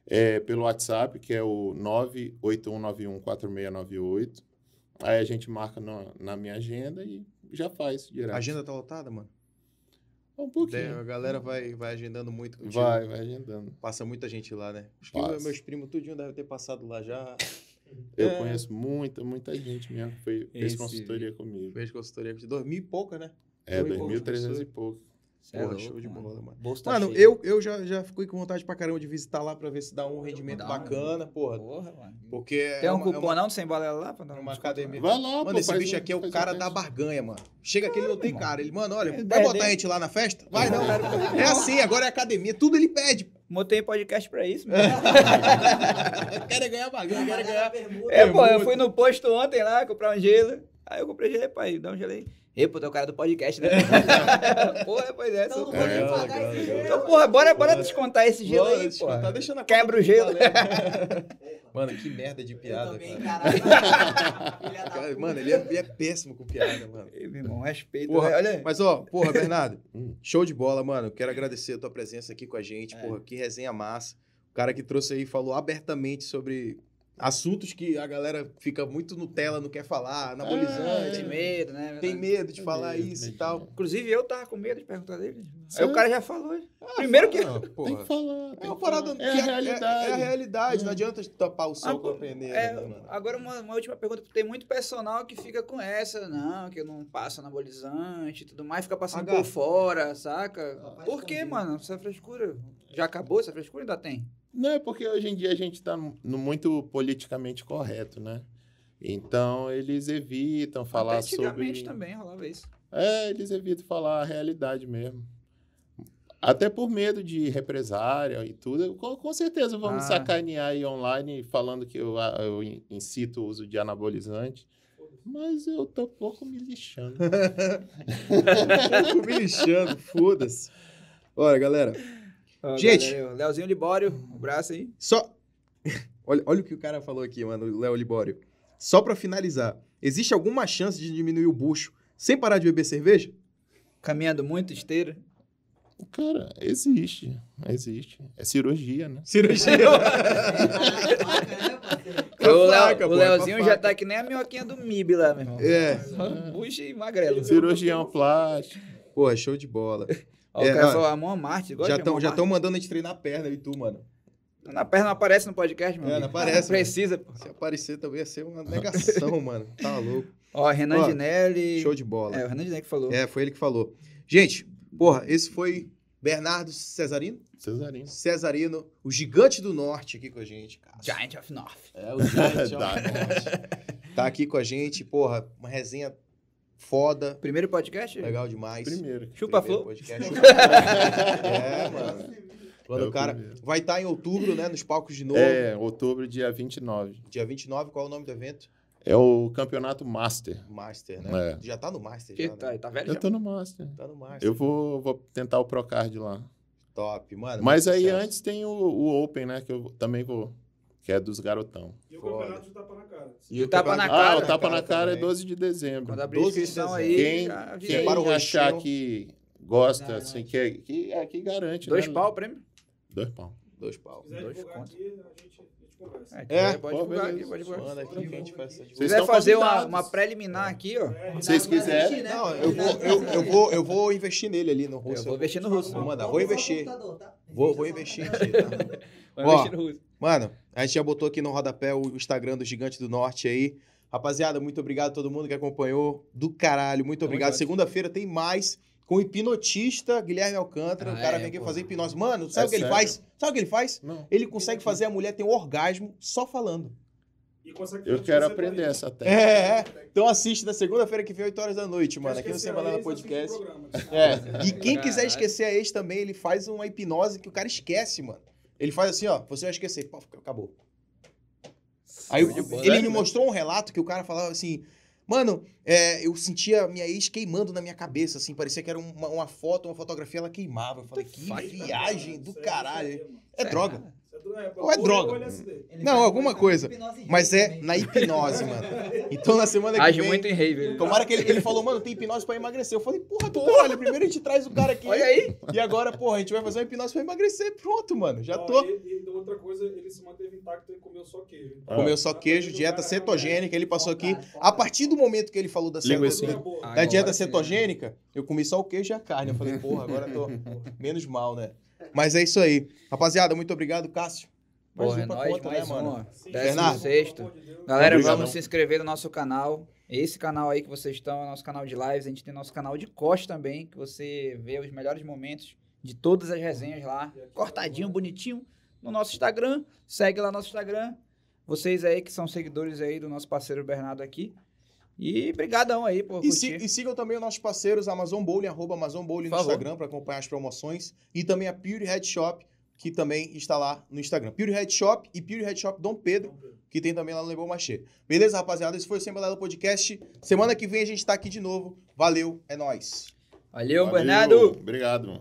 [SPEAKER 1] É, pelo WhatsApp, que é o 981914698. Aí a gente marca na- na minha agenda e já faz direto.
[SPEAKER 3] A agenda tá lotada, mano?
[SPEAKER 1] Um
[SPEAKER 3] Daí
[SPEAKER 1] pouquinho.
[SPEAKER 3] A galera vai, vai agendando muito contigo.
[SPEAKER 1] Vai, vai agendando.
[SPEAKER 3] Passa muita gente lá, né? Acho que
[SPEAKER 1] Passa.
[SPEAKER 3] meus primos tudinho devem ter passado lá já.
[SPEAKER 1] Eu
[SPEAKER 3] É.
[SPEAKER 1] conheço muita, muita gente mesmo que foi, fez
[SPEAKER 3] Esse-
[SPEAKER 1] consultoria comigo.
[SPEAKER 3] Fez consultoria de dois mil e pouca, né?
[SPEAKER 1] É,
[SPEAKER 3] foi bom,
[SPEAKER 1] 2.300
[SPEAKER 3] professor.
[SPEAKER 1] e pouco.
[SPEAKER 2] Cê é
[SPEAKER 3] Porra,
[SPEAKER 2] louco,
[SPEAKER 3] show de
[SPEAKER 2] mano.
[SPEAKER 3] bola, mano.
[SPEAKER 2] Bolso tá
[SPEAKER 3] Mano,
[SPEAKER 2] cheio.
[SPEAKER 3] eu, eu já, já fiquei com vontade pra caramba de visitar lá pra ver se dá um rendimento
[SPEAKER 2] Dá,
[SPEAKER 3] bacana, porra.
[SPEAKER 2] Porra, mano.
[SPEAKER 3] Porque é
[SPEAKER 2] Tem um
[SPEAKER 3] uma- é
[SPEAKER 2] cupom
[SPEAKER 3] uma-
[SPEAKER 2] não de sem balela lá pra dar
[SPEAKER 3] é
[SPEAKER 2] um
[SPEAKER 3] uma
[SPEAKER 2] desconto,
[SPEAKER 3] academia.
[SPEAKER 1] Vai lá,
[SPEAKER 3] Mano,
[SPEAKER 1] pô,
[SPEAKER 3] esse
[SPEAKER 1] faz
[SPEAKER 3] bicho
[SPEAKER 1] um-
[SPEAKER 3] aqui é o
[SPEAKER 1] faz um
[SPEAKER 3] cara da
[SPEAKER 1] teste.
[SPEAKER 3] barganha, mano. Chega aqui, ele não tem
[SPEAKER 2] irmão.
[SPEAKER 3] cara. Ele, mano, olha,
[SPEAKER 2] É,
[SPEAKER 3] vai
[SPEAKER 2] é
[SPEAKER 3] botar a
[SPEAKER 2] dele.
[SPEAKER 3] gente lá na festa? Vai não.
[SPEAKER 2] Quero-
[SPEAKER 3] É assim, agora é academia, tudo ele pede.
[SPEAKER 2] né? Montei podcast pra
[SPEAKER 3] É.
[SPEAKER 2] isso, mano.
[SPEAKER 3] O cara é ganhar barganha, o cara é ganhar.
[SPEAKER 5] ganhar.
[SPEAKER 2] É, pô, eu
[SPEAKER 3] muito.
[SPEAKER 2] fui no posto ontem lá comprar um gelo. Aí eu comprei gelo, pai, dá um gelo aí. Ei, pô, tu é o cara do podcast, né? porra, pois é.
[SPEAKER 5] Então não
[SPEAKER 2] sou-
[SPEAKER 5] vou nem
[SPEAKER 3] Legal,
[SPEAKER 5] pagar esse
[SPEAKER 3] legal, legal.
[SPEAKER 2] Então,
[SPEAKER 5] dinheiro.
[SPEAKER 2] porra, bora, bora
[SPEAKER 3] Bora.
[SPEAKER 2] descontar esse gelo
[SPEAKER 3] Bora,
[SPEAKER 2] aí,
[SPEAKER 3] desculpa,
[SPEAKER 2] pô.
[SPEAKER 3] Tá deixando a
[SPEAKER 2] Quebra
[SPEAKER 3] conta
[SPEAKER 2] o
[SPEAKER 3] do
[SPEAKER 2] gelo. né?
[SPEAKER 3] valendo.
[SPEAKER 5] Porra,
[SPEAKER 3] Mano, que merda de
[SPEAKER 5] eu
[SPEAKER 3] piada,
[SPEAKER 5] também,
[SPEAKER 3] cara.
[SPEAKER 5] caralho. Filha da
[SPEAKER 3] Cara,
[SPEAKER 5] puta.
[SPEAKER 3] Mano, ele é, ele é péssimo com piada, mano.
[SPEAKER 2] Ei, meu irmão, respeito.
[SPEAKER 3] Porra,
[SPEAKER 2] né? Olha aí.
[SPEAKER 3] Mas, ó, porra, Bernardo,
[SPEAKER 1] Hum.
[SPEAKER 3] show de bola, mano. Quero agradecer a tua presença aqui com a gente.
[SPEAKER 2] É.
[SPEAKER 3] Porra, que resenha massa. O cara que trouxe aí falou abertamente sobre assuntos que a galera fica muito Nutella, não quer falar,
[SPEAKER 2] Tem
[SPEAKER 3] anabolizante,
[SPEAKER 2] medo, né?
[SPEAKER 3] tem medo de falar
[SPEAKER 1] medo,
[SPEAKER 3] isso e
[SPEAKER 1] medo.
[SPEAKER 3] tal.
[SPEAKER 2] Inclusive, eu tava com medo de perguntar dele. Aí
[SPEAKER 1] Sério?
[SPEAKER 2] o cara já falou.
[SPEAKER 3] Ah,
[SPEAKER 2] Primeiro que.
[SPEAKER 3] Não,
[SPEAKER 1] Tem que
[SPEAKER 3] porra.
[SPEAKER 1] falar.
[SPEAKER 3] É
[SPEAKER 1] tem
[SPEAKER 3] uma
[SPEAKER 1] que
[SPEAKER 3] parada
[SPEAKER 1] falar.
[SPEAKER 3] que
[SPEAKER 1] é a realidade.
[SPEAKER 3] É, a realidade. Não
[SPEAKER 1] É.
[SPEAKER 3] adianta tapar o sol
[SPEAKER 2] Ah,
[SPEAKER 3] com a peneira,
[SPEAKER 2] É,
[SPEAKER 3] né, mano?
[SPEAKER 2] agora uma, uma última pergunta, porque tem muito personal que fica com essa, não, que eu não passo anabolizante e tudo mais, fica passando
[SPEAKER 3] H. tá
[SPEAKER 2] por fora, saca?
[SPEAKER 5] Rapaz,
[SPEAKER 2] Por que,
[SPEAKER 5] escondido.
[SPEAKER 2] mano? Essa frescura. Já acabou essa frescura? Ainda tem?
[SPEAKER 1] Não, é porque hoje em dia a gente está muito politicamente correto, né? Então eles evitam falar
[SPEAKER 2] Até antigamente
[SPEAKER 1] sobre.
[SPEAKER 2] também rolava isso.
[SPEAKER 1] É, eles evitam falar a realidade mesmo. Até por medo de represária e tudo. Com, com certeza vão me
[SPEAKER 2] Ah.
[SPEAKER 1] sacanear aí online falando que eu, ah, eu in- incito o uso de anabolizante. Mas eu tô pouco me lixando.
[SPEAKER 3] Fico me lixando, foda-se. Olha, Ah, galera,
[SPEAKER 2] Ó,
[SPEAKER 3] Gente.
[SPEAKER 2] galera, o Leozinho Libório, um abraço aí.
[SPEAKER 3] Só. olha, olha o que o cara falou aqui, mano, o Léo Libório. Só pra finalizar, existe alguma chance de diminuir o bucho sem parar de beber cerveja?
[SPEAKER 2] Caminhando muito, esteira.
[SPEAKER 1] Cara, existe. Existe. É cirurgia, né?
[SPEAKER 3] Cirurgia.
[SPEAKER 2] O, Léo-
[SPEAKER 3] faca,
[SPEAKER 2] o
[SPEAKER 3] pô, é pra
[SPEAKER 2] Leozinho já
[SPEAKER 3] faca.
[SPEAKER 2] tá que nem a minhoquinha do MIB lá, meu irmão.
[SPEAKER 3] É.
[SPEAKER 2] Só Bucha e magrelo.
[SPEAKER 1] Cirurgião plástico.
[SPEAKER 3] Pô, show de bola.
[SPEAKER 2] Ó,
[SPEAKER 3] É,
[SPEAKER 2] o cara
[SPEAKER 3] ó.
[SPEAKER 2] falou, Amon Marte, gosta
[SPEAKER 3] Já
[SPEAKER 2] de
[SPEAKER 3] estão
[SPEAKER 2] Amon
[SPEAKER 3] já
[SPEAKER 2] Marte?
[SPEAKER 3] tão mandando a gente treinar a perna e tu, mano.
[SPEAKER 2] Na perna não aparece no podcast, meu
[SPEAKER 3] É, não
[SPEAKER 2] amigo.
[SPEAKER 3] aparece,
[SPEAKER 2] Precisa, pô.
[SPEAKER 3] Se aparecer também ia ser uma negação, mano. Tá louco.
[SPEAKER 2] Ó, Renan
[SPEAKER 3] Ó,
[SPEAKER 2] Dinelli.
[SPEAKER 3] Show de bola.
[SPEAKER 2] É, o Renan Dinelli que falou.
[SPEAKER 3] É, foi ele que falou. Gente, porra, esse foi Bernardo Cesarino?
[SPEAKER 1] Cesarinho.
[SPEAKER 3] Cesarino, o gigante do norte aqui com a gente, cara.
[SPEAKER 2] Giant of North.
[SPEAKER 3] É, o Giant of
[SPEAKER 1] Dá.
[SPEAKER 3] Norte. Tá aqui com a gente, porra, uma resenha foda,
[SPEAKER 2] Primeiro podcast?
[SPEAKER 3] legal demais.
[SPEAKER 1] Primeiro.
[SPEAKER 2] Chupa
[SPEAKER 3] Primeiro
[SPEAKER 2] Flow.
[SPEAKER 3] podcast. é, mano. Quando
[SPEAKER 1] É
[SPEAKER 3] o
[SPEAKER 1] o
[SPEAKER 3] cara
[SPEAKER 1] primeiro.
[SPEAKER 3] vai estar em outubro, né, nos palcos de novo.
[SPEAKER 1] É, outubro, dia 29.
[SPEAKER 3] Dia 29, qual é o nome do evento?
[SPEAKER 1] É o campeonato Master.
[SPEAKER 3] Master, né?
[SPEAKER 1] É.
[SPEAKER 3] Já tá no Master
[SPEAKER 2] Que
[SPEAKER 3] já,
[SPEAKER 2] tá,
[SPEAKER 3] né?
[SPEAKER 2] tá velho
[SPEAKER 1] Eu
[SPEAKER 2] já?
[SPEAKER 1] tô no Master.
[SPEAKER 3] Tá no Master.
[SPEAKER 1] Eu vou, vou tentar o Procard lá.
[SPEAKER 3] Top, mano.
[SPEAKER 1] Mas
[SPEAKER 3] muito
[SPEAKER 1] aí
[SPEAKER 3] sucesso.
[SPEAKER 1] antes tem o, o Open, né? Que eu também vou. Que é dos garotão.
[SPEAKER 4] E o
[SPEAKER 3] Foda.
[SPEAKER 4] campeonato de tapa na cara.
[SPEAKER 3] E
[SPEAKER 2] o tapa na
[SPEAKER 1] ah,
[SPEAKER 2] cara,
[SPEAKER 1] o Tapa na Cara é
[SPEAKER 3] também.
[SPEAKER 1] 12 de dezembro.
[SPEAKER 2] Quando abrir a
[SPEAKER 3] 12 de
[SPEAKER 2] inscrição
[SPEAKER 3] dezembro.
[SPEAKER 2] aí,
[SPEAKER 1] Quem,
[SPEAKER 2] já avisa
[SPEAKER 1] quem
[SPEAKER 2] aí.
[SPEAKER 3] Prepara o
[SPEAKER 1] achar
[SPEAKER 3] roxinho.
[SPEAKER 1] que gosta,
[SPEAKER 5] Garante.
[SPEAKER 1] assim, que, que, é, que garante,
[SPEAKER 2] Dois
[SPEAKER 1] né?
[SPEAKER 2] pau o prêmio?
[SPEAKER 1] Dois pau.
[SPEAKER 3] Dois
[SPEAKER 4] Se
[SPEAKER 3] pau.
[SPEAKER 4] quiser
[SPEAKER 2] Dois
[SPEAKER 4] divulgar né?
[SPEAKER 2] conto.
[SPEAKER 4] aqui, a gente, a gente conversa.
[SPEAKER 2] É,
[SPEAKER 3] É,
[SPEAKER 2] pode
[SPEAKER 1] pô,
[SPEAKER 2] divulgar aqui,
[SPEAKER 1] beleza.
[SPEAKER 2] pode divulgar.
[SPEAKER 3] Manda
[SPEAKER 2] Se
[SPEAKER 3] aqui que a gente faz essa divulgação.
[SPEAKER 1] Vocês
[SPEAKER 2] quiser
[SPEAKER 1] estão
[SPEAKER 2] fazer uma,
[SPEAKER 1] convidados.
[SPEAKER 2] uma preliminar aqui, ó,
[SPEAKER 4] É,
[SPEAKER 1] Se vocês
[SPEAKER 4] dá pra
[SPEAKER 1] quiserem-
[SPEAKER 4] assistir, né?
[SPEAKER 3] Não, eu vou, eu, eu vou, eu vou investir nele ali no
[SPEAKER 2] eu
[SPEAKER 3] Russo.
[SPEAKER 2] vou investir no russo.
[SPEAKER 3] Vou
[SPEAKER 2] né?
[SPEAKER 3] mandar, vou investir.
[SPEAKER 5] tá?
[SPEAKER 3] Vou, vou investir em ti, tá?
[SPEAKER 2] Vou
[SPEAKER 3] Ó,
[SPEAKER 2] investir no russo.
[SPEAKER 3] Mano, a gente já botou aqui no rodapé o Instagram do Gigante do Norte aí. Rapaziada, muito obrigado a todo mundo que acompanhou. Do caralho, muito
[SPEAKER 2] Tamo
[SPEAKER 3] obrigado.
[SPEAKER 2] junto.
[SPEAKER 3] Segunda-feira tem mais com o hipnotista Guilherme Alcântara.
[SPEAKER 2] Ah,
[SPEAKER 3] o cara
[SPEAKER 2] é,
[SPEAKER 3] vem aqui
[SPEAKER 2] pô.
[SPEAKER 3] fazer hipnose. Mano, sabe
[SPEAKER 1] É
[SPEAKER 3] o que ele
[SPEAKER 1] sério?
[SPEAKER 3] faz? Sabe o que ele faz?
[SPEAKER 1] Não.
[SPEAKER 3] Ele consegue fazer a mulher ter um orgasmo só falando.
[SPEAKER 4] E consegue
[SPEAKER 1] Eu
[SPEAKER 4] fazer
[SPEAKER 1] quero
[SPEAKER 4] você
[SPEAKER 1] aprender
[SPEAKER 4] também.
[SPEAKER 1] essa técnica.
[SPEAKER 3] É, é. Então assiste na segunda-feira que vem, 8 horas da noite, mano, aqui no
[SPEAKER 4] Esquecer a
[SPEAKER 3] Semana
[SPEAKER 4] ex, assiste é o
[SPEAKER 3] Podcast.
[SPEAKER 4] programa.
[SPEAKER 3] É. E quem quiser
[SPEAKER 2] Caralho.
[SPEAKER 3] esquecer a ex também, ele faz uma hipnose que o cara esquece, mano. Ele faz assim, ó, você vai esquecer. Pô, acabou. Aí eu- eu-
[SPEAKER 2] Nossa,
[SPEAKER 3] ele
[SPEAKER 2] né?
[SPEAKER 3] me mostrou um relato que o cara falava assim, mano, é, eu sentia a minha ex queimando na minha cabeça, assim, parecia que era uma, uma foto, uma fotografia, ela queimava. Eu falei, que
[SPEAKER 4] Eita,
[SPEAKER 3] viagem
[SPEAKER 4] mano,
[SPEAKER 3] do
[SPEAKER 4] isso aí
[SPEAKER 3] caralho.
[SPEAKER 4] é, mano.
[SPEAKER 3] É droga.
[SPEAKER 4] Isso é droga.
[SPEAKER 3] Ou é
[SPEAKER 4] Ou
[SPEAKER 3] droga.
[SPEAKER 4] LSD.
[SPEAKER 5] Ele
[SPEAKER 3] Não,
[SPEAKER 5] faz
[SPEAKER 3] alguma coisa.
[SPEAKER 5] hipnose em
[SPEAKER 3] Mas
[SPEAKER 5] rede
[SPEAKER 3] é
[SPEAKER 5] também.
[SPEAKER 3] na hipnose, mano. Então na semana que
[SPEAKER 2] Age
[SPEAKER 3] vem.
[SPEAKER 2] muito em rave. ele. tá-
[SPEAKER 3] Tomara que ele, ele falou, mano, tem hipnose pra emagrecer. Eu falei, porra, do caralho, primeiro a gente traz o cara aqui.
[SPEAKER 2] Olha aí.
[SPEAKER 3] E agora, porra, a gente vai fazer uma hipnose pra emagrecer. Pronto, mano. Já
[SPEAKER 4] Ó,
[SPEAKER 3] tô.
[SPEAKER 4] E, e outra coisa, ele se manteve intacto e comeu só queijo.
[SPEAKER 1] Ah.
[SPEAKER 3] Comeu só queijo, dieta cetogênica. Ele passou aqui. A partir do momento que ele falou da, ceto-
[SPEAKER 2] assim.
[SPEAKER 1] Linguicinha.
[SPEAKER 3] da-
[SPEAKER 4] Acabou.
[SPEAKER 3] da
[SPEAKER 2] Agora
[SPEAKER 3] dieta
[SPEAKER 2] sim.
[SPEAKER 3] cetogênica, eu comi só o queijo e a carne. Eu falei, porra, agora tô menos mal, né? Mas é isso aí. Rapaziada, muito obrigado, Cássio. Mais
[SPEAKER 2] Porra,
[SPEAKER 3] um
[SPEAKER 2] é
[SPEAKER 3] pra
[SPEAKER 2] nóis,
[SPEAKER 3] conta,
[SPEAKER 2] mais
[SPEAKER 3] né, mano?
[SPEAKER 2] um.
[SPEAKER 4] Sim,
[SPEAKER 2] Décimo
[SPEAKER 4] Fernando,
[SPEAKER 2] sexto.
[SPEAKER 4] pelo amor de Deus.
[SPEAKER 2] Galera,
[SPEAKER 1] Obrigadão.
[SPEAKER 2] vamos se inscrever no nosso canal. Esse canal aí que vocês estão é nosso canal de lives. A gente tem nosso canal de corte também, que você vê os melhores momentos de todas as resenhas lá. Cortadinho, bonitinho, no nosso Instagram. Segue lá nosso Instagram. Vocês aí que são seguidores aí do nosso parceiro Bernardo aqui. E brigadão aí por
[SPEAKER 3] E, si-
[SPEAKER 2] curtir.
[SPEAKER 3] e sigam também os nossos parceiros Amazon Bowling, arroba Amazon Bowling no
[SPEAKER 2] Por favor.
[SPEAKER 3] Instagram para acompanhar as promoções. E também a Pure Head Shop, que também está lá no Instagram. Pure Head Shop e Pure Head Shop Dom Pedro, que tem também lá no Lebon Machê. Beleza, rapaziada? Esse foi o Sembalado Podcast. Semana que vem a gente tá aqui de novo. Valeu, é nóis.
[SPEAKER 2] Valeu,
[SPEAKER 1] Valeu.
[SPEAKER 2] Bernardo!
[SPEAKER 1] Obrigado, mano.